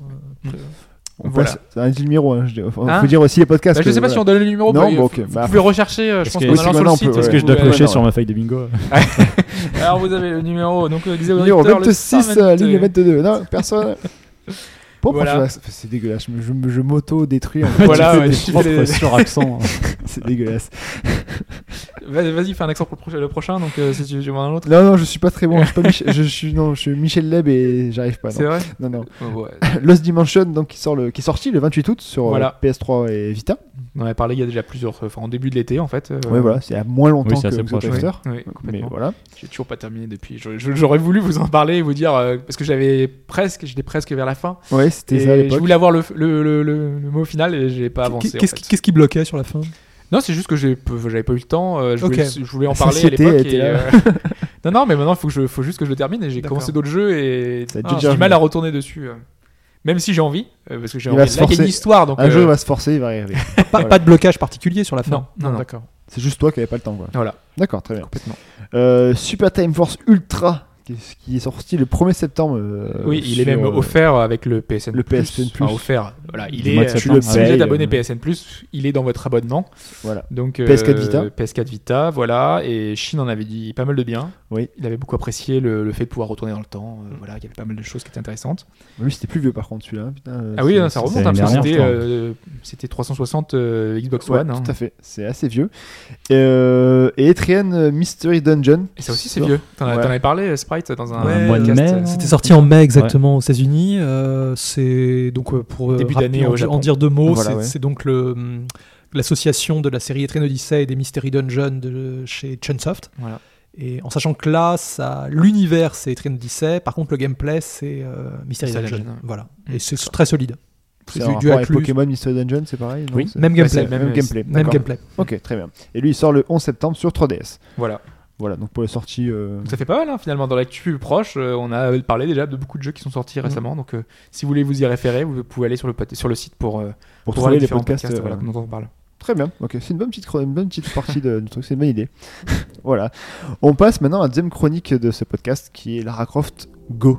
S2: On
S3: Voilà.
S2: passe- C'est un petit numéro, hein, je dis. Faut,
S3: Hein
S2: faut dire aussi les podcasts.
S3: Bah, je
S2: que
S3: sais pas
S2: voilà.
S3: si on donne le numéro.
S2: Non,
S3: mais
S2: bon,
S3: vous-
S2: ok,
S3: Vous
S2: bah,
S3: pouvez rechercher, euh, je
S4: Parce
S3: pense
S4: que-
S3: qu'en
S4: oui, c'est
S3: allant sur le
S2: maintenant, on
S3: site.
S2: peut-
S3: est-ce
S4: Parce
S2: ouais.
S4: que
S3: vous
S4: je dois
S3: pouvez-
S4: piocher
S2: Ouais,
S4: sur ma feuille de bingo.
S3: Alors vous avez le numéro, donc euh, Xavier
S2: Numéro
S3: Richter, le
S2: 26,
S3: 122.
S2: euh, ligne 22. Non, personne. Bon,
S3: Voilà.
S2: franchement, c'est- c'est dégueulasse. Je, me- je m'auto-détruis. en fait.
S3: Voilà,
S4: Tu
S3: ouais,
S4: fais des
S3: je suis
S4: propres
S3: désolé.
S4: suraccents.
S2: C'est dégueulasse.
S3: Vas- euh, Vas-y, fais un accent pour le prochain- le prochain, donc euh, si tu veux un autre.
S2: Non, non, je suis pas très bon. Je suis, pas Mich- je suis, non, je suis Michel Leb et j'arrive pas.
S3: C'est
S2: Non.
S3: vrai
S2: non, non.
S3: Ouais,
S2: Lost Dimension, donc, qui, sort le, qui est sorti le 28 août sur euh,
S3: Voilà.
S2: PS3 et Vita.
S3: On en a parlé il y a déjà plusieurs, euh, enfin en début de l'été en fait. euh,
S2: Ouais, voilà, c'est à moins longtemps
S4: Oui, c'est
S2: que
S4: assez
S2: Xbox
S4: proche, ouais.
S2: Drifter.
S3: Oui,
S2: Mais
S3: complètement.
S2: voilà.
S3: J'ai toujours pas terminé depuis. Je- je- J'aurais voulu vous en parler et vous dire euh, parce que j'avais presque, j'étais presque vers la fin.
S2: Ouais, c'était
S3: Et
S2: ça à
S3: je
S2: l'époque.
S3: voulais avoir le, le, le, le- le mot final et j'ai pas avancé. en
S5: Qu'est-ce
S3: fait.
S5: qui- qu'est-ce qui bloquait sur la fin
S3: Non, c'est juste que j'ai peu- j'avais pas eu le temps. euh, je, voulais,
S5: Ok.
S3: je voulais en
S2: La
S3: parler à
S2: satiété
S3: l'époque.
S2: était
S3: et,
S2: là.
S3: euh, non, non, mais maintenant, il faut, que je- faut juste que je le termine. Et j'ai
S5: D'accord.
S3: commencé d'autres jeux et Ah,
S2: Ça a dû
S3: j'ai
S2: dire-
S3: du mal à retourner dessus. euh. Même si j'ai envie, euh, parce que j'ai
S2: Il
S3: envie.
S2: va
S3: Là,
S2: se
S3: il y a
S2: forcer.
S3: une histoire. Donc,
S2: Un
S3: euh,
S2: jeu va se forcer, il va y arriver.
S5: pas,
S2: Voilà.
S5: pas de blocage particulier sur la fin.
S3: Non, non, non.
S5: D'accord.
S2: C'est juste toi qui n'avais pas le temps. Quoi.
S3: Voilà,
S2: D'accord, très bien.
S3: complètement.
S2: Euh, Super Time Force Ultra, qui est, qui est sorti le 1er septembre. euh,
S3: oui, il est
S2: sur,
S3: même
S2: euh,
S3: offert avec le PSN.
S2: le PSN+.
S3: Enfin, offert. Voilà, il
S4: Du mois de
S3: est. euh,
S4: septembre.
S3: Si vous
S2: Ouais,
S3: êtes
S2: euh,
S3: abonné PSN Plus, il est dans votre abonnement.
S2: Voilà.
S3: Donc euh,
S2: PS4 Vita.
S3: PS4 Vita, voilà. Et Shin en avait dit pas mal de bien.
S2: Oui. Mm.
S3: Il avait beaucoup apprécié le, le fait de pouvoir retourner dans le temps. euh, voilà, il y avait pas mal de choses qui étaient intéressantes.
S2: Lui, c'était plus vieux par contre celui-là. Putain, euh,
S3: Ah oui,
S2: c'est-
S3: non, ça
S2: c'est-
S3: remonte,
S4: c'est
S3: hein, parce que
S4: l'année
S3: c'était,
S4: dernière, je
S3: euh, c'était 360 euh, Xbox
S2: Ouais,
S3: One. hein.
S2: tout à fait, c'est assez vieux. Euh, et Etrian Mystery Dungeon.
S3: Et ça aussi, c'est
S2: Sort-
S3: vieux. T'en as-
S2: Ouais.
S3: t'en avais parlé, euh, Sprite, dans un
S5: Ouais,
S4: mois de
S3: podcast,
S4: mai,
S3: euh,
S4: non
S5: C'était sorti en mai exactement aux États-Unis. Euh, c'est donc euh, pour euh,
S3: Début
S5: rappeler,
S3: d'année au
S5: en,
S3: Japon.
S5: en dire deux mots,
S2: Voilà,
S5: c'est
S2: ouais.
S5: c'est donc le hum, l'association de la série Etrian Odyssey et des Mystery Dungeon de chez Chunsoft.
S3: Voilà.
S5: Et en sachant que là, ça, l'univers c'est Etrian Odyssey, par contre le gameplay c'est euh, Mystery
S3: Mystery
S5: Dungeon.
S3: Dungeon, ouais.
S5: Voilà.
S3: Mm,
S5: Et c'est très solide.
S2: C'est
S5: C'est
S2: un
S5: du- du
S2: rapport avec
S5: hack loose.
S2: Pokémon Mystery Dungeon, c'est pareil non
S3: Oui.
S2: C'est-
S5: Même
S3: Ouais, c'est
S5: gameplay.
S3: le
S2: Même gameplay.
S5: Même
S2: d'accord.
S5: gameplay.
S2: Ok, très bien. Et lui, il sort le 11 septembre sur 3DS.
S3: Voilà.
S2: Voilà, donc pour la sortie. euh,
S3: Donc ça fait pas mal, hein, finalement, dans l'actu proche. euh, on a parlé déjà de beaucoup de jeux qui sont sortis
S2: Mhm.
S3: récemment. Donc, euh, si vous voulez vous y référer, vous pouvez aller sur le, pot- sur le site pour, euh,
S2: Pour
S3: voir
S2: trouver les
S3: différents
S2: podcasts. euh,
S3: voilà, dont on parle.
S2: Très bien, ok, c'est une bonne petite, chron- une bonne petite partie de, du truc, c'est une bonne idée. voilà. On passe maintenant à la deuxième chronique de ce podcast qui est Lara Croft Go.
S6: Go,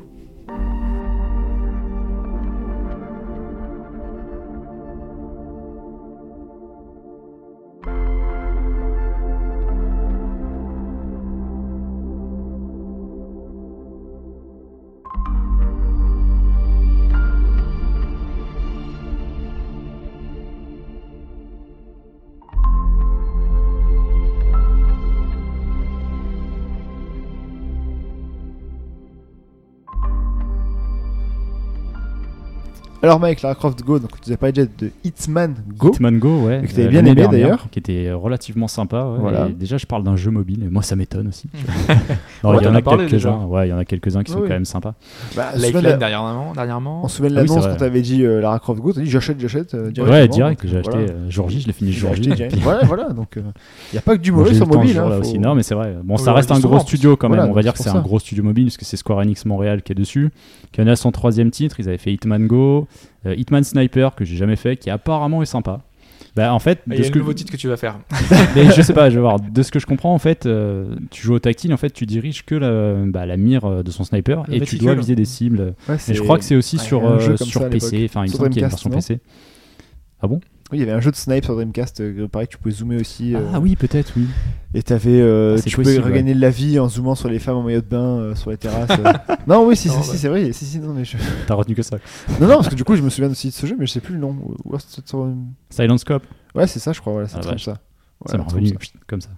S2: Alors, Mike, Lara Croft Go, donc tu nous as parlé déjà de Hitman Go.
S4: Hitman Go, ouais.
S2: Que t'avais
S4: euh,
S2: bien
S4: l'année
S2: aimé,
S4: dernière,
S2: d'ailleurs.
S4: Qui était relativement sympa. ouais.
S2: Voilà.
S4: Et déjà, je parle d'un jeu mobile, et moi ça m'étonne aussi. tu vois. Non,
S3: Ouais,
S4: il y
S3: t'en
S4: en
S3: as
S4: a
S3: parlé déjà.
S4: quelques-uns. Ouais, il y en a quelques-uns qui sont
S2: Oui.
S4: quand même sympas.
S2: Bah, on se souvient de
S3: Lifeline
S2: la-
S3: dernièrement. dernièrement.
S2: on se souvient de
S4: Ah oui, c'est
S2: l'annonce
S4: vrai.
S2: quand t'avais dit euh, Lara Croft Go, t'as dit j'achète, j'achète. euh, directement.
S4: Ouais, direct, que
S2: Donc,
S4: j'ai acheté
S2: voilà.
S4: euh, jour J, je l'ai fini
S2: J'ai
S4: jour J.
S2: acheté direct. voilà, voilà. Donc, il n'y a pas que du
S4: Bon,
S2: mauvais
S4: j'ai
S2: sur
S4: eu le temps
S2: mobile.
S4: ce
S2: hein,
S4: jour-là
S2: faut-
S4: aussi. Non, mais c'est vrai. Bon,
S3: On
S4: ça
S3: le
S4: reste
S3: redit
S4: un
S3: souvent,
S4: gros
S3: en plus.
S4: studio quand même.
S2: Voilà,
S4: on va
S2: donc
S4: dire
S2: c'est
S4: que c'est
S2: pour
S4: un
S2: ça.
S4: gros studio mobile puisque c'est Square Enix Montréal qui est dessus. Kena, son troisième titre, ils avaient fait Hitman Go, euh, Hitman Sniper que j'ai jamais fait, qui apparemment est sympa. Bah, en fait,
S3: Ah,
S4: de
S3: Il y a
S4: ce
S3: le
S4: que-
S3: nouveau titre que tu vas faire.
S4: mais je sais pas, je vais voir. De ce que je comprends, en fait, euh, tu joues au tactile, en fait, tu diriges que la, bah, la mire euh, de son sniper
S5: Le
S4: et tu
S5: réticule.
S4: dois viser des cibles.
S2: Ouais,
S4: Et je crois que c'est aussi
S2: ouais,
S4: sur,
S2: il y a un jeu
S4: euh,
S2: comme
S4: sur
S2: ça à
S4: PC,
S2: l'époque.
S4: enfin, il me
S2: Sur
S4: semble qu'il y a une
S2: Dreamcast,
S4: version
S2: non
S4: PC.
S2: Oui, il y avait un jeu de snipe sur Dreamcast, euh, pareil, tu pouvais zoomer aussi. euh,
S4: Ah oui, peut-être, oui.
S2: Et t'avais, euh,
S4: Ah, c'est
S2: tu
S4: possible,
S2: pouvais regagner de la vie en zoomant sur les femmes en maillot de bain euh, sur les terrasses. euh. non, oui, si, si,
S5: Non,
S2: si,
S5: bah.
S2: c'est vrai. Si, si, non, mais je-
S4: T'as retenu que ça.
S2: non, non, parce que du coup, je me souviens aussi de ce jeu, mais je sais plus le nom. Ouais, c'est sur-
S4: Silent Scope,
S2: ouais, c'est ça, je crois. Voilà, c'est
S4: Ah,
S2: un truc comme
S4: vache.
S2: ça. Ouais, un
S4: ça m'est
S2: truc comme
S4: revenu
S2: ça.
S4: pfft, comme ça.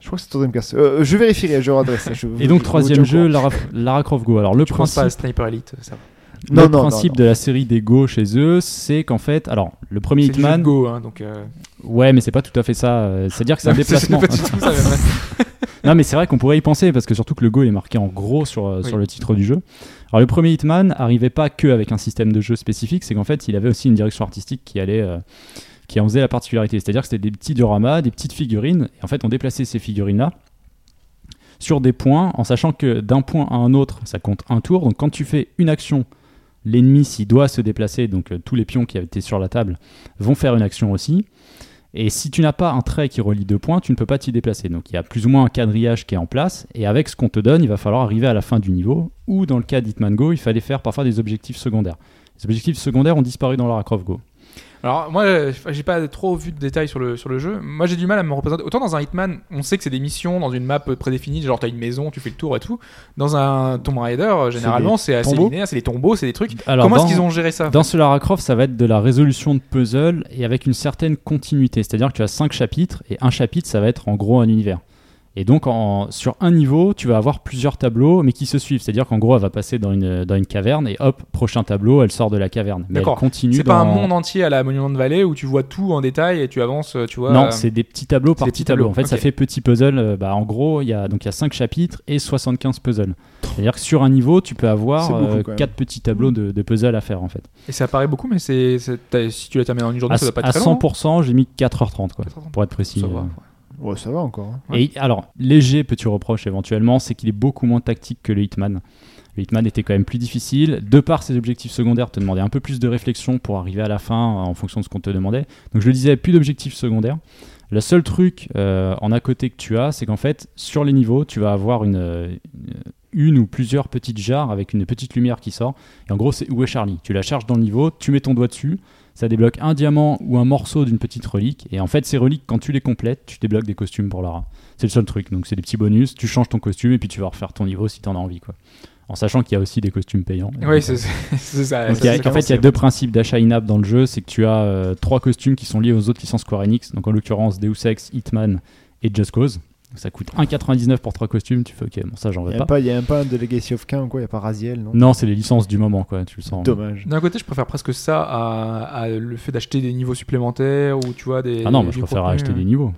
S2: Je crois que c'est sur Dreamcast. Euh, je vérifierai, je redresse. je-
S4: Et
S2: je-
S4: donc,
S2: je-
S4: troisième
S2: je- je-
S4: jeu, Lara, Lara Croft Go. Alors, le
S3: Tu penses
S4: principe.
S3: pas à Sniper Elite, ça va.
S2: Non,
S4: le
S2: non, non,
S4: principe
S2: non.
S4: de la série des Go chez eux, c'est qu'en fait, alors le premier
S3: C'est du jeu de
S4: Hitman,
S3: Go, hein, donc. euh,
S4: ouais, mais c'est pas tout à fait ça. euh, C'est-à-dire que c'est un
S3: c'est- c'est
S4: déplacement.
S3: pas du tout ça, mais ouais.
S4: non, mais c'est vrai qu'on pourrait y penser parce que surtout que le Go il est marqué en gros sur, euh, sur
S3: Oui.
S4: le titre du jeu. Alors le premier Hitman arrivait pas que avec un système de jeu spécifique, c'est qu'en fait il avait aussi une direction artistique qui allait euh, qui en faisait la particularité. C'est-à-dire que c'était des petits dioramas, des petites figurines, et en fait on déplaçait ces figurines-là sur des points, en sachant que d'un point à un autre, ça compte un tour. Donc quand tu fais une action, l'ennemi s'il doit se déplacer, donc euh, tous les pions qui étaient sur la table vont faire une action aussi. Et si tu n'as pas un trait qui relie deux points, tu ne peux pas t'y déplacer. Donc il y a plus ou moins un quadrillage qui est en place, et avec ce qu'on te donne, il va falloir arriver à la fin du niveau, ou dans le cas d'Hitman Go, il fallait faire parfois des objectifs secondaires. Les objectifs secondaires ont disparu dans Lara Croft Go.
S3: Alors moi, euh, j'ai pas trop vu de détails sur le, sur le jeu. Moi, j'ai du mal à me représenter. Autant dans un Hitman, on sait que c'est des missions dans une map prédéfinie, genre t'as une maison, tu fais le tour et tout. Dans un Tomb Raider, euh, généralement, c'est assez
S2: tombeaux.
S3: linéaire, c'est des tombeaux, c'est des trucs.
S4: Alors,
S3: Comment
S4: dans-
S3: est-ce qu'ils ont géré ça
S4: Dans ce Lara Croft, ça va être de la résolution de puzzle et avec une certaine continuité. C'est-à-dire que tu as cinq chapitres et un chapitre, ça va être en gros un univers. Et donc, en- sur un niveau, tu vas avoir plusieurs tableaux, mais qui se suivent. C'est-à-dire qu'en gros, elle va passer dans une, dans une caverne et hop, prochain tableau, elle sort de la caverne. Mais elle
S3: D'accord.
S4: continue.
S3: C'est pas un
S4: dans-
S3: monde entier à la Monument de Vallée où tu vois tout en détail et tu avances, euh, tu vois.
S4: Non,
S3: euh,
S4: c'est des petits tableaux
S3: c'est
S4: par
S3: des petits
S4: petits tableaux.
S3: tableaux,
S4: En fait, ça
S3: ok.
S4: fait petit puzzle. euh, bah, en gros, il y a donc il y a 5 chapitres et 75 puzzles. C'est-à-dire que sur un niveau, tu peux avoir
S2: C'est beaucoup, quand même.
S4: 4 petits tableaux de, de puzzle à faire en fait.
S3: Et ça paraît beaucoup, mais c'est c'est- t'as- si tu l'as terminé en une journée,
S4: À,
S3: ça doit pas être
S4: à
S3: très long.
S4: 100%, j'ai mis 4h30 quoi,
S3: hein.
S4: pour être précis.
S3: Ça va,
S4: euh.
S3: ouais.
S2: Ouais, ça va encore. hein.
S4: Et alors, léger petit reproche éventuellement, c'est qu'il est beaucoup moins tactique que le Hitman. Le Hitman était quand même plus difficile. De par ses objectifs secondaires, te demandait un peu plus de réflexion pour arriver à la fin euh, en fonction de ce qu'on te demandait. Donc je le disais, plus d'objectifs secondaires. Le seul truc euh, en à côté que tu as, c'est qu'en fait, sur les niveaux, tu vas avoir une, euh, une, une ou plusieurs petites jarres avec une petite lumière qui sort. Et en gros, c'est où est Charlie Tu la charges dans le niveau, tu mets ton doigt dessus, ça débloque un diamant ou un morceau d'une petite relique. Et en fait, ces reliques, quand tu les complètes, tu débloques des costumes pour Lara. C'est le seul truc. Donc c'est des petits bonus. Tu changes ton costume et puis tu vas refaire ton niveau si t'en as envie, quoi. En sachant qu'il y a aussi des costumes payants.
S3: Oui, c'est c'est ça.
S4: Donc,
S3: ça,
S4: il y a-
S3: c'est
S4: en fait, il y a
S3: commencé.
S4: deux principes d'achat in-app dans le jeu, c'est que tu as euh, trois costumes qui sont liés aux autres licences Square Enix, donc en l'occurrence Deus Ex, Hitman et Just Cause. Donc, ça coûte 1,99 pour trois costumes, tu fais ok, bon ça j'en
S2: Il
S4: veux
S2: n'y a,
S4: pas.
S2: pas- y a même pas un de Legacy of Kain ou quoi, il n'y a pas Raziel, non
S4: Non, c'est les licences du moment quoi, tu le sens.
S2: Dommage.
S3: D'un côté, je préfère presque ça à, à le fait d'acheter des niveaux supplémentaires ou tu vois des.
S4: Ah non,
S3: des
S4: moi je préfère
S3: contenus. euh.
S4: acheter des niveaux.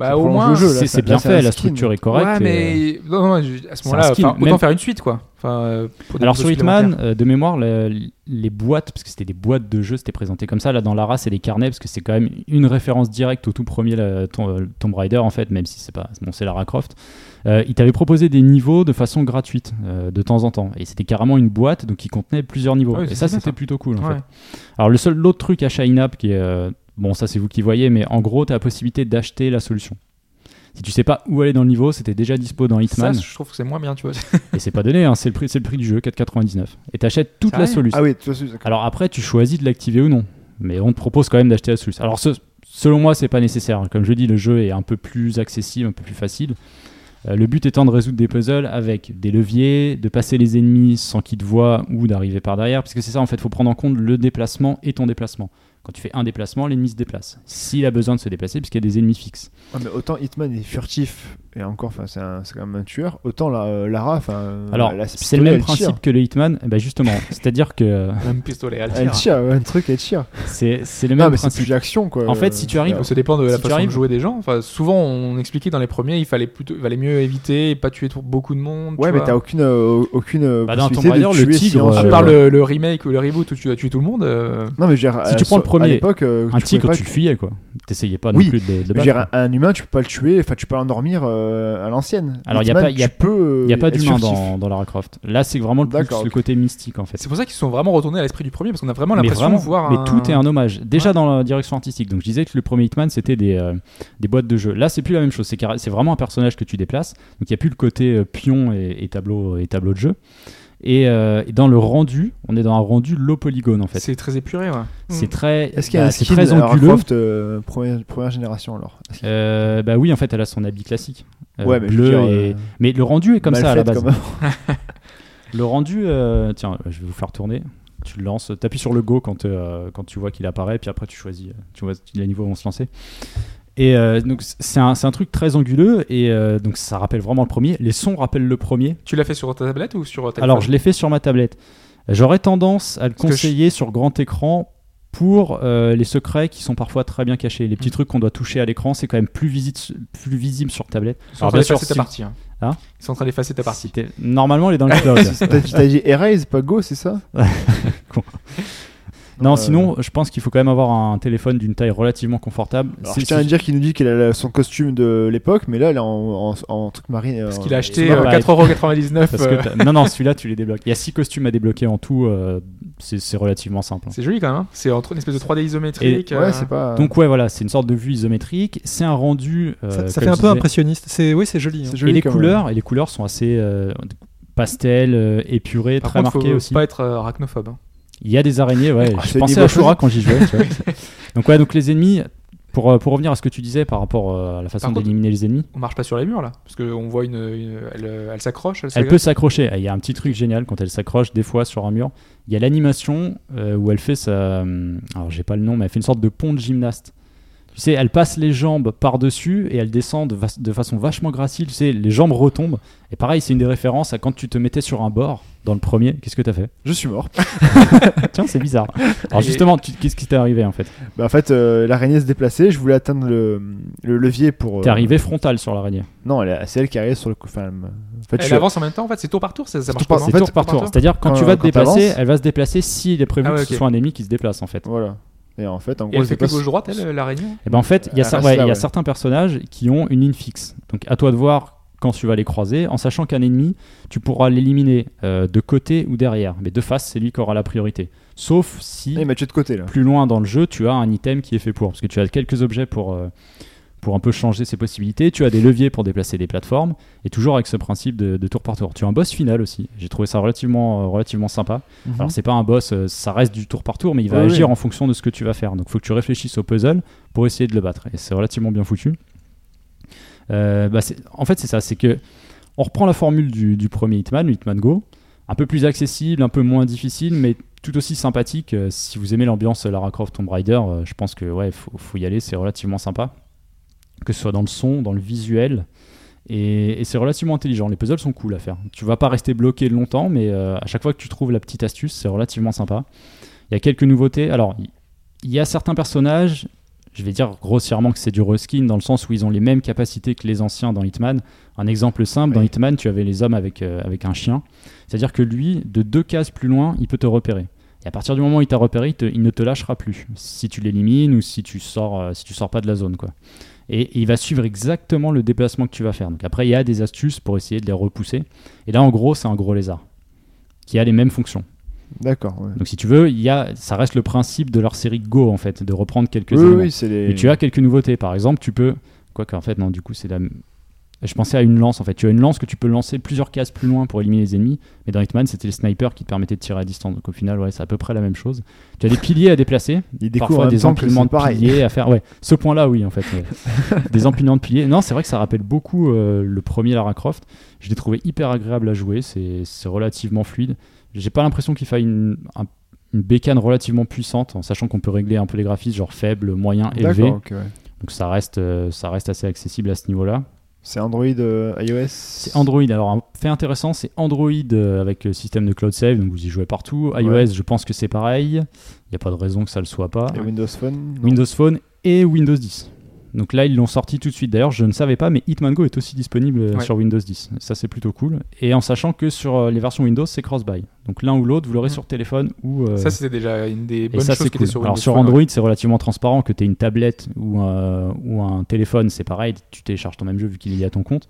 S2: Ça
S3: Bah au
S2: prolonge
S3: moins.
S2: le jeu, là,
S4: C'est
S2: ça-
S4: c'est bien
S2: là, euh, c'est un
S4: fait, la
S2: skin.
S4: structure est correcte.
S3: ouais,
S4: et, euh,
S3: mais non, non, je- à ce
S4: c'est un
S3: moment-là,
S4: skin,
S3: enfin, autant
S4: même-
S3: faire une suite quoi. Enfin, euh, pour des
S4: Alors
S3: niveaux
S4: sur Hitman,
S3: supplémentaires.
S4: euh, de mémoire, le- les boîtes, parce que c'était des boîtes de jeux, c'était présenté comme ça. Là, dans Lara, c'est des carnets, parce que c'est quand même une référence directe au tout premier là, Tom- euh, Tomb Raider, en fait, même si c'est pas, bon, c'est Lara Croft. Euh, il t'avait proposé des niveaux de façon gratuite, euh, de temps en temps. Et c'était carrément une boîte, donc qui contenait plusieurs niveaux.
S3: Ah oui,
S4: Et
S3: c'est
S4: ça,
S3: bien,
S4: c'était
S3: ça.
S4: plutôt cool, en
S3: Ouais.
S4: fait. Alors le seul l'autre truc à Shinap qui est euh, bon ça c'est vous qui voyez mais en gros tu as la possibilité d'acheter la solution. Si tu sais pas où aller dans le niveau, c'était déjà dispo dans Hitman
S3: Ça, je trouve que c'est moins bien, tu vois.
S4: et c'est pas donné hein, c'est le prix c'est le prix du jeu 4.99 et tu achètes toute
S3: Ah
S4: la
S3: ouais
S4: solution.
S2: Ah oui, tu vois, c'est- d'accord.
S4: Alors après tu choisis de l'activer ou non mais on te propose quand même d'acheter la solution. Alors ce- selon moi c'est pas nécessaire comme je dis le jeu est un peu plus accessible, un peu plus facile. Euh, le but étant de résoudre des puzzles avec des leviers, de passer les ennemis sans qu'ils te voient ou d'arriver par derrière, parce que c'est ça en fait, il faut prendre en compte le déplacement et ton déplacement. Quand tu fais un déplacement, l'ennemi se déplace. S'il a besoin de se déplacer, puisqu'il y a des ennemis fixes.
S2: Ah, mais autant Hitman est furtif et encore, enfin, c'est un- c'est quand même un tueur. Autant la, euh, Lara, enfin, euh,
S4: Alors,
S2: la
S4: c'est le
S2: pistolet,
S4: même
S2: elle tire.
S4: principe que le Hitman, eh ben justement. C'est-à-dire que euh,
S3: Même pistolet, elle
S2: Elle tire,
S3: tire.
S2: un truc, elle tire.
S4: c'est c'est le
S2: Non,
S4: même
S2: mais c'est
S4: principe.
S2: plus d'action, quoi.
S4: En fait, si tu
S2: Euh,
S4: arrives-
S2: c'est-
S3: Ça dépend de la
S4: Si tu
S3: façon de
S4: arrives-
S3: jouer des gens. Enfin, souvent, on expliquait dans les premiers, il fallait plutôt, il valait mieux éviter et pas tuer trop- beaucoup de monde.
S2: Ouais,
S3: tu
S2: mais
S3: vois.
S2: t'as aucune, euh, aucune euh,
S4: Bah, dans
S2: possibilité
S4: Tomb
S2: de
S4: Raider, le
S2: tuer
S4: tigre,
S2: silencieux.
S3: à
S4: euh,
S3: part le, le remake ou le reboot où tu as tué tout le monde. euh,
S2: Non, mais je veux dire,
S4: si
S2: à-
S4: tu prends le
S2: à
S4: premier,
S2: l'époque, euh,
S4: Un
S2: tu pouvais
S4: tigre,
S2: pas-
S4: tu le fuyais quoi. T'essayais pas
S2: Oui,
S4: non plus de, de
S2: je veux
S4: battre.
S2: dire, un, un humain, tu peux pas le tuer, enfin, tu peux l'endormir euh, à l'ancienne.
S4: Alors, y a
S2: Hitman,
S4: pas- y a-
S2: tu peux, euh,
S4: Il n'y a pas
S2: être
S4: d'humain
S2: furtif.
S4: dans, dans Lara Croft. Là, c'est vraiment le, plus,
S2: D'accord,
S4: le
S2: ok.
S4: côté mystique en fait.
S3: C'est pour ça qu'ils sont vraiment retournés à l'esprit du premier parce qu'on a vraiment
S4: mais
S3: l'impression
S4: vraiment,
S3: de voir.
S4: mais
S3: un-
S4: tout est un hommage. Déjà dans la direction artistique. Donc je disais que le premier Hitman c'était des, euh, des boîtes de jeu. Là c'est plus la même chose. C'est carré- c'est vraiment un personnage que tu déplaces. Donc il n'y a plus le côté euh, pion et, et tableau et tableau de jeu. Et, euh, et dans le rendu, on est dans un rendu low polygone en fait.
S3: C'est très épuré, ouais.
S4: C'est très,
S2: Hmm. Est-ce qu'il y a
S4: bah,
S2: un
S4: c'est
S2: skin
S4: très
S2: Lara
S4: anguleux.
S2: Croft euh, première, première génération alors Est-ce qu'il-
S4: Euh, bah oui en fait elle a son habit classique. Euh,
S2: Ouais, mais je veux
S4: bleu
S2: dire,
S4: et-
S2: euh,
S4: Mais le rendu est comme
S2: mal
S4: ça à la
S2: faite,
S4: base.
S2: quand même.
S4: Le rendu, euh, tiens, je vais vous faire tourner. Tu le lances, t'appuies sur le go quand, euh, quand tu vois qu'il apparaît, puis après tu choisis, euh, tu vois les niveaux vont se lancer. Et euh, donc c'est un, c'est un truc très anguleux et euh, donc ça rappelle vraiment le premier. Les sons rappellent le premier.
S3: Tu l'as fait sur ta tablette ou sur ta
S4: Alors je l'ai fait sur ma tablette. J'aurais tendance à le
S3: que je-
S4: conseiller sur grand écran pour euh, les secrets qui sont parfois très bien cachés. Les petits trucs qu'on doit toucher à l'écran, c'est quand même plus, visi- plus visible sur tablette.
S3: Ils sont en
S4: Alors,
S3: train
S4: bien sûr,
S3: d'effacer ta
S4: si-
S3: partie. hein.
S4: Hein
S3: Ils sont en train d'effacer ta partie.
S4: Si t'es- Normalement, il est dans le cloud.
S2: T'as dit- T'as dit Erase, pas Go, c'est ça
S4: Con. Non,
S2: Euh,
S4: sinon, je pense qu'il faut quand même avoir un téléphone d'une taille relativement confortable.
S2: Alors,
S4: C'est-
S2: je tiens à
S4: c'est-
S2: dire qu'il nous dit qu'elle a son costume de l'époque, mais là, elle est en, en, en truc marine.
S3: Parce
S2: euh,
S3: qu'il a acheté
S4: pas
S3: euh,
S4: pareil.
S3: 4,99€.
S4: parce que
S3: euh,
S4: t'as- non, non, celui-là, tu les débloques. Il y a six costumes à débloquer en tout. euh, c'est c'est relativement simple.
S3: C'est joli quand même. hein. C'est entre une espèce de 3D isométrique. euh,
S2: Ouais, c'est pas.
S4: Donc ouais, voilà, c'est une sorte de vue isométrique. C'est un rendu. euh,
S5: Ça, ça
S4: comme
S5: fait un
S4: je
S5: peu
S4: disais.
S5: impressionniste. C'est oui, c'est joli. hein.
S2: c'est
S4: Et
S2: joli
S4: les
S2: quand même.
S4: couleurs, et les couleurs sont assez euh, pastel, euh, épurées,
S3: Par
S4: très
S3: contre,
S4: marquées
S3: faut
S4: aussi.
S3: pas être euh, arachnophobe. hein.
S4: Il y a des araignées, ouais.
S2: Ah,
S4: je
S2: c'est
S4: pensais
S2: niveau
S4: à Shura quand j'y jouais. tu vois. donc ouais, donc les ennemis. Pour, euh, pour revenir à ce que tu disais par rapport euh, à la façon
S3: Par contre-
S4: d'éliminer les ennemis,
S3: On marche pas sur les murs là. Parce qu'on voit une. une- elle euh, elle s'accroche, elle
S4: Elle
S3: s'agresse.
S4: peut s'accrocher. Il y a un petit truc génial quand elle s'accroche des fois sur un mur. Il y a l'animation euh, où elle fait sa. hum, Alors j'ai pas le nom, mais elle fait une sorte de pont de gymnaste. Tu sais, elle passe les jambes par-dessus et elle descend de, vas- de façon vachement gracile. Tu sais, les jambes retombent. Et pareil, c'est une des références à quand tu te mettais sur un bord dans le premier. Qu'est-ce que t'as fait
S2: Je suis mort.
S4: Tiens, c'est bizarre. Alors
S3: Et-
S4: justement, tu- qu'est-ce qui t'est arrivé en fait
S2: Bah, en fait, euh, l'araignée se déplaçait, je voulais atteindre le, le levier pour. euh,
S4: T'es arrivé frontal sur l'araignée.
S2: Non, elle est- c'est elle qui arrive sur le. cou- Enfin, elle me- en fait, je
S3: Elle
S2: suis-
S3: avance en même temps en fait. C'est tour par tour. Ça, ça marche
S2: par-
S3: hein. comment
S2: en
S4: C'est
S2: fait,
S4: tour par tour. C'est-à-dire quand,
S2: quand-
S4: tu vas te
S2: quand
S4: déplacer,
S2: t'avances-
S4: elle va se déplacer s'il est prévu
S3: Ah ouais,
S4: que ce
S3: ok.
S4: soit un ennemi qui se déplace en fait.
S2: Voilà. Et en fait, en
S3: Et
S2: gros,
S3: elle
S2: je
S3: fait que
S2: déplace-
S3: gauche-droite, elle, euh, l'araignée
S4: Et ben en fait, il y a,
S2: Ah,
S4: cer-
S2: reste
S4: ouais,
S2: là,
S4: il y a
S2: ouais.
S4: certains personnages qui ont une ligne fixe. Donc à toi de voir quand tu vas les croiser, en sachant qu'un ennemi, tu pourras l'éliminer euh, de côté ou derrière. Mais de face, c'est lui qui aura la priorité. Sauf si,
S2: Ah, Il m'a tué de côté là.
S4: plus loin dans le jeu, tu as un item qui est fait pour. Parce que tu as quelques objets pour, euh, pour un peu changer ses possibilités. Tu as des leviers pour déplacer des plateformes. Et toujours avec ce principe de, de tour par tour. Tu as un boss final aussi. J'ai trouvé ça relativement, euh, relativement sympa. Alors c'est pas un boss, euh, ça reste du tour par tour, mais il va
S2: Mhm. Oui,
S4: agir
S2: oui.
S4: en fonction de ce que tu vas faire. Donc faut que tu réfléchisses au puzzle pour essayer de le battre. Et c'est relativement bien foutu. Euh, bah, c'est- en fait c'est ça, c'est que on reprend la formule du, du premier Hitman, le Hitman Go, un peu plus accessible, un peu moins difficile, mais tout aussi sympathique. Euh, si vous aimez l'ambiance Lara Croft Tomb Raider, euh, je pense que ouais, faut, faut y aller, c'est relativement sympa. Que ce soit dans le son, dans le visuel. Et, et c'est relativement intelligent. Les puzzles sont cool à faire. Tu vas pas rester bloqué longtemps, mais euh, à chaque fois que tu trouves la petite astuce, c'est relativement sympa. Il y a quelques nouveautés. Alors, il- il y a certains personnages, je vais dire grossièrement que c'est du reskin, dans le sens où ils ont les mêmes capacités que les anciens dans Hitman. Un exemple simple, dans
S2: Oui.
S4: Hitman, tu avais les hommes avec, euh, avec un chien. C'est-à-dire que lui, de deux cases plus loin, il peut te repérer. Et à partir du moment où il t'a repéré, il, te- il ne te lâchera plus. Si tu l'élimines ou si tu sors, euh, si tu sors pas de la zone, quoi. Et, et il va suivre exactement le déplacement que tu vas faire. Donc après, il y a des astuces pour essayer de les repousser. Et là, en gros, c'est un gros lézard qui a les mêmes fonctions.
S2: D'accord. ouais.
S4: Donc si tu veux, il y a, ça reste le principe de leur série Go en fait, de reprendre quelques
S2: Oui,
S4: éléments.
S2: oui, c'est les.
S4: Mais tu as quelques nouveautés. Par exemple, tu peux. Quoi qu'en fait, non, du coup, c'est la. Je pensais à une lance en fait. Tu as une lance que tu peux lancer plusieurs cases plus loin pour éliminer les ennemis. Mais dans Hitman, c'était le sniper qui te permettait de tirer à distance. Donc au final, ouais, c'est à peu près la même chose. Tu as des piliers à déplacer.
S2: Il découvre en
S4: Parfois
S2: même
S4: des
S2: temps que
S4: empilements
S2: c'est
S4: de
S2: pareil.
S4: piliers à faire. Ouais, ce point-là, oui, en fait. ouais. des empilements de piliers. Non, c'est vrai que ça rappelle beaucoup euh, le premier Lara Croft. Je l'ai trouvé hyper agréable à jouer. C'est c'est relativement fluide. J'ai pas l'impression qu'il faille une, un- une bécane relativement puissante, en sachant qu'on peut régler un peu les graphismes, genre faible, moyen, élevé.
S2: D'accord, ok, ouais.
S4: Donc ça reste, euh, ça reste assez accessible à ce niveau-là.
S2: C'est Android, euh, iOS.
S4: C'est Android. Alors, un fait intéressant, c'est Android euh, avec euh, système de cloud save, donc vous y jouez partout. iOS,
S2: Ouais.
S4: je pense que c'est pareil. Il n'y a pas de raison que ça le soit pas.
S2: Et Windows Phone. non.
S4: Windows Phone et Windows 10. Donc là, ils l'ont sorti tout de suite. D'ailleurs, je ne savais pas, mais Hitman Go est aussi disponible euh,
S3: Ouais.
S4: sur Windows 10. Ça, c'est plutôt cool. Et en sachant que sur euh, les versions Windows, c'est cross-buy. Donc l'un ou l'autre, vous l'aurez
S3: Mm.
S4: sur téléphone ou. euh,
S3: Ça, c'était déjà une des
S4: et
S3: bonnes
S4: ça,
S3: choses
S4: c'est
S3: qui
S4: cool.
S3: était sur
S4: Alors,
S3: Windows
S4: sur
S3: Phone,
S4: Android, c'est relativement transparent que tu aies une tablette ou, un- ou un téléphone, c'est pareil, tu télécharges ton même jeu vu qu'il est lié à ton compte.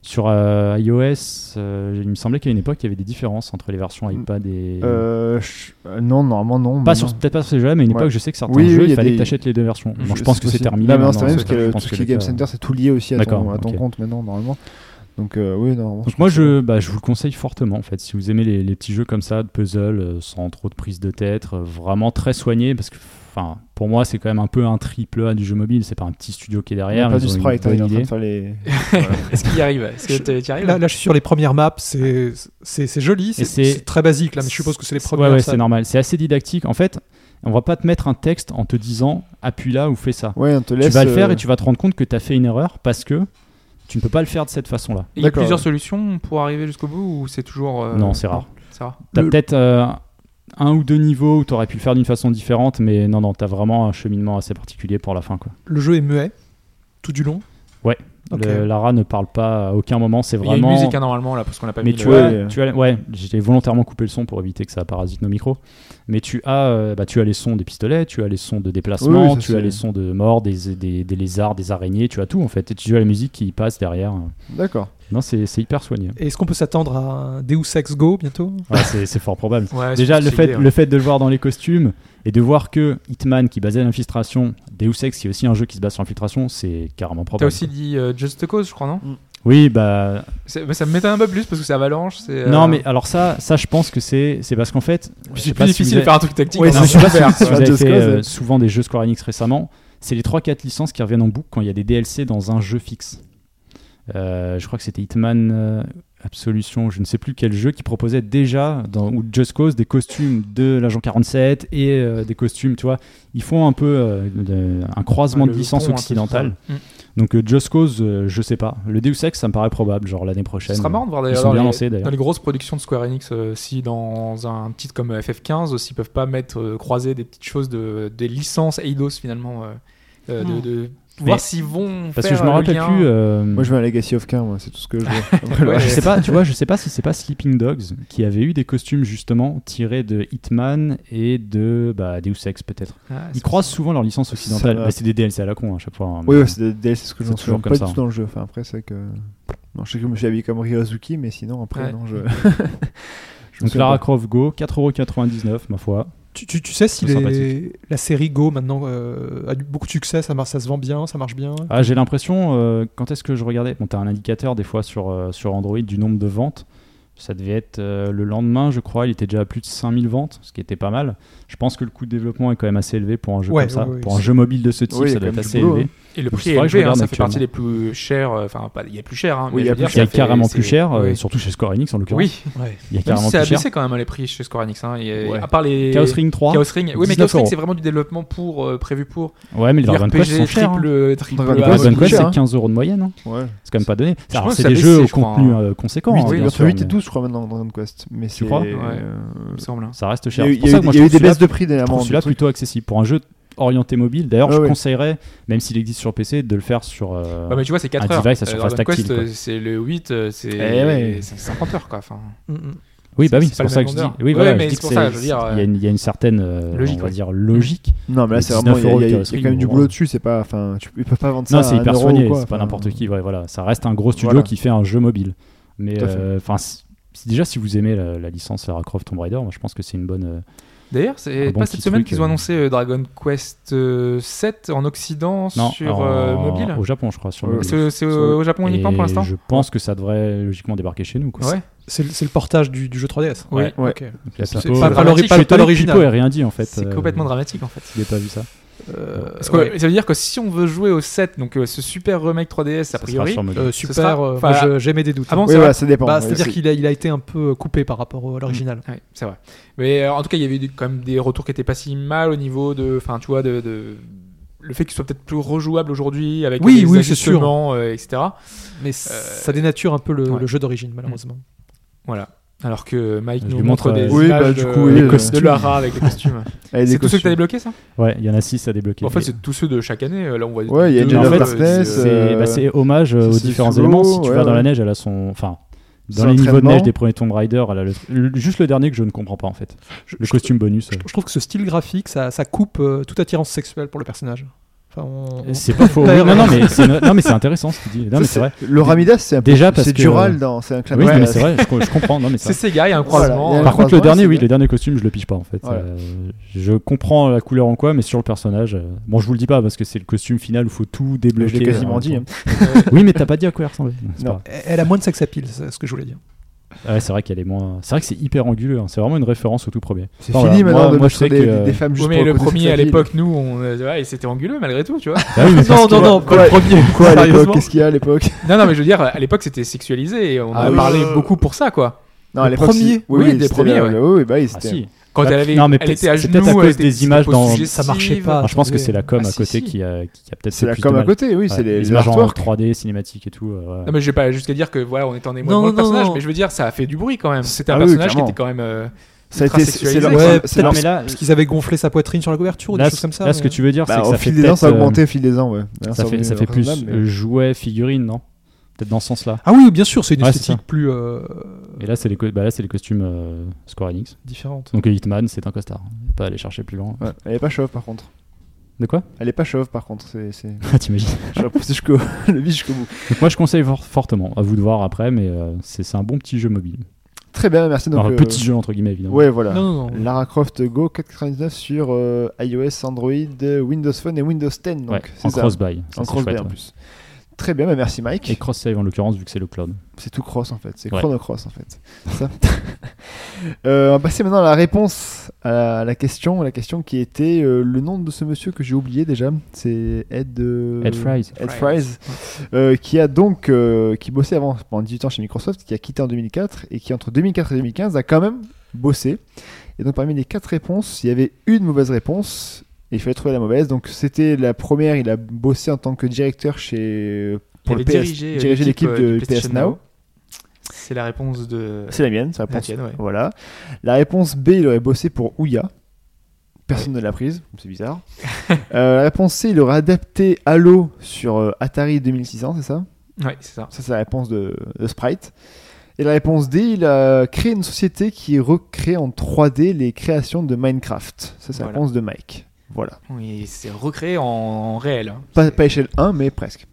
S4: Sur euh, iOS, euh, il me semblait qu'à une époque, il y avait des différences entre les versions
S3: Mm.
S4: iPad et.
S2: Euh, je- euh, non, normalement non.
S4: pas
S2: mais
S4: sur,
S2: non.
S4: peut-être pas sur ces jeux-là, mais à une
S2: Ouais.
S4: époque, je sais que certains
S2: Oui, oui,
S4: jeux,
S2: il y
S4: il
S2: a
S4: fallait
S2: des-
S4: que t'achètes les deux versions. Bon, je
S2: Je-
S4: pense que
S2: aussi-
S4: c'est terminé.
S2: Non, mais non, c'est
S4: maintenant,
S2: terminé
S4: ça,
S2: parce que
S4: je
S2: le- tout
S4: pense
S2: ce
S4: que
S2: qui est
S4: les
S2: Game
S4: cas-
S2: Center, c'est tout lié aussi à ton,
S4: D'accord,
S2: à ton
S4: ok.
S2: compte maintenant, normalement. Donc, euh, oui, non.
S4: Donc moi je, bah, je vous le conseille fortement en fait, si vous aimez les, les petits jeux comme ça, de puzzle, euh, sans trop de prise de tête, euh, vraiment très soigné, parce que enfin, pour moi c'est quand même un peu un triple A du jeu mobile, c'est pas un petit studio qui est derrière,
S2: pas
S4: ils
S2: du
S4: ont une
S2: sprite, hein,
S4: bonne
S2: il est en train
S4: idée.
S2: de faire les.
S3: ouais. Est-ce qu'il y arrive Est-ce que tu- tu y arrives
S5: Là, là, je suis sur les premières maps, c'est c'est- c'est joli, c'est-
S4: c'est-
S5: c'est très basique là, mais je suppose que c'est les
S4: Ouais,
S5: premières.
S4: ouais,
S5: ça-
S4: c'est normal, c'est assez didactique, en fait on va pas te mettre un texte en te disant appuie là ou fais ça.
S2: Ouais, on te laisse.
S4: tu vas le
S2: euh,
S4: faire et tu vas te rendre compte que tu as fait une erreur parce que tu ne peux pas le faire de cette façon-là.
S3: Il y a
S2: D'accord.
S3: plusieurs solutions pour arriver jusqu'au bout ou c'est toujours. euh,
S4: Non, c'est rare.
S3: C'est rare.
S4: T'as
S5: Le-
S4: peut-être euh, un ou deux niveaux où tu aurais pu le faire d'une façon différente, mais non, non, t'as vraiment un cheminement assez particulier pour la fin. Quoi.
S5: Le jeu est muet tout du long.
S4: Ouais.
S5: Ok.
S4: Le- Lara ne parle pas à aucun moment, c'est
S3: Il y a une
S4: vraiment.
S3: musique hein, normalement là parce qu'on n'a pas
S4: mais
S3: mis
S4: tu
S3: le-
S4: as,
S2: Ouais.
S4: tu as, ouais, j'ai volontairement coupé le son pour éviter que ça parasite nos micros. Mais tu as, euh, bah, tu as les sons des pistolets, tu as les sons de
S2: Oui,
S4: déplacement,
S2: oui, ça,
S4: tu
S2: c'est-
S4: as les sons de mort, des, des, des lézards, des araignées, tu as tout en fait. Et tu as la musique qui passe derrière.
S2: D'accord.
S4: Non, c'est c'est hyper soigné.
S5: Et Est-ce qu'on peut s'attendre à un Deus Ex Go bientôt
S4: Ouais, c'est c'est fort probable.
S3: Ouais,
S4: Déjà,
S3: c'est-
S4: le
S3: c'est
S4: fait,
S3: l'idée,
S4: le fait de le voir dans les costumes et de voir que Hitman, qui basait l'infiltration, Deus Ex, qui est aussi un jeu qui se base sur l'infiltration, c'est carrément
S3: T'as
S4: probable.
S3: aussi dit euh, Just Cause, je crois, non
S4: Oui, bah.
S3: C'est- mais Ça me m'étonne un peu plus parce que c'est Avalanche. c'est, euh,
S4: Non, mais alors ça, ça je pense que c'est c'est parce qu'en fait. je sais
S3: C'est
S4: pas
S3: plus
S4: si
S3: difficile
S4: vous
S3: de faire un truc tactique. hein.
S2: Ouais,
S3: on
S4: avez-
S3: a
S4: non,
S2: c'est
S4: je sais pas si
S2: super,
S4: vous
S2: ça,
S4: avez
S2: Just
S4: fait,
S2: Cause.
S4: euh, souvent des jeux Square Enix récemment. C'est les 3-4 licences qui reviennent en boucle quand il y a des DLC dans un jeu fixe. Euh, je crois que c'était Hitman euh, Absolution, je ne sais plus quel jeu, qui proposait déjà, dans, ou Just Cause, des costumes de l'agent 47 et euh, des costumes, tu vois. Ils font un peu euh, le- un croisement
S3: Ouais,
S4: de
S3: le hein,
S4: licences
S3: ton un peu
S4: occidentales.
S3: central.
S4: Donc euh, Just Cause, euh, je sais pas. Le Deus Ex, ça me paraît probable, genre l'année
S3: Ce
S4: prochaine.
S3: sera marrant de voir
S4: Ils
S3: d'ailleurs
S4: sont bien
S3: hein. les-
S4: lancés
S3: dans
S4: d'ailleurs.
S3: les grosses productions de Square Enix, euh, si dans un titre comme FF15, euh, s'ils peuvent pas mettre euh, croiser des petites choses de des licences Eidos finalement, euh, euh, de, de voir s'ils vont
S4: Ah. Parce
S3: faire
S4: que je me
S3: le
S4: rappelle
S3: lien.
S4: plus. euh,
S2: Moi, je veux un Legacy of Kain, moi, c'est tout ce que je veux. Voilà.
S3: Ouais.
S4: je sais pas, tu vois, je sais pas si c'est pas Sleeping Dogs qui avait eu des costumes justement tirés de Hitman et de bah, Deus Ex peut-être.
S3: Ah,
S4: Ils
S3: c'est-
S4: croisent souvent leur licence occidentale.
S2: Ça va.
S4: Bah, c'est des DLC à la con hein, à chaque fois. hein,
S2: Oui,
S4: mais-
S2: ouais, c'est des DLC, c'est ce que
S4: C'est
S2: j'en
S4: toujours
S2: souviens
S4: comme
S2: pas
S4: ça,
S2: du
S4: hein.
S2: tout dans le jeu. Enfin, après, c'est vrai que. Non, je sais que je me suis habillé comme Ryozuki, mais sinon, après,
S3: Ouais.
S2: non, je. je me
S4: Donc
S2: souviens
S4: Lara
S2: pas.
S4: Croft Go, 4,99€ ma foi.
S5: tu, tu- tu sais si
S4: Plutôt
S5: les, la série Go maintenant euh, a du- beaucoup de succès, ça, marche, ça se vend bien, ça marche bien
S4: Ah, j'ai l'impression, euh, quand est-ce que je regardais Bon, t'as un indicateur des fois sur, euh, sur Android du nombre de ventes. Ça devait être euh, le lendemain, je crois. Il était déjà à plus de 5000 ventes, ce qui était pas mal. Je pense que le coût de développement est quand même assez élevé pour un jeu
S5: Ouais,
S4: comme ça.
S5: ouais, ouais,
S4: pour un
S5: c'est-
S4: jeu mobile de ce type,
S2: Oui, il y a
S4: ça
S2: quand
S4: doit être
S2: même du
S4: assez
S2: boulot,
S4: élevé.
S2: hein.
S3: Et le
S4: Donc,
S3: prix
S4: c'est
S3: est
S4: vrai que je
S3: élevé, hein,
S4: regarde
S3: ça fait partie
S4: actuellement.
S3: des plus chers. euh, Enfin, pas- il y a plus cher. Hein,
S2: Oui,
S3: mais
S2: il y a
S3: je veux
S2: plus
S4: Il y
S3: dire,
S4: a
S3: ça fait-
S4: carrément
S3: c'est-
S4: plus cher, euh,
S3: oui.
S4: surtout chez Square Enix en l'occurrence.
S3: Oui,
S4: Il y a
S3: même
S4: carrément
S3: si c'est
S4: plus cher.
S3: abaissé quand même hein, les prix chez Square Enix. hein, il y a-
S2: Ouais.
S3: À part les
S4: Chaos Ring 3.
S3: Chaos Ring. Oui, mais
S4: 19
S3: Chaos Ring,
S4: euros.
S3: c'est vraiment du développement pour euh, prévu pour
S4: Ouais, mais les
S3: du
S4: Dragon Quest sont
S3: RPG
S4: chers. hein.
S3: triple E, euh, bah, triple
S2: Dragon
S3: A.
S2: Quest,
S3: Ouais,
S4: Dragon
S2: c'est
S4: Quest,
S2: cher,
S4: c'est
S2: hein.
S4: 15 euros de moyenne. hein.
S2: Ouais.
S4: C'est quand même pas donné.
S3: Je
S4: Alors,
S3: pense
S4: c'est
S3: que
S4: des
S3: ça
S4: jeux
S3: baissait,
S4: au
S3: je crois,
S4: contenu
S3: hein.
S4: euh, conséquent. hein,
S2: Oui,
S4: bien
S2: entre
S4: sûr,
S2: 8 et
S4: mais
S2: 12, je crois, maintenant, dans Dragon Quest. Mais c'est.
S4: crois
S2: euh,
S3: Ouais. Il me semble. hein.
S4: Ça reste
S2: Il y
S4: cher.
S2: a eu,
S4: C'est pour
S2: il y
S4: ça
S2: a eu
S4: que moi,
S2: des- il y
S4: je
S2: a eu
S4: trouve
S2: des
S4: celui-là-
S2: baisses de prix
S4: je trouve
S2: dernièrement.
S4: celui-là
S2: des trucs.
S4: plutôt accessible. Pour un jeu orienté mobile, d'ailleurs,
S2: Ouais,
S4: je
S2: ouais.
S4: conseillerais, même s'il existe sur PC, de le faire sur. euh,
S3: Ouais, mais tu vois, c'est 4
S4: un
S3: heures.
S4: device à
S3: Euh,
S4: surface
S3: Dragon Quest,
S4: tactile, quoi.
S3: euh, c'est le 8, euh, c'est
S2: Eh ouais.
S3: c'est 50 heures, quoi. Enfin,
S5: Mm, mm.
S4: Oui, bah oui,
S3: c'est
S4: c'est
S3: pas la
S4: pour ça que je
S3: même
S4: dis.
S3: longueur.
S4: Oui,
S3: Ouais,
S4: voilà,
S3: mais
S4: je dis
S3: c'est
S4: que
S3: pour
S4: c'est-
S3: ça, je veux dire,
S4: Il y a une- il y a une certaine, euh,
S3: logique,
S4: on va
S3: ouais.
S4: dire, logique.
S2: Non, mais là,
S4: Mais
S2: c'est vraiment.
S4: 19
S2: Il y a-
S4: euros
S2: il y a il
S4: le
S2: y a
S4: Chaos
S2: quand même
S4: Ring,
S2: du
S4: bon.
S2: boulot dessus, c'est pas. Enfin, tu ils peuvent pas vendre ça.
S4: Non,
S2: à
S4: c'est
S2: 1
S4: hyper
S2: euro ou
S4: soigné,
S2: quoi,
S4: c'est pas
S2: enfin.
S4: n'importe qui. ouais, voilà. Ça reste un gros studio
S2: Voilà.
S4: qui fait un jeu mobile. Mais
S2: Tout à fait.
S4: euh, enfin, si- si- déjà, si vous aimez la, la licence Lara Croft Tomb Raider, moi, je pense que c'est une bonne. euh,
S3: D'ailleurs, c'est
S4: Un bon
S3: pas
S4: petit
S3: cette semaine
S4: truc,
S3: qu'ils ont
S4: euh.
S3: annoncé euh, Dragon Quest euh, 7 en Occident
S4: Non,
S3: sur
S4: en-
S3: euh, mobile.
S4: Au Japon, je crois, sur
S2: Euh,
S4: mobile.
S3: C'est au- c'est
S2: sur-
S3: au, au Japon uniquement
S4: Et
S3: pour l'instant
S4: Je pense que ça devrait logiquement débarquer chez nous. Quoi.
S3: Ouais.
S5: C'est le c'est le portage du, du jeu 3DS.
S3: Oui.
S2: Ouais.
S5: Ok.
S4: Donc, la
S5: C'est
S4: Pipo-
S5: pas-
S4: Je
S5: pas l'ori-
S4: suis
S5: pas-
S4: étonné
S5: pas
S4: que
S5: l'original.
S4: Pipo ait rien dit en fait.
S3: C'est
S4: euh,
S3: complètement dramatique en fait.
S4: Il n'a pas vu ça.
S5: Euh,
S3: Parce que,
S5: ouais.
S3: Ça veut dire que si on veut jouer au 7, donc euh, ce super remake 3DS a
S4: sera
S3: priori.
S4: sur mobile.
S5: Euh,
S3: Ce
S5: super,
S3: sera-
S5: euh,
S3: enfin,
S5: moi, je- j'ai mes des doutes.
S3: Ah bon,
S2: Oui,
S3: c'est
S2: voilà,
S3: vrai.
S2: ça dépend.
S5: Bah,
S2: ouais,
S5: C'est-à-dire
S2: c'est-
S5: qu'il a, il a été un peu euh, coupé par rapport au- à l'original.
S3: Ouais, Ah c'est vrai. Mais euh, en tout cas, il y avait eu des- quand même des retours qui étaient pas si mal au niveau de, enfin, tu vois, de, de le fait qu'il soit peut-être plus rejouable aujourd'hui avec
S5: Oui,
S3: les
S5: oui, c'est sûr.
S3: ajustements, euh, etc.
S5: Mais ça dénature un peu le,
S3: ouais.
S5: le jeu d'origine, malheureusement.
S3: Voilà. Alors que Mike
S4: Je
S3: nous
S4: lui
S3: montre
S4: montre,
S3: des
S4: euh,
S2: Oui,
S3: images
S2: bah,
S3: de,
S2: du coup,
S4: oui,
S3: de,
S4: euh, costumes.
S3: Lara avec les costumes.
S2: Avec des
S3: c'est tous ceux que
S2: costumes.
S3: t'as débloqué ça
S4: Ouais, il y en a 6 à débloquer.
S3: En fait,
S4: Et-
S3: c'est tous ceux de chaque année. euh, Là, on voit.
S2: Ouais, il y a
S3: deux,
S4: Jennifer
S3: euh,
S2: Lopez,
S3: c'est-
S4: C'est
S2: euh,
S4: bah, c'est hommage euh,
S2: c'est
S4: aux
S2: ce
S4: différents
S2: slow,
S4: éléments. Si tu
S2: ouais,
S4: vas dans
S2: ouais.
S4: la neige, elle a son. Enfin,
S2: Son
S4: dans les niveaux de
S2: entraînement.
S4: neige des premiers Tomb Raider, elle a le, le- juste le dernier que je ne comprends pas en fait.
S5: Je-
S4: Le
S5: je-
S4: costume bonus. euh.
S5: Je, je trouve que ce style graphique, ça, ça coupe euh, toute attirance sexuelle pour le personnage. Enfin, on- on-
S4: Euh, C'est pas faux.
S5: perd-
S4: Oui, non, non, mais c'est non, mais c'est intéressant ce que tu dis. Non, mais c'est vrai.
S2: Le Ramidas, c'est un peu-
S4: Déjà parce
S2: c'est
S4: que-
S2: Dural dans, c'est un clin
S4: Oui,
S2: d'œil
S4: non, mais
S2: à-
S4: c'est vrai. Je, co- je comprends. Non, mais
S3: C'est
S4: ça.
S3: Sega, il y a un
S2: Voilà,
S3: croisement.
S2: il y a un
S4: Par contre, le
S2: croisement,
S4: dernier,
S2: c'est
S4: oui,
S2: bien.
S4: le dernier costume, je le pige pas en fait.
S2: Voilà.
S4: Euh, je comprends la couleur en quoi, mais sur le personnage, euh, bon, je vous le dis pas parce que c'est le costume final où faut tout
S2: Je
S4: débloquer.
S2: l'ai quasiment
S4: euh,
S2: dit. hein.
S4: Oui, mais t'as pas dit à quoi elle ressemblait. C'est
S2: Non.
S4: pas-
S5: Elle a moins de sex appeal, c'est ce que je voulais dire.
S4: Ah Ouais, c'est vrai qu'elle est moins. C'est vrai que c'est hyper anguleux. hein. C'est vraiment une référence au tout premier.
S2: C'est
S4: Enfin,
S2: fini
S4: voilà.
S2: maintenant
S4: Moi,
S2: de
S4: moi, je
S2: mettre
S4: sais que.
S2: des-
S4: euh,
S2: des femmes
S3: Oui,
S2: juste
S3: mais
S2: pour
S3: le
S2: cause de
S3: premier à
S2: cette ville.
S3: l'époque, nous, on, euh, ouais, et c'était anguleux malgré tout, tu vois.
S4: bah oui, mais parce que-
S2: Quoi, Quoi à l'époque
S5: sérieusement.
S2: Qu'est-ce qu'il y a à l'époque
S3: non, non, mais je veux dire, à l'époque, c'était sexualisé. Et on en
S2: Ah
S3: a
S2: oui.
S3: parlé beaucoup pour ça, quoi.
S2: Non,
S5: Le
S2: à l'époque,
S5: premier.
S2: si-
S3: Oui, des
S2: c'était
S3: premiers,
S2: la-
S3: ouais.
S2: oui, oui, bah oui,
S4: Ah,
S2: c'était-
S4: si.
S3: Quand
S4: Bah,
S3: elle avait,
S4: non, mais
S3: elle
S4: peut-
S3: était à
S4: c'est
S3: genoux,
S4: peut-être à
S3: elle
S4: cause
S3: était
S4: des images dans-
S3: suggestive.
S5: Ça marchait pas.
S4: Alors, je pense que c'est la com
S3: Ah,
S4: à
S3: si,
S4: côté
S3: si.
S4: qui a, qui a peut-être
S2: C'est
S4: fait
S2: la
S4: plus de
S2: com à
S4: mal.
S2: côté, oui,
S4: Ouais,
S2: c'est les, les
S4: images en
S2: artworks.
S4: 3D, cinématiques et tout. euh,
S5: Ah,
S4: ouais.
S3: Non mais j'ai pas jusqu'à dire que voilà on est en émoi
S5: Non,
S3: devant le
S5: non,
S3: personnage
S5: non.
S3: mais je veux dire ça a fait du bruit quand même c'était un
S2: Ah oui,
S3: personnage qui
S2: clairement.
S3: était quand même euh,
S2: Ça a
S3: ultra
S2: été, c'est
S3: sexualisé.
S2: leur,
S5: Ouais,
S2: c'est leur-
S4: Non, mais là,
S5: Parce qu'ils avaient gonflé sa poitrine sur la couverture ou des
S4: là,
S5: choses comme ça. euh.
S4: là, ce que
S5: mais-
S4: tu veux dire,
S2: bah,
S4: c'est que
S2: au
S4: ça fait
S2: fil des ans,
S4: peut-être,
S2: ça a
S4: euh,
S2: augmenté, hein, au fil des ans, ouais. Là,
S4: Ça fait,
S2: revient
S4: ça fait plus
S2: raisonnable, mais-
S4: euh, jouet figurine, non Peut-être dans ce sens-là.
S5: Ah oui, bien sûr, c'est une
S4: Ouais, c'est
S5: esthétique
S4: ça.
S5: plus euh,
S4: Et là, c'est les, co- bah, là, c'est les costumes euh, Square Enix.
S5: différente.
S4: Donc euh, Hitman, c'est un costard. Faut Pas aller chercher plus loin.
S2: Ouais, Elle est pas chauve, par contre.
S4: De quoi
S2: Elle est pas chauve, par contre. C'est, c'est...
S4: Ah, T'imagines
S2: Je la pousse jusqu'au, le vis jusqu'au bout.
S4: Donc moi, je conseille for- fortement. À vous de voir après, mais euh, c'est c'est un bon petit jeu mobile.
S2: Très bien, merci. Donc,
S4: Alors,
S2: euh,
S4: petit jeu entre guillemets, évidemment.
S2: Ouais, voilà.
S5: Non, non, non.
S2: Lara Croft Go 4,99 sur euh, iOS, Android, euh, Windows Phone et Windows 10. Donc,
S4: Ouais,
S2: c'est
S4: en
S2: ça.
S4: cross-buy. ça,
S2: En
S4: c'est
S2: cross
S4: chouette,
S2: en
S4: ouais.
S2: plus. Très bien, bah, merci Mike.
S4: Et cross-save en l'occurrence, vu que c'est le cloud.
S2: C'est tout cross en fait, c'est
S4: Ouais.
S2: chrono cross en fait. C'est Ça. Euh, on va passer maintenant à la réponse à la question, la question qui était euh, le nom de ce monsieur que j'ai oublié déjà, c'est Ed euh,
S4: Ed Fries.
S2: Ed Fries, euh, qui a donc euh, qui bossait avant pendant 18 ans chez Microsoft, qui a quitté en 2004 et qui entre 2004 et 2015 a quand même bossé. Et donc parmi les quatre réponses, il y avait une mauvaise réponse et il fallait trouver la mauvaise. Donc c'était la première, il a bossé en tant que directeur chez pour
S3: il
S2: le
S3: avait
S2: PS
S3: dirigé, euh,
S2: diriger l'équipe
S3: euh, du
S2: de PS
S3: PlayStation
S2: Now.
S3: c'est la réponse de
S2: Bah, C'est la mienne, c'est la
S3: la
S2: réponse
S3: tienne ouais.
S2: voilà. La réponse B, il aurait bossé pour Ouya. Personne ne l'a prise, c'est bizarre. Euh, la réponse C, il aurait adapté Halo sur euh, Atari 2600, c'est ça
S3: ouais c'est ça
S2: Ça, c'est la réponse de, de Sprite. Et la réponse D, il a créé une société qui recrée en 3D les créations de Minecraft. Ça, c'est la
S3: Voilà.
S2: réponse de Mike. Voilà.
S3: il s'est recréé en, en réel hein.
S2: Pas, pas échelle 1, mais presque.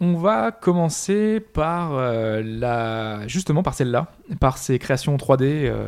S3: on va commencer par euh, la justement par celle-là par ces créations 3D euh,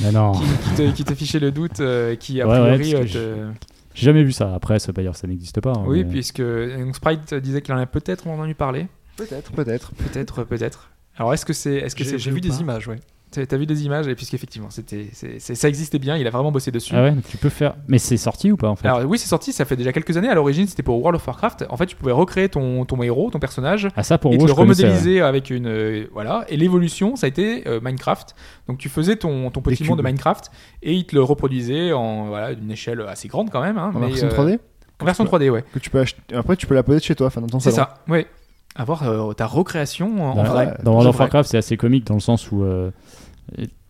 S4: Mais non,
S3: qui, qui te, qui te fichaient le doute euh, qui a
S4: Oh. Ouais, ouais,
S3: priori
S4: parce que
S3: euh, te-
S4: j'ai jamais vu ça. Après, ça, d'ailleurs, ça n'existe pas. hein,
S3: oui
S4: mais-
S3: puisque donc, Sprite disait qu'il en a peut-être entendu parler
S2: Peut-être, peut-être.
S3: peut-être peut-être alors est-ce que c'est est-ce que
S5: J'ai
S3: c'est
S5: j'ai
S3: vrai
S5: vu
S3: ou pas
S5: des images, ouais.
S3: T'as t'as vu des images et puisqu'effectivement c'était c'est- c'est- ça existait bien, il a vraiment bossé dessus.
S4: Ah ouais, donc tu peux faire. Mais c'est sorti ou pas en fait
S3: Alors oui, c'est sorti, ça fait déjà quelques années. À l'origine, c'était pour World of Warcraft. En fait, tu pouvais recréer ton, ton héros, ton personnage
S4: Ah, ça pour
S3: et
S4: vous,
S3: tu le
S4: je connaissais, ouais.
S3: remodéliser avec une euh, voilà. Et l'évolution, ça a été euh, Minecraft. Donc tu faisais ton, ton petit
S2: Des
S3: monde de
S2: cubes.
S3: Minecraft et il te le reproduisait en voilà d'une échelle assez grande quand même. Hein,
S2: En
S3: mais,
S2: version
S3: euh,
S2: 3D
S3: En version 3D, ouais.
S2: que tu peux acheter... Après, tu peux la poser de chez toi, enfin, dans ton
S3: C'est
S2: salon.
S3: ça. Ouais. Avoir euh, ta recréation en, en
S4: Dans-
S3: vrai.
S2: Ouais.
S4: Dans World
S3: En
S4: of
S3: vrai.
S4: Warcraft, c'est assez comique dans le sens où euh,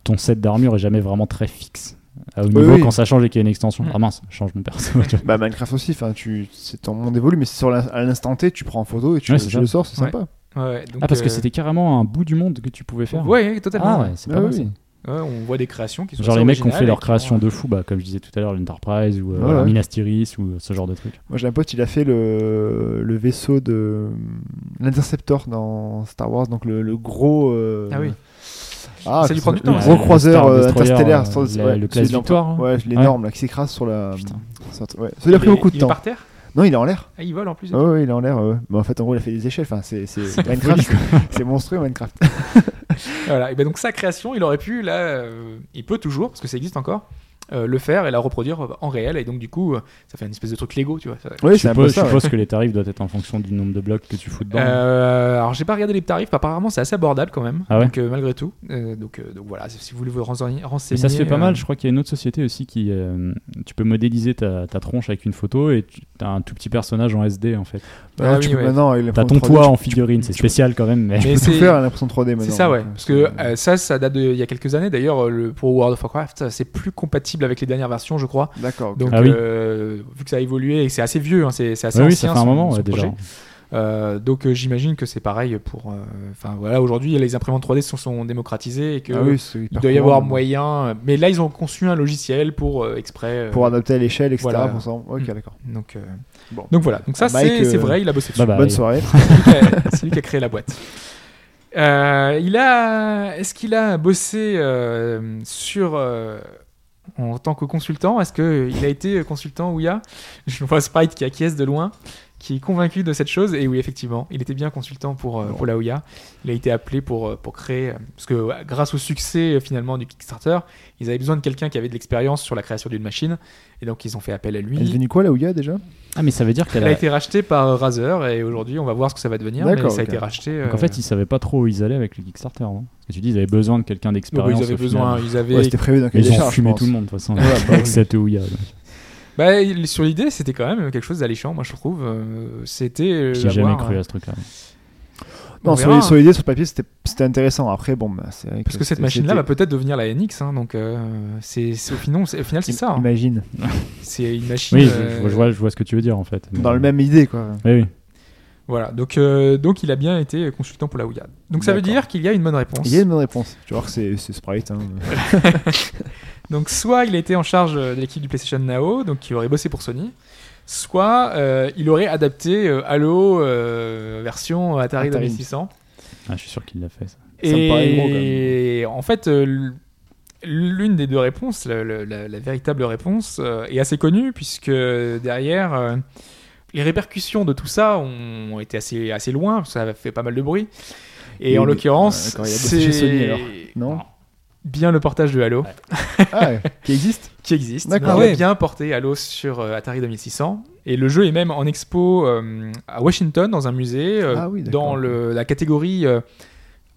S4: ton set d'armure est jamais vraiment très fixe. À haut
S2: Oui,
S4: niveau,
S2: oui.
S4: quand ça change et qu'il y a une extension,
S3: Mm.
S4: ah mince, je change mon perso. tu vois.
S2: Bah Minecraft aussi, enfin tu, c'est ton monde évolue, mais c'est sur l'in- à l'instant T, tu prends en photo et tu,
S4: Ouais, c'est
S2: tu
S4: ça.
S2: le sors, c'est
S3: Ouais.
S2: sympa.
S3: Ouais, ouais. Donc,
S4: ah, parce
S3: euh,
S4: que c'était carrément un bout du monde que tu pouvais faire.
S3: Ouais, ouais, totalement.
S4: Ah ouais, c'est pas
S2: Ah
S4: mal,
S2: oui.
S4: ça.
S3: Ouais, on voit des créations qui sont
S4: Genre
S3: assez
S4: les mecs qui ont
S3: originales
S4: fait
S3: et
S4: leur
S3: qui
S4: création
S3: ont- euh,
S4: de fou, bah, comme je disais tout à l'heure, l'Enterprise ou euh,
S2: Ouais, ouais.
S4: Minas Tirith ou euh, ce genre de truc.
S2: Moi j'ai un pote, il a fait le, le vaisseau de l'Interceptor dans Star Wars, donc le, le gros. euh,
S3: Ah oui.
S2: ah,
S3: Ça lui prend du
S2: le
S3: temps, hein.
S2: gros
S4: ouais.
S2: croiseur
S4: Le
S2: euh,
S4: Star Destroyer,
S2: interstellaire.
S4: euh,
S2: sur-
S4: la-
S2: ouais,
S4: le
S2: celui
S4: classe
S2: de l'en-
S4: Victoire, hein.
S2: Ouais, l'énorme là, qui s'écrase sur la.
S4: Putain.
S2: sur- ouais. Ça lui a pris
S3: Il est-
S2: beaucoup de
S3: il est
S2: temps.
S3: par terre
S2: Non, il est en l'air.
S3: Ah, il vole en plus.
S4: Hein.
S2: Ah ouais, il est en l'air. ouais. Mais en fait, en gros, il a fait des échelles. Enfin, c'est c'est Minecraft. C'est monstrueux Minecraft.
S3: Voilà. Et ben donc sa création, il aurait pu là, euh, il peut toujours parce que ça existe encore. euh, le faire et la reproduire euh, en réel. Et donc, du coup, euh, ça fait une espèce de truc Lego, tu vois. ça-
S2: Oui,
S4: Je
S2: c'est un peu
S4: suppose,
S2: ça.
S4: je
S2: ouais.
S4: suppose que les tarifs doivent être en fonction du nombre de blocs que tu fous dedans.
S3: Euh, alors j'ai pas regardé les tarifs, mais apparemment c'est assez abordable quand même,
S4: Ah ouais
S3: donc, euh, malgré tout. Euh, donc, euh, donc voilà, si vous voulez vous renseigner,
S4: Mais ça se fait pas
S3: euh,
S4: mal, je crois qu'il y a une autre société aussi qui. euh, tu peux modéliser ta, ta tronche avec une photo et tu as un tout petit personnage en SD en fait.
S3: Ah
S2: Maintenant, tu
S3: oui,
S2: peux-
S3: ouais.
S2: maintenant, avec
S4: T'as
S2: l'impression
S4: ton
S2: 3D,
S4: toit
S2: tu-
S4: en figurine, c'est spécial quand même. Mais...
S3: Mais
S2: Tu peux tout
S3: c'est-
S4: hein,
S2: faire à l'impression 3D maintenant.
S3: C'est ça, ouais.
S2: donc,
S3: Parce que euh, ça, ça date d'il y a quelques années. D'ailleurs, euh, le- pour World of Warcraft, c'est plus compatible avec les dernières versions, je crois.
S2: D'accord. ok.
S3: Donc,
S4: Ah oui.
S3: euh, vu que ça a évolué et que c'est assez vieux, hein, c'est c'est assez
S4: Ouais, oui,
S3: ancien.
S4: ça fait un
S3: son-
S4: moment
S3: son
S4: ouais, déjà.
S3: projet. Euh, donc, euh, j'imagine que c'est pareil pour. euh, Enfin, voilà, aujourd'hui, les imprimantes 3D sont, sont démocratisées et que
S2: Ah oui, c'est hyper
S3: euh, il doit y
S2: courant,
S3: avoir
S2: mais-
S3: moyen. Mais là, ils ont conçu un logiciel pour euh, exprès. euh,
S2: Pour adapter à l'échelle, etc.
S3: Voilà.
S2: pour ça. Ok,
S3: Mm.
S2: d'accord.
S3: donc, euh,
S2: Bon.
S3: donc voilà. Donc ça,
S2: Mike,
S3: c'est c'est
S2: euh,
S3: vrai. Il a bossé dessus.
S4: Bye bye.
S2: Bonne soirée.
S3: C'est lui qui a- c'est lui qui a créé la boîte. Euh, il a, est-ce qu'il a bossé euh, sur euh, en tant que consultant Est-ce qu'il a été consultant Ouya Je vois Sprite qui acquiesce de loin, qui est convaincu de cette chose. Et oui, effectivement, il était bien consultant pour, euh, pour la Ouya. Il a été appelé pour, euh, pour créer, euh, parce que ouais, grâce au succès euh, finalement du Kickstarter, ils avaient besoin de quelqu'un qui avait de l'expérience sur la création d'une machine. Et donc ils ont fait appel à
S2: Elle est
S3: lui.
S2: devenue quoi, la Ouya déjà
S4: Ah, mais ça veut dire qu'elle
S3: Elle
S4: a.
S3: a été rachetée par euh, Razer et aujourd'hui on va voir ce que ça va devenir. Mais ça
S2: D'accord,
S3: a
S2: ok.
S3: été racheté.
S4: Donc
S3: euh,
S4: en fait, ils savaient pas trop où ils allaient avec le Kickstarter. Non Parce que tu dis, ils avaient besoin de quelqu'un
S3: donc,
S4: d'expérience.
S3: ils avaient
S4: au final.
S3: besoin, ils avaient.
S2: Ouais, C'était prévu dans
S4: Mais
S2: quel
S4: Ils ont
S2: décharge.
S4: fumé tout le monde de toute façon avec cette euh, ouïa. donc.
S3: Bah, il- sur l'idée, c'était quand même quelque chose d'alléchant, moi je trouve. Euh, C'était. euh,
S4: J'ai
S3: avoir,
S4: jamais cru
S3: euh,
S4: à ce truc-là.
S3: on
S2: Non,
S3: verra,
S2: sur
S3: hein.
S2: sur l'idée, sur le papier, c'était c'était intéressant. Après, bon, bah, c'est vrai
S3: Parce que cette
S2: c'était-
S3: machine-là va
S2: c'était-
S3: peut-être devenir la NX, hein, donc euh, c'est c'est- au final, c'est- au final, c'est ça. hein.
S2: Imagine.
S3: C'est une machine.
S4: Oui, je-
S3: euh,
S4: je, vois, je vois ce que tu veux dire en
S3: Mm.
S4: fait.
S2: Dans
S4: Mais-
S2: le même idée, quoi.
S4: Oui, oui.
S3: Voilà, donc, euh, donc il a bien été consultant pour la Ouya. Donc ça veut
S2: D'accord.
S3: dire qu'il y a une bonne réponse.
S2: Il y a une bonne réponse. Tu vois que c'est c'est Sprite. hein.
S3: Donc soit il a été en charge euh, de l'équipe du PlayStation Now, donc il aurait bossé pour Sony, soit euh, il aurait adapté euh, Halo euh, version Atari,
S2: Atari.
S3: 2600.
S4: Ah, je suis sûr qu'il l'a fait. ça.
S2: Ça me paraît gros, quand
S3: Et en fait, euh, l- l'une des deux réponses, le- le- la, la véritable réponse, euh, est assez connue puisque derrière, euh, les répercussions de tout ça ont été assez, assez loin, parce que ça a fait pas mal de bruit. Et
S2: Oui,
S3: en
S2: mais, euh,
S3: l'occurrence,
S2: quand il y a bossé
S3: c'est
S2: chez Sony, alors. Non
S3: bien le portage de Halo
S2: Ah, ouais, qui existe
S3: qui existe.
S2: D'accord.
S3: Il
S5: Ah
S3: a
S5: ouais.
S3: bien porté Halo sur euh, Atari 2600. Et le jeu est même en expo euh, à Washington, dans un musée, euh,
S2: Ah oui, d'accord.
S3: dans le- la catégorie euh,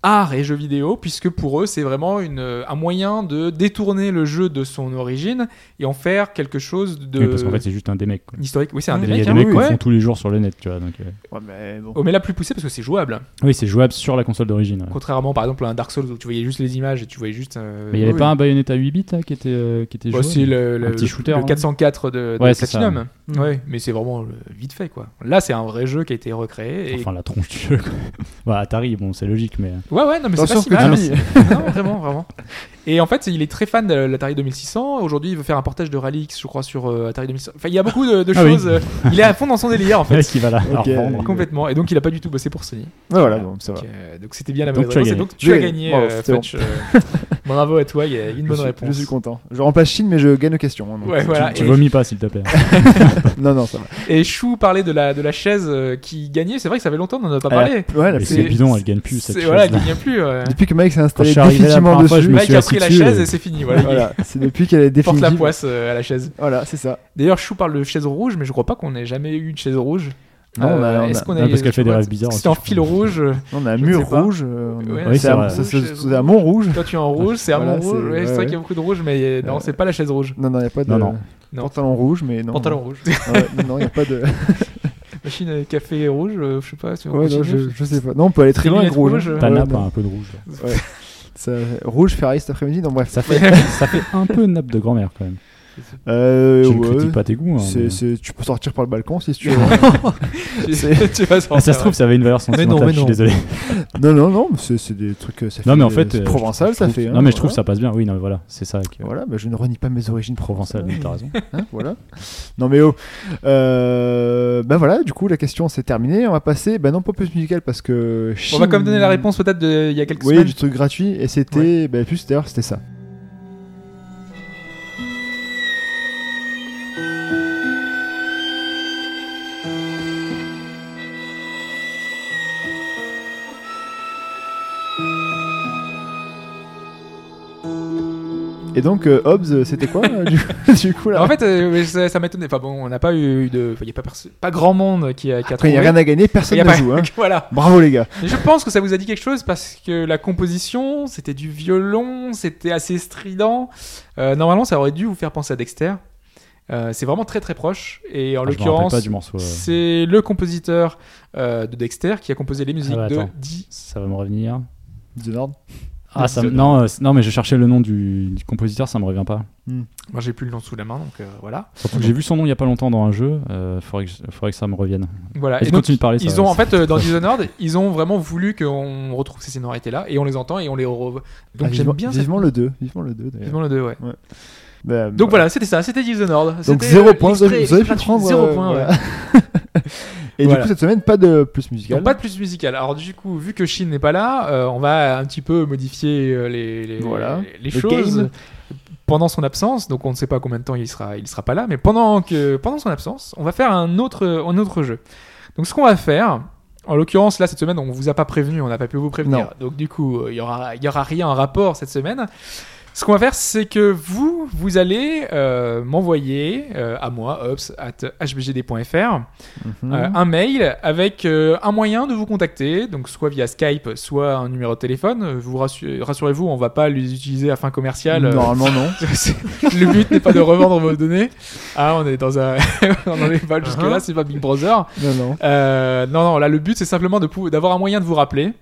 S3: art et jeux vidéo, puisque pour eux, c'est vraiment une, euh, un moyen de détourner le jeu de son origine et en faire quelque chose de
S4: Oui, parce qu'en fait, c'est juste un des mecs. quoi.
S3: historique. Oui, c'est un des
S4: Il y a
S3: mecs.
S4: des
S3: hein,
S4: mecs
S3: oui,
S4: qu'on
S3: ouais.
S4: font tous les jours sur le net, tu vois. Donc, euh,
S2: Ouais, mais bon.
S3: Oh, mais la plus poussée parce que c'est jouable.
S4: Oui, c'est jouable sur la console d'origine. ouais.
S3: Contrairement par exemple à un Dark Souls où tu voyais juste les images et tu voyais juste. euh,
S4: Mais il n'y avait
S3: oui.
S4: pas un Bayonetta 8 bits là, qui était, euh, qui était
S3: Bah,
S4: jouable
S3: c'est le, le-
S4: Un petit
S3: le-
S4: shooter,
S3: le
S4: hein.
S3: 404 de, de
S4: Ouais, c'est ça.
S3: Platinum.
S5: Mm.
S3: Ouais, mais c'est vraiment euh, vite fait quoi. Là, c'est un vrai jeu qui a été recréé. et-
S4: Enfin, la tronche du jeu. quoi. bah, Atari, bon, c'est logique, mais.
S3: Ouais, ouais, non, mais c'est
S2: Attention
S3: pas
S2: ce
S3: si
S2: que tu
S3: mal.
S2: dis.
S3: Non, vraiment, vraiment. Et en fait, il est très fan de l'Atari 2600. Aujourd'hui, il veut faire un portage de Rally X, je crois, sur euh, Atari 2600. Enfin, il y a beaucoup de, de
S4: Ah oui.
S3: choses. euh, Il est à fond dans son délire en
S4: Le
S3: fait.
S4: mec, il va la la
S2: Ok.
S4: revendre.
S3: Complètement. Et donc, il a pas du tout bossé pour Sony.
S2: Ouais, voilà, bon, ça va.
S3: Donc, euh, donc c'était bien la
S4: Donc,
S3: bonne
S4: tu as
S3: réponse. Et
S4: gagné.
S3: donc, tu as
S2: J'ai
S3: gagné,
S2: gagné.
S3: euh,
S2: Bravo, c'est bon.
S3: Fetch, euh, Bravo à toi, il y a une bonne
S2: je suis,
S3: réponse.
S2: Je suis content. Je remplace Chine, mais je gagne aux questions. hein, donc
S3: Ouais,
S2: tu-
S3: voilà.
S4: Tu
S3: Et-
S4: vomis pas, s'il te plaît.
S2: Non, non, ça va.
S3: Et Chou parlait de la, de la chaise euh, qui gagnait. C'est vrai que ça fait longtemps qu'on n'en a pas
S4: Elle a
S3: parlé.
S2: Ouais, la
S4: Mais
S3: c'est-
S4: c'est bidon, elle gagne plus.
S3: C'est-
S4: Cette chose,
S3: voilà,
S4: là.
S3: il n'y a plus. euh.
S2: Depuis que Mike s'est
S4: Quand je
S2: installé
S4: suis arrivé la
S2: définitivement
S4: première fois, je
S2: dessus,
S4: me
S3: Le
S4: suis
S3: mec a
S4: assis
S3: pris la
S4: dessus,
S3: chaise
S4: et-
S3: et c'est fini. Voilà, il
S2: voilà, c'est depuis qu'elle est
S3: porte la
S2: définitive.
S3: poisse euh, à la chaise.
S2: Voilà, c'est ça.
S3: D'ailleurs, Chou parle de chaise rouge, mais je crois pas qu'on ait jamais eu une chaise rouge. Euh,
S2: Non, on a- on a-
S3: est-ce qu'on
S4: non, parce qu'elle fait des
S3: je sais
S4: rêves
S3: pas,
S4: bizarres
S3: C'était en
S4: aussi, je
S3: fil rouge. euh,
S2: On a un
S3: Je sais
S2: mur
S3: pas.
S2: rouge. euh,
S3: Ouais,
S2: on-
S4: Oui,
S2: c'est
S4: c'est
S2: à,
S4: vrai.
S2: ça se-
S3: Rouge,
S2: c'est à Montrouge.
S3: Toi, tu es en rouge, c'est à
S2: Voilà,
S3: mon rouge.
S2: c'est-
S3: Ouais, c'est
S2: ouais,
S3: vrai qu'il
S2: ouais.
S3: y a beaucoup de rouge, mais euh, non,
S2: Euh,
S3: c'est pas la chaise rouge.
S2: Non, non, il n'y a pas de
S4: Non, non.
S3: Non.
S2: pantalon rouge, mais non.
S5: Pantalon rouge.
S2: Ouais, non, non, il n'y a pas de.
S3: Machine à café rouge, euh, je sais pas. si on
S2: Ouais, non,
S3: continue.
S2: je, je sais pas. Non, on peut aller très
S3: Les
S2: loin avec
S3: lunettes
S2: rouge.
S3: rouges,
S2: hein.
S4: Ta
S2: Ouais,
S4: nappe a
S2: non.
S4: un peu de rouge. là.
S2: Ça- Rouge, Ferrari cet après-midi. Non, bref.
S4: Ça fait, ça fait un peu une nappe de grand-mère quand même.
S2: Euh,
S4: Je ne
S2: ouais.
S4: critique pas tes goûts. hein,
S2: C'est-
S4: mais-
S2: c'est- tu peux sortir par le balcon si tu veux.
S3: Tu- tu vas hein.
S4: Ah, ça se trouve, ça avait une valeur
S5: non,
S4: sentimentale.
S5: mais
S4: je suis
S5: non.
S4: désolé.
S2: non, non, non, mais c'est c'est des trucs. euh, Ça
S4: Non,
S2: fait,
S4: mais en
S2: euh,
S4: fait,
S2: c'est
S4: euh,
S2: provençal,
S4: je trouve-
S2: ça fait. hein,
S4: non, mais je trouve
S2: voilà.
S4: que ça passe bien. Oui, non, mais voilà, c'est ça. que-
S2: Voilà, bah, je ne renie pas mes origines provençales.
S4: Provençal, oui, t'as raison. Ah,
S2: hein, voilà. Non, mais oh. Euh, ben voilà, du coup, la question c'est terminée. On va passer, ben non, pas plus musical parce que.
S3: On va
S2: Chine-
S3: comme donner la réponse peut-être de- il y a quelques
S2: Oui,
S3: semaines.
S2: du truc gratuit. Et c'était. Ben plus d'ailleurs, c'était ça. Et donc, euh, Hobbs, euh, c'était quoi euh, du, du coup là
S3: En fait, euh, ça, ça m'étonnait. Enfin bon, on n'a pas eu de. enfin, Il n'y a pas, perso- pas grand monde qui a, qui a
S2: Après, il n'y
S3: trouvé.
S2: a rien à gagner,
S3: Il
S2: personne
S3: y a
S2: ne
S3: pas-
S2: joue. Hein.
S3: voilà.
S2: Bravo les gars.
S3: Mais je pense que ça vous a dit quelque chose parce que la composition, c'était du violon, c'était assez strident. Euh, normalement, ça aurait dû vous faire penser à Dexter. Euh, c'est vraiment très très proche. Et en
S4: Ah, je me rappelle
S3: l'occurrence,
S4: pas du morceau. euh,
S3: c'est le compositeur euh, de Dexter qui a composé les musiques
S4: Ah bah,
S3: de
S4: attends.
S3: Di-
S4: Ça va me revenir.
S2: The Nord.
S4: Ah, ça,
S3: The-
S4: me- non, euh, c'est- non, mais je cherchais le nom du, du compositeur, ça me revient pas.
S3: Moi, j'ai plus le nom sous la main, donc euh, voilà.
S4: Surtout que j'ai vu son nom il y a pas longtemps dans un jeu. Euh, faudrait, que, je- faudrait que ça me revienne.
S3: Voilà.
S4: Vas-y,
S3: donc,
S4: continue de parler, ça
S3: Ils
S4: va,
S3: ont en
S4: ça-
S3: fait euh, dans Dishonored, ils ont vraiment voulu qu'on retrouve ces sonorités là et on les entend et on les re...
S2: Ah,
S3: donc j'aime
S2: vivement,
S3: bien cette-
S2: vivement le 2. Vivement le 2 d'ailleurs.
S3: vivement le 2 ouais.
S2: Bah,
S3: Donc voilà, c'était ça, c'était Dishonored.
S2: Donc
S3: C'était,
S2: 0
S3: euh,
S2: points, vous avez
S3: l'extrait-
S2: vous avez pu
S3: gratuit,
S2: prendre.
S3: zéro
S2: euh,
S3: point, ouais.
S2: voilà. Et du
S3: Voilà.
S2: coup, cette semaine, pas de plus musical.
S3: Donc pas de plus musical. Alors du coup, vu que Shin n'est pas là, euh, on va un petit peu modifier euh, les, les,
S2: Voilà.
S3: les- les
S2: Le
S3: choses
S2: game.
S3: pendant son absence. Donc on ne sait pas combien de temps il sera, il sera pas là, mais pendant que pendant son absence, on va faire un autre un autre jeu. Donc ce qu'on va faire. En l'occurrence, là, cette semaine, on vous a pas prévenu, on n'a pas pu vous prévenir.
S2: Non.
S3: Donc, du coup, euh, il y aura, il y aura rien en rapport cette semaine. Ce qu'on va faire, c'est que vous, vous allez euh, m'envoyer euh, à moi, ops, at hbgd.fr,
S2: Mhm.
S3: euh, un mail avec euh, un moyen de vous contacter, donc soit via Skype, soit un numéro de téléphone. Euh, Vous rassu- rassurez-vous, on va pas les utiliser à fin commerciale. euh,
S2: Normalement, non.
S3: c'est- le but n'est pas de revendre vos données. Ah, on est dans un, on n'en est pas jusque
S2: Uh-huh.
S3: là, c'est pas Big Brother.
S2: Non, non.
S3: Euh, non, non, là le but c'est simplement de pou- d'avoir un moyen de vous rappeler.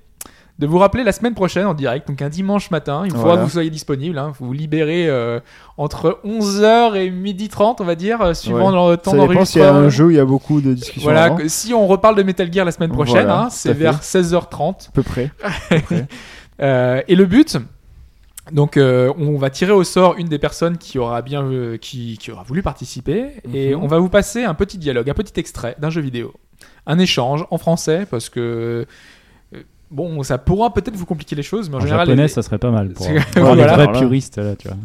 S3: De vous rappeler la semaine prochaine en direct, donc un dimanche matin. Il faudra
S2: Voilà.
S3: que vous soyez disponible. hein. Vous vous libérez euh, entre 11h et 12h30, on va dire, euh, suivant le temps
S2: Ça dépend s'il y a
S3: d'enregistrement.
S2: un jeu où il y a beaucoup de discussions.
S3: euh. Voilà,
S2: avant,
S3: que- si on reparle de Metal Gear la semaine prochaine,
S2: Voilà,
S3: hein,
S2: tout
S3: c'est
S2: à fait.
S3: vers 16h30.
S2: à peu près.
S3: Euh, et le but, donc euh, on va tirer au sort une des personnes qui aura bien, euh, qui, qui aura voulu participer, et
S2: Mhm.
S3: on va vous passer un petit dialogue, un petit extrait d'un jeu vidéo, un échange en français parce que euh, bon, ça pourra peut-être vous compliquer les choses, mais en,
S4: En
S3: général,
S4: japonais,
S3: les-
S4: ça serait pas mal pour,
S3: C'est-
S4: pour
S2: Voilà.
S4: les vrais
S2: Voilà.
S4: puristes là, tu vois.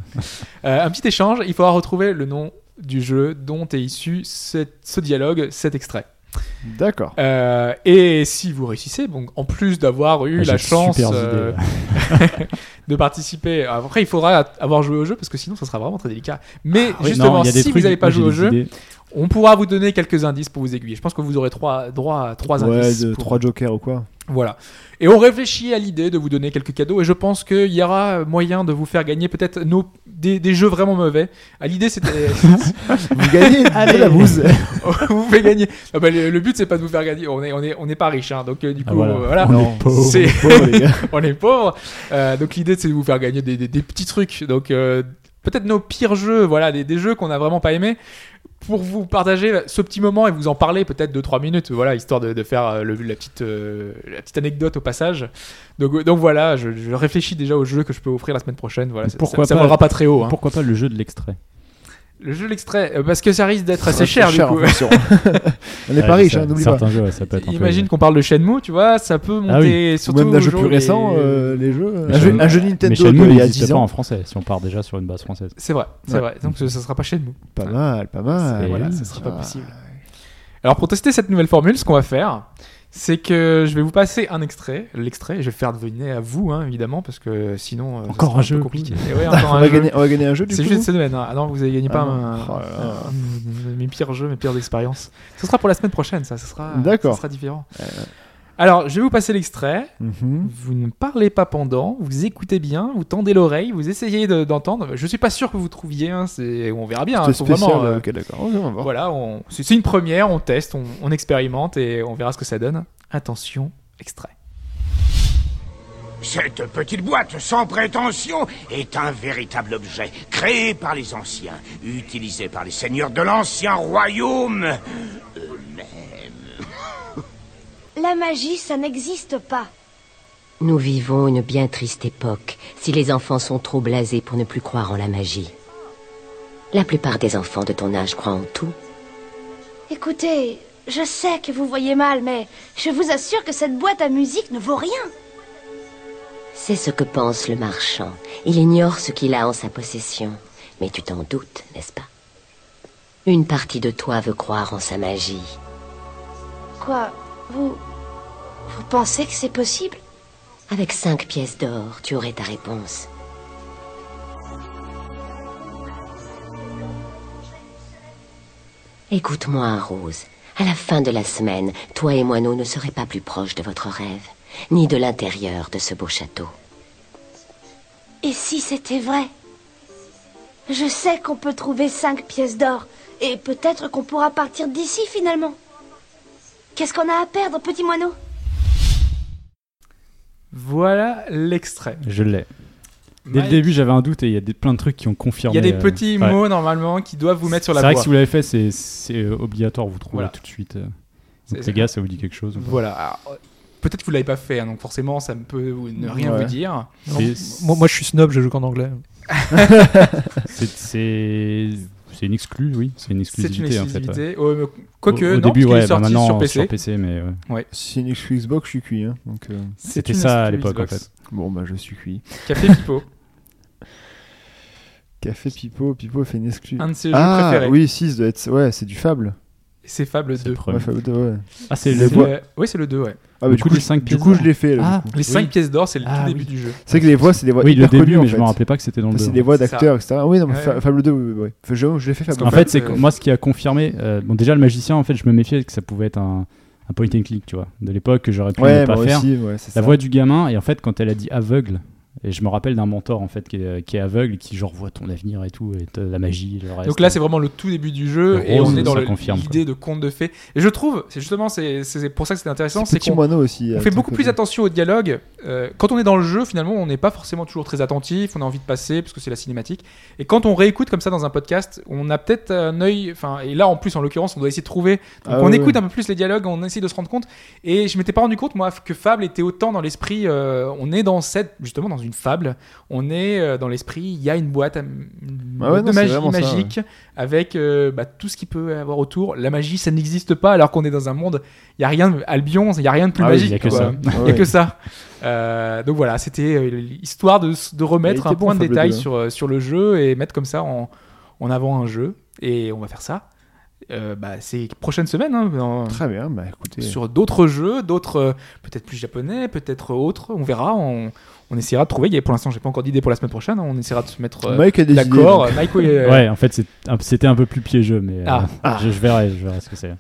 S3: Euh, un petit échange. Il faudra retrouver le nom du jeu dont est issu cette- ce dialogue, cet extrait.
S2: D'accord.
S3: Euh, et si vous réussissez, bon, en plus d'avoir eu
S4: Ah, J'ai
S3: la
S4: de
S3: chance
S4: supers
S3: euh,
S4: idées, là.
S3: de participer, après il faudra avoir joué au jeu parce que sinon ça sera vraiment très délicat. Mais
S4: Ah, Oui, non,
S3: justement,
S4: il y a des
S3: si vous
S4: trucs,
S3: n'avez pas
S4: moi, j'ai
S3: joué au
S4: des
S3: jeu,
S4: idées.
S3: on pourra vous donner quelques indices pour vous aiguiller. Je pense que vous aurez trois, droit à trois
S2: Ouais,
S3: indices.
S2: de,
S3: pour-
S2: trois jokers ou quoi.
S3: Voilà. Et on réfléchit à l'idée de vous donner quelques cadeaux et je pense qu'il y aura moyen de vous faire gagner peut-être nos- des, des jeux vraiment mauvais. À l'idée c'était
S2: Vous gagnez de la bouse.
S3: vous fait gagner. Ah bah, le, le but c'est pas de vous faire gagner. On est on est on est pas riche hein. donc euh, du coup
S4: Ah, voilà.
S3: euh, voilà.
S4: On est
S2: Non.
S4: pauvres.
S3: C'est-
S2: Pauvre, les gars.
S3: on est pauvre. Euh, donc l'idée c'est de vous faire gagner des, des- des petits trucs. Donc euh, peut-être nos pires jeux, voilà, des, des jeux qu'on n'a vraiment pas aimé pour vous partager ce petit moment et vous en parler peut-être 2-3 minutes, voilà, histoire de, de faire euh, le- la, petite, euh, la petite anecdote au passage. Donc, euh, donc voilà, je, je réfléchis déjà au jeu que je peux offrir la semaine prochaine. Voilà, ça-
S4: Pourquoi
S3: ça, ça
S4: pas-
S3: volera pas très haut. hein.
S4: Pourquoi pas le jeu de l'extrait
S3: Le jeu l'extrait, euh, parce que ça risque d'être assez
S2: Ouais,
S3: cher,
S2: c'est
S3: du coup.
S2: attention. On n'est
S4: Ah,
S2: pas
S4: mais
S2: riche,
S4: ça-
S2: hein, n'oublie pas.
S4: Certains jeux, ouais, ça peut être un peu-
S3: Imagine qu'on parle de Shenmue, tu vois, ça peut monter
S4: Ah oui.
S2: Ou
S3: surtout
S2: même d'un jeu plus
S3: aujourd'hui.
S2: récent, euh, les jeux.
S4: Mais
S2: Un jeu,
S4: Shenmue-
S2: un jeu
S4: Mais
S2: Nintendo
S4: Shenmue
S2: de- il y a
S4: n'existe
S2: 10
S4: pas en
S2: ans.
S4: français, si on part déjà sur une base française.
S3: C'est vrai, c'est
S2: Ouais.
S3: vrai. Donc ce ça sera pas Shenmue.
S2: Pas mal, pas mal. Ah.
S4: C'est-
S3: voilà,
S4: oui,
S3: ce sera pas
S2: ça.
S3: possible. Ah, Alors pour tester cette nouvelle formule, ce qu'on va faire, c'est que je vais vous passer un extrait, l'extrait, et je vais faire deviner à vous, hein, évidemment, parce que sinon euh, ça
S4: Encore
S3: sera peu
S4: un jeu.
S3: compliqué. Eh ouais,
S2: On
S3: encore un
S2: va,
S3: jeu.
S2: gagner, on va gagner un jeu du
S3: C'est
S2: coup.
S3: juste cette semaine. hein. Ah non, vous avez gagné
S2: Ah
S3: pas
S2: non.
S3: un-
S2: Oh là là.
S3: un- mes pires jeux, mes pires expériences. Ce sera pour la semaine prochaine, ça, ce sera,
S2: D'accord. Euh,
S3: ça sera différent. Alors, je vais vous passer l'extrait.
S2: Mhm.
S3: Vous ne parlez pas pendant, vous écoutez bien, vous tendez l'oreille, vous essayez de- d'entendre. Je suis pas sûr que vous trouviez, hein, c'est- on verra bien. hein,
S2: C'est
S3: faut
S2: spécial.
S3: vraiment, euh,
S2: Ok, d'accord. On va voir.
S3: voilà, on- c'est c'est une première, on teste, on, on expérimente et on verra ce que ça donne. Attention, extrait.
S8: Cette petite boîte sans prétention est un véritable objet créé par les anciens, utilisé par les seigneurs de l'ancien royaume.
S9: La magie, ça n'existe pas.
S10: Nous vivons une bien triste époque si les enfants sont trop blasés pour ne plus croire en la magie. La plupart des enfants de ton âge croient en tout.
S9: Écoutez, je sais que vous voyez mal, mais je vous assure que cette boîte à musique ne vaut rien.
S10: C'est ce que pense le marchand. Il ignore ce qu'il a en sa possession. Mais tu t'en doutes, n'est-ce pas Une partie de toi veut croire en sa magie.
S9: Quoi Vous. Vous pensez que c'est possible
S10: Avec cinq pièces d'or, tu aurais ta réponse. Écoute-moi, Rose. À la fin de la semaine, toi et Moineau ne serez pas plus proches de votre rêve, ni de l'intérieur de ce beau château.
S9: Et si c'était vrai Je sais qu'on peut trouver cinq pièces d'or, et peut-être qu'on pourra partir d'ici finalement. Qu'est-ce qu'on a à perdre, petit moineau
S3: Voilà l'extrait.
S4: Je l'ai. Dès le
S3: Mike,
S4: début, j'avais un doute et il y a des, plein de trucs qui ont confirmé.
S3: Il y a des
S4: euh,
S3: petits
S4: ouais.
S3: mots normalement qui doivent vous mettre sur la
S4: C'est vrai
S3: voie.
S4: que si vous l'avez fait, c'est- c'est euh, obligatoire, vous trouvez
S3: Voilà.
S4: tout de suite. euh.
S3: C'est-
S4: Donc, les gars, ça vous dit quelque chose ou pas
S3: Voilà. Alors, euh, Peut-être que vous l'avez pas fait, hein, donc forcément ça ne peut vous- ne rien
S2: Ouais.
S3: vous dire.
S4: C'est-
S5: Non, Moi, moi, je suis snob, je joue qu'en anglais.
S4: C'est c'est c'est une exclue, oui, c'est une
S3: C'est une
S4: exclusivité en fait. ouais.
S3: exclusivité. Oh, mais Quoique,
S4: au, au
S3: non,
S4: début,
S3: parce qu'il
S4: ouais,
S3: est
S4: bah,
S3: sorti
S4: maintenant
S3: sur PC.
S4: mais ouais.
S2: Si c'est une exclu Xbox, je suis cuit. hein. Donc, euh,
S3: C'est
S4: C'était
S3: une
S4: ça à
S3: exclu
S4: l'époque en
S3: Xbox.
S4: fait.
S2: bon, bah, je suis cuit.
S3: Café Pipo,
S2: Café Pipo, Pipo fait une exclu.
S3: un de ses jeux
S2: ah,
S3: préférés.
S2: oui, si, ça doit être. Ouais, c'est du Fable.
S3: C'est Fable
S4: C'est
S3: 2.
S4: le premier.
S2: Ouais, Fable 2, ouais.
S4: Ah, c'est
S2: les
S4: le
S3: C'est
S2: voix.
S3: le- Oui, c'est le 2, ouais.
S2: Ah, bah,
S4: Du
S2: du
S4: coup,
S2: coup,
S4: les cinq
S2: je- du
S4: pièces
S2: coup,
S4: d'or.
S2: je l'ai fait. là,
S4: Ah,
S2: du coup.
S3: Les 5 pièces d'or, c'est le
S4: Ah,
S3: tout début
S4: oui.
S3: du jeu.
S2: C'est que les voix, c'est des voix.
S4: Oui, le
S2: hyper
S4: début,
S2: connues, en
S4: mais je
S2: fait.
S4: me rappelais pas que c'était dans le.
S2: Enfin, C'est
S4: deux.
S2: des voix
S3: C'est ça.
S2: d'acteurs, etc. Oui, non, mais
S3: Ouais.
S2: Fa- Fable 2, oui, oui, oui. Enfin, Je, je l'ai fait Fable
S3: Parce
S4: En
S2: 2.
S3: qu'en
S4: fait,
S3: fait,
S4: c'est que
S3: euh,
S4: moi ce qui a confirmé. euh, bon, déjà le magicien, en fait, je me méfiais que ça pouvait être un, un point and click, tu vois, de l'époque que j'aurais pu ne
S2: Ouais,
S4: pas
S2: moi
S4: faire.
S2: aussi, ouais, c'est
S4: La
S2: ça.
S4: voix du gamin, et en fait, quand elle a dit aveugle, et je me rappelle d'un mentor en fait qui est, qui est aveugle, qui genre voit ton avenir et tout, et t'as la magie, le reste.
S3: Donc là, c'est vraiment le tout début du jeu
S4: Le
S3: et
S4: rose,
S3: on est dans
S4: ça
S3: le-
S4: confirme,
S3: l'idée de conte de fées. Et je trouve, c'est justement, c'est c'est pour ça que c'est intéressant, c'est
S2: Petit
S3: qu'on
S2: moineau aussi. euh,
S3: on fait beaucoup plus attention au dialogue. Euh, quand on est dans le jeu, finalement, on n'est pas forcément toujours très attentif, on a envie de passer parce que c'est la cinématique. Et quand on réécoute comme ça dans un podcast, on a peut-être un œil. Enfin, et là, en plus, en l'occurrence, on doit essayer de trouver. Donc,
S2: Ah
S3: on
S2: ouais, ouais.
S3: écoute un peu plus les dialogues, on essaie de se rendre compte. Et je m'étais pas rendu compte, moi, que Fable était autant dans l'esprit. euh, on est dans cette, justement, dans une fable. On est euh, dans l'esprit. Il y a une boîte, à- une
S2: Ah ouais,
S3: boîte
S2: non,
S3: de
S2: c'est
S3: magie
S2: vraiment ça,
S3: magique avec euh, bah, tout ce qu'il peut avoir autour. La magie, ça n'existe pas, alors qu'on est dans un monde. Il y a rien, de- Albion, il y a rien de plus
S4: Ah oui,
S3: magique.
S4: il y a que
S3: quoi.
S4: ça.
S3: Il n'y a que ça. Euh, donc voilà, c'était euh, l'histoire de, de remettre
S2: Il
S3: un
S2: était bon,
S3: point de
S2: Fable
S3: détail
S2: 2, hein.
S3: sur, euh, sur le jeu et mettre comme ça en, en avant un jeu. Et on va faire ça. Euh, bah, ces prochaines semaines, hein, en-
S2: Très bien, bah écoutez.
S3: sur d'autres jeux, d'autres euh, peut-être plus japonais, peut-être autres. On verra. On, on essaiera de trouver. Il y a- Pour l'instant, j'ai pas encore d'idée pour la semaine prochaine. hein, On essaiera de se mettre euh,
S2: Mike a des idées,
S3: d'accord.
S2: donc.
S3: Mike, oui, euh,
S4: Ouais, en fait, c'est un- c'était un peu plus piégeux, mais euh,
S3: Ah.
S4: Je, je verrai, je verrai ce que c'est.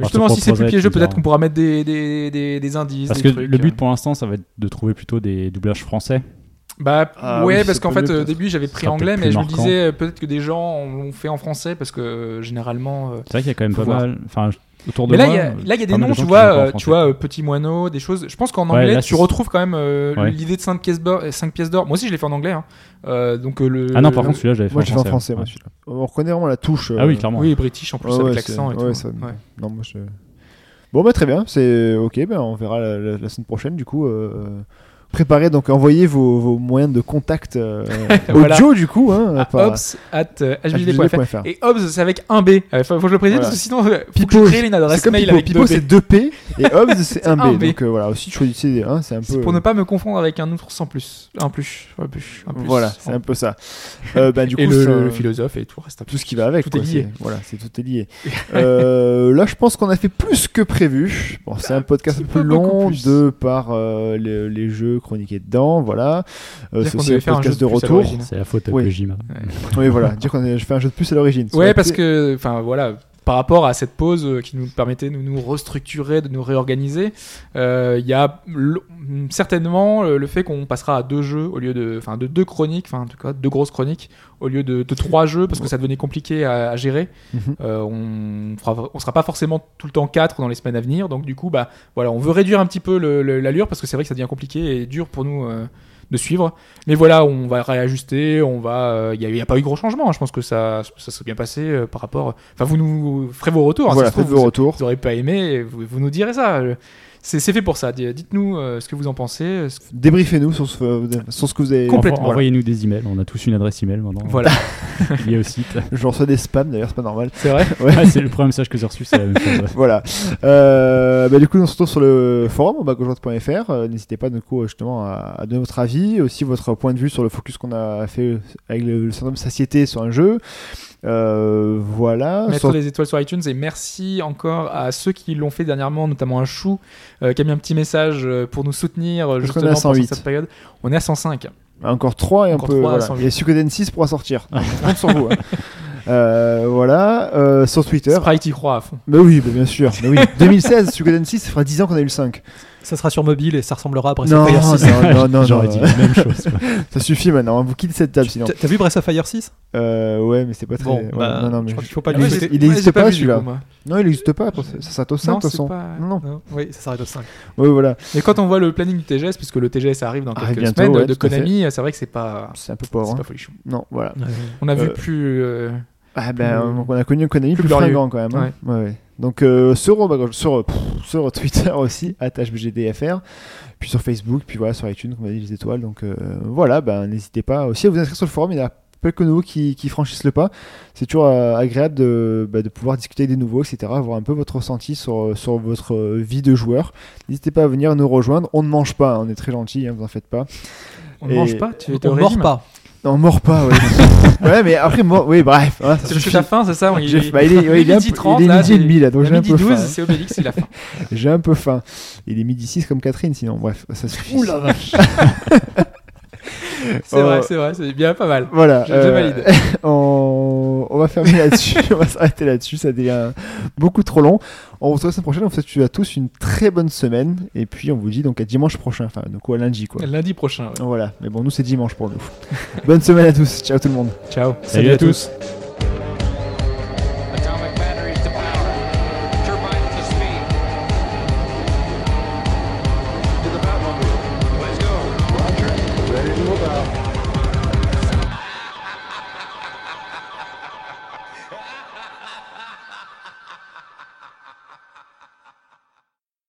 S3: Justement,
S4: Alors,
S3: si c'est plus
S4: Prozet,
S3: piégeux,
S4: tu me
S3: peut-être
S4: diras.
S3: qu'on pourra mettre des, des, des, des indices.
S4: Parce que
S3: des trucs,
S4: le
S3: euh.
S4: but pour l'instant, ça va être de trouver plutôt des doublages français.
S3: Bah
S2: Ah
S3: ouais,
S2: oui,
S3: parce
S2: c'est
S3: qu'en
S2: pas mieux,
S3: fait, euh, au
S2: peut-être.
S3: début, j'avais pris
S4: sera
S3: anglais,
S4: peut-être
S3: mais
S4: plus
S3: je me
S4: marquant.
S3: disais euh, peut-être que des gens l'ont fait en français, parce que euh, généralement. euh,
S4: C'est vrai qu'il y a quand même
S3: Faut
S4: pas
S3: voir.
S4: mal. Enfin, je- autour de
S3: Mais là, il
S4: moi,
S3: y a- là, il y a
S4: pas
S3: des
S4: mal de
S3: noms,
S4: gens
S3: tu
S4: qui
S3: vois,
S4: jouent encore
S3: euh,
S4: en
S3: tu
S4: français.
S3: vois, euh, Petit Moineau, des choses. Je pense qu'en
S4: Ouais,
S3: anglais,
S4: là,
S3: tu
S4: c'est-
S3: retrouves quand même euh,
S4: Ouais.
S3: l'idée de 5 pièces d'or. euh, cinq pièces d'or. Moi aussi, je l'ai fait en anglais. hein. Euh, donc, euh, le...
S4: Ah non, par contre, celui-là, j'avais fait,
S2: Moi, je fais en
S4: ouais.
S2: français, moi,
S4: Ouais.
S2: celui-là. euh, On reconnaît vraiment la touche.
S4: Ah oui,
S2: euh,
S4: clairement.
S3: Oui, british en plus,
S2: Ouais,
S3: avec
S2: ouais,
S3: l'accent et
S2: c'est-
S3: tout.
S2: ouais, ça- Non, moi je. Bon, bah très bien, c'est ok, ben on verra la, la- la semaine prochaine du coup. euh, Préparez donc, envoyez vos, vos moyens de contact euh,
S3: Voilà. Ah,
S2: audio du coup. Hein,
S3: À
S2: par-
S3: Hobbs at euh, HBD.fr.
S2: hbd.fr.
S3: Et Hobbs, c'est avec un B. Euh, faut faut que je le
S2: Voilà.
S3: précise, parce que sinon, euh, faut que
S2: Pipo,
S3: je crée une
S2: C'est
S3: adresse
S2: comme
S3: mail
S2: Pipo,
S3: avec
S2: Pipo
S3: deux B.
S2: c'est 2P et Hobbs c'est 1B.
S3: un B.
S2: Donc euh, voilà, aussi choisissez hein, c'est un peu.
S3: C'est pour ne pas me confondre avec un autre sans plus. Un plus, un plus, un plus.
S2: Voilà, c'est un peu ça. Euh, ben, du
S3: et
S2: coup,
S3: le,
S2: ça-
S3: le philosophe et tout reste un peu.
S2: tout ce qui va avec.
S3: Tout
S2: quoi,
S3: est lié.
S2: c'est- Voilà, c'est tout est lié. Euh, là, je pense qu'on a fait plus que prévu. Bon, c'est un podcast
S3: petit
S2: un peu
S3: peu, beaucoup
S2: long
S3: plus.
S2: de par euh, les, les jeux chroniqués dedans. Voilà, Euh,
S3: Dire
S2: c'est
S3: qu'on
S2: aussi
S3: devait
S2: un
S3: faire un
S2: podcast de
S3: jeu de plus à
S2: retour.
S3: l'origine.
S4: C'est la faute à
S2: Oui.
S4: Kojima.
S2: Oui, voilà, dire qu'on a fait un jeu de plus à l'origine. Ça
S3: Ouais,
S2: aurait
S3: parce
S2: été-
S3: que, enfin voilà, par rapport à cette pause euh, qui nous permettait de nous restructurer, de nous réorganiser, euh, il y a l- certainement euh, le fait qu'on passera à deux jeux au lieu de, enfin de deux chroniques, enfin en tout cas deux grosses chroniques au lieu de, de trois jeux parce que ça devenait compliqué à, à gérer.
S2: Mhm.
S3: Euh, on, fera- on sera pas forcément tout le temps quatre dans les semaines à venir, donc du coup bah voilà, on veut réduire un petit peu le- le- l'allure parce que c'est vrai que ça devient compliqué et dur pour nous. euh, de suivre. Mais voilà, on va réajuster, on va. Il n'y a, pas eu gros changement. hein. Je pense que ça, ça s'est bien passé euh, par rapport. Enfin, vous nous ferez vos retours. hein,
S2: voilà,
S3: ça se trouve,
S2: faites vos
S3: vous-
S2: retours.
S3: Vous n'aurez pas aimé, et vous, vous nous direz ça. Je- C'est c'est fait pour ça. D- Dites-nous euh, ce que vous en pensez. ce-
S2: Débriefez-nous sur ce, sur ce que vous avez.
S3: Complètement.
S4: Envo- Envoyez-nous des emails. On a tous une adresse email maintenant.
S3: Voilà,
S4: Liée au site.
S2: Je reçois des spams d'ailleurs, c'est pas normal.
S3: c'est vrai.
S4: Ouais, c'est le premier message que j'ai reçu, c'est la même chose.
S2: voilà. Euh, bah, du coup, on se retrouve sur le forum au bacaujourd.fr. Euh, N'hésitez pas, du coup, euh, justement, à, à donner votre avis, aussi votre point de vue sur le focus qu'on a fait avec le, le syndrome satiété sur un jeu. Euh, voilà.
S3: Mettre
S2: Sur-
S3: des étoiles sur iTunes et merci encore à ceux qui l'ont fait dernièrement, notamment un chou euh, qui a mis un petit message euh, pour nous soutenir euh,
S2: Parce qu'on
S3: justement
S2: est à
S3: pendant
S2: 108.
S3: cette période. On est à 105.
S2: Encore 3 et
S5: Encore
S2: un peu.
S5: trois,
S2: voilà.
S5: sans-
S2: Il y a Suikoden 6 pourra sortir. Donc, je compte sur vous. hein. Euh, voilà, euh, sur Twitter.
S3: Sprite y croit à fond.
S2: Bah oui, bah bien sûr. Bah oui. 2016, Suikoden 6, ça fera 10 ans qu'on a eu le 5.
S5: Ça sera sur mobile et ça ressemblera à Breath
S2: Non,
S5: of Fire 6.
S2: non, non, non,
S4: J'aurais
S2: non,
S4: dit
S2: non.
S4: la même chose. quoi.
S2: Ça suffit maintenant, hein. vous quittez cette table sinon.
S5: T'as- T'as vu Breath of Fire 6
S2: Euh, ouais, mais c'est pas très.
S5: Bon,
S2: ouais,
S5: bah,
S2: non, non, mais
S5: je crois qu'il faut pas
S2: il
S5: lui
S2: existe-
S5: souhaiter-
S2: Ah il
S3: Ah Ouais,
S2: n'existe
S3: j'ai
S2: pas,
S3: vu, du
S2: celui-là.
S3: coup, moi.
S2: Non, il n'existe pas, après, ça, ça s'attend au 5 de
S3: Non,
S2: toute
S3: c'est
S2: façon.
S3: pas-
S2: Non, non.
S5: Non, oui, ça s'arrête au 5.
S2: Oui, voilà.
S3: Mais quand on voit le planning du TGS, puisque le TGS arrive dans quelques
S2: Arrive Ah, bientôt,
S3: semaines
S2: ouais,
S3: de
S2: tout à fait.
S3: Konami, euh, c'est vrai que c'est pas,
S2: C'est un peu
S3: c'est
S2: pauvre. hein.
S3: pas folichon.
S2: Non, voilà.
S3: On a vu
S2: Euh,
S3: plus. euh,
S2: Ah ben,
S3: Plus-
S2: donc on a connu un Konami
S3: plus
S2: plus
S3: glorieux.
S2: fringant quand même. hein. Ouais, ouais. Donc euh, sur, oh, bah, sur, pff, sur Twitter aussi, HBGDFR, puis sur Facebook, puis voilà, sur iTunes, comme on a dit, les étoiles. Donc euh, voilà, ben, n'hésitez pas aussi à vous inscrire sur le forum, il y en a quelques nouveaux qui, qui franchissent le pas. C'est toujours euh, agréable de, bah, de pouvoir discuter des nouveaux, etc., voir un peu votre ressenti sur, sur votre euh, vie de joueur. N'hésitez pas à venir nous rejoindre, on ne mange pas, hein, on est très gentil, vous en faites pas.
S3: on
S2: et-
S3: ne mange pas, tu es au
S5: On mord
S3: régime.
S5: pas.
S2: Non, mord pas, ouais. ouais, mais après, mord- oui, bref. hein, ça
S3: C'est parce que
S2: suffit.
S3: t'as faim, c'est ça on-
S2: Jeff, bah, il est, ouais, il est un peu-
S3: midi 30,
S2: il est
S3: là,
S2: midi et
S3: c'est-
S2: demi là, donc
S3: à
S2: j'ai un
S3: midi
S2: peu
S3: 12,
S2: faim.
S3: c'est Obélix, il a faim.
S2: J'ai un peu faim. Il est midi 6 comme Catherine, sinon, bref, ça suffit.
S3: C'est vrai,
S2: Oh.
S3: c'est vrai, c'est bien pas mal.
S2: Voilà, euh,
S3: Je- je valide.
S2: on... on va fermer là-dessus, on va s'arrêter là-dessus, ça devient beaucoup trop long. On vous retrouve la semaine prochaine, on vous souhaite à tous une très bonne semaine, et puis on vous dit donc à dimanche prochain, enfin donc à lundi quoi.
S3: Lundi prochain, ouais.
S2: Voilà, mais bon nous c'est dimanche pour nous. bonne semaine à tous, ciao tout le monde.
S3: Ciao.
S4: Salut à tous.